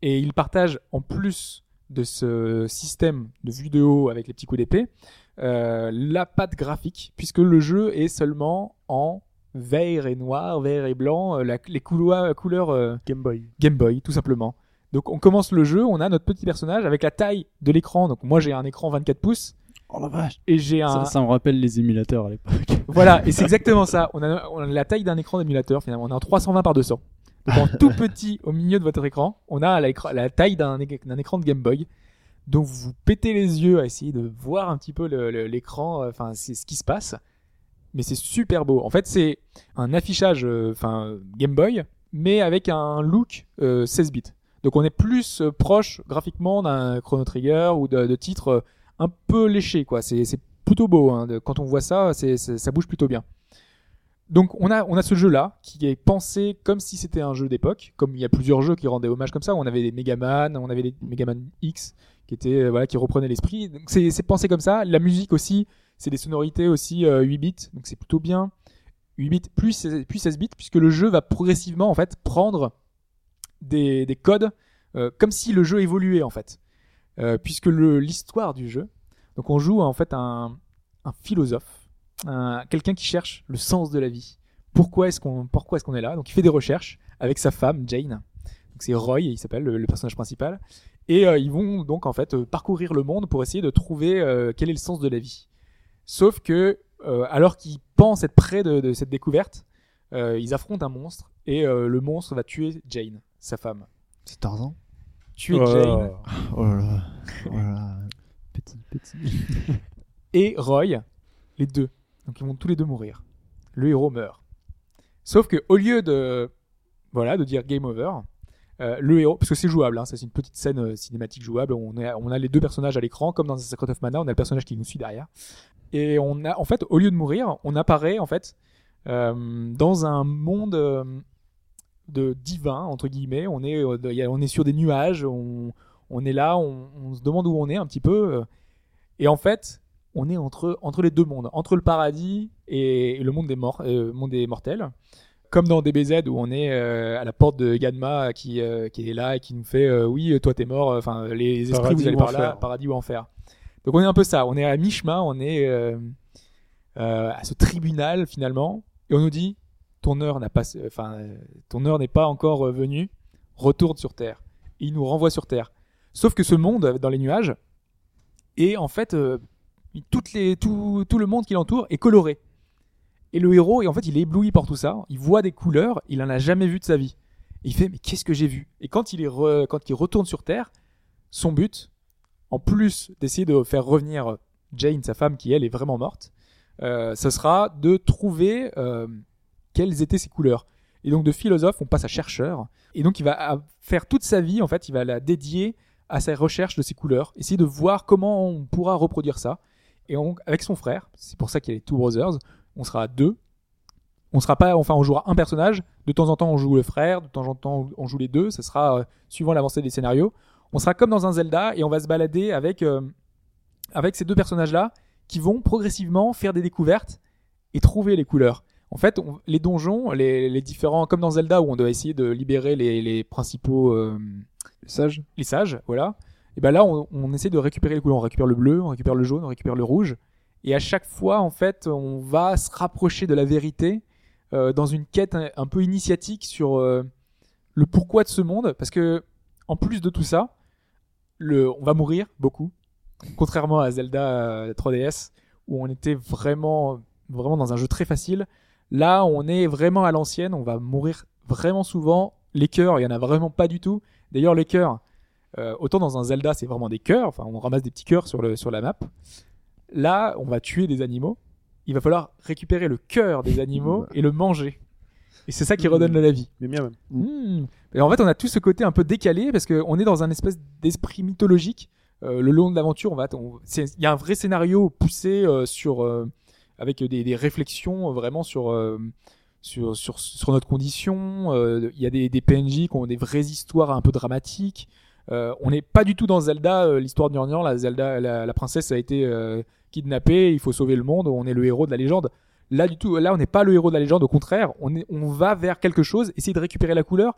Speaker 3: Et il partage en plus de ce système de vue de haut avec les petits coups d'épée, euh, la patte graphique, puisque le jeu est seulement en vert et noir, vert et blanc, euh, la- les couloirs, couleurs euh,
Speaker 2: Game Boy.
Speaker 3: Game Boy, tout simplement. Donc on commence le jeu, on a notre petit personnage avec la taille de l'écran. Donc moi j'ai un écran 24 pouces
Speaker 5: Oh la vache
Speaker 3: et j'ai un
Speaker 5: ça, ça me rappelle les émulateurs à l'époque.
Speaker 3: voilà et c'est exactement ça. On a, on a la taille d'un écran d'émulateur finalement. On est en 320 par 200. Donc en tout petit au milieu de votre écran, on a la, écra- la taille d'un é- d'un écran de Game Boy. Donc vous pétez les yeux à essayer de voir un petit peu le- le- l'écran, euh, enfin c'est ce qui se passe. Mais c'est super beau. En fait c'est un affichage, euh, enfin euh, Game Boy, mais avec un look euh, 16 bits. Donc on est plus euh, proche graphiquement d'un Chrono Trigger ou de, de titres euh, un peu léchés quoi. C'est c'est plutôt beau. hein. De- Quand on voit ça, c'est c'est- ça bouge plutôt bien. Donc on a on a ce jeu là qui est pensé comme si c'était un jeu d'époque, comme il y a plusieurs jeux qui rendaient hommage comme ça. On avait des Megaman, on avait des Megaman X qui étaient euh, voilà qui reprenaient l'esprit. Donc c'est c'est pensé comme ça. La musique aussi, c'est des sonorités aussi euh, 8 bits, donc c'est plutôt bien. 8 bits plus 16, puis 16 bits puisque le jeu va progressivement en fait prendre des, des codes euh, comme si le jeu évoluait en fait. Euh, puisque le- l'histoire du jeu, donc on joue en fait un, un philosophe, un- quelqu'un qui cherche le sens de la vie. Pourquoi est-ce qu'on pourquoi est-ce qu'on est là Donc il fait des recherches avec sa femme Jane. Donc c'est Roy, il s'appelle le, le personnage principal, et euh, ils vont donc en fait euh, parcourir le monde pour essayer de trouver euh, quel est le sens de la vie. Sauf que euh, alors qu'ils pensent être près de, de cette découverte, euh, ils affrontent un monstre et euh, le monstre va tuer Jane, sa femme.
Speaker 4: C'est Tarzan
Speaker 3: Tuer Jane.
Speaker 4: Oh là là. Oh là là.
Speaker 5: Petit, petit.
Speaker 3: et Roy, les deux. Donc ils vont tous les deux mourir. Le héros meurt. Sauf que au lieu de voilà de dire game over, euh, le héros parce que c'est jouable, hein, ça c'est une petite scène euh, cinématique jouable. On a on a les deux personnages à l'écran comme dans un Secret of Mana, on a le personnage qui nous suit derrière. Et on a en fait au lieu de mourir, on apparaît en fait euh, dans un monde euh, de divin entre guillemets. On est euh, de- y a- on est sur des nuages, on on est là, on, on se demande où on est un petit peu. euh. Et en fait, on est entre, entre les deux mondes, entre le paradis et le monde des, morts, euh, monde des mortels. Comme dans DBZ où on est euh, à la porte de Yanma qui, euh, qui est là et qui nous fait euh, oui toi t'es mort, enfin les esprits
Speaker 2: Paradis
Speaker 3: vous allez
Speaker 2: ou
Speaker 3: par là,
Speaker 2: enfer.
Speaker 3: paradis ou enfer. Donc on est un peu ça, on est à mi-chemin, on est euh, euh, à ce tribunal finalement et on nous dit ton heure n'a pas, enfin euh, ton heure n'est pas encore euh, venue, retourne sur Terre. Et il nous renvoie sur Terre. Sauf que ce monde euh, dans les nuages est en fait euh, toutes les, tout, tout le monde qui l'entoure est coloré. Et le héros, et en fait, il est ébloui par tout ça. Il voit des couleurs, il en a jamais vu de sa vie. Et il fait, mais qu'est-ce que j'ai vu Et quand il, est re- quand il retourne sur Terre, son but, en plus d'essayer de faire revenir euh, Jane, sa femme, qui elle est vraiment morte, euh, ce sera de trouver euh, quelles étaient ses couleurs. Et donc de philosophe, on passe à chercheur. Et donc il va à- faire toute sa vie, en fait, il va la dédier à sa recherche de ses couleurs, essayer de voir comment on pourra reproduire ça. Et on- avec son frère, c'est pour ça qu'il y a les Two Brothers, on sera à deux. On sera pas, enfin, on jouera un personnage. De temps en temps, on joue le frère. De temps en temps, on joue les deux. Ça sera euh, suivant l'avancée des scénarios. On sera comme dans un Zelda et on va se balader avec euh, avec ces deux personnages-là qui vont progressivement faire des découvertes et trouver les couleurs. En fait, on- les donjons, les, les différents, comme dans Zelda où on doit essayer de libérer les, les principaux euh,
Speaker 4: Sage.
Speaker 3: les sages, voilà. Et ben là, on, on essaie de récupérer les couleurs. On récupère le bleu, on récupère le jaune, on récupère le rouge. Et à chaque fois, en fait, on va se rapprocher de la vérité euh, dans une quête un, un peu initiatique sur euh, le pourquoi de ce monde. Parce que, en plus de tout ça, le, on va mourir beaucoup. Contrairement à Zelda euh, 3DS, où on était vraiment, vraiment dans un jeu très facile. Là, on est vraiment à l'ancienne. On va mourir vraiment souvent. Les cœurs, il y en a vraiment pas du tout. D'ailleurs, les cœurs, euh, autant dans un Zelda, c'est vraiment des cœurs, enfin on ramasse des petits cœurs sur, le, sur la map. Là, on va tuer des animaux. Il va falloir récupérer le cœur des animaux et le manger. Et c'est ça qui redonne de la vie.
Speaker 2: Mais bien même.
Speaker 3: Mmh. Et en fait, on a tout ce côté un peu décalé parce qu'on est dans un espèce d'esprit mythologique. Euh, le long de l'aventure, on va, on- c'est- il y a un vrai scénario poussé euh, sur, euh, avec des, des réflexions euh, vraiment sur, euh, sur, sur, sur notre condition. Euh, Il y a des, des PNJ qui ont des vraies histoires un peu dramatiques. Euh, on n'est pas du tout dans Zelda, euh, l'histoire de Nurnian. La Zelda, la, la princesse a été euh, kidnappée, il faut sauver le monde. On est le héros de la légende. Là, du tout, là, on n'est pas le héros de la légende. Au contraire, on, est, on va vers quelque chose, essayer de récupérer la couleur.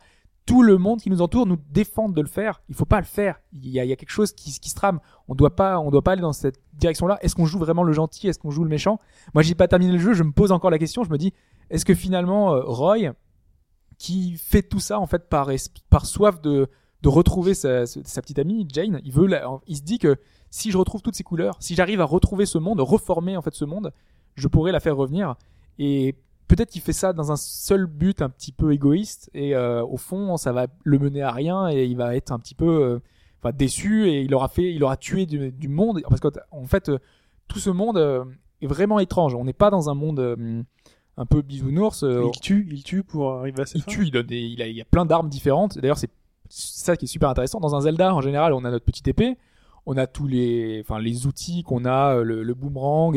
Speaker 3: Tout le monde qui nous entoure nous défend de le faire. Il faut pas le faire. Il y a, il y a quelque chose qui, qui se trame. On doit pas, on doit pas aller dans cette direction-là. Est-ce qu'on joue vraiment le gentil Est-ce qu'on joue le méchant Moi, j'ai pas terminé le jeu. Je me pose encore la question. Je me dis, est-ce que finalement euh, Roy, qui fait tout ça en fait par es- par soif de de retrouver sa, sa petite amie Jane, il veut, la- il se dit que si je retrouve toutes ces couleurs, si j'arrive à retrouver ce monde, reformer en fait ce monde, je pourrais la faire revenir. Et peut-être qu'il fait ça dans un seul but un petit peu égoïste. Et euh, au fond, ça va le mener à rien et il va être un petit peu euh, enfin, déçu et il aura fait, il aura tué du, du monde. Parce qu'en fait, euh, tout ce monde euh, est vraiment étrange. On n'est pas dans un monde euh, un peu bisounours. euh,
Speaker 2: Il tue, il tue pour arriver à ses
Speaker 3: il
Speaker 2: fins.
Speaker 3: tue, il, donne des- il a, il y a plein d'armes différentes. D'ailleurs, c'est ça qui est super intéressant. Dans un Zelda, en général, on a notre petite épée, on a tous les, enfin, les outils qu'on a, euh, le, le boomerang,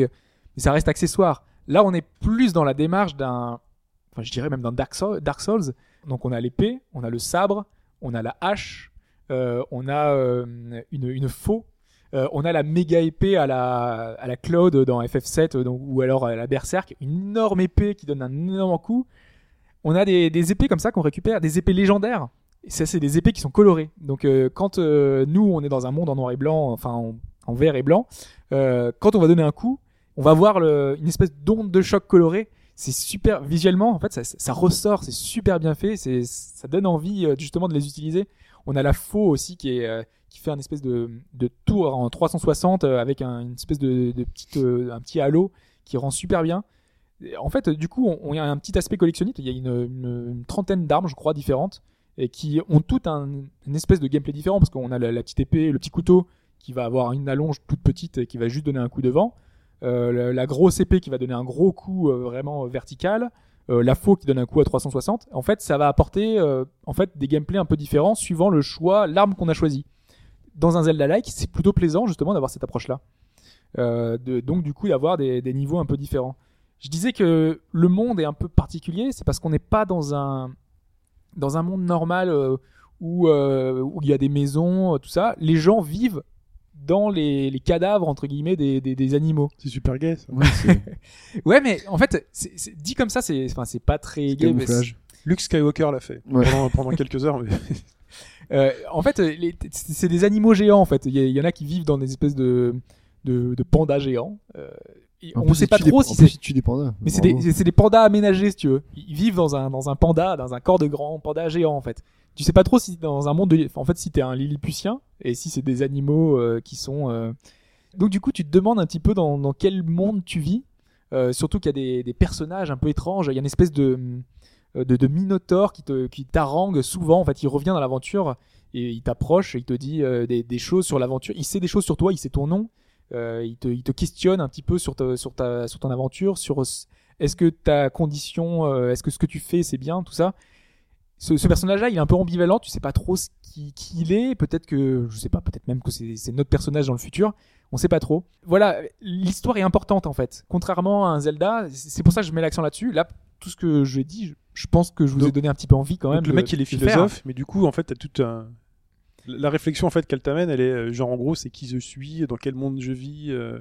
Speaker 3: mais ça reste accessoire. Là, on est plus dans la démarche d'un, enfin, je dirais même d'un Dark, Soul- Dark Souls. Donc, on a l'épée, on a le sabre, on a la hache, euh, on a euh, une, une faux. euh, on a la méga épée à la, à la Cloud dans FF7 euh, donc- ou alors à la Berserk, une énorme épée qui donne un énorme coup. On a des, des épées comme ça qu'on récupère, des épées légendaires. Et ça, c'est des épées qui sont colorées. Donc, euh, quand euh, nous, on est dans un monde en noir et blanc, enfin en, en vert et blanc, euh, quand on va donner un coup, on va voir le- une espèce d'onde de choc colorée. C'est super visuellement, en fait, ça, ça ressort, c'est super bien fait, c'est ça donne envie euh, justement de les utiliser. On a la faux aussi qui est euh, qui fait un espèce de, de tour en 360 euh, avec un, une espèce de, de petite euh, un petit halo qui rend super bien. Et En fait, du coup, on, on y a un petit aspect collectionniste. Il y a une, une- une trentaine d'armes, je crois, différentes, et qui ont toutes un, une espèce de gameplay différent, parce qu'on a la, la petite épée, le petit couteau, qui va avoir une allonge toute petite et qui va juste donner un coup devant. Euh, la, la grosse épée qui va donner un gros coup euh, vraiment vertical. Euh, la faux qui donne un coup à 360. En fait, ça va apporter euh, en fait des gameplays un peu différents suivant le choix, l'arme qu'on a choisi. Dans un Zelda-like, c'est plutôt plaisant justement d'avoir cette approche-là. Euh, de- donc du coup, d'avoir des- des niveaux un peu différents. Je disais que le monde est un peu particulier, c'est parce qu'on n'est pas dans un dans un monde normal euh, où euh, où il y a des maisons, euh, tout ça. Les gens vivent dans les, les cadavres entre guillemets des, des, des animaux.
Speaker 2: C'est super gay ça.
Speaker 4: Ouais, c'est
Speaker 3: Ouais, mais en fait, c'est- c'est- dit comme ça, c'est enfin c'est pas très
Speaker 4: c'est
Speaker 3: gay. mais
Speaker 4: camouflage.
Speaker 2: Luke Skywalker l'a fait
Speaker 4: Ouais.
Speaker 2: pendant, pendant quelques heures. Mais...
Speaker 3: Euh, en fait, euh, les- c'est c'est des animaux géants. En fait, il y, a- il y en a qui vivent dans des espèces de de, de pandas géants. Euh, et
Speaker 4: En
Speaker 3: on
Speaker 4: plus,
Speaker 3: sait
Speaker 4: il
Speaker 3: pas
Speaker 4: tue des-
Speaker 3: trop
Speaker 4: en
Speaker 3: si
Speaker 4: plus,
Speaker 3: c'est
Speaker 4: il tue des pandas.
Speaker 3: Mais c'est
Speaker 4: Bravo.
Speaker 3: des, c'est- c'est des pandas aménagés, si tu veux. Ils vivent dans un, dans un panda, dans un corps de grand panda géant, en fait. Tu sais pas trop si dans un monde de, en fait, si t'es un lilliputien et si c'est des animaux euh, qui sont. euh, Donc du coup, tu te demandes un petit peu dans, dans quel monde tu vis. Euh, surtout qu'il y a des, des personnages un peu étranges. Il y a une espèce de euh, de, de minotaure qui te qui t'harangue souvent. En fait, il revient dans l'aventure et il t'approche, et il te dit euh, des, des choses sur l'aventure. Il sait des choses sur toi, il sait ton nom. Euh, il, te, il te questionne un petit peu sur ta, sur ta sur ton aventure, sur s- est-ce que ta condition, euh, est-ce que ce que tu fais c'est bien, tout ça. Ce, ce personnage-là, il est un peu ambivalent. Tu sais pas trop ce qui, qui il est. Peut-être que je sais pas, peut-être même que c'est c'est notre personnage dans le futur. On sait pas trop. Voilà, l'histoire est importante en fait. Contrairement à un Zelda, c'est c'est pour ça que je mets l'accent là-dessus. Là, tout ce que j'ai dit, je, je pense que je vous
Speaker 2: Donc-
Speaker 3: ai donné un petit peu envie quand même.
Speaker 2: Donc, le
Speaker 3: de-
Speaker 2: mec il est
Speaker 3: de faire.
Speaker 2: philosophe, mais du coup en fait t'as tout un La la réflexion en fait qu'elle t'amène, elle est euh, genre en gros, c'est qui je suis, dans quel monde je vis. euh,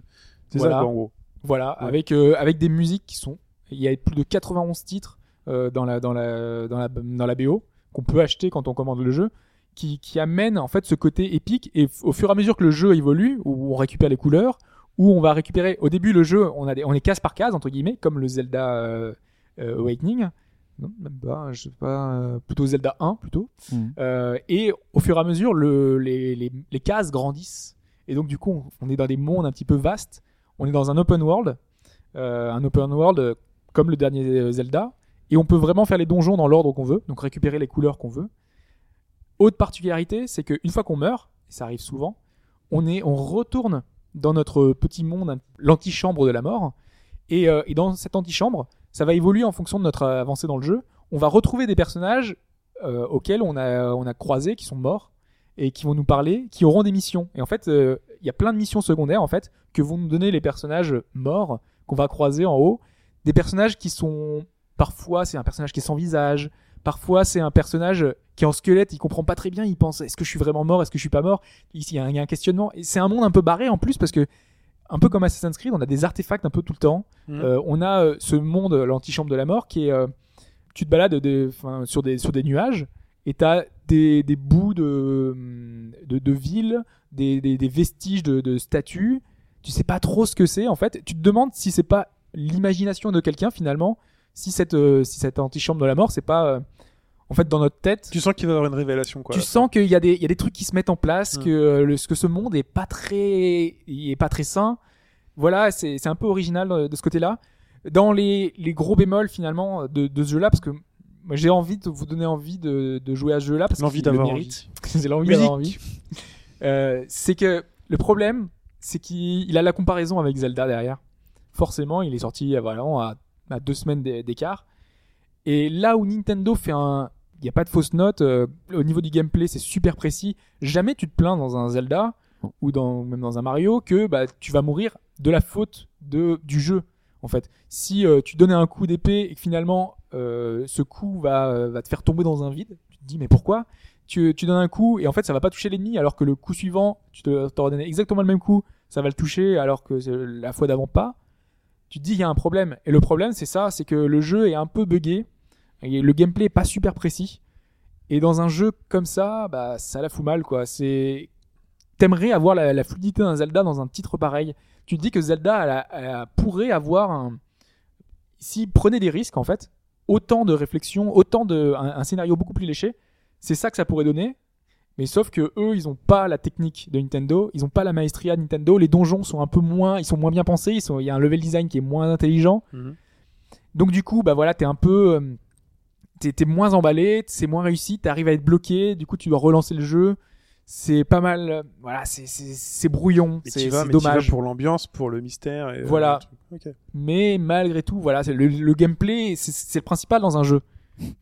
Speaker 2: c'est
Speaker 3: Voilà.
Speaker 2: ça quoi, en gros.
Speaker 3: Voilà,
Speaker 2: Ouais.
Speaker 3: avec, euh, avec des musiques qui sont. Il y a plus de 91 titres euh, dans, la, dans, la, dans, la, dans la BO qu'on peut acheter quand on commande le jeu. Qui, qui amène en fait ce côté épique et f- au fur et à mesure que le jeu évolue où on récupère les couleurs où on va récupérer au début le jeu on a des, on est case par case entre guillemets comme le Zelda euh, euh, Awakening non même pas je sais pas euh, plutôt Zelda 1 plutôt
Speaker 4: Mhm.
Speaker 3: Euh, et au fur et à mesure le, les, les, les cases grandissent et donc du coup on- on est dans des mondes un petit peu vastes on est dans un open world, euh, un open world euh, comme le dernier euh, Zelda, et on peut vraiment faire les donjons dans l'ordre qu'on veut, donc récupérer les couleurs qu'on veut. Autre particularité, c'est qu'une fois qu'on meurt, et ça arrive souvent, on, est, on retourne dans notre petit monde, un- l'antichambre de la mort, et, euh, et dans cette antichambre, ça va évoluer en fonction de notre euh, avancée dans le jeu. On va retrouver des personnages euh, auxquels on a, on a croisé, qui sont morts, et qui vont nous parler, qui auront des missions. Et en fait, euh, il y a plein de missions secondaires, en fait, que vont nous donner les personnages morts qu'on va croiser en haut. Des personnages qui sont parfois c'est un personnage qui est sans visage, parfois c'est un personnage qui est en squelette, il comprend pas très bien, il pense est-ce que je suis vraiment mort, est-ce que je suis pas mort. Ici il y a un- il y, a un questionnement. Et c'est un monde un peu barré en plus parce que un peu comme Assassin's Creed, on a des artefacts un peu tout le temps.
Speaker 2: Mhm.
Speaker 3: Euh, on a euh, ce monde, l'antichambre de la mort, qui est euh, tu te balades des- enfin, sur des sur des nuages et t'as des des bouts de hum, de, de villes, des, des, des vestiges de, de statues. Tu sais pas trop ce que c'est en fait. Tu te demandes si c'est pas l'imagination de quelqu'un finalement, si cette euh, si cette antichambre de la mort, c'est pas euh, en fait dans notre tête.
Speaker 2: Tu sens qu'il va y avoir une révélation quoi.
Speaker 3: Tu sens qu'il y, a des- il y a des trucs qui se mettent en place,
Speaker 2: Mm.
Speaker 3: que, euh, le- que ce monde est pas très, il est pas très sain. Voilà, c'est c'est un peu original euh, de ce côté-là. Dans les, les gros bémols finalement euh, de, de ce jeu-là, parce que moi, j'ai envie de vous donner envie de, de jouer à ce jeu-là parce
Speaker 2: L'envie
Speaker 3: qu'il le
Speaker 2: d'avoir
Speaker 3: mérite.
Speaker 2: envie.
Speaker 3: J'ai l'envie
Speaker 2: Musique.
Speaker 3: d'avoir envie. Euh, c'est que le problème, c'est qu'il il a la comparaison avec Zelda derrière. Forcément, il est sorti euh, vraiment à, à deux semaines d'é- d'écart. Et là où Nintendo fait un... Il n'y a pas de fausse note. euh, au niveau du gameplay, c'est super précis. Jamais tu te plains dans un Zelda ou dans, même dans un Mario que bah, tu vas mourir de la faute de, du jeu. En fait, si euh, tu donnais un coup d'épée et que finalement euh, ce coup va, euh, va te faire tomber dans un vide, tu te dis mais pourquoi tu, tu donnes un coup et en fait ça va pas toucher l'ennemi alors que le coup suivant tu te- t'auras donné exactement le même coup ça va le toucher alors que euh, la fois d'avant pas tu te dis il y a un problème et le problème c'est ça c'est que le jeu est un peu buggé et le gameplay est pas super précis et dans un jeu comme ça bah ça la fout mal quoi c'est t'aimerais avoir la, la fluidité d'un Zelda dans un titre pareil tu te dis que Zelda elle a- elle a- pourrait avoir un s'il prenait des risques en fait autant de réflexion autant de un- un scénario beaucoup plus léché c'est ça que ça pourrait donner. Mais sauf que eux, ils ont pas la technique de Nintendo, ils ont pas la maestria de Nintendo. Les donjons sont un peu moins, ils sont moins bien pensés. Ils sont, il y a un level design qui est moins intelligent.
Speaker 2: Mhm.
Speaker 3: Donc du coup, bah voilà, t'es un peu, euh, t'es t'es moins emballé, c'est moins réussi. T'arrives à être bloqué. Du coup, tu dois relancer le jeu. C'est pas mal. euh, Voilà, c'est- c'est c'est brouillon.
Speaker 2: Mais
Speaker 3: C'est
Speaker 2: t'y vas,
Speaker 3: c'est
Speaker 2: mais t'y vas
Speaker 3: dommage.
Speaker 2: pour l'ambiance, pour le mystère. Et, euh,
Speaker 3: Voilà.
Speaker 2: le truc. Ok.
Speaker 3: Mais malgré tout, voilà, c'est le, le gameplay, c'est- c'est le principal dans un jeu.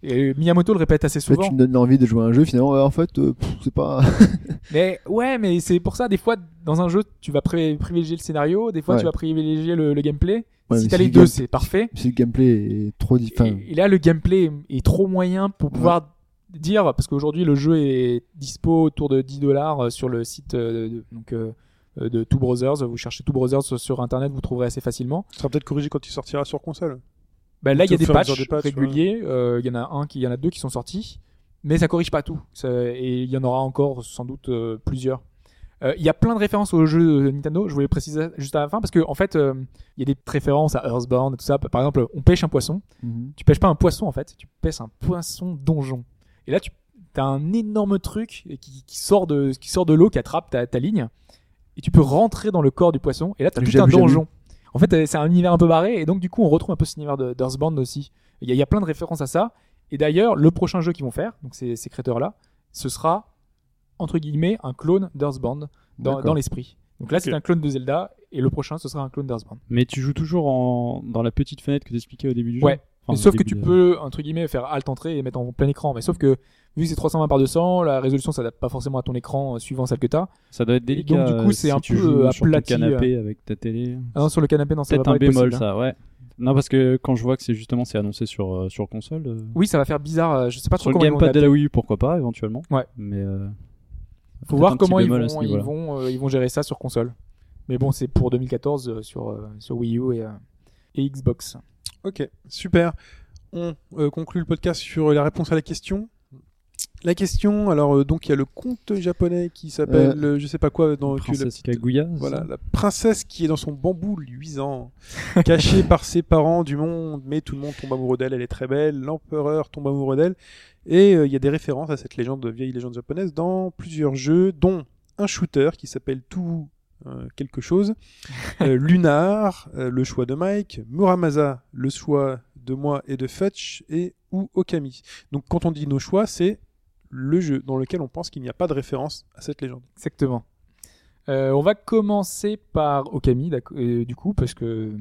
Speaker 3: Et Miyamoto le répète assez
Speaker 4: Là,
Speaker 3: souvent.
Speaker 4: tu me donnes envie de jouer à un jeu, finalement, euh, en fait, euh, pff, c'est pas.
Speaker 3: Mais ouais, mais c'est pour ça, des fois, dans un jeu, tu vas pri- privilégier le scénario, des fois,
Speaker 4: Ouais.
Speaker 3: tu vas privilégier le, le gameplay.
Speaker 4: Ouais,
Speaker 3: si
Speaker 4: mais
Speaker 3: t'as
Speaker 4: si
Speaker 3: les
Speaker 4: le
Speaker 3: deux,
Speaker 4: game-
Speaker 3: c'est parfait.
Speaker 4: si le gameplay est trop
Speaker 3: Et-
Speaker 4: différent.
Speaker 3: Et, là, le gameplay est trop moyen pour pouvoir dire, parce qu'aujourd'hui, le jeu est dispo autour de 10 dollars sur le site euh, de, donc, euh, euh, de Two Brothers. Vous cherchez Two Brothers sur, sur Internet, vous trouverez assez facilement.
Speaker 2: Ce sera peut-être corrigé quand il sortira sur console.
Speaker 3: Bah, là, il y a
Speaker 2: Au
Speaker 3: des
Speaker 2: fur et à mesure
Speaker 3: patchs,
Speaker 2: des patchs,
Speaker 3: réguliers. euh, Il y en a un qui, il y en a deux qui sont sortis, mais ça corrige pas tout. Ça- et il y en aura encore sans doute euh, plusieurs. Euh, Il y a plein de références aux jeux de Nintendo. Je voulais préciser juste à la fin parce que en fait, euh, il y a des références à Earthbound et tout ça. Par exemple, on pêche un poisson.
Speaker 4: Mhm.
Speaker 3: Tu pêches pas un poisson en fait, tu pêches un poisson donjon. Et là, tu as un énorme truc qui, qui sort de qui sort de l'eau, qui attrape ta, ta ligne, et tu peux rentrer dans le corps du poisson. Et là, t'as
Speaker 4: J'ai
Speaker 3: tout un
Speaker 4: vu, j'ai
Speaker 3: donjon. En fait, euh, c'est un univers un peu barré, et donc du coup, on retrouve un peu cet univers de- d'Earthbound aussi. Il y, a- il y a plein de références à ça. Et d'ailleurs, le prochain jeu qu'ils vont faire, donc ces, ces créateurs-là, ce sera entre guillemets un clone d'Earthbound dans,
Speaker 4: D'accord.
Speaker 3: dans l'esprit. Donc là, c'est
Speaker 2: Ok.
Speaker 3: un clone de Zelda, et le prochain, ce sera un clone d'Earthbound.
Speaker 5: Mais tu joues toujours en... dans la petite fenêtre que t'expliquais au début du jeu.
Speaker 3: Ouais.
Speaker 5: Enfin,
Speaker 3: Mais
Speaker 5: au
Speaker 3: sauf que
Speaker 5: début
Speaker 3: tu
Speaker 5: euh, de-
Speaker 3: peux, entre guillemets, faire Alt Entrée et mettre en plein écran. Mais sauf que, vu que c'est 320 par 200, la résolution s'adapte pas forcément à ton écran euh, suivant celle que t'as.
Speaker 5: Ça doit être
Speaker 3: Et
Speaker 5: délicat.
Speaker 3: donc, du coup,
Speaker 5: euh,
Speaker 3: c'est
Speaker 5: si
Speaker 3: un
Speaker 5: tu
Speaker 3: peu,
Speaker 5: joues
Speaker 3: euh,
Speaker 5: sur ton
Speaker 3: aplati,
Speaker 5: canapé avec ta télé.
Speaker 3: Ah non, sur le canapé, non, ça va
Speaker 5: Peut-être
Speaker 3: pas
Speaker 5: un
Speaker 3: être
Speaker 5: bémol,
Speaker 3: possible, hein.
Speaker 5: ça, ouais. Non, parce que quand je vois que c'est justement c'est annoncé sur, euh, sur console. euh,
Speaker 3: hein. Oui, ça va faire bizarre. euh, Je sais pas trop
Speaker 5: Sur le
Speaker 3: comment ils vont
Speaker 5: gamepad de la
Speaker 3: adapter.
Speaker 5: Wii U, pourquoi pas, éventuellement.
Speaker 3: Ouais.
Speaker 5: Mais euh,
Speaker 3: Faut voir comment ils vont, ils, vont, euh, ils vont gérer ça sur console. Mais bon, c'est pour 2014 euh, sur, euh, sur Wii U et, euh, et Xbox.
Speaker 2: Ok, super. On euh, conclut le podcast sur la réponse à la question. La question, alors euh, donc il y a le conte japonais qui s'appelle euh, je sais pas quoi dans que la
Speaker 5: Princesse
Speaker 2: petite-
Speaker 5: Kaguya.
Speaker 2: Voilà, la princesse qui est dans son bambou luisant, cachée par ses parents du monde, mais tout le monde tombe amoureux d'elle, elle est très belle, l'empereur tombe amoureux d'elle, et euh, il y a des références à cette légende, vieille légende japonaise, dans plusieurs jeux, dont un shooter qui s'appelle tout euh, quelque chose, euh, Lunar, euh, le choix de Mike, Muramasa, le choix de moi et de Fetch, et ou Okami. Donc quand on dit nos choix, c'est le jeu dans lequel on pense qu'il n'y a pas de référence à cette légende.
Speaker 3: Exactement. Euh, on va commencer par Okami, d'ac- euh, du coup, parce que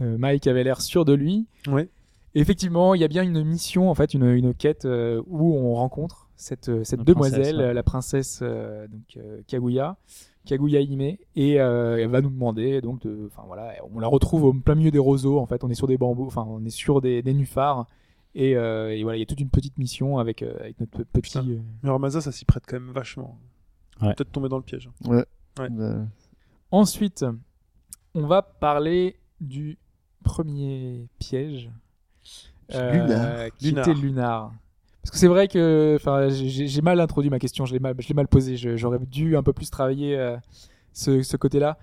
Speaker 3: euh, Mike avait l'air sûr de lui.
Speaker 2: Ouais.
Speaker 3: Effectivement, il y a bien une mission, en fait, une, une quête euh, où on rencontre cette, euh, cette
Speaker 5: La princesse,
Speaker 3: demoiselle,
Speaker 5: ouais.
Speaker 3: euh, la princesse euh, donc, euh, Kaguya, Kaguya Hime, et euh, elle va nous demander, donc, de, enfin voilà, on la retrouve au plein milieu des roseaux, en fait, on est sur des bambous, enfin, on est sur des, des nénuphars, et, euh, et voilà, il y a toute une petite mission avec, euh, avec notre petit.
Speaker 2: Putain.
Speaker 3: euh,
Speaker 2: Muramasa, ça s'y prête quand même vachement.
Speaker 5: Ouais.
Speaker 2: Peut-être tomber dans le piège. Ouais.
Speaker 4: Euh,
Speaker 3: Ensuite, on va parler du premier piège. Euh,
Speaker 4: Lunar.
Speaker 3: Qui
Speaker 2: Lunar.
Speaker 3: était Lunar. Parce que c'est vrai que enfin, j'ai- j'ai j'ai mal introduit ma question, je l'ai mal, je l'ai mal posée. Je- J'aurais dû un peu plus travailler euh, ce, ce côté-là.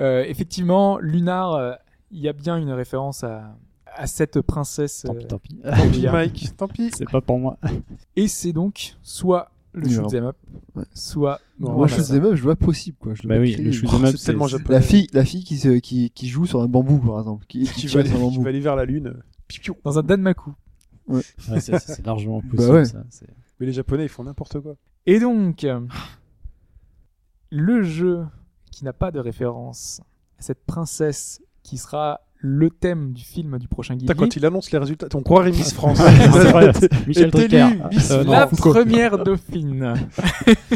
Speaker 3: Euh, effectivement, Lunar, euh, il y a bien une référence à, à cette princesse.
Speaker 5: Tant
Speaker 3: euh,
Speaker 5: pis, tant pis.
Speaker 2: Tant pis,
Speaker 3: Bien.
Speaker 2: Mike, tant pis.
Speaker 5: C'est pas pour moi.
Speaker 3: et c'est donc soit le
Speaker 4: Lunar.
Speaker 3: shoot'em up,
Speaker 4: Ouais.
Speaker 3: soit.
Speaker 4: Moi, je
Speaker 3: Muramasa.
Speaker 4: shoot them up, je vois possible, quoi. Je l'ai
Speaker 5: Bah
Speaker 4: pas
Speaker 5: oui,
Speaker 4: pris.
Speaker 5: le shoot
Speaker 4: Oh,
Speaker 5: 'em up,
Speaker 2: c'est tellement japonais.
Speaker 4: La fille, la fille qui, se, qui, qui joue sur un bambou, par exemple. Qui, qui
Speaker 2: Qui va,
Speaker 4: tire
Speaker 2: aller,
Speaker 4: sur un
Speaker 2: qui
Speaker 4: bambou.
Speaker 2: va aller vers la lune. Pipiou.
Speaker 3: Dans un Danmaku.
Speaker 5: Ouais, c'est- c'est c'est largement possible.
Speaker 4: ouais.
Speaker 5: ça, c'est-
Speaker 2: Mais les Japonais, ils font n'importe quoi.
Speaker 3: Et donc, euh, le jeu qui n'a pas de référence à cette princesse qui sera le thème du film du prochain Guigui,
Speaker 2: Putain, quand il annonce les résultats, on croirait Miss France.
Speaker 5: C'est vrai, c'est- Michel
Speaker 2: Était
Speaker 5: Drucker.
Speaker 2: élu Miss
Speaker 5: Euh, non,
Speaker 3: la
Speaker 5: Foucault.
Speaker 3: première dauphine.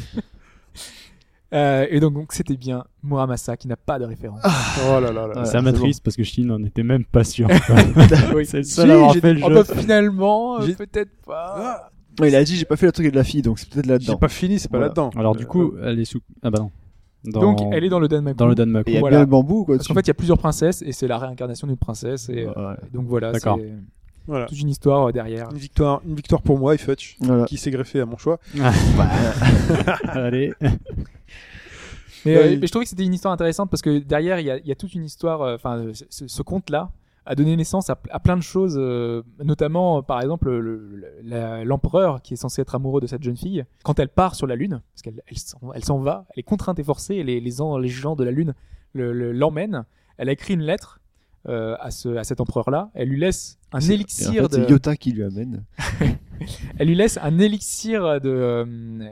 Speaker 3: Euh, et donc, donc, c'était bien Muramasa qui n'a pas de référence.
Speaker 2: oh là là là.
Speaker 4: Ouais,
Speaker 5: ça
Speaker 4: c'est
Speaker 5: m'attriste parce que je n'en étais même pas sûr.
Speaker 3: Oui.
Speaker 5: c'est le
Speaker 3: Si,
Speaker 5: seul à avoir
Speaker 3: j'ai-
Speaker 5: fait le
Speaker 3: oh,
Speaker 5: jeu.
Speaker 3: bah, finalement, euh,
Speaker 2: J'ai-
Speaker 3: peut-être pas.
Speaker 4: Ouais, Il a dit, j'ai pas fait le truc avec la fille, donc c'est peut-être
Speaker 2: J'ai
Speaker 4: là-dedans.
Speaker 2: pas fini, c'est pas
Speaker 4: Voilà.
Speaker 2: là-dedans.
Speaker 5: Alors du
Speaker 2: Euh,
Speaker 5: coup, elle est sous. Ah bah non. Dans-
Speaker 3: Donc, elle est dans le Danemark.
Speaker 5: dans le Danemark.
Speaker 4: Et il y a
Speaker 3: Voilà.
Speaker 4: bien le bambou, quoi.
Speaker 3: Parce qu'en fait, il y a plusieurs princesses et c'est la réincarnation d'une princesse. Et, euh,
Speaker 4: Ouais.
Speaker 3: et donc voilà, c'est
Speaker 5: D'accord.
Speaker 2: voilà.
Speaker 3: toute une histoire euh, derrière.
Speaker 2: Une victoire, une victoire pour moi et Futch,
Speaker 4: Voilà.
Speaker 2: qui s'est greffé à mon choix.
Speaker 5: Allez.
Speaker 3: Mais,
Speaker 2: Ouais,
Speaker 3: euh,
Speaker 2: il-
Speaker 3: mais je trouvais que c'était une histoire intéressante parce que derrière, il y a, il y a toute une histoire. euh, Enfin, euh, ce, ce conte-là a donné naissance à, pl- à plein de choses, euh, notamment euh, par exemple le- le- la- l'empereur qui est censé être amoureux de cette jeune fille. Quand elle part sur la lune, parce qu'elle elle, s'en- elle s'en va, elle est contrainte et forcée, et les, les, en- les gens de la lune le- le- l'emmènent. elle a écrit une lettre euh, à, ce, à cet empereur-là. Elle lui laisse un
Speaker 4: C'est- et en
Speaker 3: élixir
Speaker 4: fait,
Speaker 3: de.
Speaker 4: C'est Yota qui lui amène.
Speaker 3: Elle lui laisse un élixir de euh,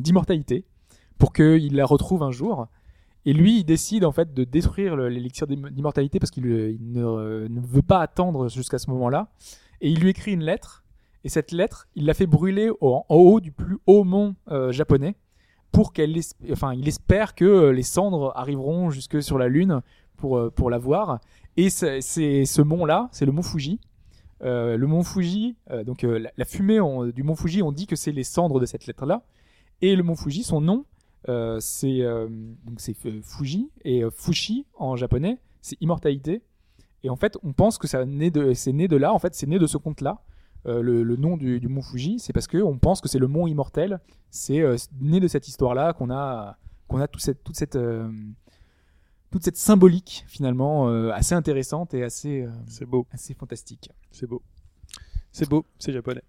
Speaker 3: d'immortalité pour qu'il la retrouve un jour. Et lui, il décide en fait de détruire le- l'élixir d'im- d'immortalité parce qu'il euh, il ne, euh, ne veut pas attendre jusqu'à ce moment-là. Et il lui écrit une lettre. Et cette lettre, il la fait brûler au- en haut du plus haut mont euh, japonais pour qu'elle, es- enfin, il espère que euh, les cendres arriveront jusque sur la lune pour euh, pour la voir. Et c'est c'est- ce mont-là, c'est le mont Fuji. Euh, le mont Fuji, euh, donc euh, la, la fumée on- du mont Fuji, on dit que c'est les cendres de cette lettre-là. Et le mont Fuji, son nom, euh, c'est euh, donc c'est euh, Fuji et euh, Fushi en japonais, c'est immortalité. Et en fait, on pense que ça naît de, c'est né de là. En fait, c'est né de ce conte-là. Euh, le, le nom du, du mont Fuji, c'est parce que on pense que c'est le mont immortel. C'est euh, né de cette histoire-là qu'on a qu'on a tout cette, toute cette euh, toute cette symbolique finalement euh, assez intéressante et assez euh,
Speaker 2: C'est beau,
Speaker 3: assez fantastique.
Speaker 2: c'est beau. C'est beau, c'est japonais.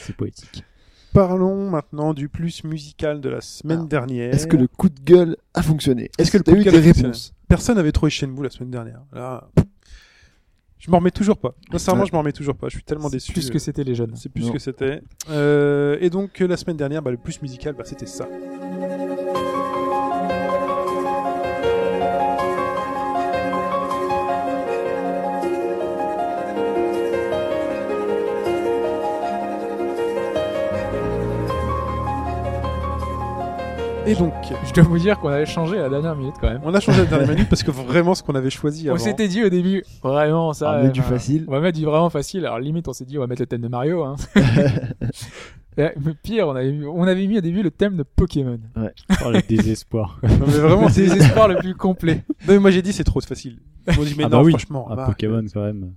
Speaker 5: C'est poétique.
Speaker 2: Parlons maintenant du plus musical de la semaine
Speaker 4: Ah.
Speaker 2: dernière.
Speaker 4: Est-ce que le coup de gueule a fonctionné
Speaker 2: Est-ce que le
Speaker 4: t'as
Speaker 2: coup
Speaker 4: eu
Speaker 2: de
Speaker 4: des
Speaker 2: gueule a fonctionné
Speaker 4: réponses
Speaker 2: Personne n'avait trouvé Shenmue la semaine dernière. Là, je m'en remets toujours pas. Sincèrement,
Speaker 4: Ouais.
Speaker 2: je m'en remets toujours pas. Je suis tellement déçu. euh.
Speaker 3: Plus que c'était les jeunes.
Speaker 2: C'est plus ce
Speaker 4: Non.
Speaker 2: que c'était. Euh, et donc euh, la semaine dernière, bah, le plus musical, bah, c'était ça. Et donc,
Speaker 3: Je dois vous dire qu'on avait changé à la dernière minute quand même.
Speaker 2: on a changé la dernière minute parce que vraiment ce qu'on avait choisi
Speaker 3: On
Speaker 2: avant.
Speaker 3: s'était dit au début, vraiment ça.
Speaker 4: On met du
Speaker 3: euh,
Speaker 4: facile.
Speaker 3: On va mettre du vraiment facile. Alors limite, on s'est dit, on va mettre le thème de Mario. Hein. Eh, mais Pire, on avait, on avait mis au début le thème de Pokémon.
Speaker 5: Oh, le désespoir. quoi.
Speaker 2: Non, mais vraiment,
Speaker 3: C'est
Speaker 2: c'est.
Speaker 3: les espoirs le plus complet.
Speaker 2: Non, mais moi j'ai dit c'est trop facile. Ils m'ont dit, mais
Speaker 5: Ah bah
Speaker 2: non,
Speaker 5: oui.
Speaker 2: franchement.
Speaker 5: Ah,
Speaker 2: bah,
Speaker 5: Pokémon, quand même.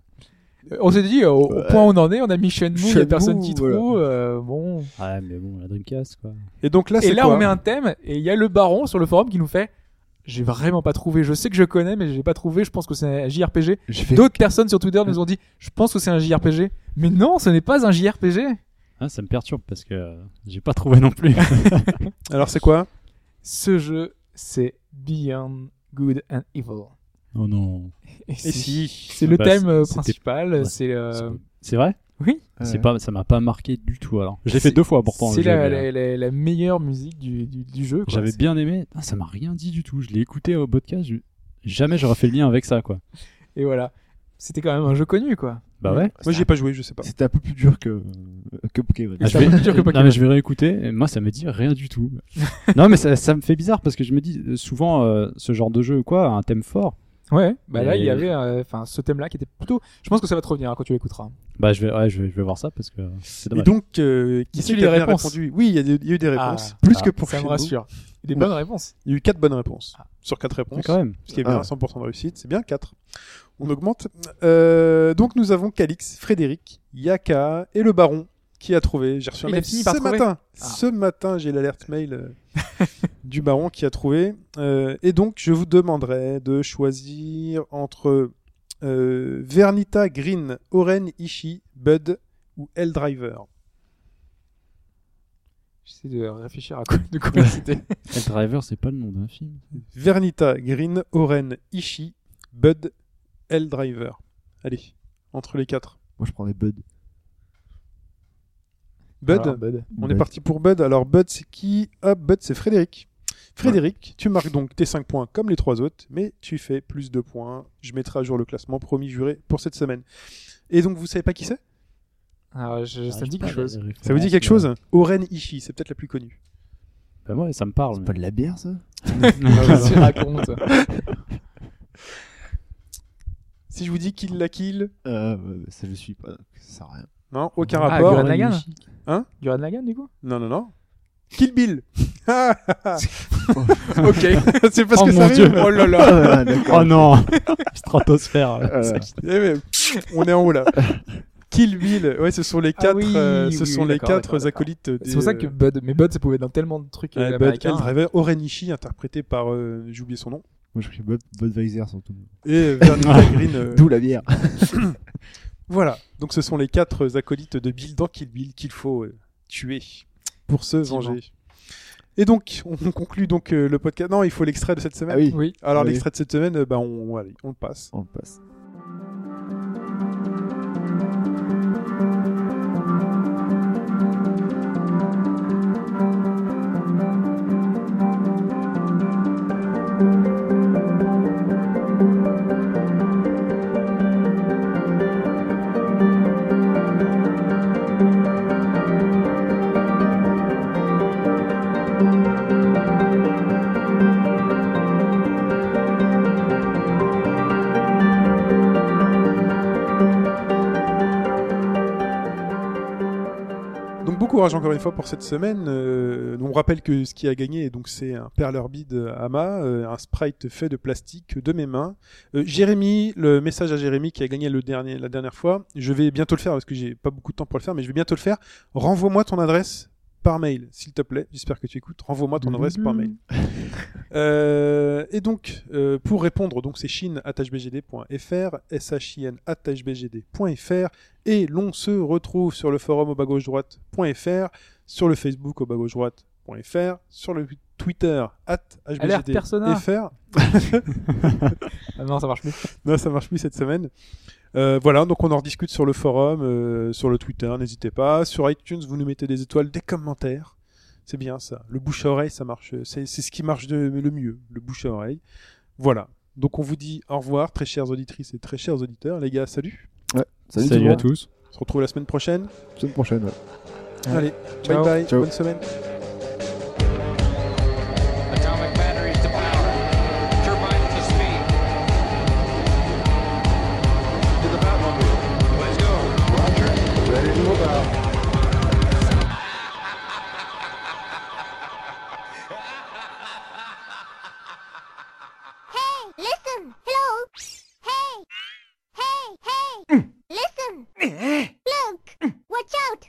Speaker 3: On s'est dit, au, au point où on en est, on a mis Shenmue, il n'y a
Speaker 4: Shenmue,
Speaker 3: personne qui
Speaker 4: voilà.
Speaker 3: trouve. euh, bon.
Speaker 5: Ah, mais bon, la Dreamcast, quoi.
Speaker 2: Et donc là, c'est
Speaker 3: et là,
Speaker 2: quoi
Speaker 3: on met un thème, et il y a le baron sur le forum qui nous fait J'ai vraiment pas trouvé, je sais que je connais, mais j'ai pas trouvé, je pense que c'est un JRPG.
Speaker 4: J'ai fait
Speaker 3: D'autres personnes sur Twitter nous ont dit Je pense que c'est un JRPG. Mais non, ce n'est pas un JRPG.
Speaker 5: Ah, ça me perturbe parce que euh, j'ai pas trouvé non plus.
Speaker 2: Alors c'est quoi
Speaker 3: Ce jeu, c'est Beyond Good and Evil.
Speaker 5: oh non.
Speaker 3: Et
Speaker 2: Et
Speaker 3: si.
Speaker 2: si
Speaker 3: C'est le
Speaker 5: Bah,
Speaker 3: thème euh,
Speaker 5: c'était-
Speaker 3: principal,
Speaker 5: ouais.
Speaker 3: c'est euh,
Speaker 5: C'est vrai
Speaker 3: oui,
Speaker 5: C'est
Speaker 4: euh,
Speaker 5: pas, ça m'a pas marqué du tout alors. Je l'ai
Speaker 3: C'est-
Speaker 5: fait deux fois pourtant. le
Speaker 3: c'est
Speaker 5: jeu,
Speaker 3: la,
Speaker 5: mais,
Speaker 3: la,
Speaker 5: euh,
Speaker 3: la- la meilleure musique du, du, du jeu. quoi.
Speaker 5: J'avais
Speaker 3: C'est-
Speaker 5: bien aimé. Ah, ça m'a rien dit du tout. Je l'ai écouté au podcast. je- Jamais j'aurais fait le lien avec ça quoi.
Speaker 3: Et voilà, c'était quand même un jeu connu, quoi.
Speaker 5: Bah ouais.
Speaker 2: Moi j'y ai pas joué, je sais pas.
Speaker 4: C'était un peu plus dur que, euh, que Pokémon.
Speaker 5: Ah, je,
Speaker 3: ça
Speaker 5: vais...
Speaker 3: m'a dit que
Speaker 5: non,
Speaker 3: Pokémon.
Speaker 5: mais je vais réécouter. Et moi, ça me dit rien du tout. non, mais ça, ça me fait bizarre parce que je me dis euh, souvent euh, ce genre de jeu, quoi, un thème fort.
Speaker 3: Ouais, bah là,
Speaker 5: Et-
Speaker 3: il y avait euh, enfin ce thème-là qui était plutôt. Je pense que ça va te revenir hein, quand tu l'écouteras.
Speaker 5: Bah, je vais, ouais, je vais, je vais voir ça parce que c'est
Speaker 2: Et
Speaker 5: dommage.
Speaker 2: donc, euh, qui
Speaker 3: Y
Speaker 2: c'est
Speaker 3: a-t-il
Speaker 2: qui a
Speaker 3: des
Speaker 2: bien
Speaker 3: réponses
Speaker 2: répondu Oui, il y, a des- il y a eu des
Speaker 3: Ah.
Speaker 2: réponses. Plus
Speaker 5: Ah.
Speaker 2: que pour
Speaker 3: ça me
Speaker 2: Shenmue.
Speaker 3: rassure. Il y a des
Speaker 2: Ouais.
Speaker 3: bonnes réponses.
Speaker 2: Il y a eu 4 bonnes réponses.
Speaker 3: Ah.
Speaker 2: Sur 4
Speaker 5: Mais
Speaker 2: réponses.
Speaker 5: quand même.
Speaker 2: Ce qui est bien
Speaker 4: Ah.
Speaker 2: à 100% de réussite, c'est bien 4. On augmente. Euh, donc nous avons Calix, Frédéric, Yaka et le Baron qui a trouvé. J'ai reçu un
Speaker 3: Il a
Speaker 2: mail
Speaker 3: fini
Speaker 2: ce
Speaker 3: par trouver
Speaker 2: matin.
Speaker 3: Ah.
Speaker 2: Ce matin, j'ai l'alerte mail euh, du Baron qui a trouvé. Euh, et donc je vous demanderai de choisir entre euh, Vernita Green, Oren Ishii, Bud ou L Driver.
Speaker 3: J'essaie de réfléchir à quoi, de quoi c'était.
Speaker 5: Hell Driver, c'est pas le nom d'un film.
Speaker 2: Vernita Green, Oren Ishii, Bud, L Driver. Allez, entre les quatre.
Speaker 4: Moi, je prendrais Bud.
Speaker 2: Bud,
Speaker 3: Alors, Bud.
Speaker 2: on est
Speaker 4: Bud.
Speaker 2: parti pour Bud. Alors Bud, c'est qui Hop, Bud, c'est Frédéric. Frédéric, tu marques donc tes 5 points comme les trois autres, mais tu fais plus de points. Je mettrai à jour le classement promis juré pour cette semaine. Et donc vous savez pas qui c'est
Speaker 3: Alors, euh, je- ça me
Speaker 5: Ah,
Speaker 3: dit
Speaker 5: j'ai pas
Speaker 3: quelque chose.
Speaker 5: la référence,
Speaker 2: Ça vous dit quelque
Speaker 5: mais-
Speaker 2: chose Oren Ishii, c'est peut-être la plus connue.
Speaker 5: Bah ouais, ça me parle.
Speaker 4: C'est pas de la bière, ça
Speaker 2: Ah,
Speaker 3: Qu'est-ce que tu racontes
Speaker 2: Si je vous dis Kill la Kill,
Speaker 4: Euh, ouais, ça, je suis pas. Ça sert à rien.
Speaker 2: non, aucun
Speaker 3: Ah,
Speaker 2: rapport.
Speaker 3: Gurren Lagann
Speaker 2: Hein
Speaker 3: Gurren Lagann, du coup
Speaker 2: Non, non, non. Kill Bill. Ah,
Speaker 3: Ok.
Speaker 2: c'est parce
Speaker 5: Oh
Speaker 2: que ça
Speaker 5: mon Dieu.
Speaker 2: arrive. Oh là là.
Speaker 4: Ah,
Speaker 5: Oh
Speaker 4: d'accord.
Speaker 5: non Stratosphère.
Speaker 4: Euh,
Speaker 2: Eh ouais, on est en haut là. Kill Bill, ouais, ce sont les
Speaker 3: Ah
Speaker 2: quatre,
Speaker 3: oui,
Speaker 2: euh,
Speaker 3: oui,
Speaker 2: ce
Speaker 3: oui,
Speaker 2: sont les
Speaker 3: d'accord,
Speaker 2: quatre
Speaker 3: d'accord, d'accord.
Speaker 2: acolytes. des,
Speaker 3: C'est pour ça que
Speaker 2: euh,
Speaker 3: Bud, mais Bud, ça pouvait être dans tellement de trucs
Speaker 2: Ouais,
Speaker 3: euh,
Speaker 2: Bud
Speaker 3: américains.
Speaker 2: L. Driver, Orenishi, interprété par, euh, j'ai oublié son nom,
Speaker 4: Moi, je pris Bud, Budweiser surtout.
Speaker 2: et euh, Vernita Green. euh,
Speaker 4: D'où la bière.
Speaker 2: voilà, donc ce sont les quatre euh, acolytes de Bill dans Kill Bill qu'il faut euh, tuer pour se
Speaker 3: Effectivement.
Speaker 2: venger. Et donc, on conclut donc euh, le podcast. Non, il faut l'extrait de cette semaine.
Speaker 4: Ah oui.
Speaker 3: Oui.
Speaker 2: Alors
Speaker 4: Oui.
Speaker 2: l'extrait de cette semaine, euh, bah, on, allez, on le passe.
Speaker 4: On passe.
Speaker 2: Donc bon courage encore une fois pour cette semaine. Euh, on rappelle que ce qui a gagné, donc c'est un perlerbide Ama, euh, un sprite fait de plastique de mes mains. Euh, Jérémy, le message à Jérémy qui a gagné le dernier, la dernière fois. Je vais bientôt le faire parce que j'ai pas beaucoup de temps pour le faire, mais je vais bientôt le faire. Renvoie-moi ton adresse par mail, s'il te plaît. J'espère que tu écoutes. Renvoie-moi ton adresse par mail. Euh, et donc, euh, pour répondre, donc c'est chine.hbgd.fr, shine.hbgd.fr, et l'on se retrouve sur le forum au bas gauche droite.fr, sur le Facebook au bas gauche droite.fr, sur le Twitter at
Speaker 3: Alerte Persona.
Speaker 2: hbgd.fr.
Speaker 3: Ah non, ça marche plus.
Speaker 2: Non, ça marche plus cette semaine. Euh, voilà, donc on en rediscute sur le forum, euh, sur le Twitter, n'hésitez pas. Sur iTunes, vous nous mettez des étoiles, des commentaires. C'est bien ça. Le bouche à oreille, ça marche. C'est c'est ce qui marche de- le mieux, le bouche à oreille. Voilà. Donc on vous dit au revoir, très chères auditrices et très chers auditeurs. Les gars, salut.
Speaker 4: Salut, tout
Speaker 5: Salut
Speaker 4: le
Speaker 5: à
Speaker 4: monde.
Speaker 5: tous.
Speaker 2: On se retrouve la semaine prochaine.
Speaker 4: À la semaine prochaine. ouais.
Speaker 2: Allez,
Speaker 3: Ciao.
Speaker 2: bye bye.
Speaker 4: Ciao.
Speaker 2: Bonne semaine.